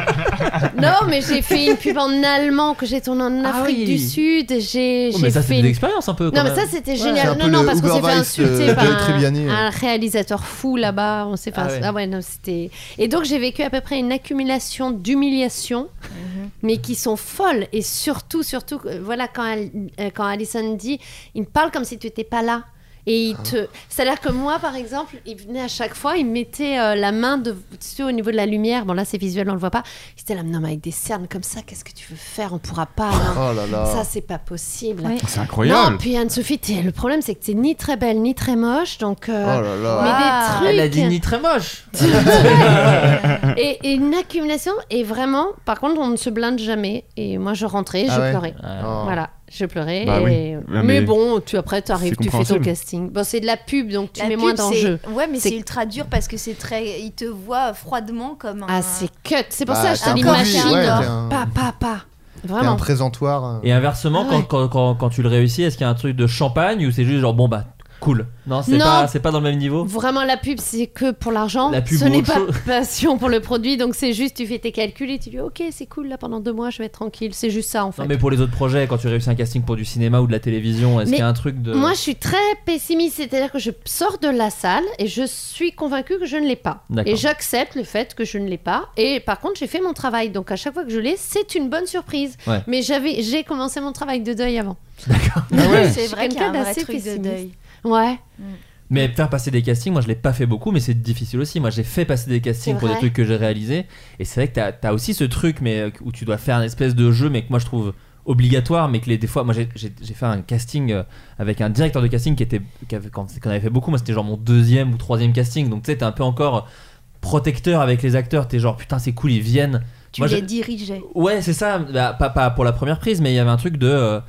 S7: non mais j'ai fait une pub en allemand que j'ai tournée en
S6: Ah
S7: Afrique
S6: oui.
S7: du Sud, j'ai
S6: Oh,
S7: j'ai
S6: mais ça,
S7: fait
S6: c'est
S7: une
S6: des expériences un peu.
S7: non,
S6: quand
S7: mais
S6: même.
S7: ça c'était
S2: c'est un
S7: génial.
S2: peu
S7: Non, non,
S2: le
S7: parce qu'on
S2: Uber
S7: s'est fait
S2: Vice de
S7: insulter par
S2: Joey
S7: un,
S2: Tribbiani.
S7: un réalisateur fou là-bas. On s'est fait
S6: Ah
S7: insulter.
S6: ouais.
S7: Ah ouais, non, c'était. Et donc j'ai vécu à peu près une accumulation d'humiliations,
S6: Mhm.
S7: mais qui sont folles. Et surtout, surtout, euh, voilà, quand, elle- euh, quand Alison dit, il me parle comme si tu n'étais pas là. Et
S2: Ah.
S7: il te. C'est-à-dire que moi, par exemple, il venait à chaque fois, il mettait euh, la main de... dessus au niveau de la lumière. Bon, là, c'est visuel, on le voit pas. Il était là, non, mais avec des cernes comme ça, qu'est-ce que tu veux faire On pourra pas. hein.
S2: Oh là là.
S7: Ça, c'est pas possible.
S9: Ouais.
S8: C'est
S7: Non,
S8: incroyable.
S7: puis Anne-Sophie, t'es- le problème, c'est que t'es ni très belle, ni très moche. Donc.
S2: oh
S7: euh,
S2: là là.
S7: Mais
S6: Ah,
S7: des trucs.
S6: Elle a dit ni très moche.
S7: Ah et, et une accumulation. Et vraiment, par contre, on ne se blinde jamais. Et moi, je rentrais, je
S2: Ah ouais.
S7: pleurais.
S2: Oh.
S7: Voilà, je pleurais.
S8: Bah oui.
S7: et-
S8: Ah, mais-
S7: mais... bon, tu après, tu arrives,
S8: C'est
S7: tu fais ton
S8: compréhensible.
S7: casting. Bon, c'est de la pub, donc tu
S9: La
S7: mets
S9: pub,
S7: moins d'enjeu.
S9: c'est- Ouais, mais
S7: C'est-
S9: c'est ultra dur parce que c'est très. Il te voit froidement comme un.
S7: Ah, c'est cut. C'est pour
S2: Bah,
S7: ça que je
S2: t'es
S7: te
S2: un
S7: dis
S2: produit,
S7: machine.
S2: ouais,
S7: hein.
S2: t'es un-
S7: Pas, pas, pas.
S2: T'es un
S7: Vraiment.
S2: présentoir. euh.
S6: Et inversement,
S7: Ah ouais.
S6: quand, quand, quand, quand tu le réussis, est-ce qu'il y a un truc de champagne ou c'est juste genre bon bah cool Non, c'est
S7: Non.
S6: pas, c'est pas dans le même niveau
S7: Vraiment, la pub, c'est que pour l'argent.
S6: La pub
S7: Ce
S6: ou
S7: n'est
S6: autre
S7: pas
S6: chose.
S7: passion pour le produit. Donc, c'est juste, tu fais tes calculs et tu dis, OK, c'est cool, là, pendant deux mois, je vais être tranquille. C'est juste ça, en fait.
S6: Non, mais pour les autres projets, quand tu réussis un casting pour du cinéma ou de la télévision, est-ce
S7: Mais
S6: qu'il y a un truc de.
S7: Moi, je suis très pessimiste, c'est-à-dire que je sors de la salle et je suis convaincue que je ne l'ai pas.
S6: D'accord.
S7: Et j'accepte le fait que je ne l'ai pas. Et par contre, j'ai fait mon travail, donc à chaque fois que je l'ai, c'est une bonne surprise.
S6: Ouais.
S7: Mais j'avais, j'ai commencé mon travail de deuil avant.
S9: Ah C'est vrai qu'il y a
S7: Ah quelqu'un
S9: un vrai
S7: d'assez
S9: truc de
S7: pessimiste.
S9: deuil.
S7: Ouais.
S6: Mais faire passer des castings, moi je l'ai pas fait beaucoup, mais c'est difficile aussi. Moi j'ai fait passer des castings
S7: C'est
S6: pour des
S7: vrai.
S6: trucs que j'ai réalisés. Et c'est vrai que t'as as aussi ce truc mais, euh, où tu dois faire un espèce de jeu, mais que moi je trouve obligatoire. Mais que les, des fois, moi j'ai- j'ai j'ai fait un casting euh, avec un directeur de casting qui était. qui avait- Quand qu'on avait fait beaucoup, moi c'était genre mon deuxième ou troisième casting. Donc tu sais, t'es un peu encore protecteur avec les acteurs. T'es genre putain, c'est cool, ils viennent.
S9: Tu
S6: Moi,
S9: les
S6: je-
S7: Euh,
S9: dirigeais.
S6: Ouais, c'est ça. Bah, pas, pas pour la première prise, mais il y avait un truc de. euh,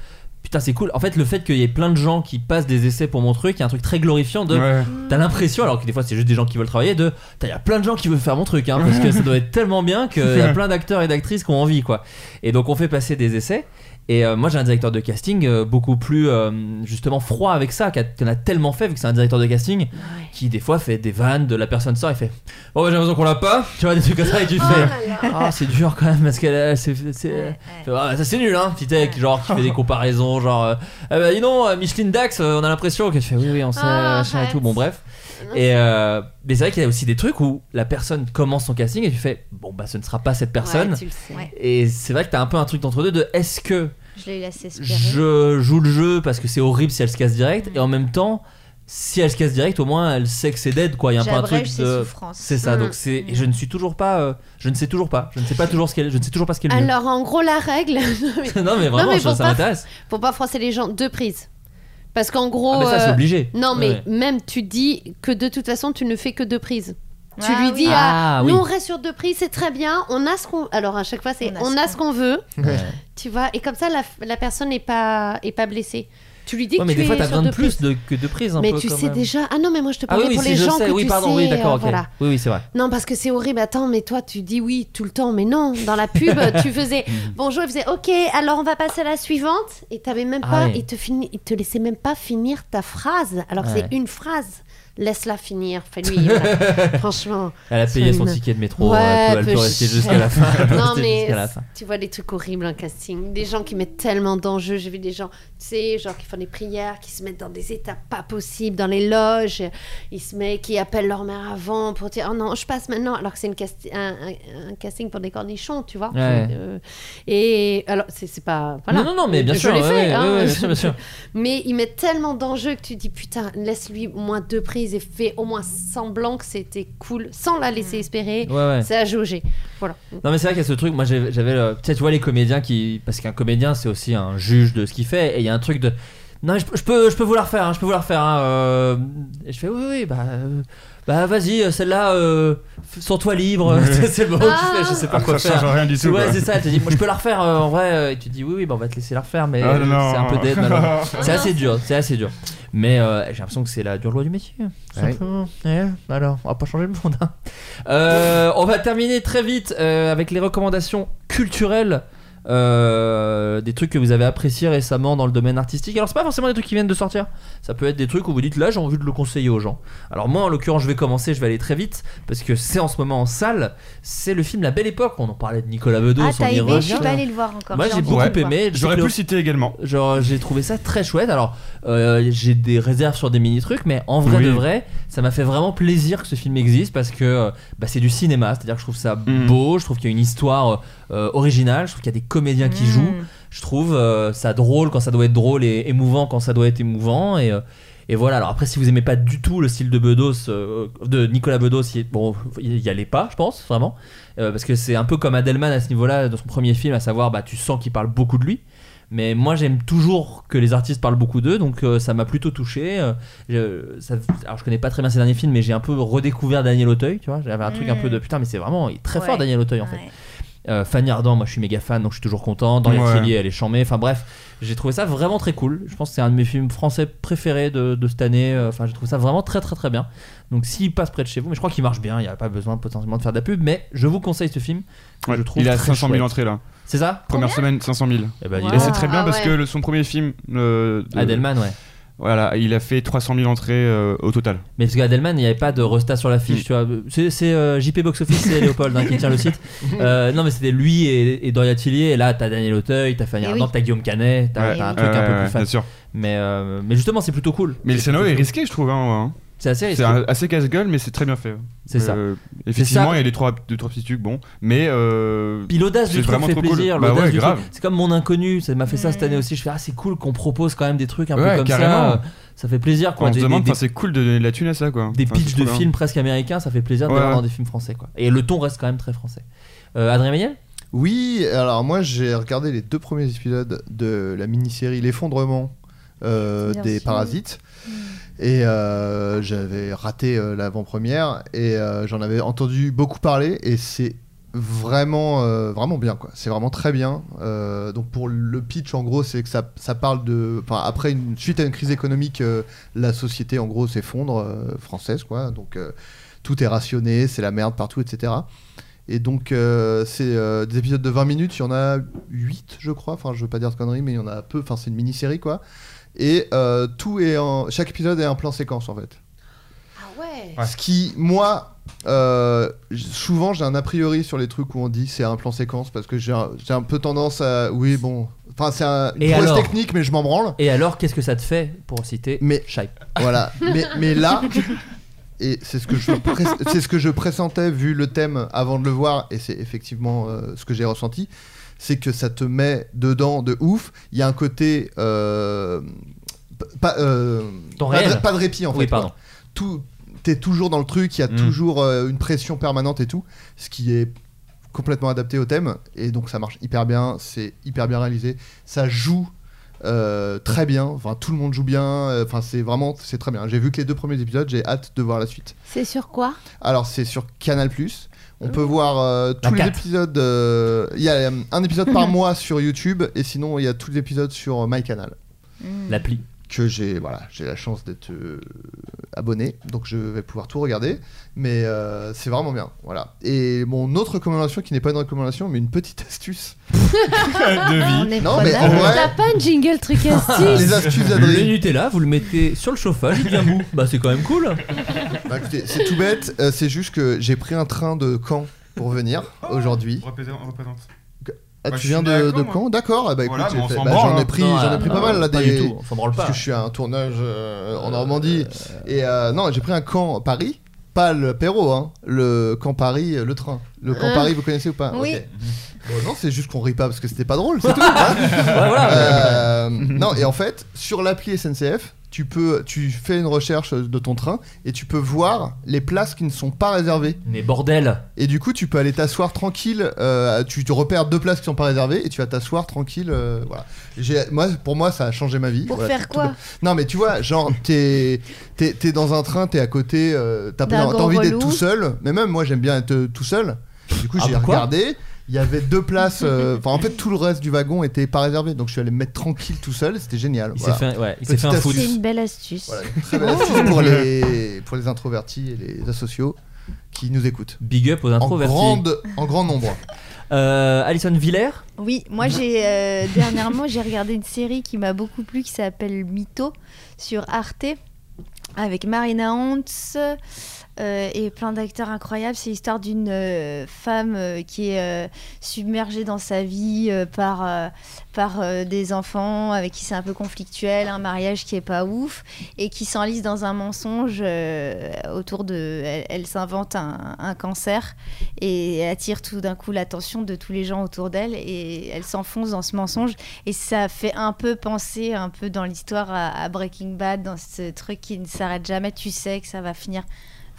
S6: Putain, c'est cool. En fait, le fait qu'il y ait plein de gens qui passent des essais pour mon truc, il y a un truc très glorifiant de.
S8: Ouais.
S6: T'as l'impression, alors que des fois c'est juste des gens qui veulent travailler, de. Il y a plein de gens qui veulent faire mon truc, hein, parce que ça doit être tellement bien qu'il y a plein d'acteurs et d'actrices qui ont envie, quoi. Et donc on fait passer des essais. Et euh, moi j'ai un directeur de casting euh, beaucoup plus euh, justement froid avec ça, qui a- qui en a tellement fait, vu que c'est un directeur de casting qui des fois fait des vannes de la personne sort et fait Bon, bah, j'ai l'impression qu'on l'a pas, tu vois, des trucs comme ça, et tu fais. Ah, c'est dur quand même parce qu'elle elle, c'est. c'est-
S9: ouais.
S6: Ah, bah, ça c'est nul, hein, petit tech, genre qui fait des comparaisons, genre. Euh, Ah bah, dis donc, euh, Micheline Dax, euh, on a l'impression que tu fais oui, oui, on sait, euh,
S7: Ah,
S6: machin et
S7: arrête.
S6: tout, bon, bref. Et euh, mais c'est vrai qu'il y a aussi des trucs où la personne commence son casting et tu fais bon, bah, ce ne sera pas cette personne.
S7: Ouais, tu le sais.
S9: Ouais.
S6: Et c'est vrai que t'as un peu un truc d'entre deux de est-ce que
S9: Je l'ai laissé espérer.
S6: je joue le jeu parce que c'est horrible si elle se casse direct
S7: Mm.
S6: et en même temps si elle se casse direct au moins elle sait que c'est dead quoi il y a un peu un truc
S9: J'abrège ses
S6: de
S9: souffrances.
S6: c'est ça
S7: Mm.
S6: donc c'est et je ne suis toujours pas euh, je ne sais toujours pas je ne sais pas toujours ce qu'elle je ne sais toujours pas ce qu'elle
S7: Alors, en gros, la règle, non, mais
S6: non mais vraiment
S7: mais
S6: ça,
S7: faut
S6: ça
S7: pas-
S6: m'intéresse
S7: pour pas froisser les gens, deux prises. Parce qu'en gros.
S6: ah mais ça c'est
S7: euh,
S6: obligé
S7: Non, mais
S6: Ouais.
S7: même tu dis que de toute façon, tu ne fais que deux prises. tu
S9: Ah
S7: lui
S9: oui.
S7: dis,
S6: Ah,
S7: ah,
S6: oui.
S7: nous on reste sur deux prises, c'est très bien, on a ce qu'on. Alors à chaque fois, c'est on a ce qu'on veut,
S6: Ouais.
S7: tu vois, et comme ça, la, la personne n'est pas, est pas blessée. Tu lui dis
S6: Ouais,
S7: que
S6: mais
S7: tu
S6: des fois
S7: es
S6: t'as
S7: sur
S6: besoin de
S7: deux
S6: plus
S7: prises.
S6: de, que de prises un
S7: Mais
S6: peu
S7: tu
S6: quand
S7: sais
S6: même.
S7: déjà. Ah non, mais moi je te
S6: ah
S7: parlais
S6: oui, oui
S7: pour
S6: si
S7: les
S6: je
S7: gens
S6: sais
S7: que
S6: oui
S7: tu
S6: pardon
S7: sais,
S6: oui
S7: euh,
S6: d'accord ok
S7: voilà.
S6: oui oui c'est vrai
S7: Non, parce que c'est horrible. Attends, mais toi, tu dis oui tout le temps. Mais non, dans la pub, tu faisais bonjour, il faisait ok, alors on va passer à la suivante. Et t'avais même
S6: Ah
S7: pas,
S6: ouais.
S7: il, te fini, il te laissait même pas finir ta phrase. Alors que
S6: Ouais.
S7: c'est une phrase. Laisse-la finir. Fais-lui. voilà. Franchement.
S6: elle a payé son
S7: Une-
S6: ticket de métro euh,
S7: Ouais,
S6: elle peut- elle
S7: peu
S6: peut rester
S7: cher.
S6: jusqu'à la fin Elle peut
S7: Non,
S6: rester
S7: mais
S6: jusqu'à la fin.
S7: tu vois des trucs horribles en casting. Des gens qui mettent tellement d'enjeux. J'ai vu des gens, tu sais, genre qui font des prières, qui se mettent dans des états pas possibles, dans les loges. Ils se mettent, qui appellent leur mère avant pour dire Oh non, je passe maintenant. Alors que c'est une casti- un, un- un casting pour des cornichons, tu vois.
S6: Ouais.
S7: Euh, et alors, c'est c'est pas. Voilà.
S6: non non non mais bien
S7: Je
S6: sûr
S7: l'ai
S6: ouais,
S7: fait,
S6: ouais,
S7: hein.
S6: ouais, bien sûr bien sûr
S7: Mais ils mettent tellement d'enjeux que tu dis Putain, laisse-lui au moins deux prises et fais au moins semblant que c'était cool, sans la laisser espérer.
S6: ouais ouais
S7: C'est à jauger. Voilà.
S6: Non mais c'est vrai qu'il y a ce truc, moi j'avais j'avais le- tu sais, tu vois les comédiens qui parce qu'un comédien c'est aussi un juge de ce qu'il fait et il y a un truc de non mais je, peux- je peux je peux vous la refaire, hein, je peux vous la refaire hein, euh, et je fais oui oui bah euh, bah vas-y euh, celle-là euh, sans toi libre, c'est c'est le moment où tu fais, je sais pas
S8: Ah,
S6: quoi
S8: ça change
S6: faire.
S8: rien du tout.
S6: Ouais
S8: quoi.
S6: c'est ça, elle te dit moi je peux la refaire euh, en vrai euh, et tu dis oui oui bah on va te laisser la refaire mais
S8: Ah,
S6: euh,
S8: non.
S6: c'est un peu dead malheureusement. C'est assez dur, c'est assez dur. Mais euh, j'ai l'impression que c'est la dure loi du métier. tout
S2: Ouais.
S6: simplement. Ouais, alors, on va pas changer le monde. hein. Euh, on va terminer très vite euh, avec les recommandations culturelles. euh, des trucs que vous avez appréciés récemment dans le domaine artistique. Alors c'est pas forcément des trucs qui viennent de sortir. Ça peut être des trucs où vous dites là j'ai envie de le conseiller aux gens. Alors moi en l'occurrence je vais commencer, je vais aller très vite parce que c'est en ce moment en salle. C'est le film La Belle Époque. On en parlait de Nicolas Bedos.
S9: Ah,
S6: on
S9: t'as
S6: y
S9: aimé, je suis
S6: revient.
S9: pas allée le voir encore.
S6: Moi j'ai
S9: envie
S6: beaucoup
S9: de le voir.
S6: aimé. Je sais
S8: J'aurais
S6: que
S8: pu
S6: le-
S8: le citer également.
S6: Genre, j'ai trouvé ça très chouette. Alors, euh, j'ai des réserves sur des mini trucs, mais en vrai
S8: Oui.
S6: de vrai, ça m'a fait vraiment plaisir que ce film existe parce que euh, bah, c'est du cinéma. C'est-à-dire que je trouve ça
S8: Mhm.
S6: beau, je trouve qu'il y a une histoire euh, originale, je trouve qu'il y a des comédiens qui
S9: Mm.
S6: jouent, je trouve euh, ça drôle quand ça doit être drôle et émouvant quand ça doit être émouvant. Et, euh, et Et voilà, alors après, si vous aimez pas du tout le style de Bedos, euh, de Nicolas Bedos, il est- bon, il y allez pas, je pense, vraiment. Euh, parce que c'est un peu comme Adelman à ce niveau-là, dans son premier film, à savoir, bah, tu sens qu'il parle beaucoup de lui. Mais moi, j'aime toujours que les artistes parlent beaucoup d'eux, donc euh, ça m'a plutôt touché. Euh, je- ça- alors, je connais pas très bien ses derniers films, mais j'ai un peu redécouvert Daniel Auteuil, tu vois. J'avais un truc un peu de putain, mais c'est vraiment il est très fort,
S9: Ouais.
S6: Daniel Auteuil, en fait. Euh, Fanny Ardant, moi je suis méga fan, donc je suis toujours content. Dans
S8: Ouais.
S6: Kelly, elle est chambée. Enfin bref, j'ai trouvé ça vraiment très cool. Je pense que c'est un de mes films français préférés de, de cette année. Euh, Enfin, j'ai trouvé ça vraiment très très très bien. Donc s'il passe près de chez vous, mais je crois qu'il marche bien, il n'y a pas besoin potentiellement de faire de la pub, mais je vous conseille ce film. que
S8: Ouais,
S6: je trouve
S8: il a
S6: très
S8: 500 000
S6: chouette.
S8: entrées là.
S6: C'est ça
S8: Première semaine, 500 000.
S6: Eh ben, dis
S7: Wow.
S8: Et
S6: donc.
S8: c'est très bien
S7: Ah
S8: parce
S7: ouais.
S8: que le- son premier film. euh, de-
S6: Adelman, ouais.
S8: Voilà, il a fait 300 000 entrées euh, au total.
S6: Mais parce qu'Adelman, il n'y avait pas de Resta sur l'affiche,
S8: Mm.
S6: tu vois. C'est, c'est, euh, JP Box Office, c'est Léopold hein, qui tient le site. Euh, non, mais c'était lui et, et Doria Tillier. Et là, t'as Daniel Auteuil, t'as Fanny
S7: Eh
S6: Ardant,
S7: oui.
S6: t'as Guillaume Canet, t'as,
S8: Ouais.
S6: t'as un truc un
S8: Ouais,
S6: peu
S8: ouais,
S6: plus fan.
S8: Bien sûr.
S6: Mais, euh, mais justement, c'est plutôt cool.
S8: Mais le scénario est
S6: plutôt cool.
S8: risqué, je trouve. hein, ouais, hein.
S6: C'est assez
S8: C'est
S6: risqué.
S8: un- assez casse-gueule, mais c'est très bien fait.
S6: C'est ça.
S8: Euh, Effectivement,
S6: ça.
S8: il y a les trois, deux, trois petits trucs, bon. Mais. euh,
S6: Puis l'audace du
S8: C'est
S6: truc
S8: vraiment
S6: fait
S8: trop cool.
S6: plaisir.
S8: Bah
S6: l'audace
S8: ouais,
S6: du
S8: grave.
S6: truc. C'est comme mon inconnu, ça m'a fait ça cette
S9: Mm.
S6: année aussi. Je fais ah c'est cool qu'on propose quand même des trucs un
S8: Ouais,
S6: peu comme
S8: carrément.
S6: ça. Ça fait plaisir quoi.
S8: on se
S6: des, des-
S8: demande,
S6: des,
S8: enfin, c'est cool de donner de la thune à ça, quoi.
S6: des
S8: Enfin, c'est
S6: pitchs
S8: trop
S6: de
S8: bien.
S6: films presque américains, ça fait plaisir de
S8: Ouais,
S6: les voir
S8: ouais.
S6: dans des films français quoi. Et le ton reste quand même très français. Euh, Adrien Méniel
S2: Oui, alors moi j'ai regardé les deux premiers épisodes de la mini-série L'effondrement euh,
S9: Bien
S2: des
S9: sûr.
S2: Parasites. Et euh, j'avais raté euh, l'avant-première et euh, j'en avais entendu beaucoup parler et c'est vraiment euh, vraiment bien quoi c'est vraiment très bien Euh, donc pour le pitch en gros c'est que ça, ça parle de enfin après une suite à une crise économique euh, la société en gros s'effondre euh, française quoi donc euh, tout est rationné c'est la merde partout etc et donc euh, c'est euh, des épisodes de 20 minutes il y en a 8 je crois enfin je veux pas dire de conneries mais il y en a peu enfin c'est une mini série quoi et euh, tout est en chaque épisode est un plan séquence en fait
S7: Ah ouais.
S8: Ouais.
S2: ce qui, moi, euh, j- souvent j'ai un a priori sur les trucs où on dit c'est un plan séquence parce que j'ai un, j'ai un peu tendance à. Oui, bon. Enfin, c'est un, une
S6: Et
S2: prouesse
S6: alors
S2: technique, mais je m'en branle.
S6: Et alors qu'est-ce que ça te fait pour citer
S2: Mais-
S6: Shai
S2: Voilà. mais, mais là. Et c'est ce, que je pré- c'est ce que je pressentais vu le thème avant de le voir, et c'est effectivement euh, ce que j'ai ressenti, c'est que ça te met dedans de ouf. Il y a un côté... euh, p- pas, euh,
S6: Temps
S2: pas, de,
S6: réel.
S2: pas de répit en fait.
S6: Oui pardon.
S2: quoi tout t'es toujours dans le truc, il y a
S8: Mm.
S2: toujours euh, une pression permanente et tout, ce qui est complètement adapté au thème et donc ça marche hyper bien, c'est hyper bien réalisé, ça joue euh, très bien, enfin tout le monde joue bien, euh, enfin c'est vraiment c'est très bien. J'ai vu que les deux premiers épisodes, j'ai hâte de voir la suite.
S7: C'est sur quoi
S2: Alors c'est sur Canal+. On peut voir euh, tous les
S6: quatre.
S2: épisodes. euh, Il y a euh, un épisode par mois sur YouTube et sinon il y a tous les épisodes sur euh, MyCanal
S9: Hmm.
S6: L'appli.
S2: que j'ai voilà, j'ai la chance d'être euh, abonné, donc je vais pouvoir tout regarder. Mais euh, c'est vraiment bien, voilà. Et mon autre recommandation, qui n'est pas une recommandation, mais une petite astuce.
S8: de vie.
S9: est
S2: Non,
S9: pas
S2: mais
S9: là.
S2: en vrai,
S7: T'as pas un jingle truc
S8: Ah,
S7: astuce
S2: les astuces
S6: Ah, Le
S2: d'Adrien.
S6: Nutella, vous le mettez sur le chauffage, il devient mou. Bah c'est quand même cool.
S2: Bah, écoutez, c'est tout bête. euh, c'est juste que j'ai pris un train de Caen pour venir aujourd'hui.
S8: Représente.
S2: Ah,
S8: Bah,
S2: tu
S8: je
S2: viens
S8: suis né à
S2: de,
S8: Caen,
S2: de
S8: moi.
S2: Caen, d'accord. ah bah, écoute,
S8: Voilà, mais
S2: j'ai
S8: on
S2: fait-
S8: s'en
S2: bah,
S8: branle,
S2: j'en ai
S8: hein.
S2: pris,
S6: Non, ah,
S2: j'en ai pris
S6: non,
S2: pas mal là
S6: Pas du
S2: des,
S6: tout, on s'en branle
S2: Parce
S6: pas.
S2: que je suis à un tournage euh, en Normandie. Et euh, non, j'ai pris un camp Paris. Pas le Perrault, hein. Le camp Paris, euh, le train. Le camp
S7: Euh,
S2: Paris, vous connaissez ou pas
S9: oui.
S2: Ok. Bon, non, c'est juste qu'on rit pas parce que c'était pas drôle, c'est tout. hein.
S6: Ouais, voilà.
S2: Euh, non, et en fait, sur l'appli SNCF, tu peux, tu fais une recherche de ton train et tu peux voir les places qui ne sont pas réservées.
S6: Mais bordel.
S2: Et du coup, tu peux aller t'asseoir tranquille. euh, tu te repères deux places qui sont pas réservées et tu vas t'asseoir tranquille. euh, voilà. J'ai- Moi, pour moi, ça a changé ma vie.
S9: Pour
S2: Voilà,
S9: faire
S2: tout- tout
S9: quoi
S2: non mais tu vois, genre t'es t'es t'es dans un train, t'es à côté, euh, t'as
S9: D'un
S2: t'as
S9: grand
S2: envie d'être
S9: relou.
S2: tout seul. Mais même moi j'aime bien être euh, tout seul. Du coup
S6: Ah,
S2: j'ai
S6: pourquoi
S2: regardé, il y avait deux places. euh, Enfin en fait tout le reste du wagon était pas réservé, donc je suis allé me mettre tranquille tout seul. C'était génial.
S6: Il
S2: Voilà.
S6: s'est fait, ouais, il s'est fait un
S2: Petite
S6: foot.
S9: C'est une belle astuce.
S2: Voilà, une très belle astuce
S9: Oh.
S2: pour les pour les introvertis et les asociaux qui nous écoutent.
S6: Big up aux
S2: En
S6: introvertis.
S2: grande en grand nombre.
S6: Euh, Alison Villers.
S9: Oui, moi j'ai euh, dernièrement j'ai regardé une série qui m'a beaucoup plu qui s'appelle Mytho sur Arte avec Marina Hans, euh, et plein d'acteurs incroyables. C'est l'histoire d'une euh, femme euh, qui est euh, submergée dans sa vie euh, par, euh, par euh, des enfants avec qui c'est un peu conflictuel, un mariage qui est pas ouf et qui s'enlise dans un mensonge euh, autour de. Elle, elle s'invente un, un cancer et elle attire tout d'un coup l'attention de tous les gens autour d'elle et elle s'enfonce dans ce mensonge et ça fait un peu penser un peu dans l'histoire à, à Breaking Bad dans ce truc qui ne s'arrête jamais. Tu sais que ça va finir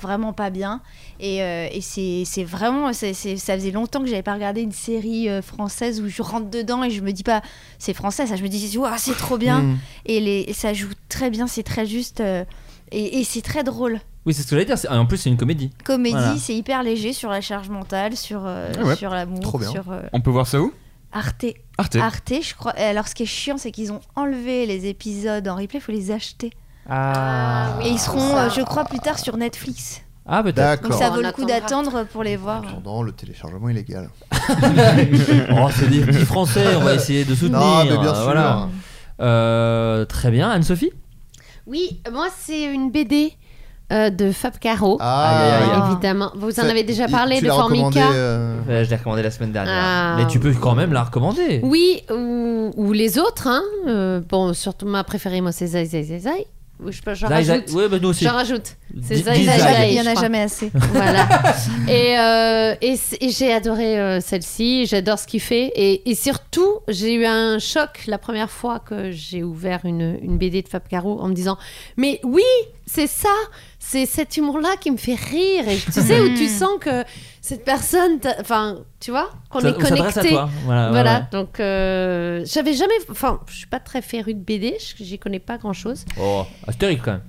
S9: vraiment pas bien et, euh, et c'est c'est vraiment c'est- c'est- ça faisait longtemps que j'avais pas regardé une série euh, française où je rentre dedans et je me dis pas c'est français ça je me dis Ouah, c'est trop bien
S2: Mm.
S9: et, les, et ça joue très bien, c'est très juste euh, et, et c'est très drôle.
S6: Oui, c'est ce que j'allais dire. c'est- ah, En plus, c'est une comédie.
S9: Comédie,
S6: Voilà.
S9: c'est hyper léger sur la charge mentale, sur, euh,
S2: Ah ouais,
S9: sur l'amour,
S2: trop bien.
S9: sur euh,
S8: On peut voir ça où
S9: Arte.
S8: Arte.
S9: Arte, je crois. et Alors, ce qui est chiant, c'est qu'ils ont enlevé les épisodes en replay, il faut les acheter.
S7: Ah,
S9: Et ils seront,
S7: ça.
S9: euh, je crois, plus tard sur Netflix.
S6: Ah, peut-être.
S9: Donc,
S2: D'accord.
S9: ça
S7: Bon,
S9: vaut
S7: on
S9: le coup
S7: attendra.
S9: d'attendre pour les voir.
S2: Pendant le téléchargement illégal.
S6: oh, c'est des petits français, on va essayer de soutenir.
S2: Non, Ah, mais bien
S6: euh,
S2: sûr.
S6: voilà. Euh, très bien, Anne-Sophie
S7: Oui, moi c'est une BD euh, de Fab Caro.
S2: Ah,
S6: Aïe, aïe,
S7: Euh,
S6: aïe.
S7: évidemment. Vous en
S2: Ça-
S7: avez déjà
S2: il-
S7: parlé
S2: tu
S7: de
S2: l'as recommandé,
S7: Formica
S2: euh,
S6: Euh, Je l'ai recommandé la semaine dernière.
S7: Ah.
S6: Mais tu peux quand même la recommander.
S2: euh,
S7: Oui, ou, ou les autres. Hein. Euh, bon, surtout ma préférée, moi c'est Zai Zai Zai Zai. Je, je,
S6: Zai,
S7: rajoute.
S6: Zai- Ouais, bah, nous aussi.
S7: J'en rajoute. C'est
S6: Dis-
S7: Zai
S6: dis
S9: Il y en
S7: Zai
S9: a
S6: Zai.
S9: jamais-
S7: Zai.
S9: il y en
S7: je
S9: a
S7: crois.
S9: jamais assez.
S7: Voilà. et euh, et, c- et j'ai adoré euh, celle-ci, j'adore ce qu'il fait. Et, et surtout, j'ai eu un choc la première fois que j'ai ouvert une, une BD de Fab Caro en me disant Mais oui, c'est ça, c'est cet humour-là qui me fait rire. Et tu sais, où tu sens que cette personne, t'a- enfin, tu vois, qu'on
S6: Ça-
S7: est
S6: on s'adresse à
S7: connecté.
S6: toi. Voilà.
S7: Voilà,
S6: ouais,
S7: donc euh, j'avais jamais. Enfin, je suis pas très férue de BD, je- j'y connais pas grand chose.
S6: ouais. Oh, Astérix quand même.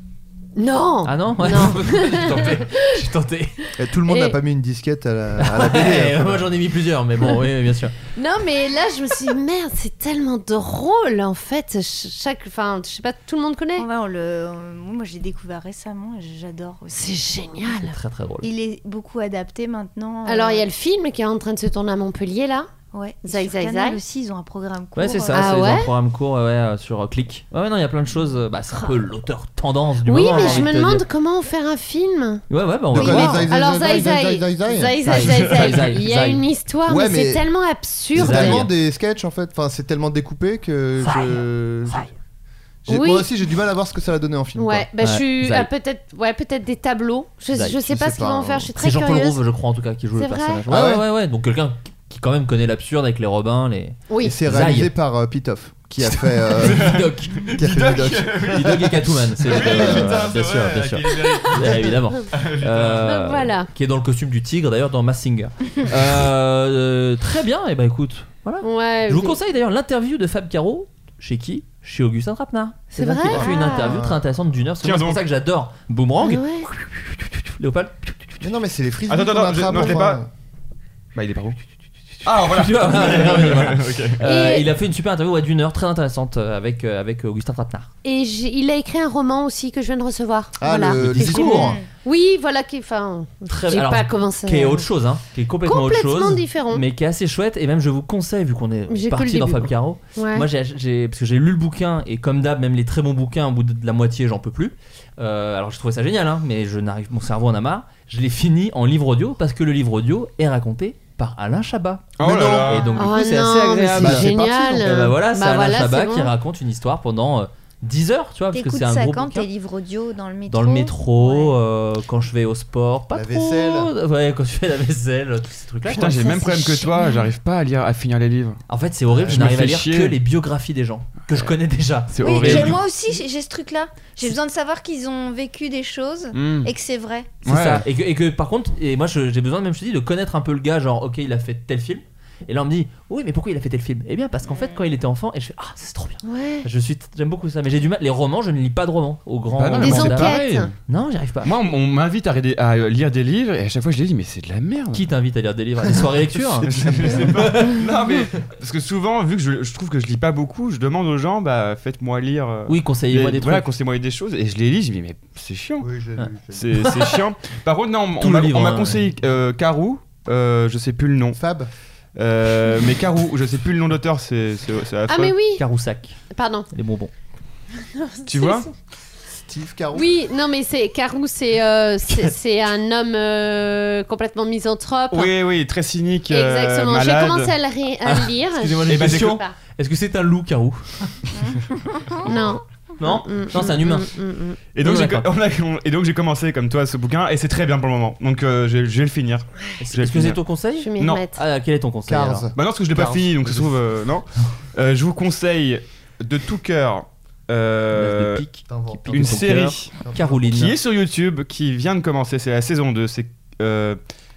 S7: Non
S6: Ah non Ouais.
S7: Non.
S6: J'ai tenté. J'ai tenté. euh,
S2: et tout le monde
S7: Et-
S2: n'a pas mis une disquette à la, à la BD. hein.
S6: Moi j'en ai mis plusieurs, mais bon, oui, oui, bien sûr.
S7: Non, mais là, je me suis dit, merde, c'est tellement drôle, en fait. Ch- Chaque, enfin, je sais pas, tout le monde connaît.
S9: Ouais, on le, on- moi, j'ai découvert récemment, et j'adore aussi.
S7: C'est génial.
S6: Très très drôle.
S9: Il est beaucoup adapté maintenant.
S7: Alors, il y a
S9: euh,
S7: le film qui est en train de se tourner à Montpellier, là.
S9: ouais, et
S7: Zai
S9: sur
S7: Zai
S9: Canal
S7: Zai.
S9: aussi, ils ont un programme court.
S6: Ouais, c'est ça,
S7: Ah
S6: c'est un
S7: ouais
S6: programme court ouais, euh, sur euh, Click. Ouais, ouais, non, il y a plein de choses. euh, Bah, c'est un peu l'auteur tendance du
S7: Ah. oui,
S6: moment.
S7: mais
S6: j'ai
S7: je
S6: envie
S7: me
S6: de te
S7: demande
S6: dire.
S7: comment faire un film.
S6: Ouais, ouais, bah, on
S2: De
S6: va
S2: quoi
S6: voir.
S2: Zai, zai,
S7: Alors,
S2: zai,
S7: Zai Zai.
S2: zai, zai, zai.
S7: Zai, Zai,
S6: Zai,
S7: Zai.
S6: zai,
S7: Il y a
S6: zai.
S7: une histoire,
S2: Ouais,
S7: mais c'est
S2: mais-
S7: tellement
S2: C'est
S7: absurde.
S6: Zai.
S2: tellement des sketchs en fait, enfin c'est tellement découpé que je. j'ai-
S7: Oui.
S2: Moi aussi j'ai du mal à voir ce que ça va donner en film.
S7: Ouais, bah, je
S6: Ouais,
S7: suis
S6: Zai.
S7: ah, peut-être ouais, peut être des tableaux. Je,
S6: Zai,
S7: je sais
S2: je
S7: pas
S2: sais
S7: ce qu'ils
S2: pas,
S7: vont en
S2: hein.
S7: faire, je suis très
S6: C'est Jean-Paul
S7: curieuse.
S6: Rouve, je crois, en tout cas, qui joue
S7: C'est
S6: le
S7: vrai
S6: personnage.
S2: Ah
S6: ouais,
S2: ouais.
S6: ouais, ouais. Donc, quelqu'un qui- qui quand même connaît l'absurde avec les Robins, les.
S2: quoi.
S7: Oui.
S2: Et c'est
S6: Zai.
S2: réalisé par euh, Pitoff qui a fait. euh,
S6: Vidoc.
S2: qui a fait le doc.
S6: Vidoc et Catwoman, c'est les deux, euh, bien sûr, bien sûr. Ouais, évidemment. Euh,
S7: Donc Ben voilà.
S6: Qui est dans le costume du tigre d'ailleurs dans Mass Singer. Euh, euh, très bien, et bah écoute, voilà.
S7: Ouais,
S6: Je vous
S7: mais-
S6: conseille d'ailleurs l'interview de Fab Caro. Chez qui Chez Augustin Trapenard.
S7: C'est
S6: elle
S7: vrai
S6: qui a fait une interview très intéressante d'une heure. C'est
S8: Tiens
S6: moi, c'est pour
S8: donc.
S6: ça que j'adore Boomerang.
S7: Ouais.
S6: Léopold
S2: Mais non mais c'est les frises.
S8: Attends, attends, je- non, je l'ai pas. Bah, il est par où Ah, voilà.
S6: Tu vois, voilà. Euh,
S7: Et-
S6: Il a fait une super interview ouais, d'une heure très intéressante euh, avec, euh, avec Augustin Trapenard.
S7: Et j'ai- il a écrit un roman aussi que je viens de recevoir.
S2: Ah
S7: voilà.
S2: le
S6: Le discours.
S2: discours.
S7: Oui, voilà qui. Enfin,
S6: Très
S7: j'ai
S6: alors,
S7: pas commencé.
S6: Qui est autre chose, hein, qui est complètement, autre
S7: Complètement
S6: chose.
S7: différent.
S6: Mais qui est assez chouette, et même je vous conseille, vu qu'on
S7: J'ai
S6: est
S7: que le
S6: parti dans
S7: début,
S6: Fab Caro,
S7: Ouais.
S6: Moi, j'ai, j'ai- parce que j'ai lu le bouquin, et comme d'hab, même les très bons bouquins, au bout de la moitié, j'en peux plus. Euh, alors, je trouvais ça génial, hein, mais je n'arrive, mon cerveau en a marre. Je l'ai fini en livre audio, parce que le livre audio est raconté par Alain Chabat.
S8: Oh là là.
S6: Et donc, du
S7: Oh
S6: coup, c'est
S7: non,
S6: assez
S7: mais
S6: agréable.
S7: c'est
S2: Bah, c'est
S7: génial.
S2: parti,
S6: Et bah voilà, c'est
S7: Bah
S6: Alain
S7: voilà,
S6: Chabat
S7: c'est bon.
S6: qui raconte une histoire pendant euh, 10 heures, tu vois, parce que
S9: T'écoutes
S6: c'est un
S9: ça
S6: gros
S9: quand
S6: bouquin.
S9: t'es livre audio dans le métro.
S6: Dans le métro,
S9: Ouais.
S6: euh, quand je vais au sport, pas
S2: La
S6: trop.
S2: vaisselle.
S6: Ouais, quand je fais la vaisselle, tous ces trucs-là.
S8: Putain, j'ai le même problème que toi, j'arrive pas à lire, à finir les livres.
S6: En fait, c'est horrible,
S8: Je
S6: je
S8: me
S6: n'arrive à
S8: fais
S6: lire
S8: chier.
S6: que les biographies des gens que je connais déjà.
S8: C'est
S9: Oui, j'ai-
S8: horrible.
S9: moi aussi, j'ai j'ai ce truc-là. J'ai besoin de savoir qu'ils ont vécu des choses
S8: Hmm.
S9: et que c'est vrai.
S6: C'est
S8: Ouais.
S6: ça. Et que, et que, par contre, et moi je- j'ai besoin, même je te dis, de connaître un peu le gars, genre, ok, il a fait tel film. Et là, on me dit, oui, mais pourquoi il a fait tel film Eh bien, parce qu'en fait, quand il était enfant, et je fais, ah, c'est trop bien.
S7: Ouais.
S6: Je suis, j'aime beaucoup ça. Mais j'ai du mal. Les romans, je ne lis pas de romans. Au grand.
S8: Bah non, mais
S7: Des
S8: moi, c'est
S7: enquêtes.
S8: pareil.
S6: Non, j'y arrive pas.
S8: Moi, on, on m'invite à, raider- à, euh, lire des livres et à chaque fois je les dis, mais c'est de la merde.
S6: Qui t'invite à lire des livres à des soirées lecture
S8: Je sais pas. non mais parce que souvent vu que je, je trouve que je lis pas beaucoup, je demande aux gens bah faites-moi lire. euh,
S6: Oui, conseillez-moi
S8: des-
S6: des
S8: Voilà,
S6: trucs.
S8: conseillez-moi des choses et je les lis. Je me dis mais c'est chiant.
S2: Oui, j'ai
S6: Ah.
S2: lu, j'ai lu.
S8: C'est c'est chiant. Par contre non, on-
S6: Tout
S8: on
S6: le
S8: m'a
S6: livre,
S8: on m'a
S6: hein,
S8: conseillé euh, Carou. euh, je sais plus le nom.
S2: Fab.
S8: Euh, mais Carou, je sais plus le nom d'auteur. C'est c'est c'est
S7: Ah
S8: affreux.
S7: mais oui.
S6: Caroussac,
S7: Pardon.
S6: les bonbons.
S8: Tu vois
S2: Steve Caro
S7: Oui, non, mais c'est Carou, c'est euh, c'est- c'est un homme euh, complètement misanthrope.
S8: Oui, oui, très cynique. euh,
S7: Exactement. J'ai
S8: malade.
S7: commencé à le, ré- à le lire.
S6: Ah, excusez-moi,
S7: Je-
S6: les
S7: je
S6: questions.
S7: sais pas.
S6: Est-ce que c'est un loup, Carou
S7: Non.
S6: Non
S7: Mm,
S6: Non, c'est un
S7: mm,
S6: humain.
S7: mm, mm, mm.
S8: Et donc,
S6: Oui,
S8: j'ai-
S6: d'accord.
S8: on a- et donc j'ai commencé comme toi ce bouquin et c'est très bien pour le moment. Donc euh, je, je vais le finir. Je
S6: Est-ce
S8: vais
S6: est-ce que c'est
S8: finir.
S6: ton
S7: mm. Je
S6: conseil
S7: vais m'y
S8: Non.
S7: remettre.
S6: Ah, quel est ton conseil alors
S2: Cars.
S8: Bah non, parce que je l'ai pas
S2: Cars.
S8: fini, donc ça se trouve euh, non. Euh, je vous conseille de tout cœur euh,
S6: Meuf de pique.
S2: T'inventes.
S8: une
S6: de ton
S8: série
S6: Caroline.
S8: qui est sur YouTube, qui vient de commencer. C'est la saison 2 C'est euh,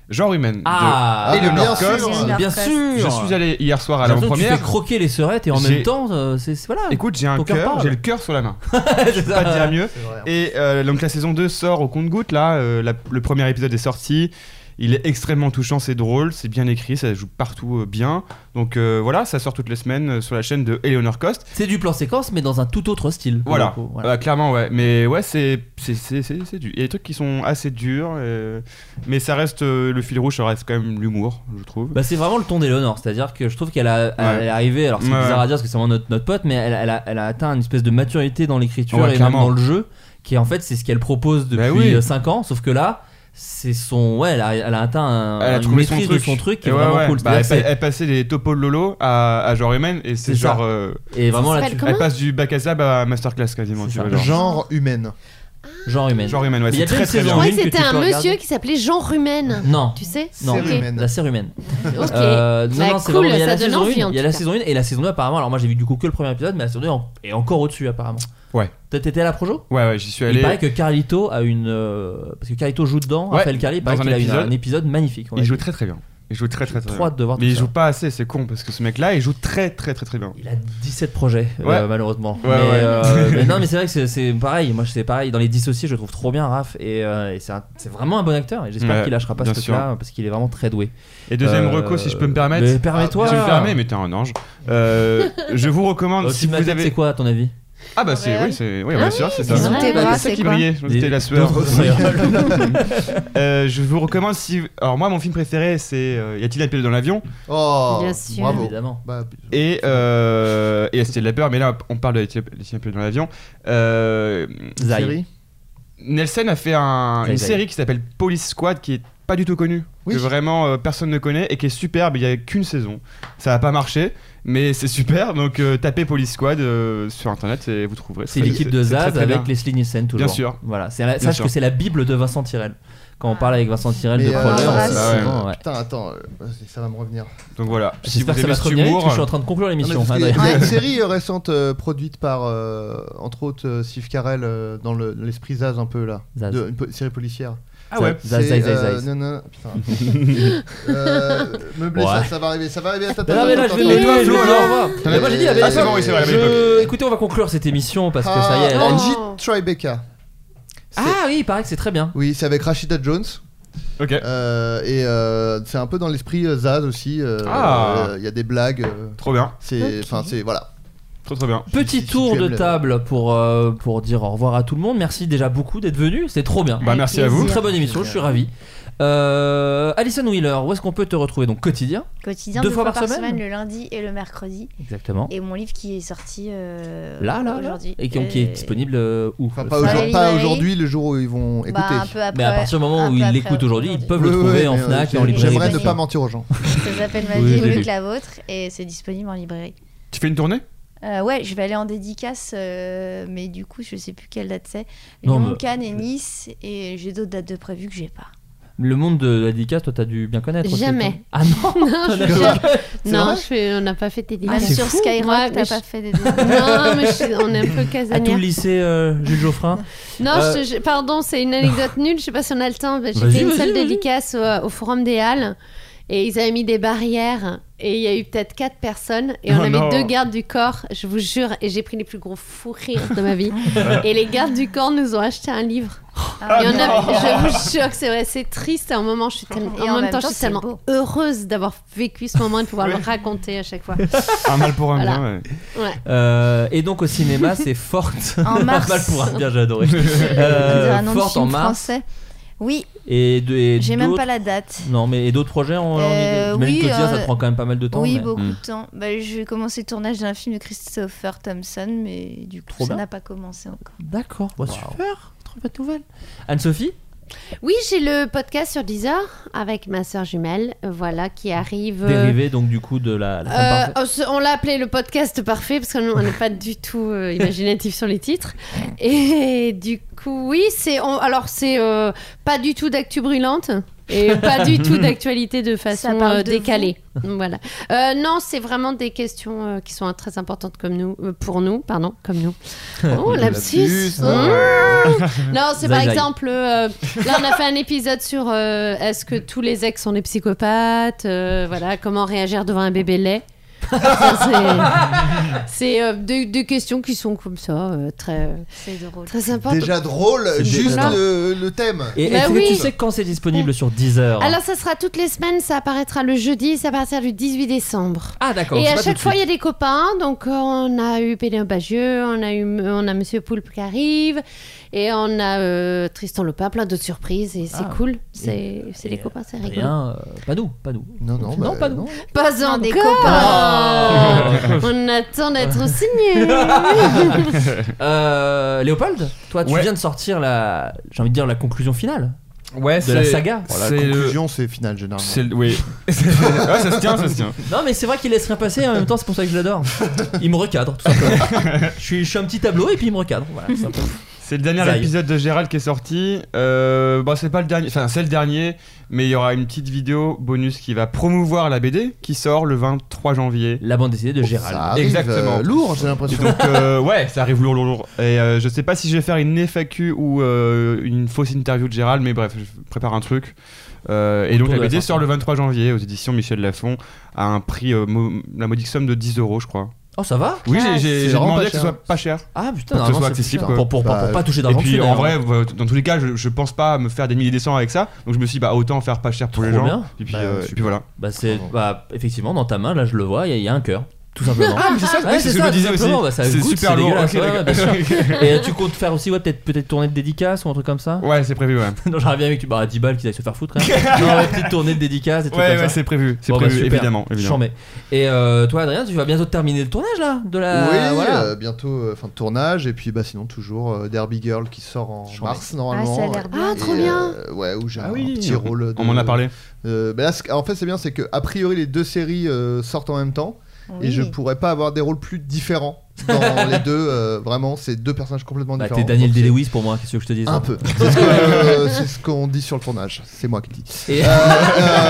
S8: Genre humaine. de-
S6: Ah,
S2: Et le
S8: Eleanor
S2: bien
S8: Cox.
S2: sûr.
S9: Eleanor
S6: bien
S9: Cox.
S6: sûr
S8: Je suis allé hier soir à
S6: J'ai
S8: la
S6: l'impression que Tu
S8: première.
S6: fais croquer les serettes et en
S8: J'ai-
S6: même temps, euh, c'est c'est- voilà.
S8: Écoute, j'ai un
S6: Ton cœur
S8: cœur,
S6: parle.
S8: j'ai le cœur sur la main.
S6: C'est
S8: Pas de dire mieux.
S2: C'est vrai.
S8: Et euh, donc la saison 2 sort au compte-goutte là, euh, la- le premier épisode est sorti. Il est extrêmement touchant, c'est drôle, c'est bien écrit, ça joue partout euh, bien. Donc euh, voilà, ça sort toutes les semaines euh, sur la chaîne de Eleanor Cost.
S6: C'est du plan séquence, mais dans un tout autre style. pour
S8: Voilà,
S6: le coup,
S8: Euh, clairement ouais. Mais ouais, c'est c'est c'est c'est c'est du- Il y a des trucs qui sont assez durs, euh, mais ça reste euh, le fil rouge, ça reste quand même l'humour, je trouve.
S6: Bah, c'est vraiment le ton d'Eleanor, c'est-à-dire que je trouve qu'elle a, elle
S8: Ouais.
S6: est arrivée, alors c'est
S8: Ouais.
S6: bizarre à dire parce que c'est vraiment notre, notre pote, mais elle, elle a, elle a atteint une espèce de maturité dans l'écriture
S8: Ouais,
S6: et même
S8: clairement.
S6: dans le jeu, qui en fait c'est ce qu'elle propose
S8: Bah
S6: depuis
S8: oui.
S6: 5 ans, sauf que là, c'est son. Ouais, elle a, elle a atteint un-
S8: Elle a
S6: une
S8: trouvé son
S6: maîtrise
S8: truc.
S6: de son truc qui
S8: Et
S6: est
S8: ouais,
S6: vraiment
S8: ouais.
S6: cool.
S8: Bah, elle,
S6: C'est-à-dire
S8: pa- elle passait des topos de Lolo à, à genre humaine et c'est
S6: C'est ça.
S8: genre euh,
S6: que c'est- et vraiment
S7: Ça
S6: là,
S7: s'appelle
S6: tu-
S7: comment
S8: elle passe du bac à sable à masterclass quasiment.
S6: C'est
S8: Tu
S6: ça.
S8: vois, genre.
S2: Genre humaine.
S6: genre humaine.
S8: Genre humaine, ouais,
S6: Il y a
S8: c'est
S6: déjà
S8: très
S7: Je
S6: une
S8: très
S6: saison un
S8: bien.
S7: croyais
S6: link
S7: que
S6: que
S7: c'était
S6: tu
S7: un
S6: peux
S7: monsieur
S6: regarder.
S7: qui s'appelait Jean Rumaine.
S6: Non.
S7: Tu sais
S6: Non,
S2: Série humaine.
S6: la série humaine.
S7: Ok.
S6: Euh, non,
S7: Bah,
S6: non, c'est
S7: cool,
S6: vraiment- il y a
S7: ça
S6: la
S7: donne
S6: saison 1,
S7: envie, en
S6: il y a
S7: tout
S6: la
S7: cas.
S6: saison 1 et la saison 2 apparemment, alors moi j'ai vu du coup que le premier épisode, mais la saison 2 en- est encore au-dessus apparemment.
S8: Ouais.
S6: T'as- T'étais à la Projo
S8: Ouais ouais, j'y suis allé.
S6: Il paraît que Carlito a une. euh, parce que Carlito joue dedans,
S8: Ouais,
S6: Raphaël Carli, il paraît
S8: dans un
S6: qu'il a une-
S8: épisode.
S6: un épisode magnifique. on
S8: Il
S6: l'a
S8: joue
S6: dit.
S8: très très bien. Il joue très très très
S6: Trop
S8: bien.
S6: hâte de voir
S8: Mais
S6: tout
S8: il
S6: ça.
S8: joue pas assez, c'est con parce que ce mec là il joue très très très très bien.
S6: Il a 17 projets, euh,
S8: Ouais.
S6: malheureusement.
S8: Ouais,
S6: mais,
S8: ouais.
S6: euh, mais non, mais c'est vrai que c'est- c'est pareil. Moi, c'est pareil. Dans les dissociés, je le trouve trop bien, Raph. Et, euh, et c'est un- c'est vraiment un bon acteur. Et j'espère
S8: Ouais,
S6: qu'il lâchera pas ce
S8: bien
S6: truc-là parce qu'il est vraiment très doué.
S8: Et deuxième
S6: Euh,
S8: reco si je peux me permettre.
S6: mais permets-toi.
S8: Si tu me permets, mais t'es un ange. Euh, je vous recommande si
S6: Ultimate
S8: vous
S6: Date, Oh, c'est
S8: avez.
S6: quoi à ton avis
S8: Ah bah c'est
S9: Montréal.
S8: oui c'est oui
S7: Ah
S8: bien
S7: oui,
S8: sûr c'est
S7: c'est
S8: ça.
S7: vrai.
S9: Tes bras,
S8: C'est ça
S9: c'est
S8: qui
S9: quoi
S8: brillait. C'était
S6: Des-
S8: la sueur.
S2: Oh,
S6: d'autres frères.
S8: Euh, je vous recommande si alors moi mon film préféré c'est euh, Y a-t-il un pilote dans l'avion
S2: Oh,
S7: Bien sûr.
S2: bravo.
S6: Évidemment.
S2: Bah,
S8: et euh, et la Cité de la peur mais là on parle de Y a-t-il un pilote dans l'avion. Euh,
S6: Zai.
S2: série.
S8: Nelson a fait un-
S6: Zai,
S8: une
S6: Zai.
S8: série qui s'appelle Police Squad qui est pas du tout connue,
S2: Oui.
S8: que vraiment euh, personne ne connaît et qui est superbe. Il y a qu'une saison, ça a pas marché, mais c'est super. Donc euh, tapez Police Squad euh, sur internet et vous trouverez.
S6: C'est l'équipe de
S8: c'est très,
S6: Zaz
S8: très
S6: avec
S8: bien.
S6: Leslie Nielsen toujours.
S8: Bien sûr.
S6: Voilà, c'est la-
S8: Bien
S6: sache
S8: sûr.
S6: que c'est la bible de Vincent Tirel. Quand on parle avec Vincent Tirel de
S2: Ah. Mais, euh,
S6: Crawler,
S9: ah,
S6: c'est
S8: bah ouais.
S6: souvent, ouais.
S2: Putain, attends, euh, vas-y, ça va me revenir.
S8: Donc voilà. Si vous
S6: J'espère que ça
S8: aimez euh,
S6: va se
S8: cet
S6: revenir vite, parce que je suis en
S8: humour,
S6: train de conclure l'émission.
S2: Non, mais parce
S6: hein,
S2: qu'il y a-
S6: d'ailleurs.
S2: il y a une série euh, récente euh, produite par, euh, entre autres, euh, Steve Carell euh, dans le- l'esprit Zaz un peu là.
S6: Zaz.
S2: De- une po- série policière.
S8: ah ouais.
S6: Zaz,
S2: C'est,
S6: Zaz, Zaz,
S2: euh,
S6: Zaz.
S2: Non, non, putain. euh, meublé,
S6: Ouais.
S2: ça, ça va arriver, ça va arriver. Attends,
S6: Mais non, mais là, je vais
S2: attends,
S6: me
S2: attends,
S6: lever, je
S2: attends.
S6: vais aller au revoir.
S2: T'en
S6: Mais
S2: as-
S6: moi, j'ai dit la
S2: Ah,
S6: belle
S8: c'est bon, oui, c'est vrai, la belle
S6: Je- Écoutez, on va conclure cette émission parce que ça y est. elle-
S2: Ah,
S6: elle-
S2: Angie
S7: Oh.
S2: Tribeca.
S6: Ah oui, il paraît que c'est très bien.
S2: Oui, c'est avec Rashida Jones.
S8: Ok.
S2: Euh, et euh, c'est un peu dans l'esprit euh, Zaz aussi. euh, euh, Il
S8: Ah.
S2: y a des blagues. euh,
S8: Trop bien,
S2: c'est,
S7: Ok.
S2: enfin, c'est voilà.
S8: trop trop bien.
S2: Si-
S6: Petit
S2: si
S6: tour
S2: tu
S6: de
S2: aimes le-
S6: table pour, euh, pour dire au revoir à tout le monde. Merci déjà beaucoup d'être venu, c'est trop bien.
S8: Bah merci à vous.
S6: Très bonne émission, je suis ravi. Euh, Alison Wheeler, où est-ce qu'on peut te retrouver Donc quotidien,
S9: Quotidien deux, fois, par, semaine.
S6: semaine,
S9: le lundi et le mercredi.
S6: exactement.
S9: Et mon livre qui est sorti euh,
S6: là, là, là.
S9: aujourd'hui.
S6: Et qui, qui est
S9: Euh,
S6: disponible euh, où
S2: Enfin,
S6: Le
S2: pas,
S9: Ouais,
S2: aujourd'hui,
S9: les
S2: pas
S9: librairies.
S2: aujourd'hui, le jour où ils vont écouter.
S9: Bah, un peu après.
S6: Mais à partir du moment
S9: un
S6: où
S9: peu
S6: ils
S9: après
S6: l'écoutent aujourd'hui, ils peuvent
S2: Oui,
S6: le
S2: oui,
S6: trouver
S2: oui,
S6: en
S2: mais, euh,
S6: Fnac et
S2: j'ai-
S6: en librairie.
S2: J'aimerais ne
S9: Disponible.
S2: pas mentir aux gens.
S9: Ça s'appelle ma
S6: Oui,
S9: vie
S6: j'ai
S9: mieux
S6: lu.
S9: que la vôtre et c'est disponible en librairie.
S8: Tu fais une tournée
S9: Euh, ouais, je vais aller en dédicace, euh, mais du coup, je sais plus quelle date c'est.
S6: Non,
S9: Lyon,
S6: mais-
S9: Cannes et Nice, et j'ai d'autres dates de prévues que j'ai pas.
S6: Le monde de la dédicace, toi, t'as dû bien connaître. aussi.
S7: Jamais.
S6: Ah non
S7: Non, je-
S2: C'est
S7: non,
S2: vrai
S7: je fais- on n'a pas fait tes
S9: Même
S6: Ah, c'est
S9: sur
S6: fou.
S9: Skyrock,
S7: Ouais, mais
S9: t'as
S7: je-
S9: pas fait des
S7: Non, mais je suis- on est un peu
S6: À tout le
S7: casanier.
S6: lycée euh, Jules Geoffrin.
S7: Non,
S6: Euh,
S7: je- je- pardon, c'est une anecdote nulle. Je sais pas si on a le temps. mais J'ai
S6: Vas-y,
S7: fait une
S6: vas-y,
S7: salle
S6: vas-y.
S7: dédicace au, au Forum des Halles et ils avaient mis des barrières et il y a eu peut-être quatre personnes et on
S8: Oh
S7: avait
S8: non.
S7: deux gardes du corps, je vous jure, et j'ai pris les plus gros fous rires de ma vie. et les gardes du corps nous ont acheté un livre.
S9: Ah,
S7: Et on a-
S9: non.
S7: je vous jure que c'est vrai, c'est triste. À un moment, je suis tellement,
S9: Et
S7: en, même, temps, je suis
S9: c'est
S7: tellement
S9: beau.
S7: heureuse d'avoir vécu ce moment et de pouvoir le raconter à chaque fois.
S8: Un mal pour un
S7: Voilà.
S8: bien. ouais.
S7: Ouais.
S6: Euh, et donc au cinéma, c'est Forte.
S9: En mars.
S6: Mal pour un bien, j'ai adoré.
S9: On dirait
S6: Euh,
S9: un nom de
S6: Forte
S9: film
S6: en mars.
S9: français. Oui,
S6: Et, de- et
S9: j'ai même
S6: d'autres-
S9: pas la date.
S6: Non, mais et d'autres projets en, en
S9: Euh,
S6: idée. J'imagine
S9: oui,
S6: que quotidien, ça
S9: euh,
S6: te prend quand même pas mal de temps.
S9: oui,
S6: mais-
S9: beaucoup
S10: Hmm.
S9: de temps. Bah, je vais commencer le tournage d'un film de Christopher Thompson, mais du coup,
S6: Trop
S9: ça
S6: bien.
S9: n'a pas commencé encore.
S6: D'accord. Bah, Super. Trop bonne nouvelle. Anne-Sophie
S7: Oui, j'ai le podcast sur Deezer avec ma sœur jumelle, euh, voilà, qui arrive. euh,
S6: Dérivée donc du coup de la, la femme
S7: euh,
S6: parfaite.
S7: on se- on l'a appelé le podcast parfait parce que nous, on n'est pas du tout euh, imaginatif sur les titres. Et du coup, oui, c'est on- alors c'est euh, pas du tout d'actu brûlante et pas du tout d'actualité de façon
S9: parle
S7: euh,
S9: de
S7: décalée. Voilà. Euh, non, c'est vraiment des questions euh, qui sont euh, très importantes comme nous, euh, pour nous, pardon, comme nous. Oh, lapsus.
S2: Lapsus.
S7: Mmh. Non, c'est par
S6: Zai, zai.
S7: exemple, euh, là on a fait un épisode sur euh, est-ce que tous les ex sont des psychopathes, euh, voilà, comment réagir devant un bébé lait. Ça, c'est- c'est euh, des, des questions qui sont comme ça, euh, très,
S9: C'est drôle.
S7: très importantes.
S2: Déjà drôle,
S6: C'est
S2: juste
S7: déconnant.
S2: euh, le thème.
S6: Et
S7: bah
S6: est-ce que
S7: oui.
S6: tu sais quand c'est disponible sur Deezer
S7: Alors ça sera toutes les semaines, ça apparaîtra le jeudi, c'est à partir du 18 décembre.
S6: Ah d'accord.
S7: Et
S6: c'est
S7: à
S6: pas
S7: chaque
S6: tout de
S7: fois, il y
S6: suite.
S7: a des copains. Donc, euh, on a eu Pénélope Bagieux, on a eu on a Monsieur Poulpe qui arrive, et on a euh, Tristan Lopin, plein d'autres surprises, et c'est
S6: Ah.
S7: cool. C'est c'est
S6: et-
S7: les copains, c'est rigolo.
S6: Rien, euh, pas nous, pas nous.
S2: Non, non,
S6: Non,
S2: bah,
S6: pas nous.
S7: Pas
S9: Non,
S7: encore
S9: des
S6: copains.
S7: On attend d'être signé
S6: Euh, Léopold, toi, tu
S8: Ouais.
S6: viens de sortir la, j'ai envie de dire la conclusion finale
S8: Ouais,
S6: de la saga.
S2: Voilà,
S8: C'est le-
S2: conclusion, c'est final généralement.
S8: C'est le- oui. ouais, ça se tient, ça se tient.
S6: Non, mais c'est vrai qu'il laisse rien passer. et En même temps, c'est pour ça que je l'adore. Il me recadre, tout simplement. je, suis, je suis un petit tableau et puis il me recadre. Voilà, tout simplement.
S8: C'est le dernier
S6: Ça y est.
S8: épisode de Gérald qui est sorti. Euh, bon, c'est pas le dernier, enfin c'est le dernier, mais il y aura une petite vidéo bonus qui va promouvoir la BD qui sort le 23 janvier.
S6: la bande dessinée de Gérald.
S2: Oh, Ça arrive,
S8: Exactement.
S2: euh, lourd, j'ai
S8: Et
S2: l'impression.
S8: donc euh, ouais, ça arrive lourd, lourd, lourd. Et euh, je sais pas si je vais faire une FAQ ou euh, une fausse interview de Gérald, mais bref, je prépare un truc. Euh, et donc
S6: Autour
S8: la
S6: de la
S8: BD
S6: sortie.
S8: sort le 23 janvier aux éditions Michel Lafon à un prix euh, mo- la modique somme de 10 euros, je crois.
S6: Oh, ça va
S8: Oui, j'ai-
S2: Ah, C'est
S8: j'ai j'ai
S2: vraiment
S8: demandé
S2: pas
S8: que
S2: cher.
S8: ce soit pas cher.
S6: Ah putain,
S8: Pour que ce
S6: normalement,
S8: soit
S6: c'est
S8: accessible,
S6: plus cher.
S8: quoi.
S6: Pour, pour, pour
S2: Bah,
S6: pas toucher
S8: Et
S6: d'argent.
S8: puis
S6: dessus,
S8: en
S6: d'ailleurs.
S8: vrai, euh, dans tous les cas, je, je pense pas me faire des milliers de dessins avec ça, donc je me suis dit, bah autant faire pas cher pour les
S6: Trop
S8: gens.
S6: bien.
S8: Et puis,
S2: Bah,
S8: euh, et
S2: super.
S8: puis voilà.
S6: Bah c'est bah, effectivement dans ta main là je le vois il y a- il y, a un cœur tout simplement.
S8: Ah mais c'est ça,
S6: Ouais,
S8: oui,
S6: c'est
S8: c'est ce que
S6: ça,
S8: je me disais
S6: tout
S8: aussi.
S6: simplement, bah, ça
S8: c'est
S6: goûte,
S8: super
S6: c'est
S8: lourd.
S6: dégueulasse,
S8: ok,
S6: ouais,
S8: d'accord.
S6: Et euh, tu comptes faire aussi ouais peut-être peut-être tournée de dédicace ou un truc comme ça
S8: ouais, c'est prévu, ouais.
S6: Non j'aurais bien avec tu bah à 10 balles qu'ils aillent se faire foutre. Hein. Genre la petite tournée de dédicace et tout
S8: Ouais,
S6: comme
S8: ouais,
S6: ça.
S8: c'est prévu, c'est
S6: Bon, bah,
S8: prévu,
S6: super.
S8: évidemment. évidemment.
S6: Chambé. Et euh, toi Adrien tu vas bientôt terminer le tournage là de la
S2: oui,
S6: voilà.
S2: euh, bientôt euh, fin de tournage et puis bah sinon toujours euh, Derby Girl qui sort en
S6: Chambé.
S2: mars
S9: Ah,
S2: normalement.
S9: ça a l'air bien.
S7: Ah,
S2: Et,
S7: trop bien
S2: euh, Ouais, où j'ai
S8: Ah
S2: un
S8: oui,
S2: petit rôle. de-
S8: On m'en a parlé.
S2: Euh, bah là, ce- en fait, c'est bien, c'est que a priori les deux séries euh, sortent en même temps
S6: Ah,
S9: Oui.
S2: et je pourrais pas avoir des rôles plus différents dans les deux. euh, vraiment, c'est deux personnages complètement
S6: Bah
S2: différents.
S6: t'es Daniel
S2: Donc, c'est-
S6: Day-Lewis pour moi qu'est-ce que je te dis
S2: Un peu. C'est ce que, euh, c'est ce qu'on dit sur le tournage. C'est moi qui le dis.
S6: Et-
S2: Euh,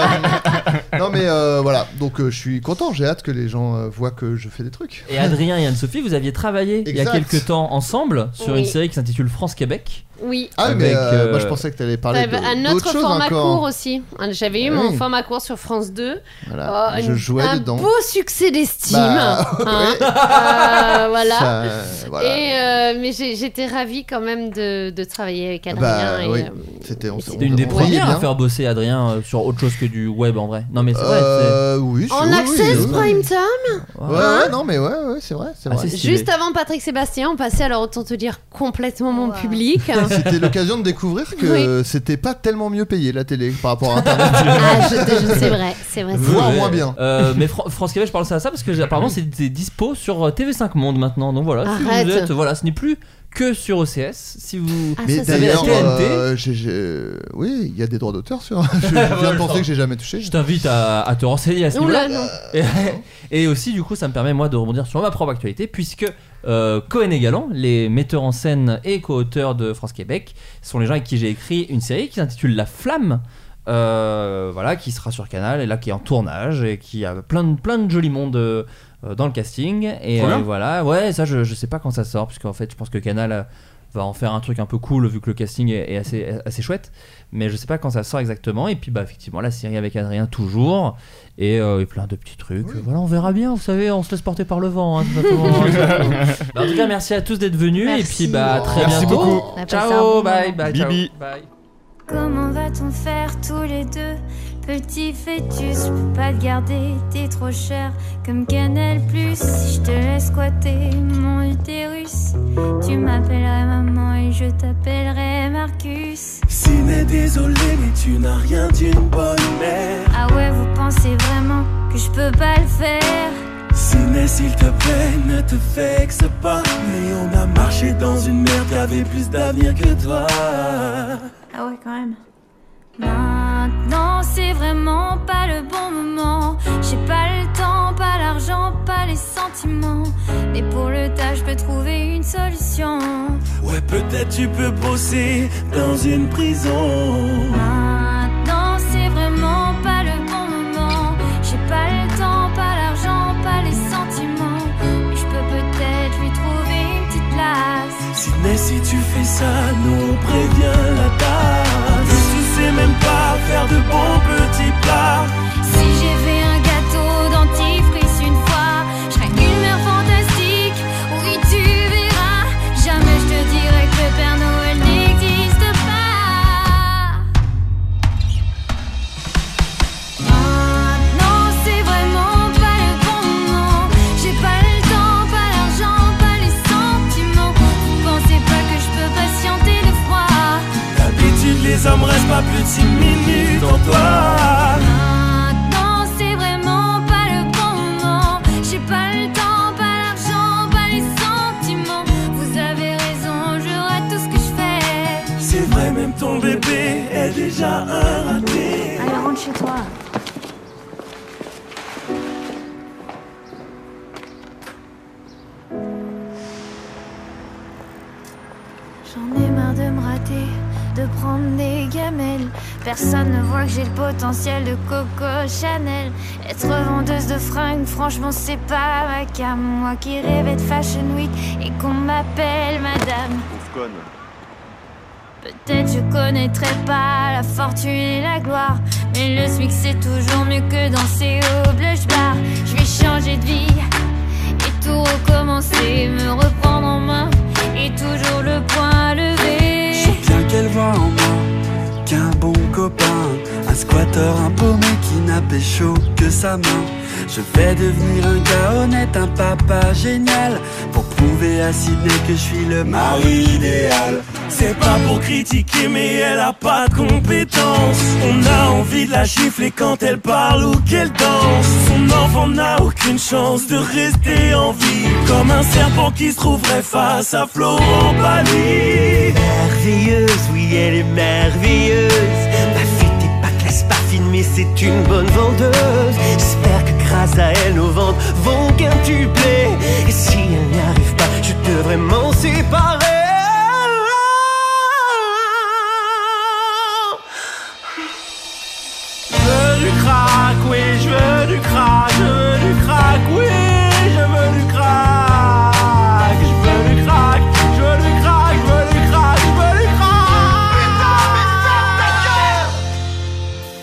S2: euh, non mais euh, voilà. Donc euh, je suis content. J'ai hâte que les gens euh, voient que je fais des trucs.
S6: Et Adrien et Anne-Sophie vous aviez travaillé il y a
S2: Exact.
S6: quelques temps ensemble sur
S7: Oui.
S6: une série qui s'intitule France Québec.
S7: Oui.
S2: Ah
S6: Avec,
S2: mais euh,
S6: euh,
S2: moi je pensais que t'allais parler de,
S7: T'avais un
S2: d'autres
S7: autre
S2: choses
S7: format
S2: encore.
S7: court aussi. Ah, J'avais eu
S2: Eh
S7: mon
S2: oui.
S7: format court sur France 2.
S2: Voilà.
S7: Oh,
S2: je
S7: une-
S2: jouais
S7: un
S2: dedans.
S7: beau succès d'estime.
S2: Bah,
S7: hein.
S2: ouais.
S7: Euh, voilà.
S2: Ça, euh, voilà.
S7: Et euh, mais j'ai- j'étais ravie quand même de, de travailler avec Adrien.
S2: Bah,
S7: et,
S2: oui.
S7: euh,
S2: C'était on-
S7: c'était
S2: on-
S6: C'était une des
S2: on voyait
S6: premières à
S2: bien.
S6: faire bosser Adrien euh, sur autre chose que du web en vrai. Non mais c'est vrai. c'est-
S2: Euh, oui,
S7: en
S2: oui, oui,
S7: access
S2: oui.
S7: prime Hein time,
S2: Ouais, ouais, non, mais ouais, ouais, c'est vrai, c'est
S6: Ah,
S2: vrai.
S6: c'est- Stylé.
S7: juste avant Patrick Sébastien, on passait alors autant te dire complètement mon
S9: Wow.
S7: public.
S2: C'était l'occasion de découvrir que c'était pas tellement mieux payé la télé par rapport à Internet.
S7: ah, je, te- je- c'est vrai, c'est vrai. c'est vrai.
S2: Voire moins bien.
S6: Euh, mais Fran- France Québec, je parle ça à ça parce que j'ai- apparemment c'est c'est dispo sur euh, TV5 Monde maintenant. Donc voilà, si vous
S7: Arrête.
S6: êtes, voilà, ce n'est plus que sur OCS. Si vous,
S7: Ah,
S2: Mais
S7: ça, c'est-
S2: d'ailleurs,
S6: la TNT.
S2: euh, j'ai- j'ai- oui, il y a des droits d'auteur sur. Je viens de
S6: Ah, je
S2: penser
S6: sens.
S2: que j'ai jamais touché.
S6: je t'invite à, à te renseigner à ce
S7: Oula,
S6: niveau-là.
S7: non.
S6: Et, et aussi, du coup, ça me permet moi de rebondir sur ma propre actualité puisque euh, Cohen et Galland, les metteurs en scène et co-auteurs de France Québec, sont les gens avec qui j'ai écrit une série qui s'intitule La Flamme. euh, voilà, qui sera sur Canal et là qui est en tournage et qui a plein de, plein de jolis mondes euh, euh, dans le casting. Et
S8: Trop bien.
S6: euh, voilà, ouais, ça je, je sais pas quand ça sort, puisqu'en fait je pense que Canal euh, va en faire un truc un peu cool vu que le casting est, est assez, assez chouette. Mais je sais pas quand ça sort exactement. Et puis bah effectivement la série avec Adrien toujours. Et, euh, et plein de petits trucs. Voilà, on verra bien, vous savez, on se laisse porter par le vent. hein, tout simplement. Bah, en tout cas, merci à tous d'être venus.
S9: Merci.
S6: Et puis bah à très
S2: Merci
S6: bientôt.
S8: beaucoup.
S9: On a passé un bon
S6: Ciao,
S9: moment.
S6: bye, bye, ciao,
S8: Bibi.
S6: bye.
S11: Comment va-t-on faire tous les deux Petit fœtus, je peux pas te garder, t'es trop cher Comme Canal Plus, je te laisse squatter mon utérus Tu m'appellerais maman et je t'appellerai Marcus
S12: Ciné désolé, mais tu n'as rien d'une bonne mère.
S11: Ah ouais, vous pensez vraiment que je peux pas le faire
S12: Ciné, s'il te plaît, ne te vexe pas. Mais on a marché dans une mer qui avait plus d'avenir que toi.
S11: Ah ouais, quand même. Maintenant, c'est vraiment pas le bon moment. J'ai pas le temps, pas l'argent, pas les sentiments. Mais pour le tas, je peux trouver une solution.
S12: Ouais, peut-être tu peux bosser dans une prison.
S11: Maintenant, c'est vraiment pas le bon moment. J'ai pas le temps, pas l'argent, pas les sentiments. Mais je peux peut-être lui trouver une petite place.
S12: Sidney, si tu fais ça, nous on prévient la tasse. Plus tu sais même pas faire de bons petits plats.
S11: Si j'ai fait un gâteau dentifrice une fois, j'aurais une mère fantastique. Oui, tu verras. Jamais je te dirai que le Père Noël n'existe pas. Maintenant, c'est vraiment pas le bon moment. J'ai pas le temps, pas l'argent, pas les sentiments. Vous pensez pas que je peux patienter le froid?
S12: D'habitude, les hommes restent pas plus de 6 minutes en toi.
S11: Maintenant, c'est vraiment pas le bon moment. J'ai pas le temps, pas l'argent, pas les sentiments. Vous avez raison, je rate tout ce que je fais.
S12: C'est vrai, même ton bébé est déjà un raté.
S11: Alors rentre chez toi. J'en ai marre de me rater, de prendre des gamelles. Personne ne voit que j'ai le potentiel de Coco Chanel. Être vendeuse de fringues, franchement, c'est pas ma cam. Moi qui rêvais de Fashion Week et qu'on m'appelle madame. Peut-être je connaîtrai pas la fortune et la gloire Mais le SMIC c'est toujours mieux que danser au blush bar Je vais changer de vie et tout recommencer Me reprendre en main et toujours le poing levé
S12: Bien qu'elle voit en moi qu'un bon copain, un squatter, un paumé qui n'a pécho que sa main. Je vais devenir un gars honnête, un papa génial, pour prouver à Sidney que je suis le mari idéal. C'est pas pour critiquer, mais elle a pas de compétences. On a envie de la gifler quand elle parle ou qu'elle danse. Son enfant n'a aucune chance de rester en vie, comme un serpent qui se trouverait face à Florent Pagny.
S13: Merveilleuse, oui, elle est merveilleuse. Ma fille t'es pas classe, pas fine, mais c'est une bonne vendeuse. J'espère que grâce à elle, nos ventes vont quintupler. Et si elle n'y arrive pas, je devrais m'en séparer.
S12: Je veux du crack, oui, je veux du crack, je veux du crack, oui, je veux du crack, je veux du crack, je veux du crack, je veux du crack, je veux du crack.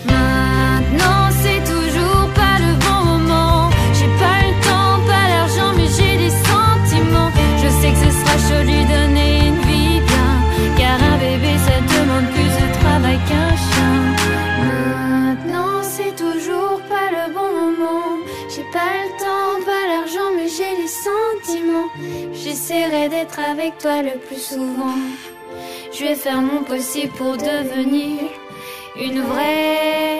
S11: Maintenant c'est toujours pas le bon moment J'ai pas le temps, pas l'argent mais j'ai des sentiments Je sais que ce sera chaud de lui donner une vie bien Car un bébé ça demande plus de travail qu'un chien Maintenant c'est toujours pas le bon moment J'ai pas le temps, pas l'argent mais j'ai des sentiments J'essaierai d'être avec toi le plus souvent Je vais faire mon possible pour devenir une vraie